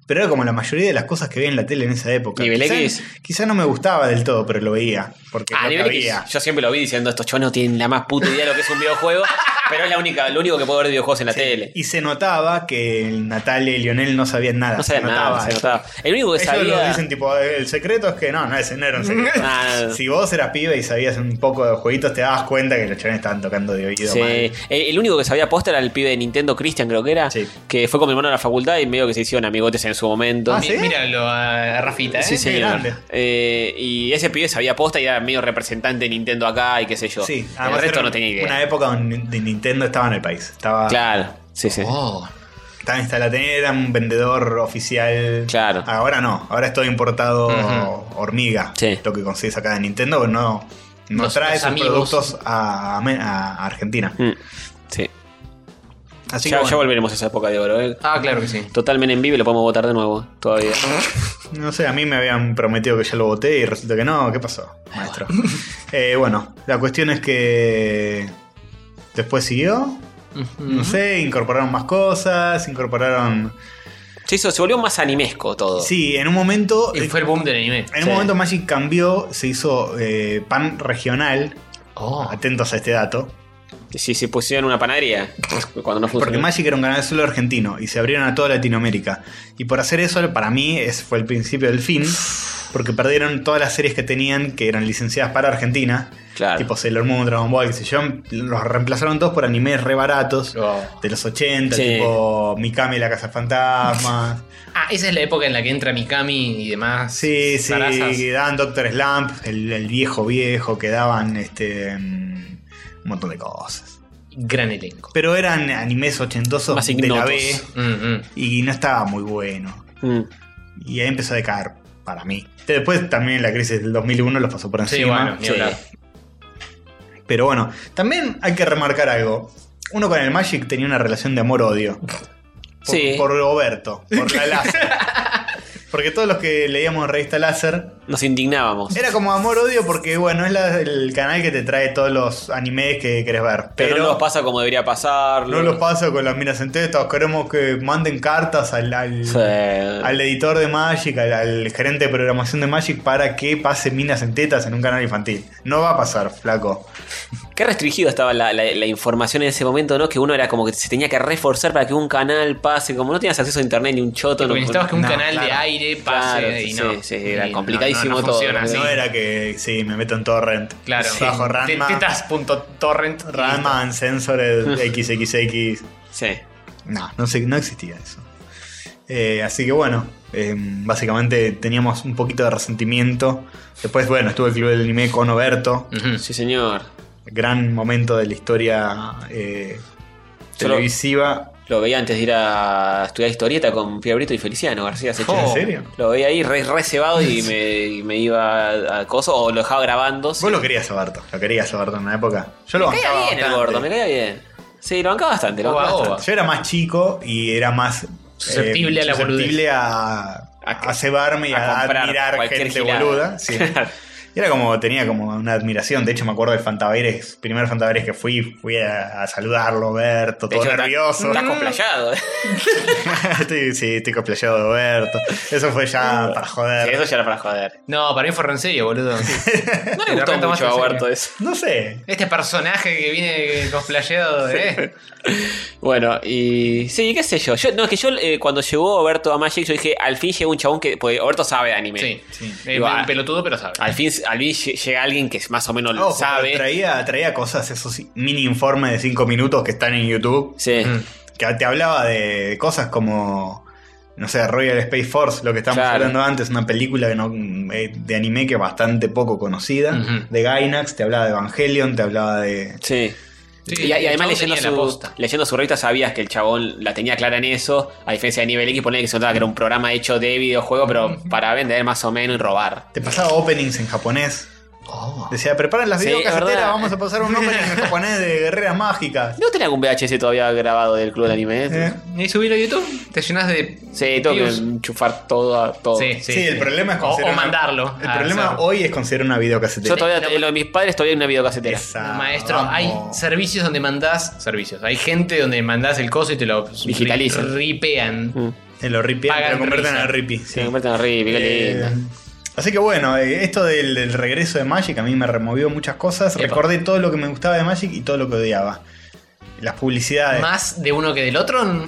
[SPEAKER 3] pero era como la mayoría de las cosas que veía en la tele en esa época.
[SPEAKER 2] Nivel
[SPEAKER 3] Quizá-
[SPEAKER 2] X.
[SPEAKER 3] Quizá no me gustaba del todo, pero lo veía. Porque
[SPEAKER 2] Ah,
[SPEAKER 3] lo
[SPEAKER 2] nivel
[SPEAKER 3] que
[SPEAKER 2] X.
[SPEAKER 3] había.
[SPEAKER 2] Yo siempre lo vi diciendo, estos chonos tienen la más puta idea de lo que es un
[SPEAKER 3] <laughs>
[SPEAKER 2] videojuego, pero es la única, lo único que puedo ver de videojuegos en la tele.
[SPEAKER 3] Y se notaba que Natalia y Lionel no sabían nada.
[SPEAKER 2] No sabían nada, se notaba. El único que
[SPEAKER 3] Ellos
[SPEAKER 2] sabía-
[SPEAKER 3] lo dicen tipo, el secreto es que no, no, ese no era un secreto.
[SPEAKER 2] <laughs> Ah, no, no.
[SPEAKER 3] Si vos eras pibe y sabías un poco de jueguitos, te dabas cuenta que los chavales estaban tocando de oído.
[SPEAKER 2] Sí.
[SPEAKER 3] mal.
[SPEAKER 2] El, el único que sabía posta era el pibe de Nintendo, Christian creo que era, que fue con mi hermano a la facultad y medio que se hicieron amigotes en su momento.
[SPEAKER 3] Ah,
[SPEAKER 4] Mi- Ah, Míralo a Rafita, ¿eh?
[SPEAKER 2] Sí,
[SPEAKER 4] Qué
[SPEAKER 2] señor.
[SPEAKER 4] grande.
[SPEAKER 2] Eh, y ese pibe sabía posta y era medio representante de Nintendo acá y qué sé yo.
[SPEAKER 3] Sí,
[SPEAKER 2] el
[SPEAKER 3] además
[SPEAKER 2] resto
[SPEAKER 3] era
[SPEAKER 2] no tenía idea.
[SPEAKER 3] Una época donde de Nintendo estaba en el país. Estaba,
[SPEAKER 2] Claro, sí, sí.
[SPEAKER 3] Oh.
[SPEAKER 4] Oh.
[SPEAKER 3] Estaba instalada, tenía- era un vendedor oficial. Claro. Ahora no, ahora es todo importado hormiga. Lo que consigues acá de Nintendo, no, no
[SPEAKER 4] Los-
[SPEAKER 3] trae
[SPEAKER 4] los
[SPEAKER 3] sus
[SPEAKER 4] amigos.
[SPEAKER 3] productos a, a Argentina.
[SPEAKER 2] Sí.
[SPEAKER 3] Así
[SPEAKER 2] Mm. ya,
[SPEAKER 3] que bueno.
[SPEAKER 2] ya volveremos a esa época de oro. eh.
[SPEAKER 4] Ah, claro que sí.
[SPEAKER 2] Totalmente en vivo y lo podemos votar de nuevo eh,
[SPEAKER 3] <laughs>
[SPEAKER 2] todavía.
[SPEAKER 3] No sé, a mí me habían prometido que ya lo voté y resulta que no. ¿Qué pasó,
[SPEAKER 4] <laughs>
[SPEAKER 3] maestro? Eh, bueno, la cuestión es que después siguió. No sé, incorporaron más cosas, incorporaron...
[SPEAKER 2] Se, hizo, se volvió más animesco todo.
[SPEAKER 3] Sí, en un momento...
[SPEAKER 4] Y fue el boom del anime.
[SPEAKER 3] eh, En un momento Magic cambió, se hizo eh, pan regional.
[SPEAKER 4] Oh. Ah.
[SPEAKER 3] Atentos a este dato.
[SPEAKER 2] Si se pusieron una panadería cuando
[SPEAKER 4] Pues
[SPEAKER 2] no
[SPEAKER 3] Porque
[SPEAKER 2] funcionó.
[SPEAKER 3] Magic era un canal solo argentino y se abrieron a toda Latinoamérica. Y por hacer eso, para mí, ese fue el principio del
[SPEAKER 4] <sighs>
[SPEAKER 3] fin. Porque perdieron todas las series que tenían que eran licenciadas para Argentina. Tipo Sailor Moon, Dragon Ball, qué sé yo. Los reemplazaron todos por animes re baratos de los 80,
[SPEAKER 4] Oh. Sí.
[SPEAKER 3] tipo Mikami, la Casa
[SPEAKER 4] <laughs>
[SPEAKER 3] Fantasma.
[SPEAKER 4] Ah, esa es la época en la que entra Mikami y demás.
[SPEAKER 3] Sí, sí,
[SPEAKER 4] zarazas.
[SPEAKER 3] que daban Doctor Slump, el, el viejo viejo, que daban este, mm, un montón de cosas.
[SPEAKER 4] Gran elenco.
[SPEAKER 3] Pero eran animes ochentosos
[SPEAKER 4] Más
[SPEAKER 3] de la
[SPEAKER 4] ignotos. Mm.
[SPEAKER 3] B y no estaba muy bueno. Y ahí empezó a decaer para mí. Después también la crisis del 2001 los pasó por
[SPEAKER 4] Sí,
[SPEAKER 3] encima.
[SPEAKER 4] bueno, ni hablar.
[SPEAKER 3] Pero bueno, también hay que remarcar algo. Uno con el Magic tenía una relación de amor-odio. Por, por Roberto, por la láser. Porque todos los que leíamos revista láser
[SPEAKER 2] Nos indignábamos.
[SPEAKER 3] era como amor-odio porque, bueno, es la- el canal que te trae todos los animes que querés ver.
[SPEAKER 2] pero,
[SPEAKER 3] Pero
[SPEAKER 2] no nos pasa como debería pasar.
[SPEAKER 3] no los paso con las minas en tetas. Queremos que manden cartas al, al, al editor de Magic, al, al gerente de programación de Magic, para que pase minas en tetas en un canal infantil. No va a pasar, flaco.
[SPEAKER 2] Qué restringido estaba la, la- la información en ese momento, ¿no? Que uno era como que se tenía que reforzar para que un canal pase. Como no tenías acceso a internet ni un choto.
[SPEAKER 4] Porque
[SPEAKER 2] no-
[SPEAKER 4] necesitabas que un
[SPEAKER 2] no,
[SPEAKER 4] canal de
[SPEAKER 2] claro.
[SPEAKER 4] aire pase
[SPEAKER 2] Claro,
[SPEAKER 4] y
[SPEAKER 2] sí,
[SPEAKER 4] no.
[SPEAKER 2] sí, era
[SPEAKER 4] Y no,
[SPEAKER 2] complicadísimo
[SPEAKER 4] no, no
[SPEAKER 2] todo.
[SPEAKER 4] funciona así.
[SPEAKER 3] Ah, No era que, sí, me meto en torrent.
[SPEAKER 4] Claro.
[SPEAKER 3] Sí. Bajo Ranma.
[SPEAKER 4] Tetas.torrent.
[SPEAKER 3] Ranma and Censored
[SPEAKER 2] <laughs>
[SPEAKER 3] XXX.
[SPEAKER 2] Sí.
[SPEAKER 3] No, no, sé, no existía eso. Eh, así que bueno, eh, básicamente teníamos un poquito de resentimiento. Después, bueno, estuvo el club del anime con Oberto.
[SPEAKER 2] Sí, señor.
[SPEAKER 3] Gran momento de la historia eh,
[SPEAKER 2] Yo lo-
[SPEAKER 3] televisiva.
[SPEAKER 2] Lo veía antes de ir a estudiar historieta con Piabrito y Feliciano García Sechó.
[SPEAKER 3] Oh. ¿En serio?
[SPEAKER 2] Lo veía ahí re, re cebado y me, y me iba a, a coso o lo dejaba grabando.
[SPEAKER 3] Vos lo querías a Oberto, lo querías a Oberto en una época. Yo lo
[SPEAKER 2] me caía
[SPEAKER 3] bancaba
[SPEAKER 2] bien el
[SPEAKER 3] bastante.
[SPEAKER 2] gordo, me caía bien. Sí, lo bancaba bastante, lo bancaba bastante.
[SPEAKER 3] Yo era más chico y era más eh,
[SPEAKER 2] Susceptible a la
[SPEAKER 3] susceptible
[SPEAKER 2] boludez.
[SPEAKER 3] a, a cebarme y a,
[SPEAKER 2] comprar
[SPEAKER 3] admirar
[SPEAKER 2] cualquier
[SPEAKER 3] gente
[SPEAKER 2] gilada. <laughs>
[SPEAKER 3] boluda. sí. Y era como, tenía como una admiración. De hecho, me acuerdo del Fantaveres, primer Fantaveres que fui, fui a, a saludarlo, Berto,
[SPEAKER 2] De
[SPEAKER 3] todo
[SPEAKER 2] hecho, está-
[SPEAKER 3] nervioso.
[SPEAKER 2] Estás complayado.
[SPEAKER 3] <laughs> estoy, sí, estoy cosplayado de Berto. Eso fue ya para joder.
[SPEAKER 2] Uh, Eso ya era para joder.
[SPEAKER 4] No, para mí fue re en serio, <laughs> boludo.
[SPEAKER 2] No
[SPEAKER 4] Te
[SPEAKER 2] le
[SPEAKER 4] lo
[SPEAKER 2] gustó
[SPEAKER 4] reto más
[SPEAKER 2] mucho
[SPEAKER 4] en
[SPEAKER 2] a
[SPEAKER 4] serio.
[SPEAKER 2] Huerto eso.
[SPEAKER 3] No sé.
[SPEAKER 4] Este personaje que viene cosplayado de.
[SPEAKER 2] Bueno, y sí, qué sé yo. Yo- no, es que yo eh, cuando llegó Oberto a Magic, yo dije, al fin llegó un chabón que. Porque Oberto sabe de anime.
[SPEAKER 4] Sí, sí.
[SPEAKER 2] Digo,
[SPEAKER 4] Eh,
[SPEAKER 2] ah,
[SPEAKER 4] un pelotudo, pero sabe. Mm.
[SPEAKER 2] Al fin, al mí lle- llega alguien que más o menos lo
[SPEAKER 3] Ojo, pero
[SPEAKER 2] sabe.
[SPEAKER 3] Traía, traía cosas, esos mini informes de 5 minutos que están en YouTube. Mm. Que te hablaba de cosas como. No sé, Royal Space Force, lo que estábamos
[SPEAKER 2] Claro.
[SPEAKER 3] hablando antes, una película que no- eh, de anime que es bastante poco conocida, de Gainax, te hablaba de Evangelion, te hablaba de...
[SPEAKER 2] Sí.
[SPEAKER 3] Sí,
[SPEAKER 2] y, y
[SPEAKER 3] el
[SPEAKER 2] además
[SPEAKER 3] chabón
[SPEAKER 2] leyendo
[SPEAKER 3] tenía la
[SPEAKER 2] su,
[SPEAKER 3] posta.
[SPEAKER 2] leyendo su revista sabías que el chabón la tenía clara en eso, a diferencia de Nivel X, ponele que se notaba que era un programa hecho de videojuego, pero para vender más o menos y robar.
[SPEAKER 3] Te pasaba openings en japonés.
[SPEAKER 4] Oh.
[SPEAKER 3] Decía, preparen las
[SPEAKER 2] Sí, es
[SPEAKER 3] videocaseteras,
[SPEAKER 2] verdad.
[SPEAKER 3] vamos a pasar un opening en japonés de Guerreras Mágicas.
[SPEAKER 2] ¿No tenés algún VHS todavía grabado del Club del Anime?
[SPEAKER 3] Eh.
[SPEAKER 4] ¿Y subirlo a YouTube? Te llenas de.
[SPEAKER 2] Sí, tengo que
[SPEAKER 4] views.
[SPEAKER 2] enchufar todo a todo.
[SPEAKER 4] Sí, sí, Sí, el sí. problema es
[SPEAKER 3] considerar
[SPEAKER 2] considerarlo.
[SPEAKER 3] una- El problema hoy es considerar una videocasetera.
[SPEAKER 2] Yo todavía, eh, lo de mis padres todavía hay una videocasetera.
[SPEAKER 4] Maestro, hay servicios donde mandás servicios. Hay gente donde mandás el coso y te lo
[SPEAKER 2] Digitalizan.
[SPEAKER 4] ri- ripean.
[SPEAKER 2] Mm.
[SPEAKER 3] Te lo ripean, te lo convierten en ripi. Sí.
[SPEAKER 2] convierten en ripi, qué
[SPEAKER 3] Eh, Así que bueno, eh, esto del, del regreso de Magic a mí me removió muchas cosas. Recordé todo lo que me gustaba de Magic y todo lo que odiaba. Las publicidades.
[SPEAKER 4] ¿Más de uno que del otro?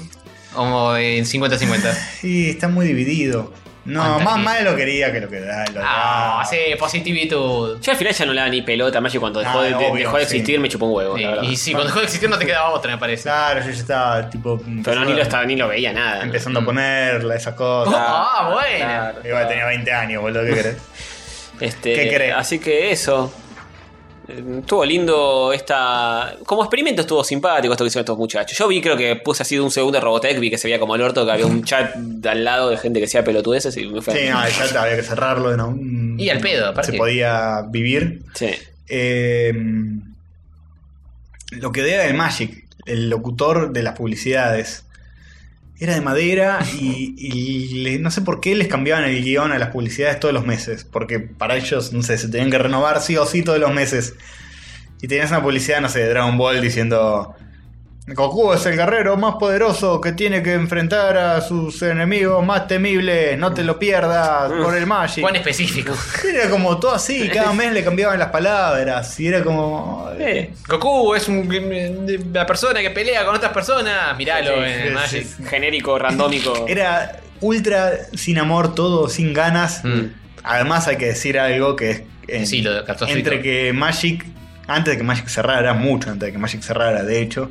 [SPEAKER 4] ¿O en 50-50?
[SPEAKER 3] Sí, está muy dividido. No,
[SPEAKER 4] ¿Cuánta
[SPEAKER 3] más,
[SPEAKER 4] gente?
[SPEAKER 3] más de lo quería que lo que da. Lo
[SPEAKER 4] Ah, sí, positivitud.
[SPEAKER 2] Yo al final ya no le daba ni pelota, Magic cuando dejó,
[SPEAKER 3] Ah,
[SPEAKER 2] de, de-
[SPEAKER 3] obvio,
[SPEAKER 2] dejó de
[SPEAKER 3] sí.
[SPEAKER 2] existir me chupó un huevo. la verdad.
[SPEAKER 4] Y sí, cuando dejó de existir no te quedaba otra, me parece.
[SPEAKER 3] Claro, yo ya estaba tipo. mm,
[SPEAKER 2] Pero no, ni lo, estaba, Mm. ni lo veía nada.
[SPEAKER 3] Empezando a ponerla, esas cosas.
[SPEAKER 4] Ah, bueno.
[SPEAKER 2] Oh.
[SPEAKER 3] Igual tenía 20 años, boludo, ¿qué
[SPEAKER 2] <laughs>
[SPEAKER 3] querés?
[SPEAKER 2] Este,
[SPEAKER 3] ¿Qué crees?
[SPEAKER 2] Así que eso. Eh, Estuvo lindo esta. Como experimento estuvo simpático esto que hicieron estos muchachos. Yo vi, creo que puse así de un segundo Robotech, vi que se veía como el orto, que había
[SPEAKER 3] <laughs>
[SPEAKER 2] un chat de al lado de gente que sea pelotudeces y me fue.
[SPEAKER 3] Sí, no, ya te- había que cerrarlo. No,
[SPEAKER 2] Y al pedo, aparte.
[SPEAKER 3] Se podía vivir.
[SPEAKER 2] Sí.
[SPEAKER 3] Eh, lo que era del Magic, el locutor de las publicidades. Era de madera y, y le- no sé por qué les cambiaban el guión a las publicidades todos los meses. Porque para ellos, no sé, se tenían que renovar sí o sí todos los meses. Y tenías una publicidad, no sé, de Dragon Ball diciendo... Goku es el guerrero más poderoso que tiene que enfrentar a sus enemigos más temibles. No te lo pierdas por el Magic.
[SPEAKER 4] Cuán específico.
[SPEAKER 3] Era como todo así, cada mes le cambiaban las palabras y era como...
[SPEAKER 4] <laughs> Goku es un- una persona que pelea con otras personas. Miralo
[SPEAKER 3] Sí, sí,
[SPEAKER 4] en
[SPEAKER 3] sí,
[SPEAKER 4] Magic.
[SPEAKER 3] sí,
[SPEAKER 2] Genérico, randómico.
[SPEAKER 3] <laughs> Era ultra sin amor todo, sin ganas.
[SPEAKER 2] Mm.
[SPEAKER 4] Mm.
[SPEAKER 3] Además hay que decir algo que es... eh, entre que Magic... Antes de que Magic cerrara, mucho antes de que Magic cerrara, de hecho,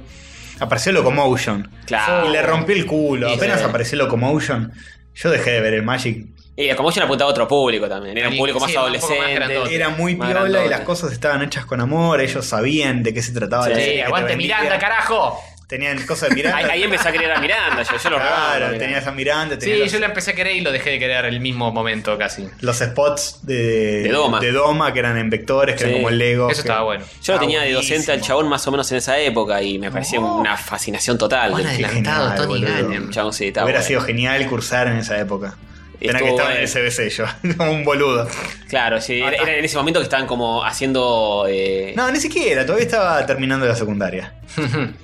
[SPEAKER 3] apareció Locomotion.
[SPEAKER 2] Claro.
[SPEAKER 3] Y le rompí el culo.
[SPEAKER 2] Sí,
[SPEAKER 3] Apenas
[SPEAKER 2] sí.
[SPEAKER 3] apareció Locomotion, yo dejé de ver el Magic.
[SPEAKER 2] Y como yo apuntaba a otro público también. Era un público más
[SPEAKER 4] Sí, un poco más
[SPEAKER 2] adolescente.
[SPEAKER 4] grandote.
[SPEAKER 3] Era muy
[SPEAKER 2] Más
[SPEAKER 3] piola y
[SPEAKER 2] grandote.
[SPEAKER 3] las cosas estaban hechas con amor, ellos sabían de qué se trataba.
[SPEAKER 2] Sí,
[SPEAKER 3] la serie que
[SPEAKER 4] Eh,
[SPEAKER 3] te
[SPEAKER 4] aguante
[SPEAKER 3] vendían.
[SPEAKER 4] Miranda, carajo.
[SPEAKER 3] Tenían cosas de
[SPEAKER 2] <laughs>
[SPEAKER 3] Miranda.
[SPEAKER 2] Ahí, ahí empecé a querer a Miranda, yo, yo lo robaba,
[SPEAKER 3] Claro,
[SPEAKER 2] Miranda.
[SPEAKER 3] tenías a Miranda, tenías
[SPEAKER 4] Sí,
[SPEAKER 3] los,
[SPEAKER 4] yo la empecé a querer y lo dejé de querer el mismo momento casi.
[SPEAKER 3] los spots de,
[SPEAKER 2] De Doma.
[SPEAKER 3] que eran en vectores, que eran
[SPEAKER 2] Sí.
[SPEAKER 3] como el Lego.
[SPEAKER 2] Eso
[SPEAKER 3] que-
[SPEAKER 2] estaba
[SPEAKER 3] <laughs>
[SPEAKER 2] bueno. Yo lo tenía de docente al chabón más o menos en esa época y me parecía una fascinación total.
[SPEAKER 3] Cuán adelantado, Qué genial, Tony boludo. Gannem.
[SPEAKER 2] Chabón, sí, estaba
[SPEAKER 3] Hubiera
[SPEAKER 2] bueno.
[SPEAKER 3] sido genial cursar en esa época. Tenía que
[SPEAKER 2] Estuvo
[SPEAKER 3] estar en
[SPEAKER 2] bueno.
[SPEAKER 3] el CBC yo, <laughs> como un boludo.
[SPEAKER 2] Claro, sí, era, era en ese momento que estaban como haciendo. eh,
[SPEAKER 3] No, ni siquiera, todavía estaba terminando la secundaria.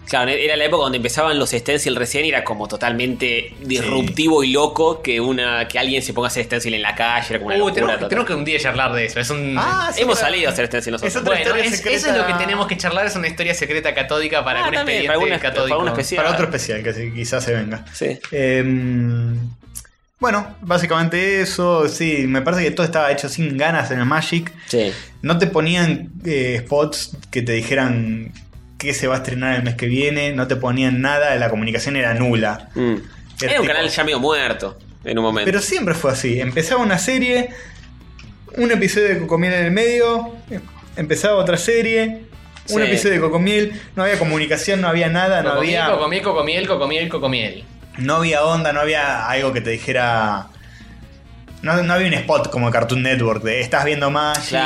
[SPEAKER 2] Claro, era la época donde empezaban los stencils recién y era como totalmente disruptivo y loco que una que alguien se ponga a hacer stencil en la calle. Era como una
[SPEAKER 4] Uh,
[SPEAKER 2] locura
[SPEAKER 4] tenemos,
[SPEAKER 2] total.
[SPEAKER 4] tenemos que un día charlar de eso. Es un,
[SPEAKER 2] Ah, sí, Hemos claro. salido a hacer stencil nosotros. Es otra
[SPEAKER 4] Bueno,
[SPEAKER 2] historia
[SPEAKER 4] es-
[SPEAKER 2] secreta.
[SPEAKER 4] eso es lo que tenemos que charlar, es una historia secreta catódica para
[SPEAKER 2] Ah,
[SPEAKER 4] algún
[SPEAKER 2] también,
[SPEAKER 4] expediente
[SPEAKER 2] para alguna-
[SPEAKER 4] catódico.
[SPEAKER 2] para alguna especial.
[SPEAKER 3] Para otro especial, que sí, quizás se venga.
[SPEAKER 2] Sí.
[SPEAKER 3] Em, bueno, básicamente eso, sí, me parece que todo estaba hecho sin ganas en el Magic.
[SPEAKER 2] Sí.
[SPEAKER 3] No te ponían eh, spots que te dijeran qué se va a estrenar el mes que viene, no te ponían nada, la comunicación era nula.
[SPEAKER 2] Mm.
[SPEAKER 3] El
[SPEAKER 2] Era un
[SPEAKER 3] tipo-
[SPEAKER 2] canal ya medio muerto en un momento.
[SPEAKER 3] Pero siempre fue así, empezaba una serie, un episodio de Cocomiel en el medio, empezaba otra serie, un
[SPEAKER 4] Sí.
[SPEAKER 3] episodio de Cocomiel, no había comunicación, no había nada, no
[SPEAKER 4] Cocomiel,
[SPEAKER 3] había...
[SPEAKER 4] cocomiel, cocomiel, cocomiel, cocomiel.
[SPEAKER 3] No había onda, no había algo que te dijera. No, no había un spot como Cartoon Network de estás viendo más y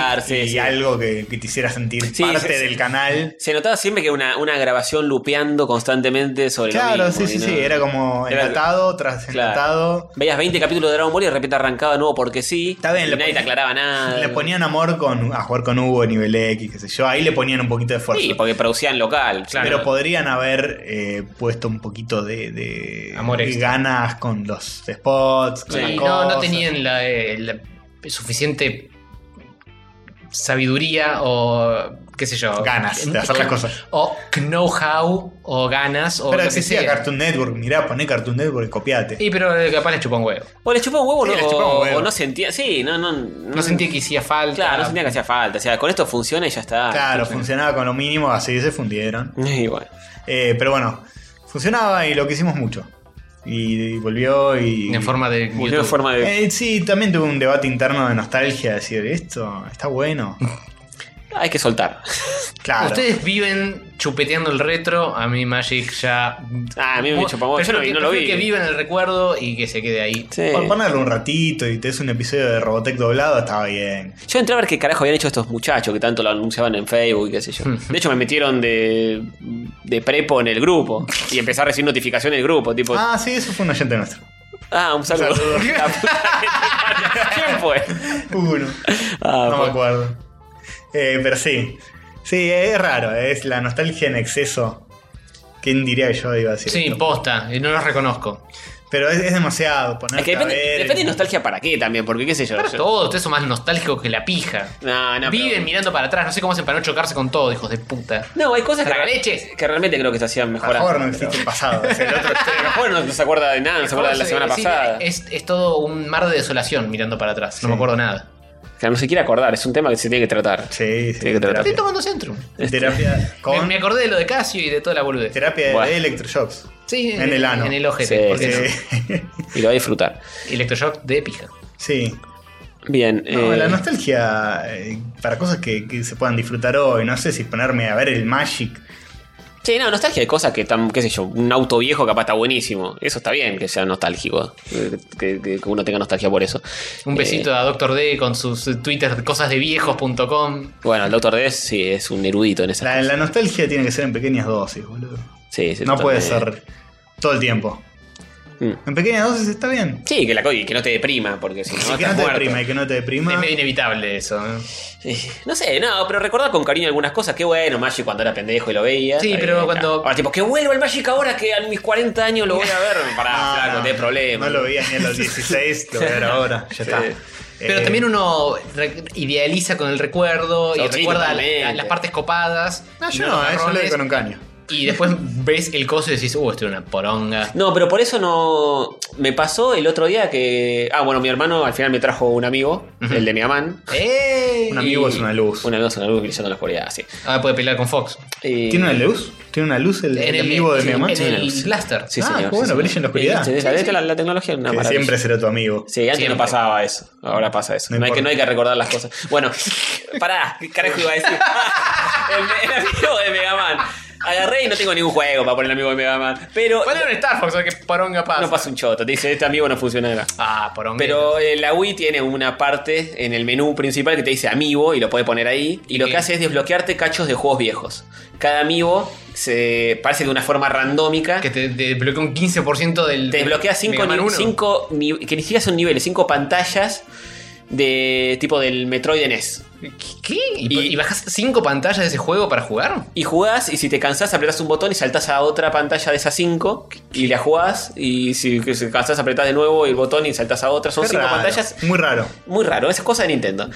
[SPEAKER 3] algo que, que te hiciera sentir
[SPEAKER 2] Sí,
[SPEAKER 3] parte
[SPEAKER 2] sí, sí.
[SPEAKER 3] del canal.
[SPEAKER 2] Se notaba siempre que una, una grabación lupeando constantemente sobre lo
[SPEAKER 3] Claro,
[SPEAKER 2] mismo,
[SPEAKER 3] sí, sí,
[SPEAKER 2] y no-
[SPEAKER 3] sí. Era como
[SPEAKER 2] Era-
[SPEAKER 3] enlatado tras
[SPEAKER 2] Claro.
[SPEAKER 3] enlatado.
[SPEAKER 2] Veías 20 capítulos de Dragon Ball y de repente arrancaba de nuevo porque sí. Está
[SPEAKER 3] bien,
[SPEAKER 2] y
[SPEAKER 3] le
[SPEAKER 2] nadie te
[SPEAKER 3] ponía-
[SPEAKER 2] aclaraba nada.
[SPEAKER 3] Le ponían amor con, a jugar con Hugo, nivel X, qué sé yo. Ahí le ponían un poquito de esfuerzo.
[SPEAKER 2] Sí, porque producían local.
[SPEAKER 3] Pero podrían haber eh, puesto un poquito de, de-
[SPEAKER 4] Amor
[SPEAKER 3] de
[SPEAKER 4] extra.
[SPEAKER 3] ganas con los spots. Con las
[SPEAKER 4] Sí, no, no
[SPEAKER 3] cosas.
[SPEAKER 4] tenían la, eh, la suficiente sabiduría o qué sé yo.
[SPEAKER 3] Ganas de hacer las cosas.
[SPEAKER 4] O know-how, o ganas, o
[SPEAKER 3] Pero
[SPEAKER 4] lo que
[SPEAKER 3] existía
[SPEAKER 4] sea.
[SPEAKER 3] Cartoon Network, mirá, poné Cartoon Network y copiate.
[SPEAKER 4] Y pero eh, capaz le chupa un huevo.
[SPEAKER 2] O le chupó un huevo,
[SPEAKER 4] Sí,
[SPEAKER 2] no,
[SPEAKER 4] le chupó un
[SPEAKER 2] o-
[SPEAKER 4] huevo.
[SPEAKER 2] o no sentía. Sí, no, no, no.
[SPEAKER 3] Mm.
[SPEAKER 4] sentía que hacía falta.
[SPEAKER 2] Claro, no sentía que hacía falta. O sea, con esto funciona y ya está. <laughs>
[SPEAKER 3] Claro,
[SPEAKER 2] Ah, Sí.
[SPEAKER 3] funcionaba con lo mínimo, así se fundieron. Eh,
[SPEAKER 2] Igual.
[SPEAKER 3] pero bueno, funcionaba y lo que hicimos mucho. Y, y volvió y.
[SPEAKER 4] En forma de Volvió en YouTube. forma de-
[SPEAKER 3] Eh, sí, también tuve un debate interno de nostalgia, de decir, esto
[SPEAKER 2] <laughs>
[SPEAKER 3] está bueno.
[SPEAKER 2] Hay que
[SPEAKER 3] <laughs>
[SPEAKER 2] soltar.
[SPEAKER 3] Claro.
[SPEAKER 4] Ustedes viven chupeteando el retro, a mí Magic ya.
[SPEAKER 2] Ah, a mí me chupa
[SPEAKER 4] Pero yo
[SPEAKER 2] mucho, y no lo
[SPEAKER 4] prefiero
[SPEAKER 2] vi.
[SPEAKER 4] que vivan el recuerdo y que se quede ahí.
[SPEAKER 2] Eh.
[SPEAKER 3] Por ponerlo un ratito y te es un episodio de Robotech doblado, estaba bien.
[SPEAKER 2] Yo entré a ver qué carajo habían hecho estos muchachos que tanto lo anunciaban en Facebook y qué sé
[SPEAKER 3] <laughs>
[SPEAKER 2] yo. De hecho, me metieron de, de prepo en el grupo y empecé a recibir notificación en el grupo. Tipo, ah,
[SPEAKER 3] Ah, sí, eso fue un oyente nuestro.
[SPEAKER 2] <laughs> un saludo.
[SPEAKER 3] saludo.
[SPEAKER 2] <laughs> La puta que- ¿Quién fue?
[SPEAKER 3] Uno.
[SPEAKER 2] Ah,
[SPEAKER 3] no
[SPEAKER 2] pues.
[SPEAKER 3] me acuerdo. Eh, pero sí. Sí, es raro, es la nostalgia en exceso. ¿Quién diría que yo iba a decir?
[SPEAKER 4] Sí,
[SPEAKER 3] esto?
[SPEAKER 4] posta, y no los reconozco.
[SPEAKER 3] Pero es, es demasiado poner.
[SPEAKER 2] Es que depende,
[SPEAKER 3] eh.
[SPEAKER 2] depende de nostalgia para qué también, porque qué sé yo. yo-
[SPEAKER 4] Todos ustedes son más nostálgicos que la pija.
[SPEAKER 2] No, no,
[SPEAKER 4] Viven
[SPEAKER 2] pero-
[SPEAKER 4] mirando para atrás, no sé cómo hacen para no chocarse con todo, hijos de puta.
[SPEAKER 2] No, hay cosas
[SPEAKER 4] Tragaleches.
[SPEAKER 2] que, que realmente creo que se hacían mejorar.
[SPEAKER 3] Mejor no existe el pasado. es
[SPEAKER 2] <laughs>
[SPEAKER 3] el otro extremo.
[SPEAKER 2] Mejor no, no se acuerda de nada, no se acuerda de la
[SPEAKER 4] Sí,
[SPEAKER 2] semana
[SPEAKER 4] sí,
[SPEAKER 2] pasada.
[SPEAKER 4] Es, es todo un mar de desolación mirando para atrás. No me acuerdo nada.
[SPEAKER 2] Que no se quiere acordar, es un tema que se tiene que tratar.
[SPEAKER 3] Sí, sí.
[SPEAKER 2] Tiene que tratar.
[SPEAKER 4] Estoy tomando centro.
[SPEAKER 2] Este.
[SPEAKER 3] Terapia
[SPEAKER 4] Me,
[SPEAKER 3] con.
[SPEAKER 4] me acordé de lo de Casio y de toda la boludez.
[SPEAKER 3] Terapia de
[SPEAKER 2] Bueno.
[SPEAKER 3] electroshocks. Eh,
[SPEAKER 4] Sí,
[SPEAKER 3] En el ano.
[SPEAKER 4] En el ojete.
[SPEAKER 2] Sí,
[SPEAKER 4] ¿por qué
[SPEAKER 3] Sí. <laughs>
[SPEAKER 2] Y lo va a disfrutar.
[SPEAKER 4] no? Electroshock de pija.
[SPEAKER 3] sí.
[SPEAKER 2] Bien.
[SPEAKER 3] No,
[SPEAKER 2] eh,
[SPEAKER 3] la nostalgia eh, para cosas que, que se puedan disfrutar hoy. No sé si ponerme a ver el Magic.
[SPEAKER 2] Sí, no, nostalgia de cosas que están, qué sé yo, un auto viejo capaz está buenísimo. Eso está bien, que sea nostálgico, eh, que, que- que uno tenga nostalgia por eso.
[SPEAKER 4] Un
[SPEAKER 2] Eh,
[SPEAKER 4] besito a Doctor D con sus eh, Twitter cosasdeviejos.com.
[SPEAKER 2] bueno, el Doctor D sí es un erudito en esa.
[SPEAKER 3] La, la nostalgia tiene que ser en pequeñas dosis, boludo.
[SPEAKER 2] Sí, sí,
[SPEAKER 3] No puede
[SPEAKER 2] totalmente.
[SPEAKER 3] ser todo el tiempo.
[SPEAKER 2] Mm.
[SPEAKER 3] En pequeñas dosis está bien.
[SPEAKER 2] Sí, que, la, co- y que no te deprima, porque si no,
[SPEAKER 3] Y que
[SPEAKER 2] estás
[SPEAKER 3] no te
[SPEAKER 2] muerto.
[SPEAKER 3] deprima, y que no te
[SPEAKER 4] Es
[SPEAKER 3] deprima.
[SPEAKER 4] medio inevitable eso. ¿no?
[SPEAKER 2] Eh, No sé, no, pero recordar con cariño algunas cosas. Qué bueno, Magic cuando era pendejo y lo veía.
[SPEAKER 4] Sí,
[SPEAKER 2] está
[SPEAKER 4] pero
[SPEAKER 2] bien,
[SPEAKER 4] cuando-
[SPEAKER 2] está. Ahora, tipo, que vuelva el Magic ahora que a mis 40 años lo voy a
[SPEAKER 3] <laughs>
[SPEAKER 2] ver. Pará,
[SPEAKER 3] Ah,
[SPEAKER 2] flaco,
[SPEAKER 3] no.
[SPEAKER 2] te problema.
[SPEAKER 3] No lo veía ni a los 16, lo voy
[SPEAKER 2] <laughs>
[SPEAKER 3] a ver ahora. Ya está. Eh,
[SPEAKER 4] Pero también uno re- idealiza con el recuerdo y
[SPEAKER 2] Sí,
[SPEAKER 4] recuerda
[SPEAKER 2] totalmente.
[SPEAKER 4] la- las partes copadas.
[SPEAKER 3] No, yo
[SPEAKER 4] y
[SPEAKER 3] no,
[SPEAKER 4] los
[SPEAKER 3] eso lo vi
[SPEAKER 4] garrones,
[SPEAKER 3] con un caño.
[SPEAKER 4] Y después ves el coso y decís, uh, esto era una poronga.
[SPEAKER 2] No, pero por eso no. Me pasó el otro día que. Ah, bueno, mi hermano al final me trajo un amigo, el de mi amán.
[SPEAKER 4] ¡Eh!
[SPEAKER 3] <laughs> Un amigo
[SPEAKER 2] Y-
[SPEAKER 3] es una luz.
[SPEAKER 2] Un amigo es una luz brillando en la oscuridad, sí.
[SPEAKER 4] Ahora Ah, puede pelear con Fox.
[SPEAKER 2] Y-
[SPEAKER 3] ¿Tiene una luz? ¿Tiene una luz el,
[SPEAKER 4] En
[SPEAKER 3] el
[SPEAKER 4] el-
[SPEAKER 3] amigo de
[SPEAKER 4] en
[SPEAKER 3] mi
[SPEAKER 4] el-
[SPEAKER 3] mamá?
[SPEAKER 4] en el
[SPEAKER 2] Sí.
[SPEAKER 4] blaster.
[SPEAKER 2] Sí,
[SPEAKER 3] Ah,
[SPEAKER 2] señor,
[SPEAKER 3] bueno,
[SPEAKER 2] sí, señor. Eh,
[SPEAKER 3] brilla en la oscuridad.
[SPEAKER 2] Sí, sí, la, la- la tecnología es una
[SPEAKER 3] Que
[SPEAKER 2] maravilla.
[SPEAKER 3] siempre será tu amigo.
[SPEAKER 2] Sí, antes
[SPEAKER 4] Siempre.
[SPEAKER 2] no pasaba eso. Ahora pasa eso.
[SPEAKER 3] No
[SPEAKER 2] No, hay, que,
[SPEAKER 3] importa.
[SPEAKER 2] no hay que recordar las cosas. Bueno, <laughs> pará, ¿qué carajo iba a decir? <laughs> el, el amigo de Mega Man. Agarré y no tengo ningún juego para poner el amigo de Mega Man. Pero
[SPEAKER 4] Bueno, en Star Fox, que poronga pasa.
[SPEAKER 2] no pasa un choto. Te dice, este amigo no funcionará.
[SPEAKER 4] Ah, poronga.
[SPEAKER 2] Pero eh, la Wii tiene una parte en el menú principal que te dice amiibo y lo puedes poner ahí. Y lo
[SPEAKER 4] Sí.
[SPEAKER 2] que hace es desbloquearte cachos de juegos viejos. Cada amiibo se parece de una forma randómica.
[SPEAKER 4] que te, te bloquea un 15% del.
[SPEAKER 2] Te desbloquea 5
[SPEAKER 4] Mega Man 1.
[SPEAKER 2] que ni siquiera son niveles, 5 pantallas de tipo del Metroid NES.
[SPEAKER 4] ¿Qué? ¿Y,
[SPEAKER 2] Y-
[SPEAKER 4] y bajas 5 pantallas de ese juego para jugar?
[SPEAKER 2] Y jugás, y si te cansás, apretás un botón y saltás a otra pantalla de esas 5 y la jugás. Y si que se cansás, apretás de nuevo el botón y saltás a otra. Son
[SPEAKER 3] Qué
[SPEAKER 2] 5
[SPEAKER 3] raro,
[SPEAKER 2] pantallas.
[SPEAKER 3] Muy raro.
[SPEAKER 2] Muy raro, es cosa de
[SPEAKER 4] <laughs>
[SPEAKER 2] Nintendo.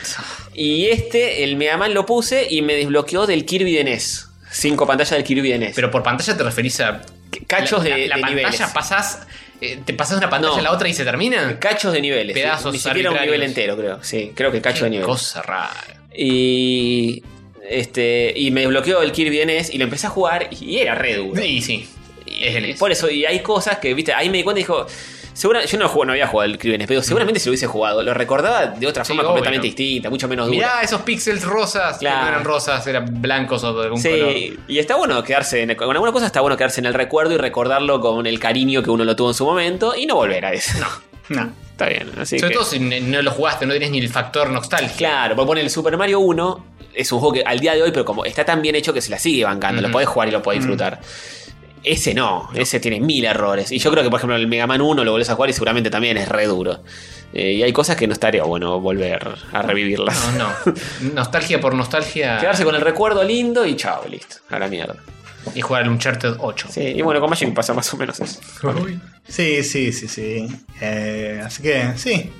[SPEAKER 2] Y este, el Mega Man lo puse y me desbloqueó del Kirby de NES. 5 pantallas del Kirby de NES.
[SPEAKER 4] Pero por pantalla te referís a.
[SPEAKER 2] cachos
[SPEAKER 4] la,
[SPEAKER 2] de,
[SPEAKER 4] la,
[SPEAKER 2] de
[SPEAKER 4] la
[SPEAKER 2] niveles.
[SPEAKER 4] pantalla pasas. eh, te pasas de una pantalla
[SPEAKER 2] No.
[SPEAKER 4] a la otra y se termina.
[SPEAKER 2] Cachos de niveles. sí.
[SPEAKER 4] Pedazos
[SPEAKER 2] Ni siquiera un
[SPEAKER 4] arbitrarios.
[SPEAKER 2] nivel entero, creo. Sí, creo que cacho
[SPEAKER 4] Qué
[SPEAKER 2] de niveles.
[SPEAKER 4] Cosa rara.
[SPEAKER 2] Y. Este. Y me desbloqueó el Kirby NES y lo empecé a jugar y era re duro.
[SPEAKER 4] Y sí. Es el E
[SPEAKER 2] Y Por eso, y hay cosas que, viste, ahí me di cuenta y dijo. Segura, yo no, jugué- no había jugado el Kirby NES, pero seguramente si lo hubiese jugado, lo recordaba de otra
[SPEAKER 4] Mm. Sí,
[SPEAKER 2] forma
[SPEAKER 4] obvio.
[SPEAKER 2] completamente distinta, mucho menos dura.
[SPEAKER 4] Mirá, esos píxeles rosas. que
[SPEAKER 2] Claro.
[SPEAKER 4] No eran rosas, eran blancos o de algún color.
[SPEAKER 2] Sí, y está bueno quedarse en, el- con alguna cosa está bueno quedarse en el recuerdo y recordarlo con el cariño que uno lo tuvo en su momento y no volver a eso. No,
[SPEAKER 3] No.
[SPEAKER 2] está bien. Así
[SPEAKER 4] Sobre
[SPEAKER 2] que-
[SPEAKER 4] todo si ne- no lo jugaste, no tenés ni el factor nostalgia.
[SPEAKER 2] Claro, por poner el Super Mario 1 es un juego que al día de hoy, pero como está tan bien hecho que se la sigue bancando, lo
[SPEAKER 4] Ujú.
[SPEAKER 2] podés jugar y lo podés disfrutar. Ese no, ese tiene mil errores. Y yo creo que, por ejemplo, el Mega Man 1 lo volvés a jugar y seguramente también es re duro. Eh, y hay cosas que no estaría bueno volver a revivirlas.
[SPEAKER 4] No,
[SPEAKER 2] <laughs>
[SPEAKER 4] no. nostalgia por nostalgia.
[SPEAKER 2] Quedarse con el recuerdo lindo y chao, listo. A la mierda.
[SPEAKER 4] Y jugar al Uncharted 8.
[SPEAKER 2] Sí, y bueno, con Magic pasa más o menos
[SPEAKER 4] <laughs>
[SPEAKER 2] eso.
[SPEAKER 3] Sí, sí, sí, sí. Eh, así que, sí.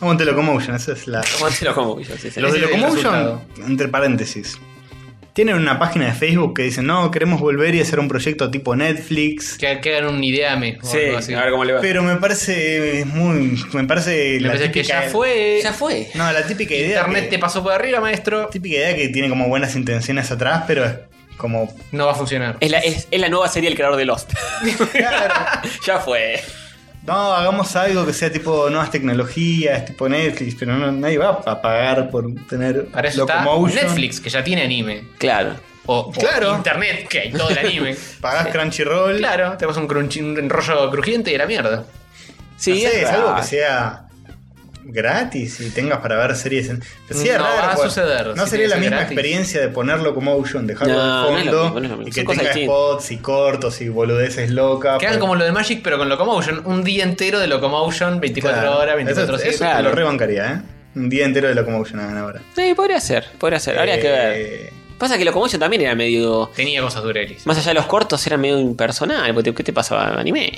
[SPEAKER 3] Aguante Locomotion, esa es la.
[SPEAKER 2] Tómatelo como yo, sí, sí.
[SPEAKER 3] Los de
[SPEAKER 4] Ese es el
[SPEAKER 3] Locomotion,
[SPEAKER 4] resultado.
[SPEAKER 3] entre paréntesis. Tienen una página de Facebook que dicen, no, queremos volver y hacer un proyecto tipo Netflix.
[SPEAKER 4] Que, que hagan un ideame. o
[SPEAKER 3] Sí,
[SPEAKER 4] algo así.
[SPEAKER 3] a ver cómo le va. Pero me parece eh, muy. Me parece.
[SPEAKER 4] Me parece que ya fue. Ya
[SPEAKER 2] fue.
[SPEAKER 3] No, la típica idea.
[SPEAKER 4] Internet
[SPEAKER 3] que-
[SPEAKER 4] te pasó por arriba, maestro.
[SPEAKER 3] Típica idea que tiene como buenas intenciones atrás, pero es como.
[SPEAKER 4] No va a funcionar.
[SPEAKER 2] Es la, es- es la nueva serie del creador de
[SPEAKER 4] <laughs>
[SPEAKER 2] Lost. <laughs> ya fue.
[SPEAKER 3] No, hagamos algo que sea tipo nuevas tecnologías, tipo Netflix, pero no, nadie va a pagar por tener
[SPEAKER 4] Para eso está Netflix, que ya tiene anime.
[SPEAKER 2] Claro.
[SPEAKER 4] O, o
[SPEAKER 3] Claro.
[SPEAKER 4] internet, que hay todo
[SPEAKER 2] <laughs>
[SPEAKER 4] el anime.
[SPEAKER 3] Pagás Crunchyroll.
[SPEAKER 4] Claro, te vas un, crunchy- un rollo crujiente y a la mierda.
[SPEAKER 2] Sí,
[SPEAKER 3] no sé,
[SPEAKER 4] es
[SPEAKER 3] es algo
[SPEAKER 4] verdad.
[SPEAKER 3] que sea gratis y tengas para ver series en. Pero sí, es
[SPEAKER 4] No
[SPEAKER 3] raro,
[SPEAKER 4] va a
[SPEAKER 3] pues.
[SPEAKER 4] suceder,
[SPEAKER 3] No
[SPEAKER 4] si tiene
[SPEAKER 3] sería
[SPEAKER 4] que
[SPEAKER 3] la
[SPEAKER 4] ser
[SPEAKER 3] misma
[SPEAKER 4] gratis.
[SPEAKER 3] experiencia de ponerlo como Ocean, dejarlo
[SPEAKER 4] No, no
[SPEAKER 3] de
[SPEAKER 4] es lo
[SPEAKER 3] fondo
[SPEAKER 4] mismo, no es lo mismo.
[SPEAKER 3] y
[SPEAKER 4] Son
[SPEAKER 3] que
[SPEAKER 4] cosas
[SPEAKER 3] tenga
[SPEAKER 4] distintas.
[SPEAKER 3] spots y cortos y boludeces locas. pues,
[SPEAKER 4] Que hagan como lo de Magic, pero con Locomotion. Un día entero de Locomotion, 24
[SPEAKER 3] Claro.
[SPEAKER 4] horas, 24
[SPEAKER 3] Eso-
[SPEAKER 4] horas.
[SPEAKER 3] eso te lo rebancaría, ¿eh? Un día entero de Locomotion hagan ahora.
[SPEAKER 2] Sí, podría ser, podría ser. Habría
[SPEAKER 3] Eh,
[SPEAKER 2] que ver. Pasa que Locomotion también era medio.
[SPEAKER 4] Tenía cosas durelis.
[SPEAKER 2] Más allá de los cortos, era medio impersonal. Porque ¿Qué te pasaba? ¿Anime?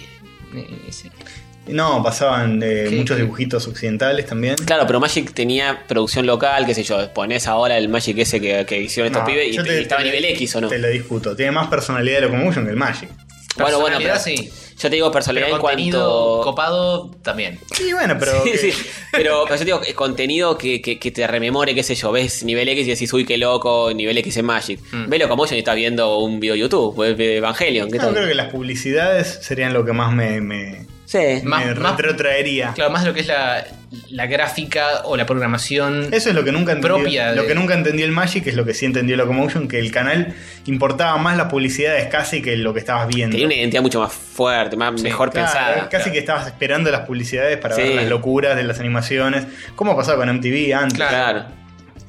[SPEAKER 3] No, pasaban eh, muchos dibujitos occidentales también.
[SPEAKER 2] Claro, pero Magic tenía producción local, qué sé yo. Ponés ahora el Magic ese que, que hicieron estos
[SPEAKER 3] No,
[SPEAKER 2] pibes y,
[SPEAKER 3] yo te-
[SPEAKER 2] y estaba a nivel X o no.
[SPEAKER 3] Te lo discuto. Tiene más personalidad de Locomotion que el Magic.
[SPEAKER 2] Bueno, bueno, pero.
[SPEAKER 4] Personalidad, sí.
[SPEAKER 2] Yo te digo personalidad
[SPEAKER 4] Pero
[SPEAKER 2] en
[SPEAKER 4] contenido
[SPEAKER 2] cuanto. <laughs>
[SPEAKER 4] copado también.
[SPEAKER 3] Sí, bueno,
[SPEAKER 4] <laughs>
[SPEAKER 3] pero.
[SPEAKER 2] Sí,
[SPEAKER 3] que-
[SPEAKER 2] sí. Pero, pero yo te digo, eh, contenido que, que- que te rememore, qué sé yo, ves nivel X y decís, uy, qué loco, nivel X en Magic.
[SPEAKER 4] Mm.
[SPEAKER 2] Ve Locomotion y estás viendo un video de YouTube, ves Evangelion, ¿qué
[SPEAKER 3] No,
[SPEAKER 2] tal?
[SPEAKER 3] creo que las publicidades serían lo que más me, me,
[SPEAKER 2] Sí.
[SPEAKER 4] Más-
[SPEAKER 3] me
[SPEAKER 4] más-
[SPEAKER 3] retrotraería.
[SPEAKER 4] Claro, más lo que es la, la gráfica o la programación.
[SPEAKER 3] Eso es lo que nunca entendió,
[SPEAKER 4] Propia de-
[SPEAKER 3] lo que nunca entendió el Magic, es lo que sí entendió Locomotion, que el canal importaba más las publicidades casi que lo que estabas viendo.
[SPEAKER 2] Tenía una identidad mucho más fuerte, más mejor
[SPEAKER 3] Claro, eh,
[SPEAKER 2] pensada.
[SPEAKER 3] Casi que estabas esperando las publicidades para
[SPEAKER 2] Sí.
[SPEAKER 3] ver las locuras de las animaciones. Como pasaba con MTV antes.
[SPEAKER 2] Claro.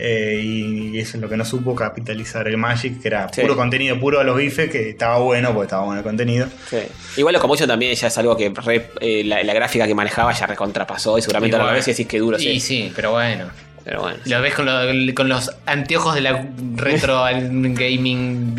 [SPEAKER 3] Eh, y, y eso es lo que no supo capitalizar el Magic, que era
[SPEAKER 2] Sí.
[SPEAKER 3] puro contenido, puro a los bifes, que estaba bueno, porque estaba bueno el contenido.
[SPEAKER 2] Sí. Igual Locomotion también ya es algo que re- eh, la, la gráfica que manejaba ya recontrapasó y seguramente ahora lo
[SPEAKER 4] Igual.
[SPEAKER 2] ves y decís que duro.
[SPEAKER 4] Sí, sí, pero bueno.
[SPEAKER 2] Pero bueno.
[SPEAKER 4] Lo ves con, lo- con los anteojos de la
[SPEAKER 3] <laughs>
[SPEAKER 4] retro gaming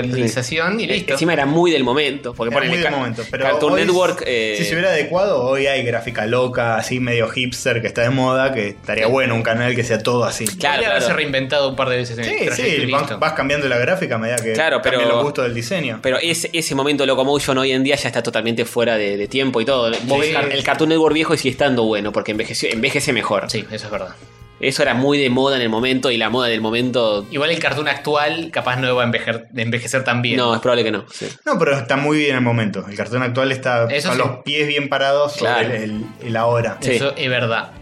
[SPEAKER 4] videolización y listo.
[SPEAKER 2] Eh, Encima era muy del momento, porque
[SPEAKER 3] Era
[SPEAKER 2] ponele
[SPEAKER 3] muy del
[SPEAKER 2] Ca-
[SPEAKER 3] momento, pero
[SPEAKER 2] Cartoon
[SPEAKER 3] hoy,
[SPEAKER 2] Network. eh,
[SPEAKER 3] Si se hubiera adecuado, hoy hay gráfica loca, así medio hipster que está de moda, que estaría bueno un canal que sea todo así.
[SPEAKER 4] Podría haberse reinventado un par de veces en el
[SPEAKER 3] Sí,
[SPEAKER 4] trayecto y
[SPEAKER 3] sí,
[SPEAKER 4] listo.
[SPEAKER 3] vas, vas cambiando la gráfica a medida que
[SPEAKER 2] Claro, pero-
[SPEAKER 3] cambian los gustos del diseño.
[SPEAKER 2] Pero ese, ese momento Locomotion hoy en día ya está totalmente fuera de, de tiempo y todo. Vos ves
[SPEAKER 3] Sí.
[SPEAKER 2] car- el Cartoon Network viejo y sigue estando bueno, porque envejeció, envejece mejor.
[SPEAKER 4] Sí, eso es verdad.
[SPEAKER 2] Eso era muy de moda en el momento y la moda del momento.
[SPEAKER 4] Igual el cartoon actual capaz no va a envejer- de envejecer tan bien.
[SPEAKER 2] No, es probable que no.
[SPEAKER 3] No, pero está muy bien el momento. El cartón actual está
[SPEAKER 4] Eso
[SPEAKER 3] con
[SPEAKER 4] sí.
[SPEAKER 3] los pies bien parados sobre
[SPEAKER 2] Claro.
[SPEAKER 3] el, el ahora.
[SPEAKER 4] Eso es verdad.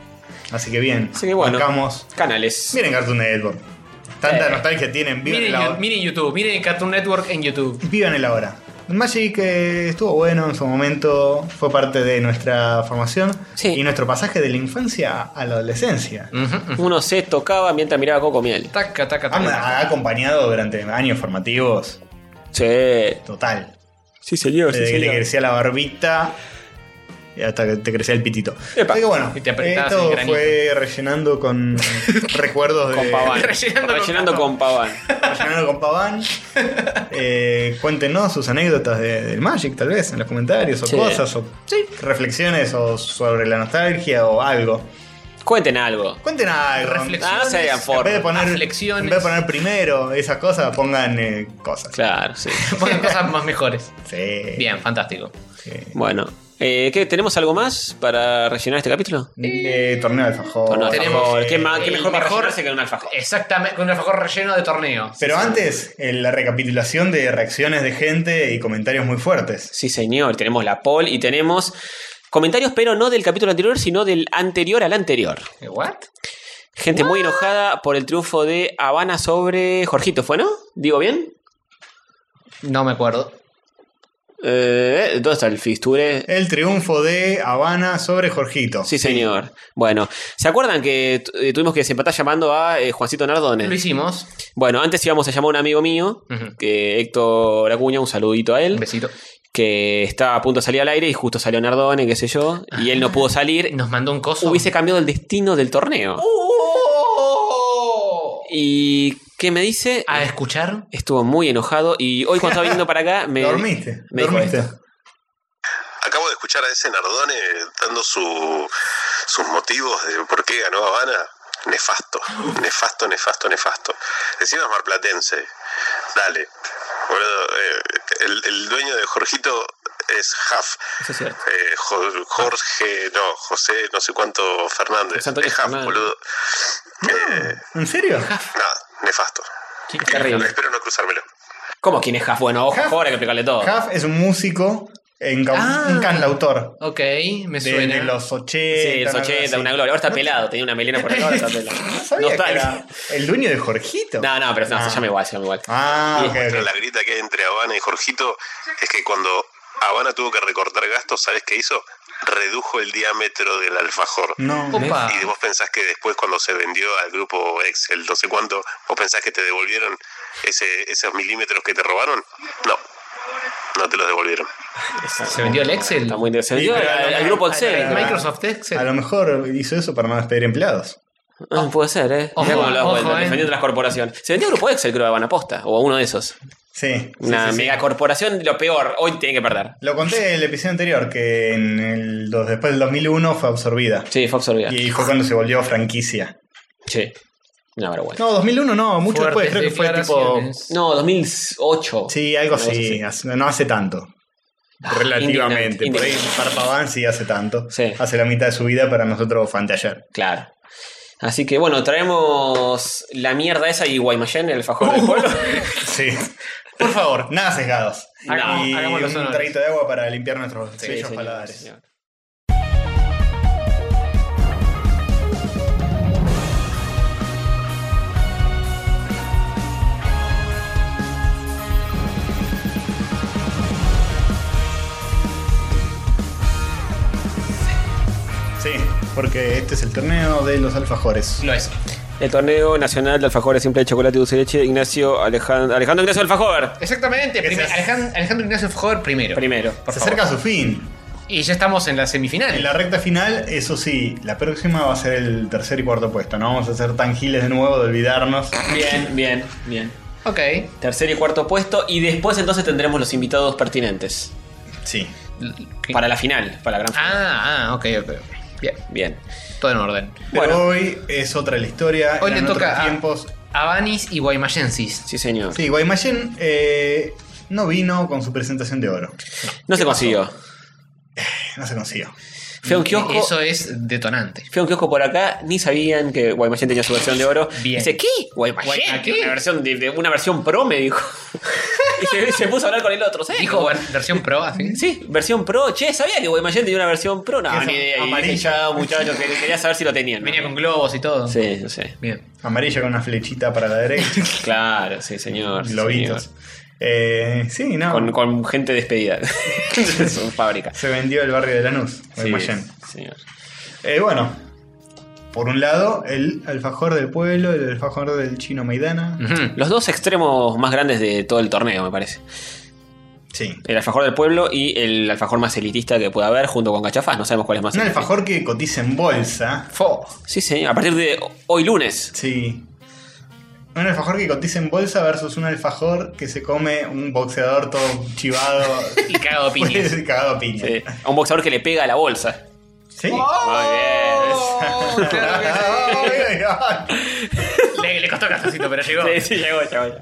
[SPEAKER 3] Así que bien.
[SPEAKER 2] Así que bueno,
[SPEAKER 3] Marcamos.
[SPEAKER 2] Canales.
[SPEAKER 3] Miren Cartoon Network. Tanta
[SPEAKER 4] Eh.
[SPEAKER 3] nostalgia tienen. Viven
[SPEAKER 4] Miren,
[SPEAKER 3] el ahora.
[SPEAKER 4] Yu- miren YouTube, miren Cartoon Network en YouTube.
[SPEAKER 3] Vivan el ahora. Magic eh, estuvo bueno en su momento, fue parte de nuestra formación y nuestro pasaje de la infancia a la adolescencia.
[SPEAKER 4] Mm.
[SPEAKER 2] Uno se tocaba mientras miraba Coco Miel.
[SPEAKER 4] Taca, taca,
[SPEAKER 3] Ha,
[SPEAKER 4] taca.
[SPEAKER 3] ha acompañado durante años formativos.
[SPEAKER 2] Sí.
[SPEAKER 3] Total.
[SPEAKER 2] Sí,
[SPEAKER 4] Pues
[SPEAKER 2] señor.
[SPEAKER 3] Desde que le crecía la barbita y hasta que te crecía el pitito.
[SPEAKER 2] Epa.
[SPEAKER 3] Así que bueno,
[SPEAKER 4] Y te apretabas
[SPEAKER 3] esto
[SPEAKER 4] el granito.
[SPEAKER 3] fue rellenando
[SPEAKER 4] <laughs>
[SPEAKER 3] con recuerdos
[SPEAKER 2] Con <laughs>
[SPEAKER 3] de.
[SPEAKER 2] Paván.
[SPEAKER 4] Rellenando con
[SPEAKER 2] Rellenando con Paván.
[SPEAKER 3] rellenando con Paván. Eh, cuéntenos sus anécdotas de- del Magic, tal vez, en los comentarios, o
[SPEAKER 2] Sí.
[SPEAKER 3] cosas, o reflexiones, o sobre la nostalgia, o algo.
[SPEAKER 2] Cuenten algo.
[SPEAKER 3] Cuenten algo.
[SPEAKER 2] Ah, no se hagan
[SPEAKER 3] En vez, de
[SPEAKER 2] forros.
[SPEAKER 3] poner,
[SPEAKER 4] Aflexiones.
[SPEAKER 3] en vez de
[SPEAKER 4] <laughs>
[SPEAKER 3] poner primero esas cosas, pongan eh, cosas.
[SPEAKER 2] Claro, sí.
[SPEAKER 4] Pongan cosas más mejores.
[SPEAKER 3] Sí.
[SPEAKER 4] Bien, fantástico.
[SPEAKER 2] Bueno. Eh, ¿qué, ¿Tenemos algo más para rellenar este capítulo?
[SPEAKER 3] Eh, torneo de alfajor.
[SPEAKER 2] Torneo de
[SPEAKER 4] Tenemos
[SPEAKER 2] alfajor.
[SPEAKER 3] eh,
[SPEAKER 2] ¿Qué, ma-
[SPEAKER 4] el
[SPEAKER 2] qué mejor para
[SPEAKER 4] mejor- eh,
[SPEAKER 2] rellenarse que un alfajor?
[SPEAKER 4] Exactamente, con un alfajor relleno de torneo.
[SPEAKER 3] Pero
[SPEAKER 4] Sí, sí.
[SPEAKER 3] antes, eh, la recapitulación de reacciones de gente y comentarios muy fuertes.
[SPEAKER 2] Sí, señor. Tenemos la poll y tenemos comentarios, pero no del capítulo anterior, sino del anterior al anterior.
[SPEAKER 4] Eh, ¿What?
[SPEAKER 2] Gente muy enojada por el triunfo de Habana sobre Jorgito, ¿fue, no? ¿Digo bien?
[SPEAKER 4] No me acuerdo.
[SPEAKER 2] Eh, ¿Dónde está el fixture?
[SPEAKER 3] El triunfo de Habana sobre Jorgito.
[SPEAKER 2] Sí, señor. Bueno, ¿se acuerdan que tu- eh, tuvimos que desempatar llamando a eh, Juancito Nardone?
[SPEAKER 4] Lo hicimos.
[SPEAKER 2] Bueno, antes íbamos a llamar a un amigo mío,
[SPEAKER 4] Ujú.
[SPEAKER 2] que Héctor Acuña, un saludito a él. Un
[SPEAKER 4] besito.
[SPEAKER 2] Que estaba a punto de salir al aire y justo salió Nardone, qué sé yo, y él Ah, no Uh. pudo salir.
[SPEAKER 4] Nos mandó un coso.
[SPEAKER 2] Hubiese cambiado el destino del torneo. ¿Y qué me dice?
[SPEAKER 4] ¡Oh!
[SPEAKER 2] Eh,
[SPEAKER 4] ¿A escuchar?
[SPEAKER 2] Estuvo muy enojado y hoy cuando estaba viniendo para acá me...
[SPEAKER 3] <laughs> Dormiste,
[SPEAKER 2] me dijo
[SPEAKER 3] dormiste.
[SPEAKER 2] esto.
[SPEAKER 11] Acabo de escuchar a ese Nardone dando su- sus motivos de por qué ganó Habana. nefasto, nefasto, nefasto, nefasto. Encima es marplatense. Dale. Boludo, eh, el, el dueño de Jorgito es Huff.
[SPEAKER 2] Eso es cierto.
[SPEAKER 11] Eh, Jo- Jorge, no, José, no sé cuánto Fernández.
[SPEAKER 2] José Antonio
[SPEAKER 11] es Huff,
[SPEAKER 2] Fernández.
[SPEAKER 11] boludo.
[SPEAKER 3] ¿En serio?
[SPEAKER 11] Nada, nefasto.
[SPEAKER 2] terrible.
[SPEAKER 11] Espero no cruzármelo.
[SPEAKER 2] ¿Cómo quién es Huff? Bueno, ojo, ahora hay que explicarle todo.
[SPEAKER 3] Huff es un músico, en ca-
[SPEAKER 2] Oh. Ah.
[SPEAKER 3] un cantautor.
[SPEAKER 4] Ok,
[SPEAKER 3] De-
[SPEAKER 4] me suena.
[SPEAKER 3] de los 80.
[SPEAKER 2] Sí, los
[SPEAKER 3] algo
[SPEAKER 2] 80,
[SPEAKER 3] así.
[SPEAKER 2] una
[SPEAKER 3] <laughs>
[SPEAKER 2] gloria. Ahora está pelado, tenía una melena por acá, ahora está pelado.
[SPEAKER 3] sabía que
[SPEAKER 2] está-
[SPEAKER 3] era el dueño de Jorgito.
[SPEAKER 2] No, no, pero no, se llama igual, se llama igual.
[SPEAKER 3] Ah, ok,
[SPEAKER 11] Pero la grita que hay entre Habana y Jorgito es que cuando Habana tuvo que recortar gastos, ¿sabes qué hizo? Redujo el diámetro del alfajor.
[SPEAKER 3] No. Opa.
[SPEAKER 11] Y vos pensás que después cuando se vendió al grupo Excel, no sé cuánto, vos pensás que te devolvieron ese, esos milímetros que te robaron. No, no te los devolvieron.
[SPEAKER 4] Se vendió el Excel.
[SPEAKER 2] Está muy Se vendió
[SPEAKER 3] Sí, pero
[SPEAKER 2] al,
[SPEAKER 3] no,
[SPEAKER 2] al grupo
[SPEAKER 3] al-
[SPEAKER 2] Excel.
[SPEAKER 3] al-
[SPEAKER 4] Microsoft Excel.
[SPEAKER 3] A lo mejor hizo eso para no despedir empleados.
[SPEAKER 2] Ah, puede ser, ¿eh?
[SPEAKER 4] Ojo,
[SPEAKER 2] Mirá cómo lo das
[SPEAKER 4] ojo,
[SPEAKER 2] vuelta.
[SPEAKER 4] eh.
[SPEAKER 2] Se vendió a otras corporaciones. Se vendió a grupo Excel, creo, a Banaposta, o a uno de esos.
[SPEAKER 3] Sí.
[SPEAKER 2] Una
[SPEAKER 3] sí, sí.
[SPEAKER 2] megacorporación, lo peor. Hoy tiene que perder.
[SPEAKER 3] Lo conté en el episodio anterior, que en el, dos- después del 2001 fue absorbida.
[SPEAKER 2] Sí, fue absorbida.
[SPEAKER 3] Y fue cuando se volvió franquicia.
[SPEAKER 2] Sí. No, pero bueno.
[SPEAKER 3] No, 2001 no, mucho después, creo que fue tipo...
[SPEAKER 2] No, 2008.
[SPEAKER 3] Sí, algo así, hace- no hace tanto. Relativamente,
[SPEAKER 2] indignante,
[SPEAKER 3] por ahí
[SPEAKER 2] indignante.
[SPEAKER 3] Farpaban sí hace tanto. Hace la mitad de su vida para nosotros fantaslar.
[SPEAKER 2] Claro. Así que bueno, traemos la mierda esa y Guaymallén, el fajón
[SPEAKER 3] Uh.
[SPEAKER 2] del
[SPEAKER 3] <laughs>
[SPEAKER 2] pueblo.
[SPEAKER 3] Sí. Por favor, nada sesgados.
[SPEAKER 2] Hagamos-
[SPEAKER 3] y
[SPEAKER 2] hagamos los
[SPEAKER 3] un
[SPEAKER 2] honores.
[SPEAKER 3] traguito de agua para limpiar nuestros sellos
[SPEAKER 2] señor,
[SPEAKER 3] paladares.
[SPEAKER 2] señor.
[SPEAKER 3] Sí, porque este es el torneo de los alfajores.
[SPEAKER 4] Lo es.
[SPEAKER 2] El torneo nacional de alfajores simple de chocolate y dulce de leche, Ignacio Alejandro, Alejandro Ignacio Alfajor.
[SPEAKER 4] Exactamente, primer- Alejandro, Alejandro Ignacio Fajor primero.
[SPEAKER 2] Primero.
[SPEAKER 4] Por
[SPEAKER 3] Se
[SPEAKER 4] favor.
[SPEAKER 3] acerca a su fin.
[SPEAKER 4] Y ya estamos en la semifinal.
[SPEAKER 3] En la recta final, eso sí, la próxima va a ser el tercer y cuarto puesto. No vamos a ser tan giles de nuevo de olvidarnos.
[SPEAKER 2] Bien, bien, bien.
[SPEAKER 4] Ok.
[SPEAKER 2] Tercer y cuarto puesto. Y después entonces tendremos los invitados pertinentes.
[SPEAKER 3] Sí.
[SPEAKER 2] Para la final, para la gran final.
[SPEAKER 4] Ah, ah, ok, ok. ok. Bien.
[SPEAKER 2] Bien.
[SPEAKER 4] Todo en orden.
[SPEAKER 3] Pero hoy es otra la historia.
[SPEAKER 4] Hoy
[SPEAKER 3] eran
[SPEAKER 4] le
[SPEAKER 3] otros
[SPEAKER 4] toca a-
[SPEAKER 3] tiempos.
[SPEAKER 4] Avanis y Guaymayensis.
[SPEAKER 2] Sí, señor.
[SPEAKER 3] Sí, Guaymallén eh, no vino con su presentación de oro.
[SPEAKER 2] No se consiguió.
[SPEAKER 3] No se consiguió.
[SPEAKER 2] Fue a un kiosco.
[SPEAKER 4] Eh, Eso es detonante.
[SPEAKER 2] Fui a un kiosco por acá, ni sabían que Guaymallén tenía su versión de oro. Dice, ¿qué?
[SPEAKER 4] Guaymallén,
[SPEAKER 2] Guaymallén,
[SPEAKER 4] ¿qué?
[SPEAKER 2] Una versión, de, de- una versión pro, me dijo. <laughs> y se, se puso a hablar con el otro, ¿sí?
[SPEAKER 4] Dijo ver- versión pro, así.
[SPEAKER 2] Sí, versión pro. Che, ¿sabía que Guaymallén tenía una versión pro? No,
[SPEAKER 3] Esa
[SPEAKER 2] ni idea. Y dije,
[SPEAKER 3] amarilla.
[SPEAKER 2] "Ya, muchachos, que- quería saber si lo tenían. ¿no?".
[SPEAKER 4] Venía con globos y todo.
[SPEAKER 2] Sí, no sé.
[SPEAKER 4] Bien.
[SPEAKER 3] Amarilla con una flechita para la derecha.
[SPEAKER 2] Claro, sí, <laughs> señor. sí,
[SPEAKER 3] Globitos.
[SPEAKER 2] señor.
[SPEAKER 3] Eh, sí, no.
[SPEAKER 2] Con, con gente despedida. <laughs> de su fábrica.
[SPEAKER 3] Se vendió el barrio de Lanús,
[SPEAKER 2] Sí,
[SPEAKER 3] Guaymallén.
[SPEAKER 2] señor.
[SPEAKER 3] Eh, bueno, por un lado, el alfajor del pueblo, el alfajor del chino Maidana.
[SPEAKER 2] Los dos extremos más grandes de todo el torneo, me parece.
[SPEAKER 3] Sí.
[SPEAKER 2] El alfajor del pueblo y el alfajor más elitista que pueda haber junto con cachafás. No sabemos cuál es más
[SPEAKER 3] Un
[SPEAKER 2] elitista.
[SPEAKER 3] alfajor que cotiza en bolsa.
[SPEAKER 4] Fo.
[SPEAKER 2] Sí, sí, a partir de hoy lunes.
[SPEAKER 3] Sí. Un alfajor que cotiza en bolsa versus un alfajor que se come un boxeador todo chivado.
[SPEAKER 4] Y cagado a piñas.
[SPEAKER 3] Pues, cagado a piña.
[SPEAKER 2] Sí, eh, a un boxeador que le pega a la bolsa.
[SPEAKER 3] Sí.
[SPEAKER 2] Muy
[SPEAKER 3] <laughs>
[SPEAKER 4] Le, le costó castacito, pero llegó.
[SPEAKER 2] bien. Sí, sí, llegó, llegó, llegó.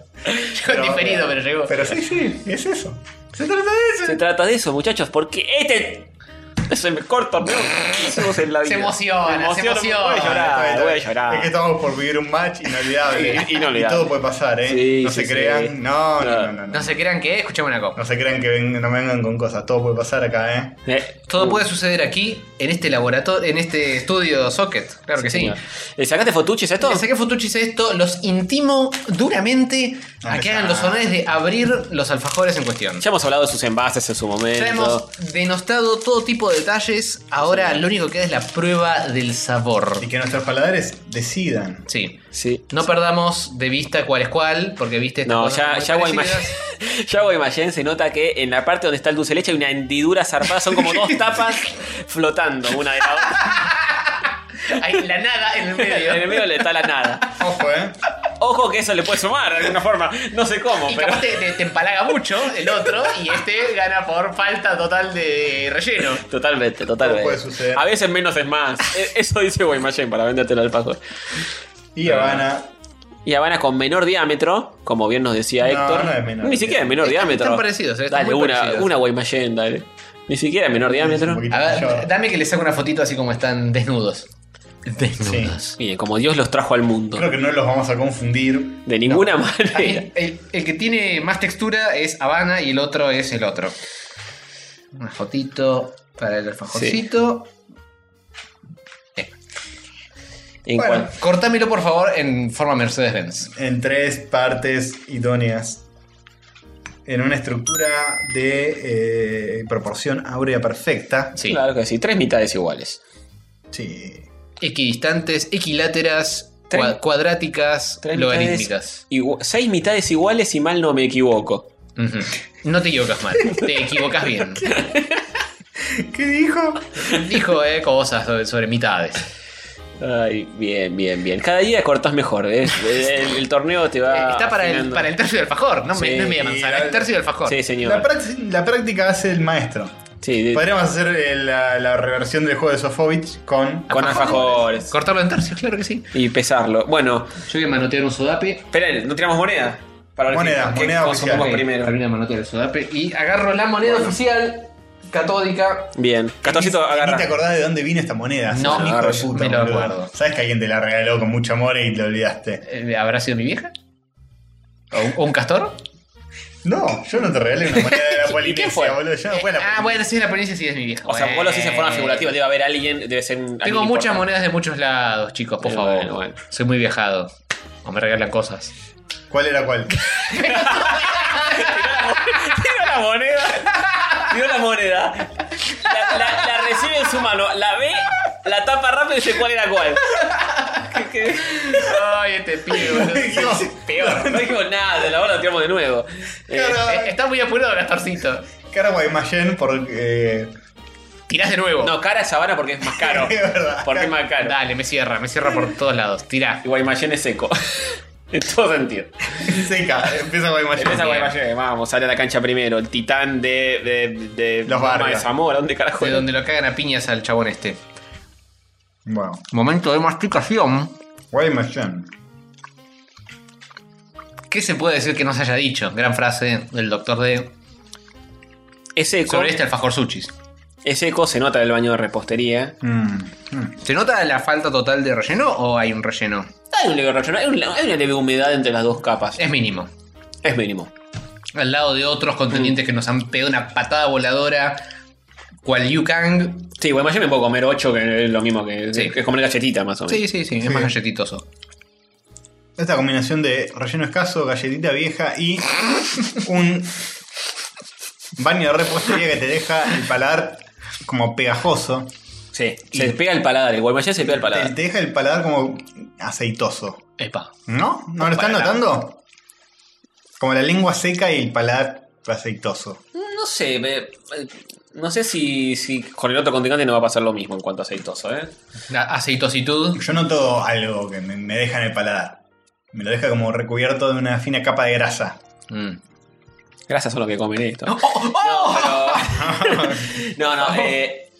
[SPEAKER 4] Llegó diferido, pero llegó.
[SPEAKER 3] Pero sí, sí, es eso. Se trata de eso.
[SPEAKER 2] Se trata de eso, muchachos, porque este es el mejor torneo que hicimos en la vida.
[SPEAKER 4] Se emociona, se
[SPEAKER 2] Me emociono,
[SPEAKER 4] emociona.
[SPEAKER 2] Voy a llorar, voy a
[SPEAKER 3] Es que
[SPEAKER 2] llorar.
[SPEAKER 3] estamos por vivir un match inolvidable.
[SPEAKER 2] Y- inolvidable.
[SPEAKER 3] todo puede pasar, ¿eh?
[SPEAKER 2] Sí,
[SPEAKER 3] no
[SPEAKER 2] sí,
[SPEAKER 3] se
[SPEAKER 2] sí.
[SPEAKER 3] crean. No, no, no, no, no.
[SPEAKER 4] No se crean que, escuchame una cosa.
[SPEAKER 3] No se crean que ven- no vengan con cosas. Todo puede pasar acá, ¿eh?
[SPEAKER 2] Eh,
[SPEAKER 4] Todo puede suceder aquí, en este laboratorio, en este estudio Socket. Claro que sí.
[SPEAKER 2] señor. Eh, ¿Le sacaste fotuches a esto?
[SPEAKER 4] Le saqué fotuchis a esto, los intimo duramente a que hagan los honores de abrir los alfajores en cuestión.
[SPEAKER 2] Ya hemos hablado de sus envases en su momento.
[SPEAKER 4] Ya hemos denostado todo tipo de detalles, ahora lo único que queda es la prueba del sabor.
[SPEAKER 3] Y que nuestros paladares decidan.
[SPEAKER 4] Sí.
[SPEAKER 2] Sí.
[SPEAKER 4] No perdamos de vista cuál es cuál, porque viste... estas
[SPEAKER 2] No,
[SPEAKER 4] cosas
[SPEAKER 2] ya,
[SPEAKER 4] son muy
[SPEAKER 2] ya, Guaymallén,
[SPEAKER 4] parecidas.
[SPEAKER 2] <laughs> ya Guaymallén se nota que en la parte donde está el dulce de leche hay una hendidura zarpada, son como
[SPEAKER 4] <laughs>
[SPEAKER 2] dos tapas flotando una de la otra.
[SPEAKER 4] <laughs> Hay la nada en el <laughs>
[SPEAKER 2] <laughs>
[SPEAKER 4] medio.
[SPEAKER 2] En el medio le está la nada.
[SPEAKER 3] Ojo, ¿eh?
[SPEAKER 2] Ojo que eso le puede sumar de alguna forma. No sé cómo,
[SPEAKER 4] Y
[SPEAKER 2] pero.
[SPEAKER 4] capaz te, te- te empalaga mucho el otro y este gana por falta total de relleno.
[SPEAKER 2] Totalmente, totalmente.
[SPEAKER 4] puede suceder.
[SPEAKER 2] A veces menos es más. E- Eso dice Guaymallén para vendértelo al paso.
[SPEAKER 3] Y Habana.
[SPEAKER 2] Y Habana con menor diámetro, como bien nos decía
[SPEAKER 3] No,
[SPEAKER 2] Héctor.
[SPEAKER 3] no es menor.
[SPEAKER 2] Ni siquiera es menor diámetro.
[SPEAKER 4] están parecidos, eh, están
[SPEAKER 2] dale,
[SPEAKER 4] muy
[SPEAKER 2] una,
[SPEAKER 4] parecidos.
[SPEAKER 2] una Guaymallén, dale. Ni siquiera es menor diámetro.
[SPEAKER 4] A ver, dame que le saco una fotito así como están desnudos.
[SPEAKER 2] Desnudos. Bien, como Dios los trajo al mundo.
[SPEAKER 4] Creo
[SPEAKER 3] que no los vamos a confundir.
[SPEAKER 2] De ninguna
[SPEAKER 4] A
[SPEAKER 2] manera.
[SPEAKER 4] mí, Ah, el, el que tiene más textura es Habana y el otro es el otro. Una fotito para el alfajorcito. Bien.
[SPEAKER 3] Bueno.
[SPEAKER 4] Bueno, cortámelo por favor en forma Mercedes-Benz.
[SPEAKER 3] en tres partes idóneas. En una estructura de eh, proporción áurea perfecta.
[SPEAKER 4] Sí.
[SPEAKER 2] Claro que sí, tres mitades iguales.
[SPEAKER 3] Sí.
[SPEAKER 4] Equidistantes, equiláteras,
[SPEAKER 2] Tres-
[SPEAKER 4] cua- cuadráticas,
[SPEAKER 2] Tres
[SPEAKER 4] logarítmicas.
[SPEAKER 2] mitades igua- seis mitades iguales, si mal no me equivoco.
[SPEAKER 4] No te equivocas mal,
[SPEAKER 2] <laughs>
[SPEAKER 4] te equivocas bien.
[SPEAKER 3] ¿Qué dijo?
[SPEAKER 4] Dijo eh, cosas sobre, sobre mitades.
[SPEAKER 2] Ay, bien, bien, bien. Cada día cortás mejor.
[SPEAKER 4] <laughs>
[SPEAKER 2] ¿ves? El, el torneo te va.
[SPEAKER 4] Está para el,
[SPEAKER 2] afinando.
[SPEAKER 4] para el tercio del fajor, no, me,
[SPEAKER 2] Sí.
[SPEAKER 4] no es media manzana, el tercio del fajor.
[SPEAKER 2] Sí, señor.
[SPEAKER 3] La, práct- la práctica hace el maestro. Podríamos hacer eh, la, la reversión del juego de Sofovich con.
[SPEAKER 2] Con alfajores.
[SPEAKER 4] Cortarlo en tercios, claro que sí.
[SPEAKER 2] Y pesarlo. Bueno.
[SPEAKER 4] Yo voy a manotear un sodape.
[SPEAKER 2] Esperen, no tiramos moneda. Para ver
[SPEAKER 4] Moneda,
[SPEAKER 2] qué- qué
[SPEAKER 4] moneda
[SPEAKER 2] consumimos
[SPEAKER 4] oficial.
[SPEAKER 2] primero.
[SPEAKER 4] Termina de manotear el sodape y agarro la moneda oficial catódica.
[SPEAKER 2] Bien. Castorcito
[SPEAKER 3] Ni
[SPEAKER 2] agarra.
[SPEAKER 3] te acordás de dónde vino esta moneda.
[SPEAKER 4] No,
[SPEAKER 3] sos un hijo de
[SPEAKER 4] agarro,
[SPEAKER 3] puta,
[SPEAKER 4] me lo
[SPEAKER 3] boludo.
[SPEAKER 4] acuerdo.
[SPEAKER 3] Sabes que alguien te la regaló con mucho amor y te olvidaste.
[SPEAKER 4] Eh, ¿Habrá sido mi vieja? ¿O un, o un castor?
[SPEAKER 3] No, yo no te regalé una moneda de la Polinesia,
[SPEAKER 4] fue?
[SPEAKER 3] boludo. Yo no fue la
[SPEAKER 4] Ah, bueno, si es la policía, sí es mi vieja.
[SPEAKER 2] O sea, vos lo decís en forma
[SPEAKER 4] Bueno.
[SPEAKER 2] figurativa. Debe haber alguien, debe ser un.
[SPEAKER 4] Tengo muchas monedas de muchos lados, chicos, por favor. Soy muy viajado. O me regalan cosas.
[SPEAKER 3] ¿Cuál era cuál? <laughs>
[SPEAKER 2] Tiró la moneda. Tiró la moneda. La, la- la recibe en su mano. La ve, la tapa rápido y dice cuál era cuál.
[SPEAKER 4] <laughs> Ay, este pibe, <laughs> boludo. Eh,
[SPEAKER 2] Peor. No dijo nada. La hora lo tiramos de nuevo. Eh,
[SPEAKER 4] Eh, Está muy apurado, Gastorcito.
[SPEAKER 3] Cara Guaymallén por. eh, <laughs>
[SPEAKER 4] Tirás de nuevo.
[SPEAKER 2] No, cara es sabana porque es más caro.
[SPEAKER 3] Es verdad.
[SPEAKER 2] Porque es más caro.
[SPEAKER 4] Dale, me cierra, me cierra por todos lados. Tirá.
[SPEAKER 2] Y Guaymallén es seco. <laughs> en todo sentido.
[SPEAKER 3] Seca, empieza Guaymallén.
[SPEAKER 2] Empieza Guaymallén. Vamos, sale a la cancha primero. El titán de. de, de
[SPEAKER 4] Los barrios.
[SPEAKER 2] de Zamora. ¿Dónde carajo
[SPEAKER 4] De
[SPEAKER 2] era?
[SPEAKER 4] donde lo cagan a piñas al chabón este.
[SPEAKER 3] Bueno.
[SPEAKER 4] Momento de masticación.
[SPEAKER 3] Guaymallén.
[SPEAKER 4] ¿Qué se puede decir que no se haya dicho? Gran frase del doctor D.
[SPEAKER 2] Es seco.
[SPEAKER 4] Sobre este alfajor sushis.
[SPEAKER 2] Es seco, se nota del baño de repostería.
[SPEAKER 3] Mm,
[SPEAKER 4] ¿Se nota la falta total de relleno o hay un relleno?
[SPEAKER 2] Hay un leve relleno, hay, un- hay una leve humedad entre las dos capas.
[SPEAKER 4] Es mínimo.
[SPEAKER 2] Es mínimo.
[SPEAKER 4] Al lado de otros contendientes que nos han pegado una patada voladora. Cual Yu Kang.
[SPEAKER 2] Sí, Guaymallén me puedo comer 8, que es lo mismo que, que es comer galletita más o menos.
[SPEAKER 4] Sí, sí, sí, es más galletitoso.
[SPEAKER 3] Esta combinación de relleno escaso, galletita vieja y un baño de repostería que te deja el paladar como pegajoso.
[SPEAKER 2] Sí, se pega el paladar, el Guaymallén se pega el
[SPEAKER 3] Te,
[SPEAKER 2] paladar.
[SPEAKER 3] te deja el paladar como aceitoso.
[SPEAKER 4] Epa.
[SPEAKER 3] ¿No? ¿No lo están notando? Como la lengua seca y el paladar aceitoso.
[SPEAKER 2] No sé, me- eh, no sé si, si con el otro contingente no va a pasar lo mismo en cuanto a aceitoso, ¿eh?
[SPEAKER 4] La aceitositud.
[SPEAKER 3] Yo noto algo que me, me deja en el paladar. Me lo deja como recubierto de una fina capa de grasa.
[SPEAKER 4] Mm.
[SPEAKER 2] Gracias a lo que comen esto.
[SPEAKER 4] ¡Oh, <laughs>
[SPEAKER 2] No, no, eh,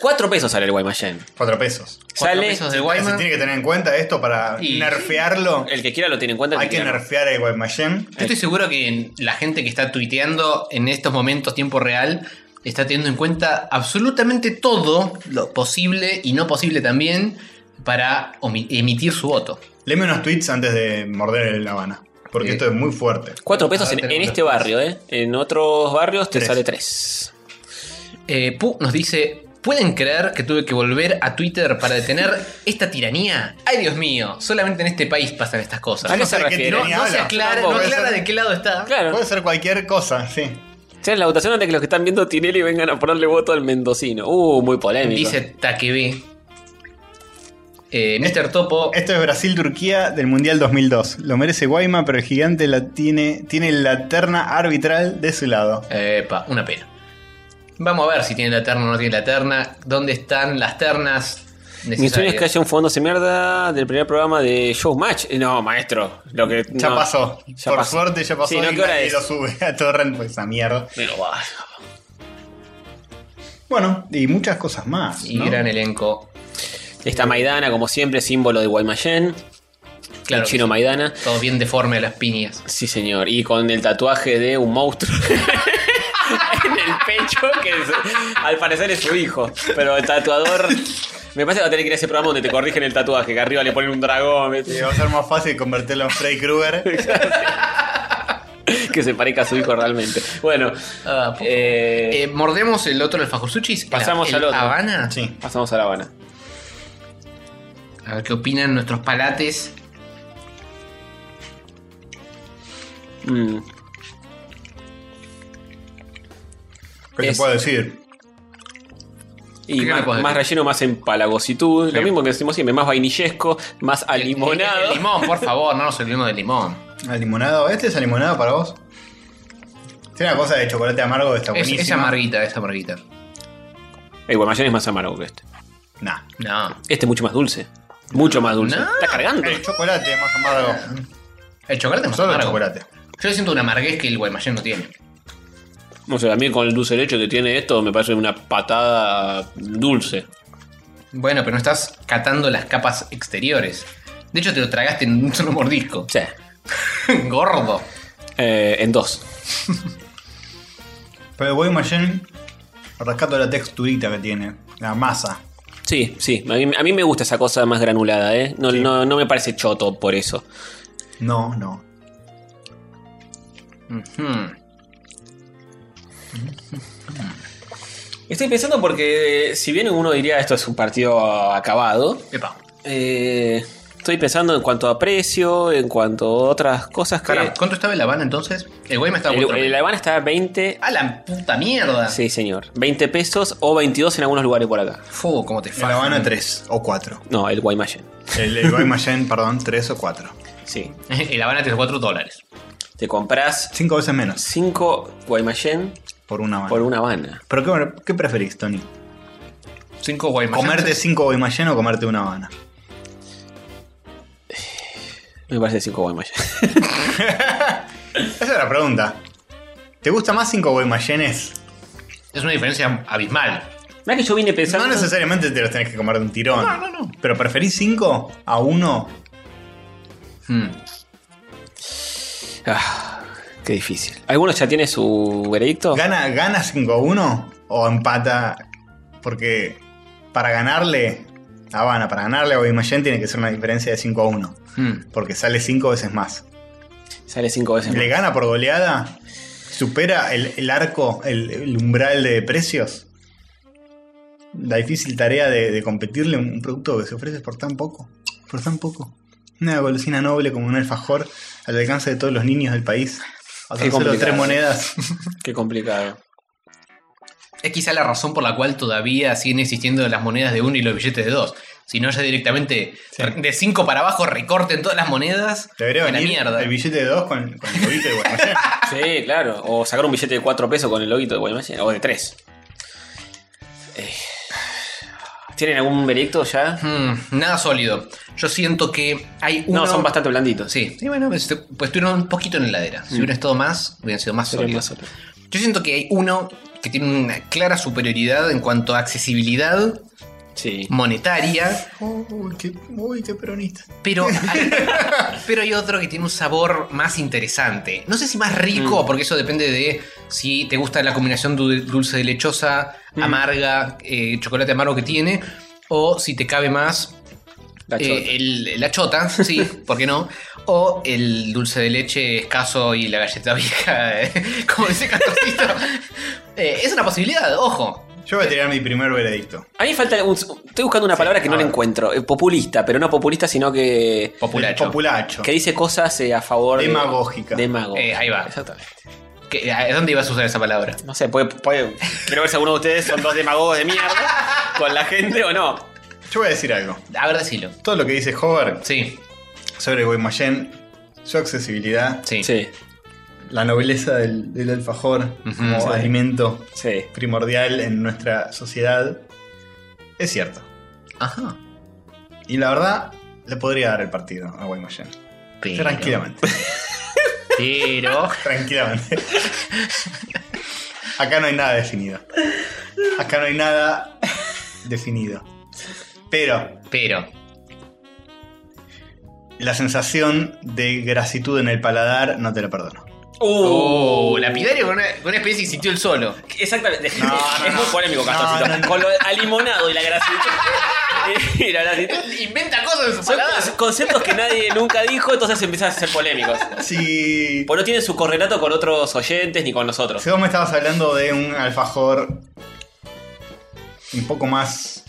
[SPEAKER 2] 4 pesos sale el Guaymallén.
[SPEAKER 3] Cuatro pesos.
[SPEAKER 2] Sale-
[SPEAKER 3] Cuatro pesos de Guayma. Se tiene que tener en cuenta esto para
[SPEAKER 4] Y-
[SPEAKER 3] nerfearlo.
[SPEAKER 2] El que quiera lo tiene en cuenta. el
[SPEAKER 3] Hay que
[SPEAKER 2] quiera no.
[SPEAKER 3] nerfear el Guaymallén.
[SPEAKER 4] Yo estoy seguro que en- la gente que está tuiteando en estos momentos tiempo real está teniendo en cuenta absolutamente todo lo posible y no posible también para omi- emitir su voto.
[SPEAKER 3] Léeme unos tweets antes de morder el Habana. Porque
[SPEAKER 4] Sí.
[SPEAKER 3] esto es muy fuerte.
[SPEAKER 2] Cuatro pesos
[SPEAKER 4] Ahora
[SPEAKER 2] en, en
[SPEAKER 4] tenemos
[SPEAKER 2] este
[SPEAKER 4] los
[SPEAKER 2] barrio, ¿eh? En otros barrios te
[SPEAKER 4] Tres.
[SPEAKER 2] sale 3.
[SPEAKER 4] Eh, Pu nos dice, ¿pueden creer que tuve que volver a Twitter para detener esta tiranía? Ay, Dios mío, solamente en este país pasan estas cosas.
[SPEAKER 2] ¿A qué se refiere?
[SPEAKER 4] No, no se aclara, no aclara de qué lado está.
[SPEAKER 2] Claro.
[SPEAKER 3] Puede ser cualquier cosa, sí.
[SPEAKER 2] Che, la votación antes que los que están viendo Tinelli vengan a ponerle voto al mendocino. Uh, muy polémico.
[SPEAKER 4] Dice Takebe. Eh, Mr. Topo.
[SPEAKER 3] Esto es Brasil-Turquía del Mundial 2002. Lo merece Guayma, pero el gigante la tiene, tiene la terna arbitral de su lado.
[SPEAKER 4] Epa, una pena. Vamos a ver si tiene la terna o no tiene la terna. ¿Dónde están las ternas?
[SPEAKER 2] Mi sueño es que haya un fondo de mierda del primer programa de Showmatch. Eh, No, maestro. Lo que,
[SPEAKER 3] Ya
[SPEAKER 2] no,
[SPEAKER 3] pasó.
[SPEAKER 2] ya
[SPEAKER 3] Por
[SPEAKER 2] pasó.
[SPEAKER 3] suerte ya pasó
[SPEAKER 2] Sí, ¿no?
[SPEAKER 3] y
[SPEAKER 2] ¿Qué hora
[SPEAKER 3] nadie
[SPEAKER 2] es?
[SPEAKER 3] lo sube a Torrent pues esa mierda. Bueno, y muchas cosas más.
[SPEAKER 2] Y
[SPEAKER 3] ¿no?
[SPEAKER 2] gran
[SPEAKER 4] elenco.
[SPEAKER 2] Está Maidana, como siempre, símbolo de Guaymallén.
[SPEAKER 4] Claro
[SPEAKER 2] El chino
[SPEAKER 4] que sí.
[SPEAKER 2] Maidana.
[SPEAKER 4] Todo bien deforme a las piñas.
[SPEAKER 2] Sí, señor. Y con el tatuaje de un monstruo <laughs> en el pecho, que es- al parecer es su hijo. Pero el tatuador. Me parece que va a tener que ir a ese programa donde te corrigen el tatuaje, que arriba le ponen un dragón.
[SPEAKER 3] Y Eh, va a ser más fácil convertirlo en Freddy <laughs> Krueger.
[SPEAKER 2] que se parezca a su hijo realmente. Bueno,
[SPEAKER 4] Ah,
[SPEAKER 2] eh,
[SPEAKER 4] ¿Mordemos el otro alfajor sushis?
[SPEAKER 2] pasamos
[SPEAKER 4] ¿El-
[SPEAKER 2] al
[SPEAKER 4] el
[SPEAKER 2] otro.
[SPEAKER 4] Habana?
[SPEAKER 3] Sí.
[SPEAKER 2] Pasamos a La Habana.
[SPEAKER 4] A ver qué opinan nuestros palates.
[SPEAKER 2] Mm.
[SPEAKER 3] ¿Qué te
[SPEAKER 2] Es-
[SPEAKER 3] puedo decir?
[SPEAKER 2] Y
[SPEAKER 3] ¿Qué
[SPEAKER 2] más,
[SPEAKER 3] me puedes
[SPEAKER 2] más relleno, más empalagositud. Lo mismo que decimos siempre, más vainillesco, más alimonado.
[SPEAKER 4] Eh, El limón, por favor, no nos olvidemos del limón.
[SPEAKER 3] ¿Al limonado? ¿Este es al limonado para vos? Tiene una cosa de chocolate amargo que está
[SPEAKER 4] Es,
[SPEAKER 3] buenísima.
[SPEAKER 4] es amarguita, es amarguita.
[SPEAKER 2] El guaymallén es más amargo que este.
[SPEAKER 3] Nah.
[SPEAKER 4] No.
[SPEAKER 2] Este es mucho más dulce. Mucho más dulce.
[SPEAKER 4] No.
[SPEAKER 2] Está cargando.
[SPEAKER 3] El Eh, chocolate es más amargo.
[SPEAKER 4] El chocolate es más
[SPEAKER 3] Solo el
[SPEAKER 4] amargo.
[SPEAKER 3] chocolate.
[SPEAKER 4] Yo siento una amarguez que el guaymallén no tiene.
[SPEAKER 2] No sé, a mí con el dulce de leche que tiene esto me parece una patada dulce.
[SPEAKER 4] Bueno, pero no estás catando las capas exteriores. De hecho, te lo tragaste en un solo mordisco.
[SPEAKER 2] Sí.
[SPEAKER 4] <laughs> Gordo.
[SPEAKER 2] Eh, en dos.
[SPEAKER 3] Pero el Guaymallén, rescato la texturita que tiene, la masa.
[SPEAKER 2] Sí, sí. A mí, a mí me gusta esa cosa más granulada, ¿eh? No, no, no me parece choto por eso.
[SPEAKER 3] No, no.
[SPEAKER 4] Hmm.
[SPEAKER 2] Estoy pensando porque eh, si bien uno diría esto es un partido acabado, eh, estoy pensando en cuanto a precio, en cuanto a otras cosas que...
[SPEAKER 4] Pará, ¿Cuánto estaba el Habana entonces? El Guayma estaba
[SPEAKER 2] el,
[SPEAKER 4] cuatro
[SPEAKER 2] el Habana está a 20...
[SPEAKER 4] ¡A la puta mierda!
[SPEAKER 2] Sí, señor. 20 pesos o 22 en algunos lugares por acá.
[SPEAKER 4] Fu, ¿cómo te
[SPEAKER 3] El Habana 3 o 4.
[SPEAKER 2] No, el Guaymallén.
[SPEAKER 3] El, el Guaymallén, perdón, 3 o 4.
[SPEAKER 2] Sí.
[SPEAKER 4] <laughs> El Habana te 4 dólares.
[SPEAKER 2] Te compras...
[SPEAKER 3] 5 veces menos.
[SPEAKER 2] 5 Guaymallén
[SPEAKER 3] Por una Habana.
[SPEAKER 2] por una Habana.
[SPEAKER 3] ¿Pero qué, qué preferís, Tony?
[SPEAKER 4] 5 Guaymallén.
[SPEAKER 3] ¿Comerte 5 Guaymallén o comerte una Habana?
[SPEAKER 2] Me parece 5 Guaymallén. <laughs>
[SPEAKER 3] Esa es la pregunta. ¿Te gusta más 5 Guaymallenes?
[SPEAKER 4] Es una diferencia abismal.
[SPEAKER 2] Mirá que yo vine pensando...
[SPEAKER 3] No necesariamente te los tenés que comer de un tirón.
[SPEAKER 4] No, no, no.
[SPEAKER 3] ¿Pero preferís 5 a 1?
[SPEAKER 4] Hmm.
[SPEAKER 2] Ah, qué difícil. ¿Algunos ya tiene su
[SPEAKER 4] Oh.
[SPEAKER 2] veredicto?
[SPEAKER 3] ¿Gana, gana 5 a 1 o empata? Porque para ganarle a Habana, para ganarle a Guaymallén tiene que ser una diferencia de 5 a 1.
[SPEAKER 4] Hmm.
[SPEAKER 3] Porque sale 5 veces más.
[SPEAKER 2] Sale 5 veces
[SPEAKER 3] ¿Le
[SPEAKER 2] más.
[SPEAKER 3] gana por goleada? ¿Supera el, el arco, el, el umbral de precios? La difícil tarea de, de competirle un, un producto que se ofrece por tan poco. Por tan poco. Una golosina noble como un alfajor al alcance de todos los niños del país. A tan
[SPEAKER 2] Qué
[SPEAKER 3] solo tres
[SPEAKER 2] complicado.
[SPEAKER 3] monedas.
[SPEAKER 2] Qué complicado.
[SPEAKER 4] Es quizá la razón por la cual todavía siguen existiendo las monedas de uno y los billetes de dos. Si no, ya directamente re- de 5 para abajo recorten todas las monedas.
[SPEAKER 3] Debería
[SPEAKER 4] a la
[SPEAKER 3] venir
[SPEAKER 4] mierda.
[SPEAKER 3] el billete de dos con, con el huevito de Guaymallén.
[SPEAKER 2] Sí, claro. O sacar un billete de 4 pesos con el loguito de Guaymallén. O de 3. ¿Tienen algún veredicto ya?
[SPEAKER 4] Mm, nada sólido. Yo siento que hay uno.
[SPEAKER 2] No, son bastante blanditos.
[SPEAKER 4] Sí, sí, bueno, pues, pues estuvieron un poquito en la heladera. Si
[SPEAKER 2] Mm.
[SPEAKER 4] hubieran estado más, hubieran sido más
[SPEAKER 2] Serían
[SPEAKER 4] sólidos.
[SPEAKER 2] más sólidos.
[SPEAKER 4] Yo siento que hay uno que tiene una clara superioridad en cuanto a accesibilidad Eh,
[SPEAKER 2] Sí.
[SPEAKER 4] monetaria,
[SPEAKER 3] Uy, qué, uy, qué peronista.
[SPEAKER 4] pero
[SPEAKER 2] <laughs>
[SPEAKER 4] hay, pero hay otro que tiene un sabor más interesante. No sé si más
[SPEAKER 2] Mm.
[SPEAKER 4] rico, porque eso depende de si te gusta la combinación du- dulce de lechosa,
[SPEAKER 2] Mm.
[SPEAKER 4] amarga, eh, chocolate amargo que tiene, o si te cabe más
[SPEAKER 2] La chota.
[SPEAKER 4] eh, el- la chota, sí, ¿por qué no? O el dulce de leche escaso y la galleta <laughs> vieja, eh, como dice Castorcito. Eh, es una posibilidad, ojo.
[SPEAKER 3] Yo voy a tirar mi primer veredicto.
[SPEAKER 2] A mí falta un- Estoy buscando una palabra que no la encuentro. Eh, populista, pero no populista, sino que...
[SPEAKER 4] Populacho.
[SPEAKER 3] Populacho.
[SPEAKER 2] Que dice cosas eh, a favor... de-
[SPEAKER 3] Demagógica.
[SPEAKER 2] Demago.
[SPEAKER 4] Eh, ahí va.
[SPEAKER 2] Exactamente.
[SPEAKER 4] ¿Qué- eh, a- ¿Dónde ibas a usar esa palabra?
[SPEAKER 2] No sé, puede,
[SPEAKER 4] <laughs>
[SPEAKER 2] puede- quiero ver si alguno de ustedes son dos demagogos de mierda con la gente o no.
[SPEAKER 3] Yo voy a decir algo.
[SPEAKER 4] A ver, decilo.
[SPEAKER 3] Todo lo que dice Hover
[SPEAKER 4] Sí,
[SPEAKER 3] sobre Guaymallén, su accesibilidad,
[SPEAKER 4] sí.
[SPEAKER 2] Sí,
[SPEAKER 3] la nobleza del, del alfajor como
[SPEAKER 2] sí.
[SPEAKER 3] alimento
[SPEAKER 2] sí.
[SPEAKER 3] primordial en nuestra sociedad, es cierto.
[SPEAKER 4] Ajá.
[SPEAKER 3] Y la verdad, le podría dar el partido a Guaymallén.
[SPEAKER 4] Pero-
[SPEAKER 3] Tranquilamente.
[SPEAKER 4] Pero.
[SPEAKER 3] Tranquilamente. Acá no hay nada definido. Acá no hay nada definido. Pero.
[SPEAKER 4] Pero.
[SPEAKER 3] La sensación de grasitud en el paladar no te la perdono.
[SPEAKER 2] Uh.
[SPEAKER 4] Oh, lapidario con una, con una experiencia que sintió el solo.
[SPEAKER 2] Exactamente. es muy polémico, Castorcito.
[SPEAKER 4] No, no,
[SPEAKER 2] Con lo alimonado y la grasitud. <laughs> y la grasitud.
[SPEAKER 4] Inventa cosas en su
[SPEAKER 2] Son
[SPEAKER 4] paladar.
[SPEAKER 2] con- conceptos que nadie nunca dijo, entonces empiezan a ser polémicos.
[SPEAKER 3] Sí.
[SPEAKER 2] Pues no tienen su correlato con otros oyentes ni con nosotros.
[SPEAKER 3] Si vos me estabas hablando de un alfajor un poco más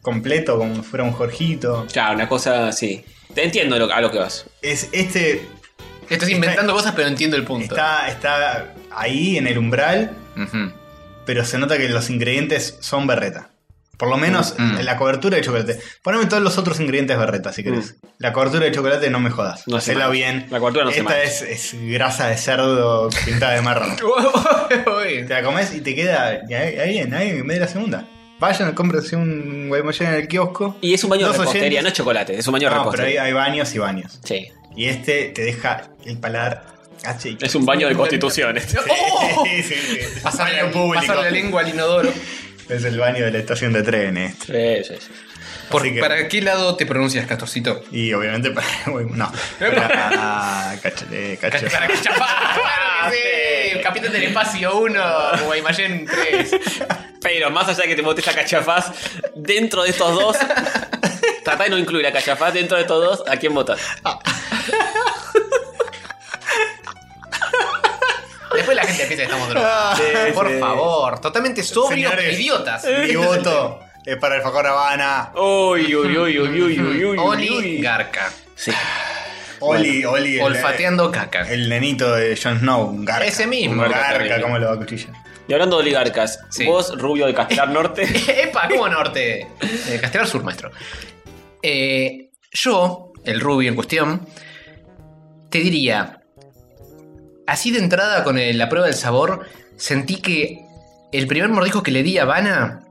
[SPEAKER 3] completo, como si fuera un Jorgito.
[SPEAKER 2] Claro, una cosa así. Te entiendo lo- a lo que vas.
[SPEAKER 3] Es este.
[SPEAKER 4] Estás inventando cosas, pero entiendo el punto.
[SPEAKER 3] Está, está ahí en el umbral, pero se nota que los ingredientes son berreta. Por lo menos
[SPEAKER 4] Mm.
[SPEAKER 3] la cobertura de chocolate. Poneme todos los otros ingredientes berreta, si querés. La cobertura de chocolate no me jodas.
[SPEAKER 2] Mm. No hace
[SPEAKER 3] Hacela
[SPEAKER 2] mal.
[SPEAKER 3] bien.
[SPEAKER 2] La cobertura no hace
[SPEAKER 3] Esta
[SPEAKER 2] mal.
[SPEAKER 3] es, es grasa de cerdo pintada de marrón.
[SPEAKER 4] <laughs>
[SPEAKER 3] te la comes y te queda y ahí ahí en ahí en medio de la segunda. Vayan, cómprense un guaymallén en el kiosco.
[SPEAKER 2] Y es un baño de
[SPEAKER 3] Dos
[SPEAKER 2] repostería,
[SPEAKER 3] oyentes-
[SPEAKER 2] no es chocolate, es un baño de
[SPEAKER 3] No, pero
[SPEAKER 2] repostería.
[SPEAKER 3] hay, hay baños y baños.
[SPEAKER 2] Sí.
[SPEAKER 3] Y este te deja el paladar H.
[SPEAKER 2] Es un baño de constituciones.
[SPEAKER 3] <laughs>
[SPEAKER 4] ¡Oh!
[SPEAKER 3] Sí, sí, sí.
[SPEAKER 4] Pasarle,
[SPEAKER 3] Baño público.
[SPEAKER 4] pasarle la lengua al inodoro.
[SPEAKER 3] Es el baño de la estación de tren este.
[SPEAKER 4] Por-
[SPEAKER 3] Así que-
[SPEAKER 4] ¿Para qué lado te pronuncias, Castorcito?
[SPEAKER 3] Y obviamente para. <laughs> No.
[SPEAKER 4] Eh,
[SPEAKER 3] <laughs> Para- eh, Cachale, cachale.
[SPEAKER 4] Para que chapá, claro que sí. Capitán del Espacio 1, Guaymallén 3.
[SPEAKER 2] Pero más allá de que te botes la cachafaz, dentro de estos
[SPEAKER 3] <laughs>
[SPEAKER 2] dos, tratá de no incluir la cachafaz dentro de estos dos, ¿a quién votas?
[SPEAKER 4] Después la gente piensa que estamos drogados.
[SPEAKER 3] Sí,
[SPEAKER 4] Por
[SPEAKER 3] sí.
[SPEAKER 4] favor, totalmente sobrios,
[SPEAKER 3] Señores,
[SPEAKER 4] idiotas.
[SPEAKER 3] Mi voto es para el Facor Habana.
[SPEAKER 4] Oh,
[SPEAKER 2] Uy, uy, uy, uy, uy, uy, uy.
[SPEAKER 4] Oli Garca.
[SPEAKER 2] Sí.
[SPEAKER 3] Oli,
[SPEAKER 4] Bueno,
[SPEAKER 3] Oli. el-
[SPEAKER 4] olfateando caca.
[SPEAKER 3] El nenito de Jon Snow, un garca.
[SPEAKER 4] Ese mismo.
[SPEAKER 3] Un
[SPEAKER 2] Un garca
[SPEAKER 3] garca,
[SPEAKER 2] terrible.
[SPEAKER 3] como lo acuchilla.
[SPEAKER 2] Y hablando de oligarcas, vos, rubio de Castelar <laughs> Norte,
[SPEAKER 4] <laughs> Epa, ¿cómo norte? Eh, Castelar Sur, maestro. Eh, yo, el rubio en cuestión, te diría, así de entrada con el- la prueba del sabor, sentí que el primer mordisco que le di a Habana,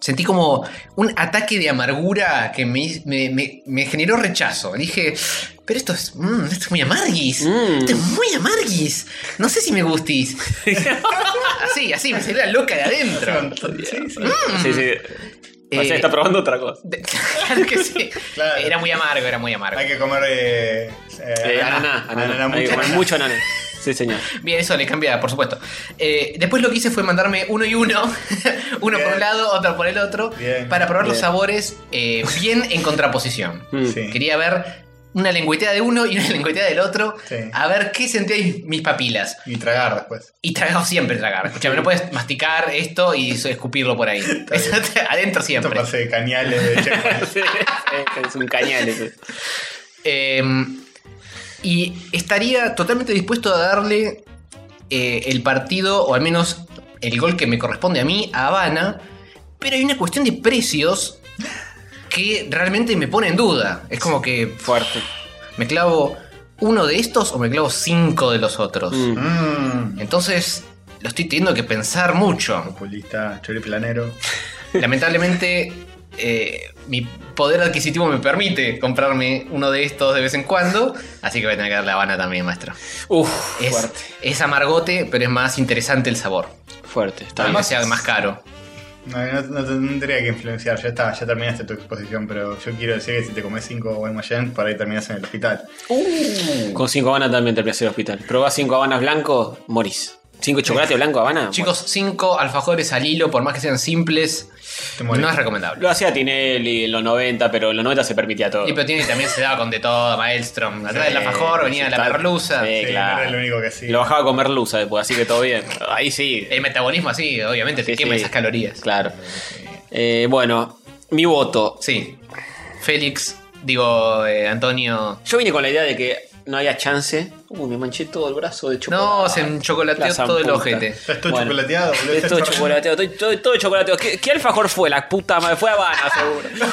[SPEAKER 4] sentí como un ataque de amargura que me, hi- me- me- me generó rechazo. Dije, pero esto es, mm, esto es muy amarguis,
[SPEAKER 2] Mm.
[SPEAKER 4] esto es muy amarguis, no sé si me gustís. <laughs> así, así, me salió la loca de adentro. Mm.
[SPEAKER 2] Sí, sí.
[SPEAKER 3] Pues
[SPEAKER 2] Parece que
[SPEAKER 4] <laughs>
[SPEAKER 2] está probando otra cosa.
[SPEAKER 4] Eh, Claro
[SPEAKER 3] <laughs>
[SPEAKER 4] que sí. Era muy amargo, era muy amargo.
[SPEAKER 3] Hay que comer. Eh, eh,
[SPEAKER 2] Eh,
[SPEAKER 3] ananá.
[SPEAKER 2] ananá, ananá.
[SPEAKER 3] Ananá,
[SPEAKER 2] Hay que
[SPEAKER 3] mucho
[SPEAKER 2] comer
[SPEAKER 3] ananá.
[SPEAKER 2] mucho ananá. Sí, señor.
[SPEAKER 4] Bien, eso le cambia, por supuesto. Eh, después lo que hice fue mandarme uno y uno, <laughs> uno por un lado, otro por el otro,
[SPEAKER 3] Bien,
[SPEAKER 4] para probar los
[SPEAKER 3] bien.
[SPEAKER 4] sabores eh, bien en contraposición.
[SPEAKER 2] Mm. <laughs>
[SPEAKER 3] Sí.
[SPEAKER 4] Quería ver una lengüeteada de uno y una lengüeteada del otro, a ver qué sentían mis papilas.
[SPEAKER 3] Y tragar después.
[SPEAKER 4] Y tragar, siempre tragar. Escúchame, no puedes masticar esto y escupirlo por
[SPEAKER 3] <laughs>
[SPEAKER 4] ahí. Eso te- Adentro siempre.
[SPEAKER 3] Esto parece cañales
[SPEAKER 2] <laughs>
[SPEAKER 3] de Checkpoint.
[SPEAKER 2] Eh, es un cañal ese.
[SPEAKER 4] Eh, y estaría totalmente dispuesto a darle eh, el partido, o al menos el gol que me corresponde a mí, a Habana. Pero hay una cuestión de precios que realmente me pone en duda. Es como que. Fuerte. ¿Me clavo uno de estos o me clavo cinco de los otros?
[SPEAKER 3] Mm.
[SPEAKER 4] Entonces, lo estoy teniendo que pensar mucho.
[SPEAKER 3] Populista, choriplanero.
[SPEAKER 4] Lamentablemente, eh, mi poder adquisitivo me permite comprarme uno de estos de vez en cuando. Así que voy a tener que dar la Habana también, maestro.
[SPEAKER 2] Uf,
[SPEAKER 4] es,
[SPEAKER 2] fuerte.
[SPEAKER 4] es amargote, pero es más interesante el sabor.
[SPEAKER 2] Fuerte.
[SPEAKER 4] Está Aunque
[SPEAKER 3] Además-
[SPEAKER 4] sea más caro.
[SPEAKER 3] No, no, no tendría que influenciar, ya está, ya terminaste tu exposición, pero yo quiero decir que si te comes 5 Guaymallén, por ahí terminas en el hospital.
[SPEAKER 2] Con cinco habanas también te placer el hospital. Probás cinco habanas blancos, morís. Cinco chocolate blanco habana.
[SPEAKER 4] Chicos, cinco alfajores al hilo, por más que sean simples,
[SPEAKER 2] morís.
[SPEAKER 4] no es recomendable.
[SPEAKER 2] Lo hacía Tinelli en los 90, pero en los 90 se permitía todo.
[SPEAKER 4] Y pero tiene también se daba con de todo, Maelstrom. Atrás
[SPEAKER 2] Sí,
[SPEAKER 4] del alfajor venía
[SPEAKER 2] sí,
[SPEAKER 4] la
[SPEAKER 2] tal-
[SPEAKER 4] merluza.
[SPEAKER 2] Sí, claro.
[SPEAKER 3] Lo único que sí.
[SPEAKER 2] Lo bajaba a comer luza después, así que todo bien. Ahí sí.
[SPEAKER 4] El metabolismo así, obviamente, te quema esas calorías.
[SPEAKER 2] Claro. Eh, bueno, mi voto.
[SPEAKER 4] Sí. Félix, digo, eh, Antonio.
[SPEAKER 2] Yo vine con la idea de que no había chance. Uy, me manché todo el brazo de chocolate.
[SPEAKER 4] No, se chocolateó
[SPEAKER 2] La
[SPEAKER 4] todo el
[SPEAKER 2] zamputa.
[SPEAKER 4] ojete.
[SPEAKER 3] Estás todo chocolateado, boludo.
[SPEAKER 2] Estoy todo
[SPEAKER 3] Estás
[SPEAKER 2] chocolateado, estoy todo, todo chocolateado. ¿Qué, qué alfajor fue? La puta madre. Fue Habana,
[SPEAKER 4] <laughs>
[SPEAKER 2] seguro.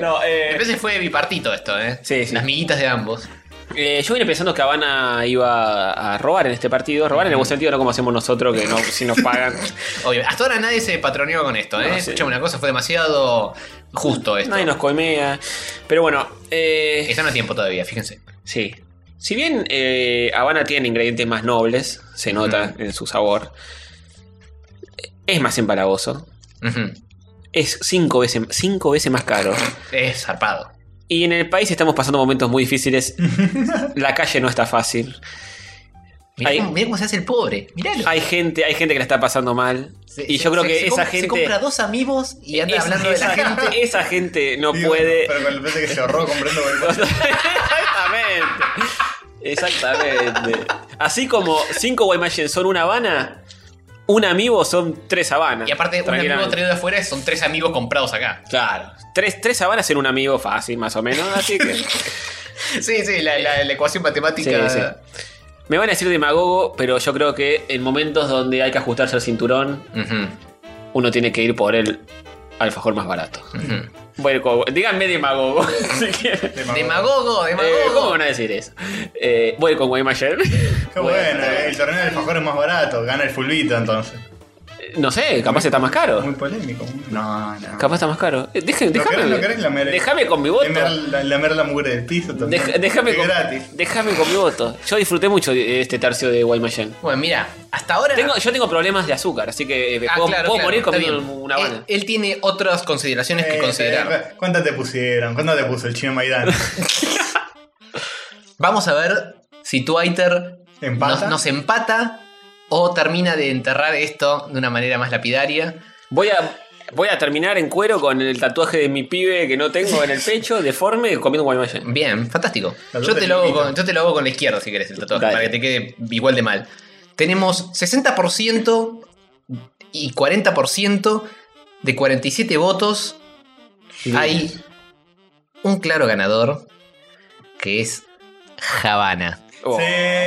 [SPEAKER 2] no, eh.
[SPEAKER 4] A veces fue bipartito esto, ¿eh?
[SPEAKER 2] Sí, sí.
[SPEAKER 4] Las miguitas de ambos.
[SPEAKER 2] Eh, yo vine pensando que Habana iba a robar en este partido. Robar en el buen sentido, no como hacemos nosotros, que no, si nos pagan.
[SPEAKER 4] <laughs> Obvio, Hasta ahora nadie se patroneó con esto, ¿eh?
[SPEAKER 2] No, sí.
[SPEAKER 4] Escuchame una cosa, fue demasiado Justo esto.
[SPEAKER 2] Nadie nos coimea. Pero bueno. Eh,
[SPEAKER 4] Están a tiempo todavía, fíjense.
[SPEAKER 2] Sí. Si bien eh, Habana tiene ingredientes más nobles, se nota en su sabor. Es más empalagoso. Es cinco veces, cinco veces más caro.
[SPEAKER 4] Es zarpado.
[SPEAKER 2] Y en el país estamos pasando momentos muy difíciles. La calle no está fácil.
[SPEAKER 4] Mirá,
[SPEAKER 2] Hay-
[SPEAKER 4] cómo, mirá cómo se hace el pobre. Miralo.
[SPEAKER 2] Hay gente, hay gente que la está pasando mal. y yo creo
[SPEAKER 4] Se-
[SPEAKER 2] que
[SPEAKER 4] se
[SPEAKER 2] esa
[SPEAKER 4] com-
[SPEAKER 2] gente.
[SPEAKER 4] Se compra dos amigos y anda
[SPEAKER 2] esa-
[SPEAKER 4] hablando de la
[SPEAKER 2] esa-
[SPEAKER 4] gente.
[SPEAKER 2] Esa gente no puede. <laughs>
[SPEAKER 3] Pero con el precio que se ahorró comprando vergüenza.
[SPEAKER 2] Exactamente. Exactamente. Así como cinco Guaymallén son una Habana, un amigo son tres Habanas.
[SPEAKER 4] Y aparte, un amigo traído de afuera son tres amigos comprados acá.
[SPEAKER 2] Claro. Tres, tres Habanas en un amigo fácil, más o menos. Así
[SPEAKER 4] <laughs>
[SPEAKER 2] que.
[SPEAKER 4] Sí, sí, la, la- la ecuación matemática.
[SPEAKER 2] Sí, sí. Me van a decir demagogo, pero yo creo que en momentos donde hay que ajustarse al cinturón, uno tiene que ir por el alfajor más barato. Bueno, como- díganme demagogo. <laughs> si quieren.
[SPEAKER 4] Demagogo,
[SPEAKER 2] Ah. Eh, ¿Cómo
[SPEAKER 4] demagogo.
[SPEAKER 2] van a decir eso? Eh, voy con Guaymallén.
[SPEAKER 3] Qué bueno, el torneo del alfajor es más barato. Gana el fulbito entonces.
[SPEAKER 2] Eh, No sé, capaz está más caro.
[SPEAKER 3] Muy polémico. No, no.
[SPEAKER 2] Capaz está más caro. Eh, deje-
[SPEAKER 3] ¿No
[SPEAKER 2] déjame.
[SPEAKER 3] querés- no querés lamer el-
[SPEAKER 2] déjame con mi voto.
[SPEAKER 3] Lamer la, lamer la mugre del piso también.
[SPEAKER 2] Deja- déjame,
[SPEAKER 3] Es
[SPEAKER 2] con,
[SPEAKER 3] gratis.
[SPEAKER 2] déjame con mi voto. Yo disfruté mucho de este tercio de Guaymallén.
[SPEAKER 4] Bueno, mira, hasta ahora.
[SPEAKER 2] Tengo, yo tengo problemas de azúcar, así que eh,
[SPEAKER 4] Ah,
[SPEAKER 2] puedo,
[SPEAKER 4] claro,
[SPEAKER 2] puedo
[SPEAKER 4] claro,
[SPEAKER 2] morir
[SPEAKER 4] está
[SPEAKER 2] comiendo
[SPEAKER 4] bien. Eh,
[SPEAKER 2] una
[SPEAKER 4] él,
[SPEAKER 2] habana.
[SPEAKER 4] él tiene otras consideraciones que
[SPEAKER 3] Eh,
[SPEAKER 4] considerar.
[SPEAKER 3] eh, ¿Cuántas te pusieron? ¿Cuántas te puso el
[SPEAKER 2] <laughs>
[SPEAKER 3] chino Maidana?
[SPEAKER 4] Vamos a ver si Twitter
[SPEAKER 3] ¿Empata?
[SPEAKER 4] Nos, nos empata o termina de enterrar esto de una manera más lapidaria.
[SPEAKER 2] Voy a, voy a terminar en cuero con el tatuaje de mi pibe que no tengo en el
[SPEAKER 4] <laughs>
[SPEAKER 2] pecho, deforme, comiendo Guaymallén.
[SPEAKER 4] Bien, fantástico.
[SPEAKER 2] Tatuaje
[SPEAKER 4] Yo te,
[SPEAKER 2] del
[SPEAKER 4] lo hago
[SPEAKER 2] pipito.
[SPEAKER 4] con, yo te lo hago con la izquierda si querés el tatuaje,
[SPEAKER 2] Dale.
[SPEAKER 4] para que te quede igual de mal. Tenemos 60% y 40% de 47 votos. Hay un claro ganador que es Habana.
[SPEAKER 2] Oh,
[SPEAKER 3] Sí,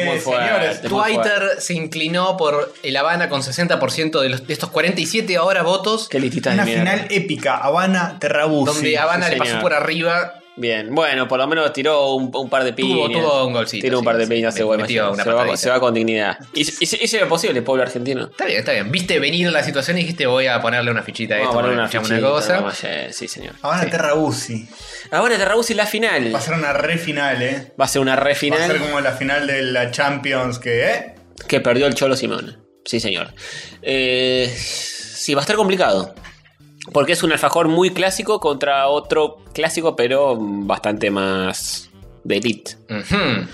[SPEAKER 2] muy fuerte,
[SPEAKER 3] señores.
[SPEAKER 2] Este muy fuerte.
[SPEAKER 4] Twitter se inclinó por el Habana con 60% de, los- de estos 47 ahora votos.
[SPEAKER 2] Qué listita de
[SPEAKER 3] Una
[SPEAKER 2] mierda.
[SPEAKER 3] final épica. Habana Terrabuzzi.
[SPEAKER 4] donde Habana
[SPEAKER 2] sí,
[SPEAKER 4] le pasó
[SPEAKER 2] señor.
[SPEAKER 4] por arriba.
[SPEAKER 2] Bien, bueno, por lo menos tiró un, un par de
[SPEAKER 4] Tuvo,
[SPEAKER 2] piñas.
[SPEAKER 4] tuvo un golcito.
[SPEAKER 2] Tiró un
[SPEAKER 4] sí,
[SPEAKER 2] par de
[SPEAKER 4] sí.
[SPEAKER 2] piñas de
[SPEAKER 4] Metió
[SPEAKER 2] Guaymallén.
[SPEAKER 4] una
[SPEAKER 2] Se va,
[SPEAKER 4] patadita.
[SPEAKER 2] se va con dignidad. Hice, hice- hice lo posible, pueblo argentino.
[SPEAKER 4] Está bien, está bien. Viste venir la situación y dijiste voy a ponerle una fichita a
[SPEAKER 2] Vamos
[SPEAKER 4] esto.
[SPEAKER 2] a poner
[SPEAKER 4] porque
[SPEAKER 2] una
[SPEAKER 4] escuchamos
[SPEAKER 2] fichita,
[SPEAKER 4] cosa.
[SPEAKER 2] Guaymallén, Sí, señor.
[SPEAKER 3] Habana Terrabuzzi.
[SPEAKER 2] Ahora Terrabuzzi la final.
[SPEAKER 3] Va a ser una re final, ¿eh?
[SPEAKER 2] Va a ser una re
[SPEAKER 3] Va a ser
[SPEAKER 2] final
[SPEAKER 3] como la final de la Champions que, ¿eh?
[SPEAKER 2] que perdió el Cholo Simón. Sí, señor. Eh, sí, va a estar complicado. Porque es un alfajor muy clásico contra otro clásico, pero bastante más de elite.
[SPEAKER 4] Ujú.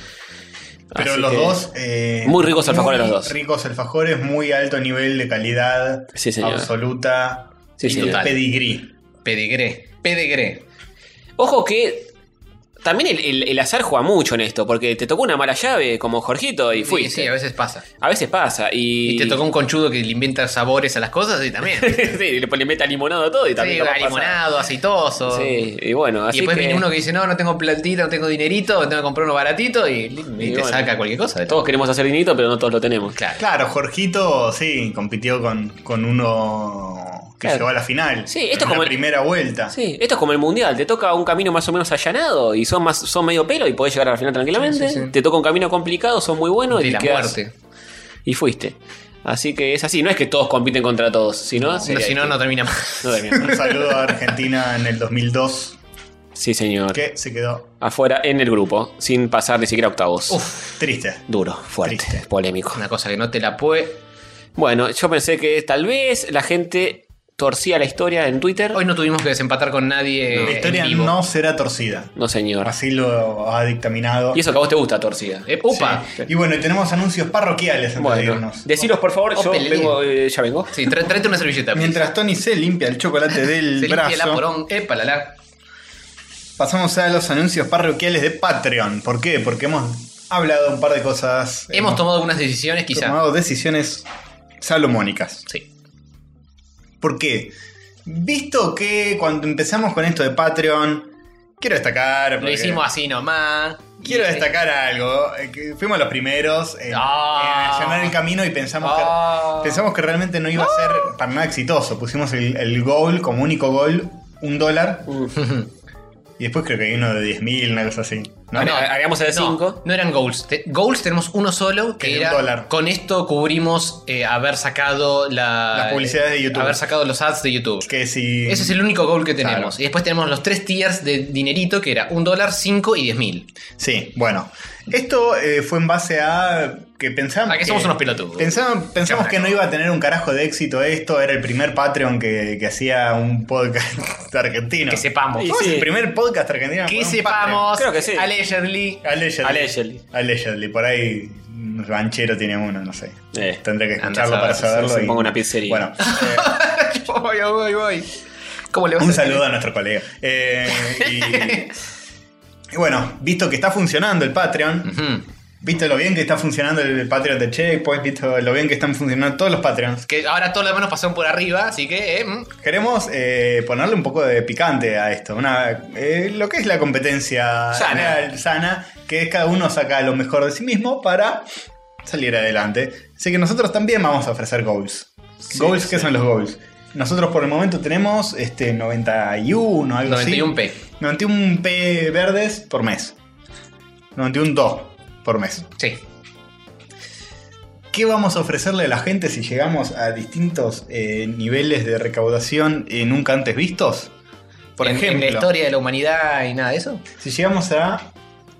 [SPEAKER 3] Pero
[SPEAKER 2] Así
[SPEAKER 3] los
[SPEAKER 2] que-
[SPEAKER 3] dos. eh,
[SPEAKER 2] Muy ricos alfajores
[SPEAKER 3] muy
[SPEAKER 2] los dos.
[SPEAKER 3] Ricos alfajores, muy alto nivel de calidad.
[SPEAKER 2] Sí, señor.
[SPEAKER 3] Absoluta.
[SPEAKER 2] Sí,
[SPEAKER 3] y
[SPEAKER 2] señor.
[SPEAKER 3] Pedigrí.
[SPEAKER 4] Pedigré. Pedigré.
[SPEAKER 2] Ojo que también el, el- el azar juega mucho en esto, porque te tocó una mala llave como Jorgito y
[SPEAKER 4] Sí,
[SPEAKER 2] fuiste.
[SPEAKER 4] sí, a veces pasa.
[SPEAKER 2] A veces pasa. Y,
[SPEAKER 4] Y te tocó un conchudo que le inventa sabores a las cosas y también. sí,
[SPEAKER 2] <laughs> sí, y le, le mete a limonado a todo y también capaz pasa.
[SPEAKER 4] limonado, aceitoso.
[SPEAKER 2] Sí, y bueno,
[SPEAKER 4] Y
[SPEAKER 2] así
[SPEAKER 4] después
[SPEAKER 2] que-
[SPEAKER 4] viene uno que dice, no, no tengo plantita, no tengo dinerito, tengo que comprar uno baratito y, y
[SPEAKER 2] y
[SPEAKER 4] te
[SPEAKER 2] bueno,
[SPEAKER 4] saca cualquier cosa.
[SPEAKER 2] Todos queremos hacer dinito, pero no todos lo tenemos.
[SPEAKER 4] Claro.
[SPEAKER 3] Claro, Jorgito, sí, compitió con, con uno que
[SPEAKER 2] Claro.
[SPEAKER 3] llegó a la final.
[SPEAKER 2] Sí, esto
[SPEAKER 3] en
[SPEAKER 2] como
[SPEAKER 3] la
[SPEAKER 2] el-
[SPEAKER 3] primera vuelta.
[SPEAKER 2] Sí, esto es como el mundial, te toca un camino más o menos allanado y son más son medio pelo y podés llegar a la final tranquilamente.
[SPEAKER 4] Sí, sí, sí.
[SPEAKER 2] Te toca un camino complicado, son muy buenos
[SPEAKER 4] De
[SPEAKER 2] y
[SPEAKER 4] la
[SPEAKER 2] quedás-
[SPEAKER 4] muerte.
[SPEAKER 2] y fuiste. Así que es así, no es que todos compiten contra todos, sino
[SPEAKER 4] No,
[SPEAKER 2] sería-
[SPEAKER 4] si no, no termina más. <laughs>
[SPEAKER 2] no termina.
[SPEAKER 3] Un saludo a Argentina en el 2002,
[SPEAKER 2] Sí, señor.
[SPEAKER 3] que se quedó
[SPEAKER 2] Afuera en el grupo, sin pasar ni siquiera a octavos.
[SPEAKER 4] Uf,
[SPEAKER 3] triste.
[SPEAKER 2] Duro, fuerte,
[SPEAKER 3] Triste.
[SPEAKER 2] polémico.
[SPEAKER 4] una cosa que no te la puede.
[SPEAKER 2] Bueno, yo pensé que tal vez la gente torcía la historia en Twitter.
[SPEAKER 4] Hoy no tuvimos que desempatar con nadie.
[SPEAKER 2] Eh,
[SPEAKER 3] La
[SPEAKER 4] en
[SPEAKER 3] historia
[SPEAKER 4] vivo.
[SPEAKER 3] no será torcida.
[SPEAKER 2] No, señor.
[SPEAKER 3] Así lo ha dictaminado.
[SPEAKER 2] Y eso que a vos te gusta torcida.
[SPEAKER 4] Eh, upa.
[SPEAKER 3] Sí. Y bueno, y tenemos anuncios parroquiales antes de
[SPEAKER 2] Bueno,
[SPEAKER 3] irnos.
[SPEAKER 2] deciros por favor, yo
[SPEAKER 4] Opelín.
[SPEAKER 2] vengo, eh, ya vengo.
[SPEAKER 4] Sí, tra- tráete una servilleta. please.
[SPEAKER 3] Mientras Tony se limpia
[SPEAKER 2] <laughs>
[SPEAKER 3] el chocolate del
[SPEAKER 4] Se limpia la
[SPEAKER 3] brazo,
[SPEAKER 4] porón. Epa, la la.
[SPEAKER 3] pasamos a los anuncios parroquiales de Patreon. ¿Por qué? Porque hemos hablado un par de cosas.
[SPEAKER 4] Hemos tomado algunas decisiones, quizá.
[SPEAKER 3] tomado decisiones salomónicas.
[SPEAKER 4] Sí.
[SPEAKER 3] ¿Por qué? Visto que cuando empezamos con esto de Patreon, quiero destacar.
[SPEAKER 4] Lo
[SPEAKER 3] porque
[SPEAKER 4] hicimos así nomás.
[SPEAKER 3] Quiero
[SPEAKER 4] Y-
[SPEAKER 3] destacar algo. eh, que Fuimos los primeros en,
[SPEAKER 4] Ah.
[SPEAKER 3] en allanar el camino y pensamos,
[SPEAKER 4] Ah.
[SPEAKER 3] que, pensamos que realmente no iba a ser para nada exitoso. Pusimos el, el goal <laughs> como único goal, un dólar. Y después creo que hay uno de 10.000, una cosa así.
[SPEAKER 2] No, no, agregamos el 5.
[SPEAKER 4] No, eran goals. Te- goals tenemos uno solo que era. Con esto cubrimos eh, haber sacado la,
[SPEAKER 3] Las publicidades de YouTube.
[SPEAKER 4] Haber sacado los ads de YouTube.
[SPEAKER 3] Que si.
[SPEAKER 4] Ese es el único goal que
[SPEAKER 3] Claro.
[SPEAKER 4] tenemos. Y después tenemos los tres tiers de dinerito que era un dólar, 5 y 10 mil.
[SPEAKER 3] Sí, bueno. Esto eh, fue en base a Ah, que pensábamos.
[SPEAKER 4] A Ah, que somos unos pelotudos.
[SPEAKER 3] Pensábamos, pensamos que no iba a tener un carajo de éxito esto. Era el primer Patreon que, que hacía un podcast <laughs> argentino. Que
[SPEAKER 4] sepamos.
[SPEAKER 3] ¿Cómo es el primer podcast argentino?
[SPEAKER 4] Que
[SPEAKER 3] Fue un
[SPEAKER 4] sepamos.
[SPEAKER 3] Patreon. <laughs>
[SPEAKER 4] Allegedly.
[SPEAKER 3] Allegedly. Allegedly. Por ahí un ranchero tiene uno, no sé.
[SPEAKER 4] Eh,
[SPEAKER 3] Tendré que
[SPEAKER 4] anda a
[SPEAKER 3] escucharlo para
[SPEAKER 4] saber,
[SPEAKER 3] saberlo.
[SPEAKER 4] se- se
[SPEAKER 3] y-
[SPEAKER 4] pongo una
[SPEAKER 2] pizzería.
[SPEAKER 3] <laughs>
[SPEAKER 4] <laughs>
[SPEAKER 3] Bueno, eh,
[SPEAKER 4] voy, voy, voy. ¿Cómo le vas
[SPEAKER 3] un
[SPEAKER 4] a decir?
[SPEAKER 3] saludo a nuestro colega. Eh, y- y bueno, visto que está funcionando el Patreon,
[SPEAKER 4] Mm.
[SPEAKER 3] visto lo bien que está funcionando el Patreon de Checkpoint, visto lo bien que están funcionando todos los Patreons,
[SPEAKER 4] Que ahora todo lo demás nos pasaron por arriba, así que. eh, mm.
[SPEAKER 3] Queremos eh, ponerle un poco de picante a esto, una, eh, lo que es la competencia
[SPEAKER 4] Sana.
[SPEAKER 3] real, sana, que es cada uno saca lo mejor de sí mismo para salir adelante. Así que nosotros también vamos a ofrecer goals. goals, ¿qué son los goals? Nosotros por el momento tenemos este 91, algo así.
[SPEAKER 4] 91p.
[SPEAKER 3] 91p verdes por mes. 91.2 por mes.
[SPEAKER 4] Sí.
[SPEAKER 3] ¿Qué vamos a ofrecerle a la gente si llegamos a distintos eh, niveles de recaudación eh, nunca antes vistos? Por
[SPEAKER 4] En-
[SPEAKER 3] ejemplo,
[SPEAKER 4] En la historia de la humanidad y nada de eso.
[SPEAKER 3] si llegamos a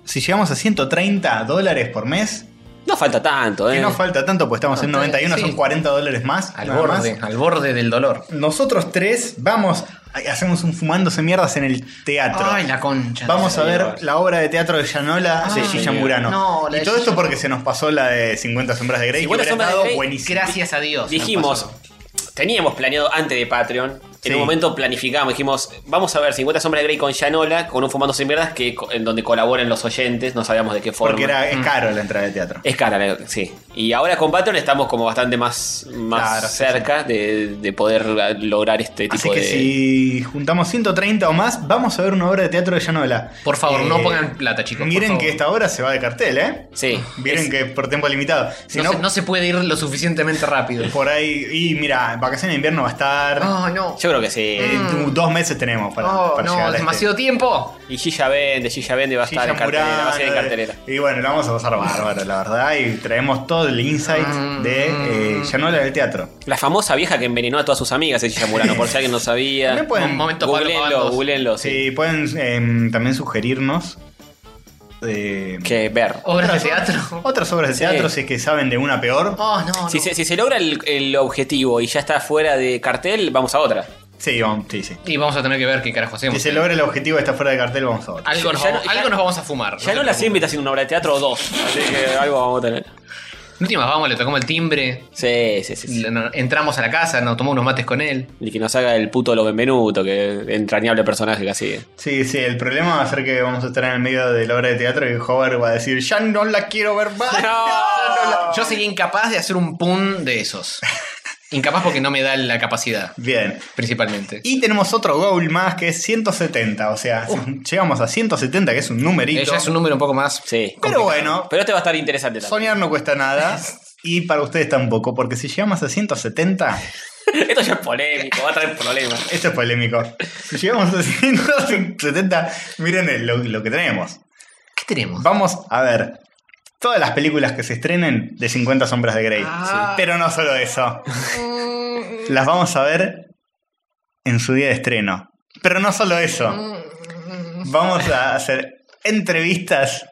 [SPEAKER 3] si llegamos a 130 dólares por mes,
[SPEAKER 2] No falta tanto, ¿eh?
[SPEAKER 3] que no falta tanto, pues estamos
[SPEAKER 4] No,
[SPEAKER 3] en
[SPEAKER 4] está-
[SPEAKER 3] 91,
[SPEAKER 4] sí.
[SPEAKER 3] son 40 dólares más.
[SPEAKER 4] Al
[SPEAKER 3] nada
[SPEAKER 4] borde,
[SPEAKER 3] más.
[SPEAKER 4] al borde del dolor.
[SPEAKER 3] Nosotros tres vamos, ay, hacemos un fumándose mierdas en el teatro.
[SPEAKER 4] Ay, la concha.
[SPEAKER 3] Vamos a ver
[SPEAKER 4] Señor.
[SPEAKER 3] la obra de teatro de Yanola
[SPEAKER 4] Ay,
[SPEAKER 3] de Gilla
[SPEAKER 4] señor.
[SPEAKER 3] Murano.
[SPEAKER 4] Ah, No, la
[SPEAKER 3] y
[SPEAKER 4] de
[SPEAKER 3] todo esto
[SPEAKER 4] Gilla-
[SPEAKER 3] porque se nos pasó la de 50 sombras de Grey, que
[SPEAKER 2] 50
[SPEAKER 3] hubiera
[SPEAKER 2] sombras de
[SPEAKER 3] estado
[SPEAKER 2] Grey,
[SPEAKER 3] buenísima.
[SPEAKER 4] Gracias a Dios.
[SPEAKER 2] Dijimos, teníamos planeado antes de Patreon. En
[SPEAKER 3] Sí.
[SPEAKER 2] un momento planificamos, dijimos, vamos a ver 50 sombras de Grey con Yanola, con un Fumando sin Mierdas, que, co- en donde colaboran los oyentes, no sabíamos de qué forma.
[SPEAKER 3] Porque era, es caro la entrada de teatro.
[SPEAKER 2] Es cara, la- sí. Y ahora con Patreon estamos como bastante más, más
[SPEAKER 3] Claro, sí,
[SPEAKER 2] cerca De, de poder la- lograr este tipo
[SPEAKER 3] Así que
[SPEAKER 2] de...
[SPEAKER 3] si juntamos 130 o más, vamos a ver una obra de teatro de Llanola.
[SPEAKER 4] Por favor,
[SPEAKER 3] Eh,
[SPEAKER 4] no pongan plata, chicos. por
[SPEAKER 3] Miren
[SPEAKER 4] favor.
[SPEAKER 3] que esta obra se va de cartel, ¿eh?
[SPEAKER 2] Sí.
[SPEAKER 3] Miren que por tiempo limitado. Si
[SPEAKER 4] no,
[SPEAKER 3] no,
[SPEAKER 4] se, no se puede ir lo suficientemente rápido.
[SPEAKER 3] por ahí. Y mira, vacaciones de invierno va a estar.
[SPEAKER 2] Ah.
[SPEAKER 4] Ay, no.
[SPEAKER 2] Yo creo que sí.
[SPEAKER 3] Eh, du- Dos meses tenemos para,
[SPEAKER 4] Oh,
[SPEAKER 3] para
[SPEAKER 4] no,
[SPEAKER 3] llegar a este.
[SPEAKER 4] demasiado tiempo.
[SPEAKER 2] Y Gilla Vende, Gilla Vende va a
[SPEAKER 3] Gilla
[SPEAKER 2] estar en cartelera, va a ser en
[SPEAKER 3] Murano,
[SPEAKER 2] cartelera.
[SPEAKER 3] eh, Y bueno, la vamos a pasar bárbaro, la verdad. Y traemos todo el insight
[SPEAKER 2] Mm.
[SPEAKER 3] de eh, Llanola del teatro.
[SPEAKER 2] La famosa vieja que envenenó a todas sus amigas, es Gilla Murano, por si alguien no
[SPEAKER 3] <laughs>
[SPEAKER 2] sabía.
[SPEAKER 3] También pueden- Un momento, Pablo
[SPEAKER 2] Googleenlo,
[SPEAKER 3] Pagandos.
[SPEAKER 2] googleenlo, sí.
[SPEAKER 3] Sí, pueden eh, también sugerirnos. eh,
[SPEAKER 2] Que ver.
[SPEAKER 4] Obras de teatro.
[SPEAKER 3] Otras obras de
[SPEAKER 2] Sí.
[SPEAKER 3] teatro, si es que saben de una peor.
[SPEAKER 4] Oh, no.
[SPEAKER 2] Si, se, si se logra el, el objetivo y ya está fuera de cartel, vamos a otra.
[SPEAKER 3] Sí, vamos, sí, sí.
[SPEAKER 4] Y vamos a tener que ver qué carajo hacemos.
[SPEAKER 3] Si se logra el objetivo de estar fuera de cartel, vamos a otra.
[SPEAKER 4] Algo, nos,
[SPEAKER 2] Ya
[SPEAKER 4] vamos,
[SPEAKER 2] no-
[SPEAKER 4] algo nos vamos a fumar.
[SPEAKER 2] Ya no la siempre está haciendo una obra de teatro o dos, así que algo vamos a tener.
[SPEAKER 4] Últimas, vamos, le tocamos el timbre.
[SPEAKER 2] Sí, sí, sí. sí.
[SPEAKER 4] le- no- Entramos a la casa, nos tomamos unos mates con él.
[SPEAKER 2] Y que nos haga el puto lo Benvenuto, que entrañable personaje que así.
[SPEAKER 3] Sí, sí, el problema va a ser que vamos a estar en el medio de la obra de teatro y Hover va a decir, ya no la quiero ver más.
[SPEAKER 4] Yo sería incapaz de hacer un pun de esos. Incapaz porque no me da la capacidad,
[SPEAKER 3] Bien.
[SPEAKER 4] principalmente.
[SPEAKER 3] Y tenemos otro goal más que es 170, o sea, llegamos a 170, que es un numerito.
[SPEAKER 4] Eh, ya es un número un poco más.
[SPEAKER 2] Sí.
[SPEAKER 3] Pero bueno,
[SPEAKER 2] Pero este va a estar interesante también.
[SPEAKER 3] soñar no cuesta
[SPEAKER 4] <laughs>
[SPEAKER 3] nada. Y para ustedes tampoco, porque si llegamos a 170,
[SPEAKER 2] Esto ya es polémico, va a traer problemas.
[SPEAKER 3] esto es polémico. Si llegamos a 170, miren el- lo, lo que tenemos.
[SPEAKER 4] ¿Qué tenemos?
[SPEAKER 3] Vamos a ver todas las películas que se estrenen de 50 Sombras de Grey.
[SPEAKER 4] Ah.
[SPEAKER 3] Pero no solo eso. las vamos a ver en su día de estreno. Pero no solo eso. Vamos a hacer entrevistas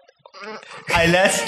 [SPEAKER 3] a las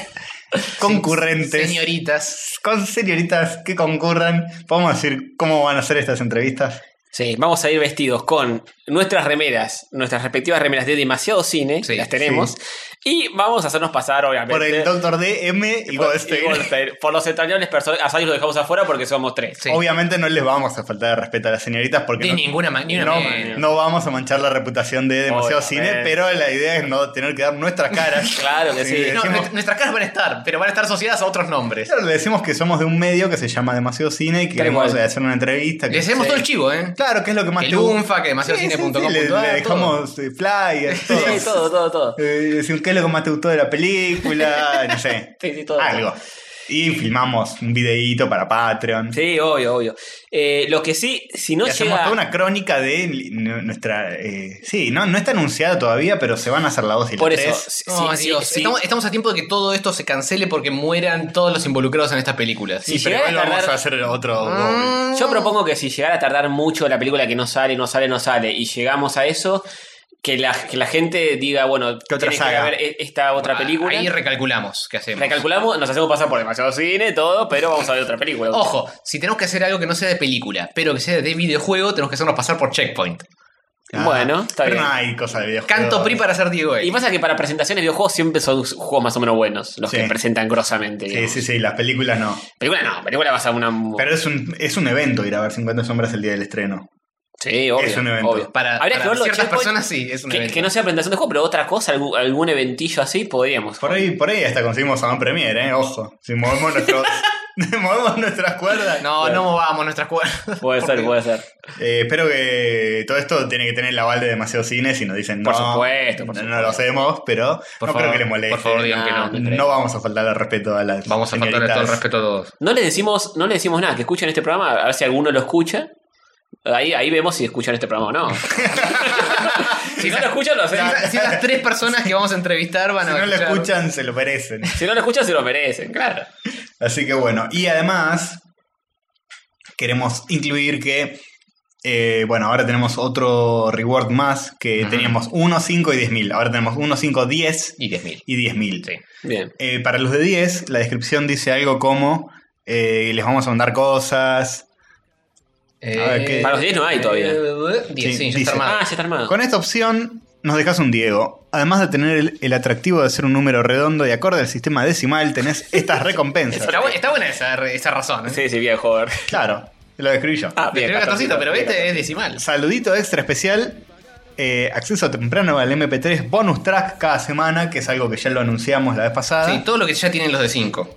[SPEAKER 3] concurrentes.
[SPEAKER 4] Señoritas.
[SPEAKER 3] Con señoritas que concurran. Podemos decir cómo van a ser estas entrevistas.
[SPEAKER 2] Sí, vamos a ir vestidos con nuestras remeras, nuestras respectivas remeras de demasiado cine, las tenemos. Y vamos a hacernos pasar, obviamente.
[SPEAKER 3] Por el este. Doctor D, M y
[SPEAKER 2] y
[SPEAKER 3] Goldstein.
[SPEAKER 2] Goldstein. Por los entrañables personajes. A Sayus lo dejamos afuera porque somos tres.
[SPEAKER 3] Obviamente no les vamos a faltar el respeto a las señoritas porque
[SPEAKER 4] De
[SPEAKER 3] no,
[SPEAKER 4] ninguna ma- ni una
[SPEAKER 3] no,
[SPEAKER 4] manera.
[SPEAKER 3] no vamos a manchar la reputación de demasiado cine,
[SPEAKER 2] Obviamente.
[SPEAKER 3] pero la idea es no tener que dar nuestras caras.
[SPEAKER 2] <laughs> Claro que sí.
[SPEAKER 4] No,
[SPEAKER 3] decimos-
[SPEAKER 4] nuestra- nuestras caras van a estar, pero van a estar asociadas a otros nombres.
[SPEAKER 3] Claro, le decimos que somos de un medio que se llama Demasiado Cine y que queremos
[SPEAKER 4] cual.
[SPEAKER 3] hacer una entrevista.
[SPEAKER 4] Le hacemos todo el chivo, ¿eh?
[SPEAKER 3] Claro, que es lo que más
[SPEAKER 4] El
[SPEAKER 3] te gusta.
[SPEAKER 4] unfa, que demasiadocine.com.ar,
[SPEAKER 3] le, le
[SPEAKER 4] todo.
[SPEAKER 3] dejamos eh, flyers, todo.
[SPEAKER 2] Sí, todo, todo, todo.
[SPEAKER 4] <laughs>
[SPEAKER 3] Eh, decimos, ¿qué es lo que más te gustó de la película? No sé.
[SPEAKER 2] Sí, sí, todo.
[SPEAKER 3] Algo. Y filmamos un videíto para Patreon.
[SPEAKER 15] Sí, obvio, obvio. Eh, lo que sí, si no
[SPEAKER 3] Y hacemos
[SPEAKER 15] llega.
[SPEAKER 3] toda una crónica de li- nu- nuestra. eh, sí, no, no está anunciado todavía, pero se van a hacer la 2 y la
[SPEAKER 4] Por eso,
[SPEAKER 3] 3.
[SPEAKER 4] si- si- si- Estamos, estamos a tiempo de que todo esto se cancele porque mueran todos los involucrados en estas películas.
[SPEAKER 15] Si llegara a tardar-
[SPEAKER 3] otro.
[SPEAKER 15] Yo propongo que si llegara a tardar mucho la película que no sale, no sale, no sale, y llegamos a eso, que la, que la gente diga, bueno,
[SPEAKER 4] otra
[SPEAKER 15] tiene que
[SPEAKER 4] saga?
[SPEAKER 15] ir a ver e- esta otra película.
[SPEAKER 4] Ah, Ahí recalculamos qué hacemos.
[SPEAKER 15] Recalculamos, nos hacemos pasar por demasiado cine, todo, pero vamos a ver otra película.
[SPEAKER 4] Ojo, si tenemos que hacer algo que no sea de película, pero que sea de videojuego, tenemos que hacernos pasar por checkpoint.
[SPEAKER 3] Ah,
[SPEAKER 15] Bueno, está
[SPEAKER 4] Pero
[SPEAKER 15] bien.
[SPEAKER 4] no
[SPEAKER 3] hay cosa de videojuegos.
[SPEAKER 15] Canto
[SPEAKER 4] pri para ser Diego.
[SPEAKER 15] Y pasa que para presentaciones de videojuegos siempre son juegos más o menos buenos, los que presentan grosamente.
[SPEAKER 3] Sí, sí, sí, las películas no.
[SPEAKER 15] Película no, película vas a una.
[SPEAKER 3] Pero es un, es un evento ir a ver 50 sombras el día del estreno.
[SPEAKER 15] Sí, obvio.
[SPEAKER 3] Es un evento.
[SPEAKER 15] obvio.
[SPEAKER 4] Para,
[SPEAKER 15] Habría
[SPEAKER 4] para
[SPEAKER 15] que verlo
[SPEAKER 4] ciertas
[SPEAKER 15] checkpoint,
[SPEAKER 4] personas sí, es un
[SPEAKER 15] que,
[SPEAKER 4] evento.
[SPEAKER 15] que no sea presentación de juego, pero otra cosa, algún, algún eventillo así, podríamos.
[SPEAKER 3] Por ahí, por ahí hasta conseguimos a un premier, ¿eh? Ojo. Si
[SPEAKER 15] <laughs>
[SPEAKER 3] movemos nuestros. <laughs> movemos nuestras cuerdas.
[SPEAKER 4] No, no movamos nuestras cuerdas. <laughs>
[SPEAKER 15] Puede ser, puede ser.
[SPEAKER 3] Eh, espero que todo esto tiene que tener el aval de demasiados cines y nos dicen
[SPEAKER 15] Por
[SPEAKER 3] no.
[SPEAKER 15] supuesto, por
[SPEAKER 3] no, no lo hacemos, pero no
[SPEAKER 15] favor,
[SPEAKER 3] creo que le moleste.
[SPEAKER 4] por favor, digan que no.
[SPEAKER 3] No, vamos a faltar al respeto a las Vamos
[SPEAKER 4] a todos.
[SPEAKER 15] No le decimos, no le decimos nada, que escuchen este programa, a ver si alguno lo escucha. Ahí, ahí vemos si escuchan este programa o no. si no lo escuchan, lo hacemos.
[SPEAKER 4] Si las tres personas que vamos a entrevistar van a
[SPEAKER 3] Si no lo
[SPEAKER 4] escuchar-
[SPEAKER 3] escuchan, se lo merecen.
[SPEAKER 15] Si no lo escuchan, se lo merecen, claro.
[SPEAKER 3] Así que bueno, y además queremos incluir que, eh, bueno, ahora tenemos otro reward más, que teníamos 1, 5 y 10 mil. Ahora tenemos 1, 5, 10
[SPEAKER 4] y 10 mil.
[SPEAKER 3] Y 10 mil.
[SPEAKER 15] Bien.
[SPEAKER 3] Eh, para los de 10, la descripción dice algo como, eh, les vamos a mandar cosas. A ver qué-
[SPEAKER 15] Para los 10 no hay todavía.
[SPEAKER 4] Diez, sí, ya está
[SPEAKER 3] dice-
[SPEAKER 4] armado.
[SPEAKER 15] Ah, ya está armado.
[SPEAKER 3] Con esta opción nos dejas un Diego. Además de tener el, el atractivo de ser un número redondo y acorde al sistema decimal,
[SPEAKER 15] <laughs>
[SPEAKER 3] tenés estas recompensas.
[SPEAKER 4] Está, bu- está buena esa, re- esa razón. ¿eh?
[SPEAKER 15] Sí, sí, bien, joder.
[SPEAKER 3] Claro, te lo describí yo.
[SPEAKER 15] Ah, bien.
[SPEAKER 4] Escribió
[SPEAKER 15] catorcito,
[SPEAKER 4] catorcito, pero
[SPEAKER 15] bien,
[SPEAKER 4] este es decimal.
[SPEAKER 3] Saludito extra especial. eh, acceso temprano al MP3 bonus track cada semana, que es algo que ya lo anunciamos la vez pasada.
[SPEAKER 4] Sí, todo lo que ya tienen los de 5.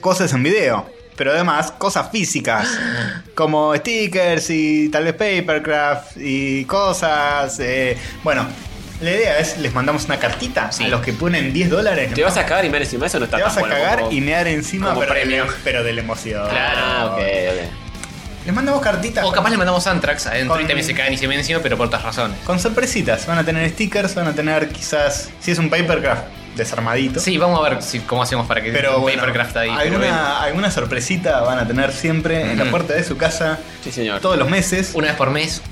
[SPEAKER 3] Cosas en video, pero además cosas físicas,
[SPEAKER 15] <laughs>
[SPEAKER 3] como stickers y tal vez papercraft y cosas. eh, bueno, la idea es, les mandamos una cartita a los que ponen 10 dólares.
[SPEAKER 15] Te vas a cagar y me encima, eso no está
[SPEAKER 3] eh. Te
[SPEAKER 15] tan
[SPEAKER 3] vas a
[SPEAKER 15] bueno
[SPEAKER 3] cagar
[SPEAKER 15] como-
[SPEAKER 3] y mear encima,
[SPEAKER 15] como
[SPEAKER 3] pero, de
[SPEAKER 15] premio.
[SPEAKER 3] la- pero de la emoción.
[SPEAKER 15] Claro, ok, ok.
[SPEAKER 3] Les mandamos cartitas.
[SPEAKER 4] O capaz le mandamos Antrax adentro
[SPEAKER 3] Con-
[SPEAKER 4] y también se caen y se ven encima, pero por otras razones.
[SPEAKER 3] Con sorpresitas, van a tener stickers, van a tener quizás, si es un papercraft, desarmadito.
[SPEAKER 4] Sí, vamos a ver si, cómo hacemos para que
[SPEAKER 3] Pero
[SPEAKER 4] un
[SPEAKER 3] bueno,
[SPEAKER 4] Papercraft ahí. pero
[SPEAKER 3] alguna, alguna sorpresita van a tener siempre en la
[SPEAKER 4] Ujú.
[SPEAKER 3] puerta de su casa,
[SPEAKER 15] Sí, señor.
[SPEAKER 3] todos los meses.
[SPEAKER 4] Una vez por mes.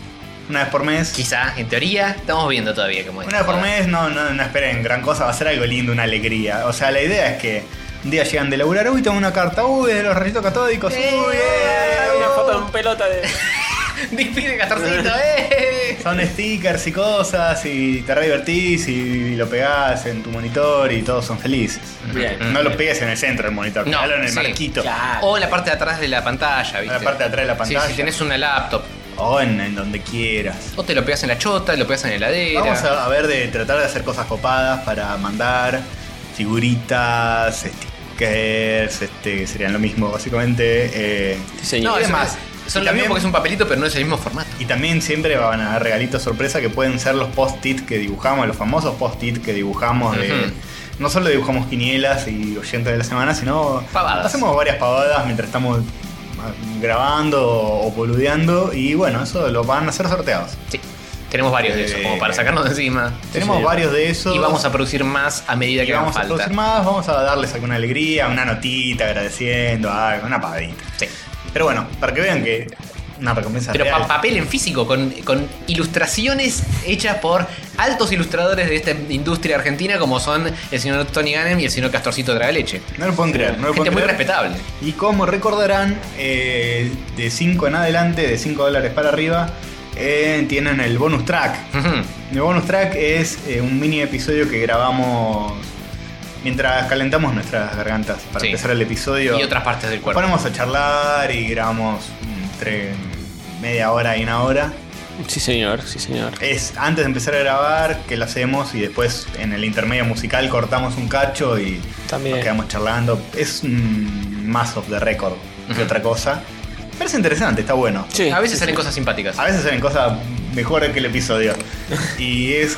[SPEAKER 3] Una vez por mes.
[SPEAKER 4] Quizá, en teoría, estamos viendo todavía cómo es.
[SPEAKER 3] Una vez por mes, no, no, no esperen gran cosa, va a ser algo lindo, una alegría. O sea, la idea es que un día llegan de laburar, uy, tengo una carta, uy, de los rayitos catódicos, uy, eh,
[SPEAKER 15] Una foto en pelota de.
[SPEAKER 4] <laughs> Despide
[SPEAKER 3] <laughs>
[SPEAKER 4] Castorcito, eh.
[SPEAKER 3] Son stickers y cosas, y te re divertís y lo pegás en tu monitor y todos son felices.
[SPEAKER 15] Bien.
[SPEAKER 3] No lo pegues en el centro del monitor,
[SPEAKER 4] Mm. No,
[SPEAKER 3] pegalo en el
[SPEAKER 4] sí,
[SPEAKER 3] marquito.
[SPEAKER 4] O en la parte de atrás de la pantalla, ¿viste?
[SPEAKER 3] la parte de atrás de la pantalla.
[SPEAKER 4] Sí, si tenés una laptop.
[SPEAKER 3] O en, en donde quieras.
[SPEAKER 4] O te lo pegas en la chota, lo pegas en la heladera.
[SPEAKER 3] Vamos a, a ver de tratar de hacer cosas copadas para mandar figuritas, stickers, este, que serían lo mismo, básicamente. eh,
[SPEAKER 4] No,
[SPEAKER 3] y
[SPEAKER 4] es
[SPEAKER 3] demás.
[SPEAKER 4] más. Son
[SPEAKER 3] Y
[SPEAKER 4] lo
[SPEAKER 3] también-
[SPEAKER 4] mismo porque es un papelito, pero no es el mismo formato.
[SPEAKER 3] Y también siempre van a dar regalitos sorpresa que pueden ser los post-it que dibujamos, los famosos post-it que dibujamos de.
[SPEAKER 4] Ujú.
[SPEAKER 3] No solo dibujamos quinielas y oyentes de la semana, sino
[SPEAKER 4] Pavadas.
[SPEAKER 3] hacemos varias pavadas mientras estamos ah, grabando o boludeando. Y bueno, eso lo van a ser sorteados.
[SPEAKER 4] Sí. Tenemos varios de esos,
[SPEAKER 3] Eh,
[SPEAKER 4] como para sacarnos de encima.
[SPEAKER 3] tenemos
[SPEAKER 4] Sí,
[SPEAKER 3] varios de esos.
[SPEAKER 4] Y vamos a producir más a medida
[SPEAKER 3] Y
[SPEAKER 4] que hagan
[SPEAKER 3] vamos a
[SPEAKER 4] falta.
[SPEAKER 3] producir más, vamos a darles alguna alegría, una notita agradeciendo, algo, una pavadita.
[SPEAKER 4] Sí.
[SPEAKER 3] Pero bueno, para que vean que una recompensa
[SPEAKER 4] Pero pa-
[SPEAKER 3] real.
[SPEAKER 4] papel en físico, con, con ilustraciones hechas por altos ilustradores de esta industria argentina, como son el señor Tony Gannem y el señor Castorcito Tragaleche.
[SPEAKER 3] No lo pueden creer, no lo
[SPEAKER 4] Gente
[SPEAKER 3] pueden
[SPEAKER 4] muy
[SPEAKER 3] creer.
[SPEAKER 4] respetable.
[SPEAKER 3] Y como recordarán, eh, de 5 en adelante, de 5 dólares para arriba, eh, tienen el bonus track. El bonus track es eh, un mini episodio que grabamos mientras calentamos nuestras gargantas para
[SPEAKER 4] Sí.
[SPEAKER 3] empezar el episodio.
[SPEAKER 4] Y otras partes del
[SPEAKER 3] Nos
[SPEAKER 4] cuerpo.
[SPEAKER 3] ponemos a charlar y grabamos entre media hora y una hora.
[SPEAKER 15] Sí, señor, sí, señor.
[SPEAKER 3] Es antes de empezar a grabar que lo hacemos y después en el intermedio musical cortamos un cacho y nos quedamos charlando. Es mm, más of the record que otra cosa. Pero es interesante, está bueno.
[SPEAKER 4] a veces salen cosas simpáticas.
[SPEAKER 3] A veces salen cosas mejores que el episodio. y es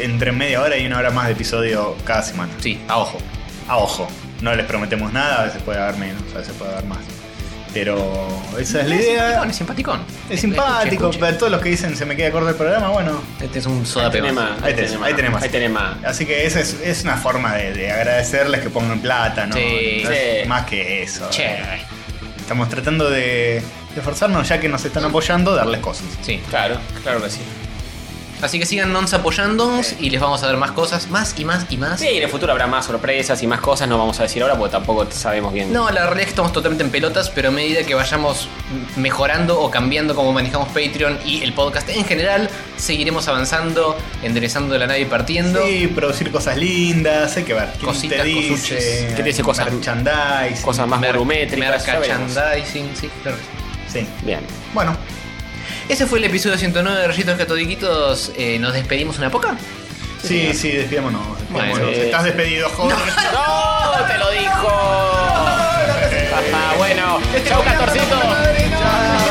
[SPEAKER 3] entre media hora y una hora más de episodio cada semana.
[SPEAKER 4] Sí, a ojo.
[SPEAKER 3] a ojo. No les prometemos nada, a veces puede haber menos, a veces puede haber más. Pero esa es la idea.
[SPEAKER 4] Es simpaticón.
[SPEAKER 3] Es simpático,
[SPEAKER 4] Escuche, escuche.
[SPEAKER 3] para todos los que dicen se me queda corto el programa, bueno.
[SPEAKER 4] Este es un soda
[SPEAKER 3] Ahí tenés
[SPEAKER 4] pebas.
[SPEAKER 3] más, ahí tenés más, ahí tenés más. Así que esa es, es una forma de, de agradecerles que pongan plata, ¿no?
[SPEAKER 4] Sí.
[SPEAKER 3] No es
[SPEAKER 4] Sí.
[SPEAKER 3] Más que eso.
[SPEAKER 4] Che.
[SPEAKER 3] eh. Estamos tratando de, de esforzarnos, ya que nos están apoyando, darles cosas.
[SPEAKER 4] Sí.
[SPEAKER 15] Claro, claro que sí.
[SPEAKER 4] Así que síganos apoyándonos y les vamos a dar más cosas, más y más y más.
[SPEAKER 15] Sí, en el futuro habrá más sorpresas y más cosas, no vamos a decir ahora porque tampoco sabemos bien.
[SPEAKER 4] No, la realidad es que estamos totalmente en pelotas, pero a medida que vayamos mejorando o cambiando cómo manejamos Patreon y el podcast en general, seguiremos avanzando, enderezando la nave y partiendo.
[SPEAKER 3] Sí, producir cosas lindas, hay que ver. ¿Quién
[SPEAKER 4] Cositas,
[SPEAKER 3] te dice?
[SPEAKER 4] cosuches. ¿Qué te dice
[SPEAKER 3] cosas? Merchandising.
[SPEAKER 15] Cosas más volumétricas. ya veremos.
[SPEAKER 4] Merchandising, sí, claro.
[SPEAKER 3] Sí.
[SPEAKER 15] Bien.
[SPEAKER 3] Bueno.
[SPEAKER 4] Ese fue el episodio 109 de Rayitos Catodiquitos. Eh, ¿Nos despedimos una poca?
[SPEAKER 3] Sí, sí, despidámonos.
[SPEAKER 4] Bueno,
[SPEAKER 3] despidámonos.
[SPEAKER 4] eh,
[SPEAKER 3] Estás despedido,
[SPEAKER 4] <laughs>
[SPEAKER 3] joder.
[SPEAKER 15] ¡No! ¡Te lo dijo! Ajá, bueno, chau, castorcito.
[SPEAKER 6] Chao.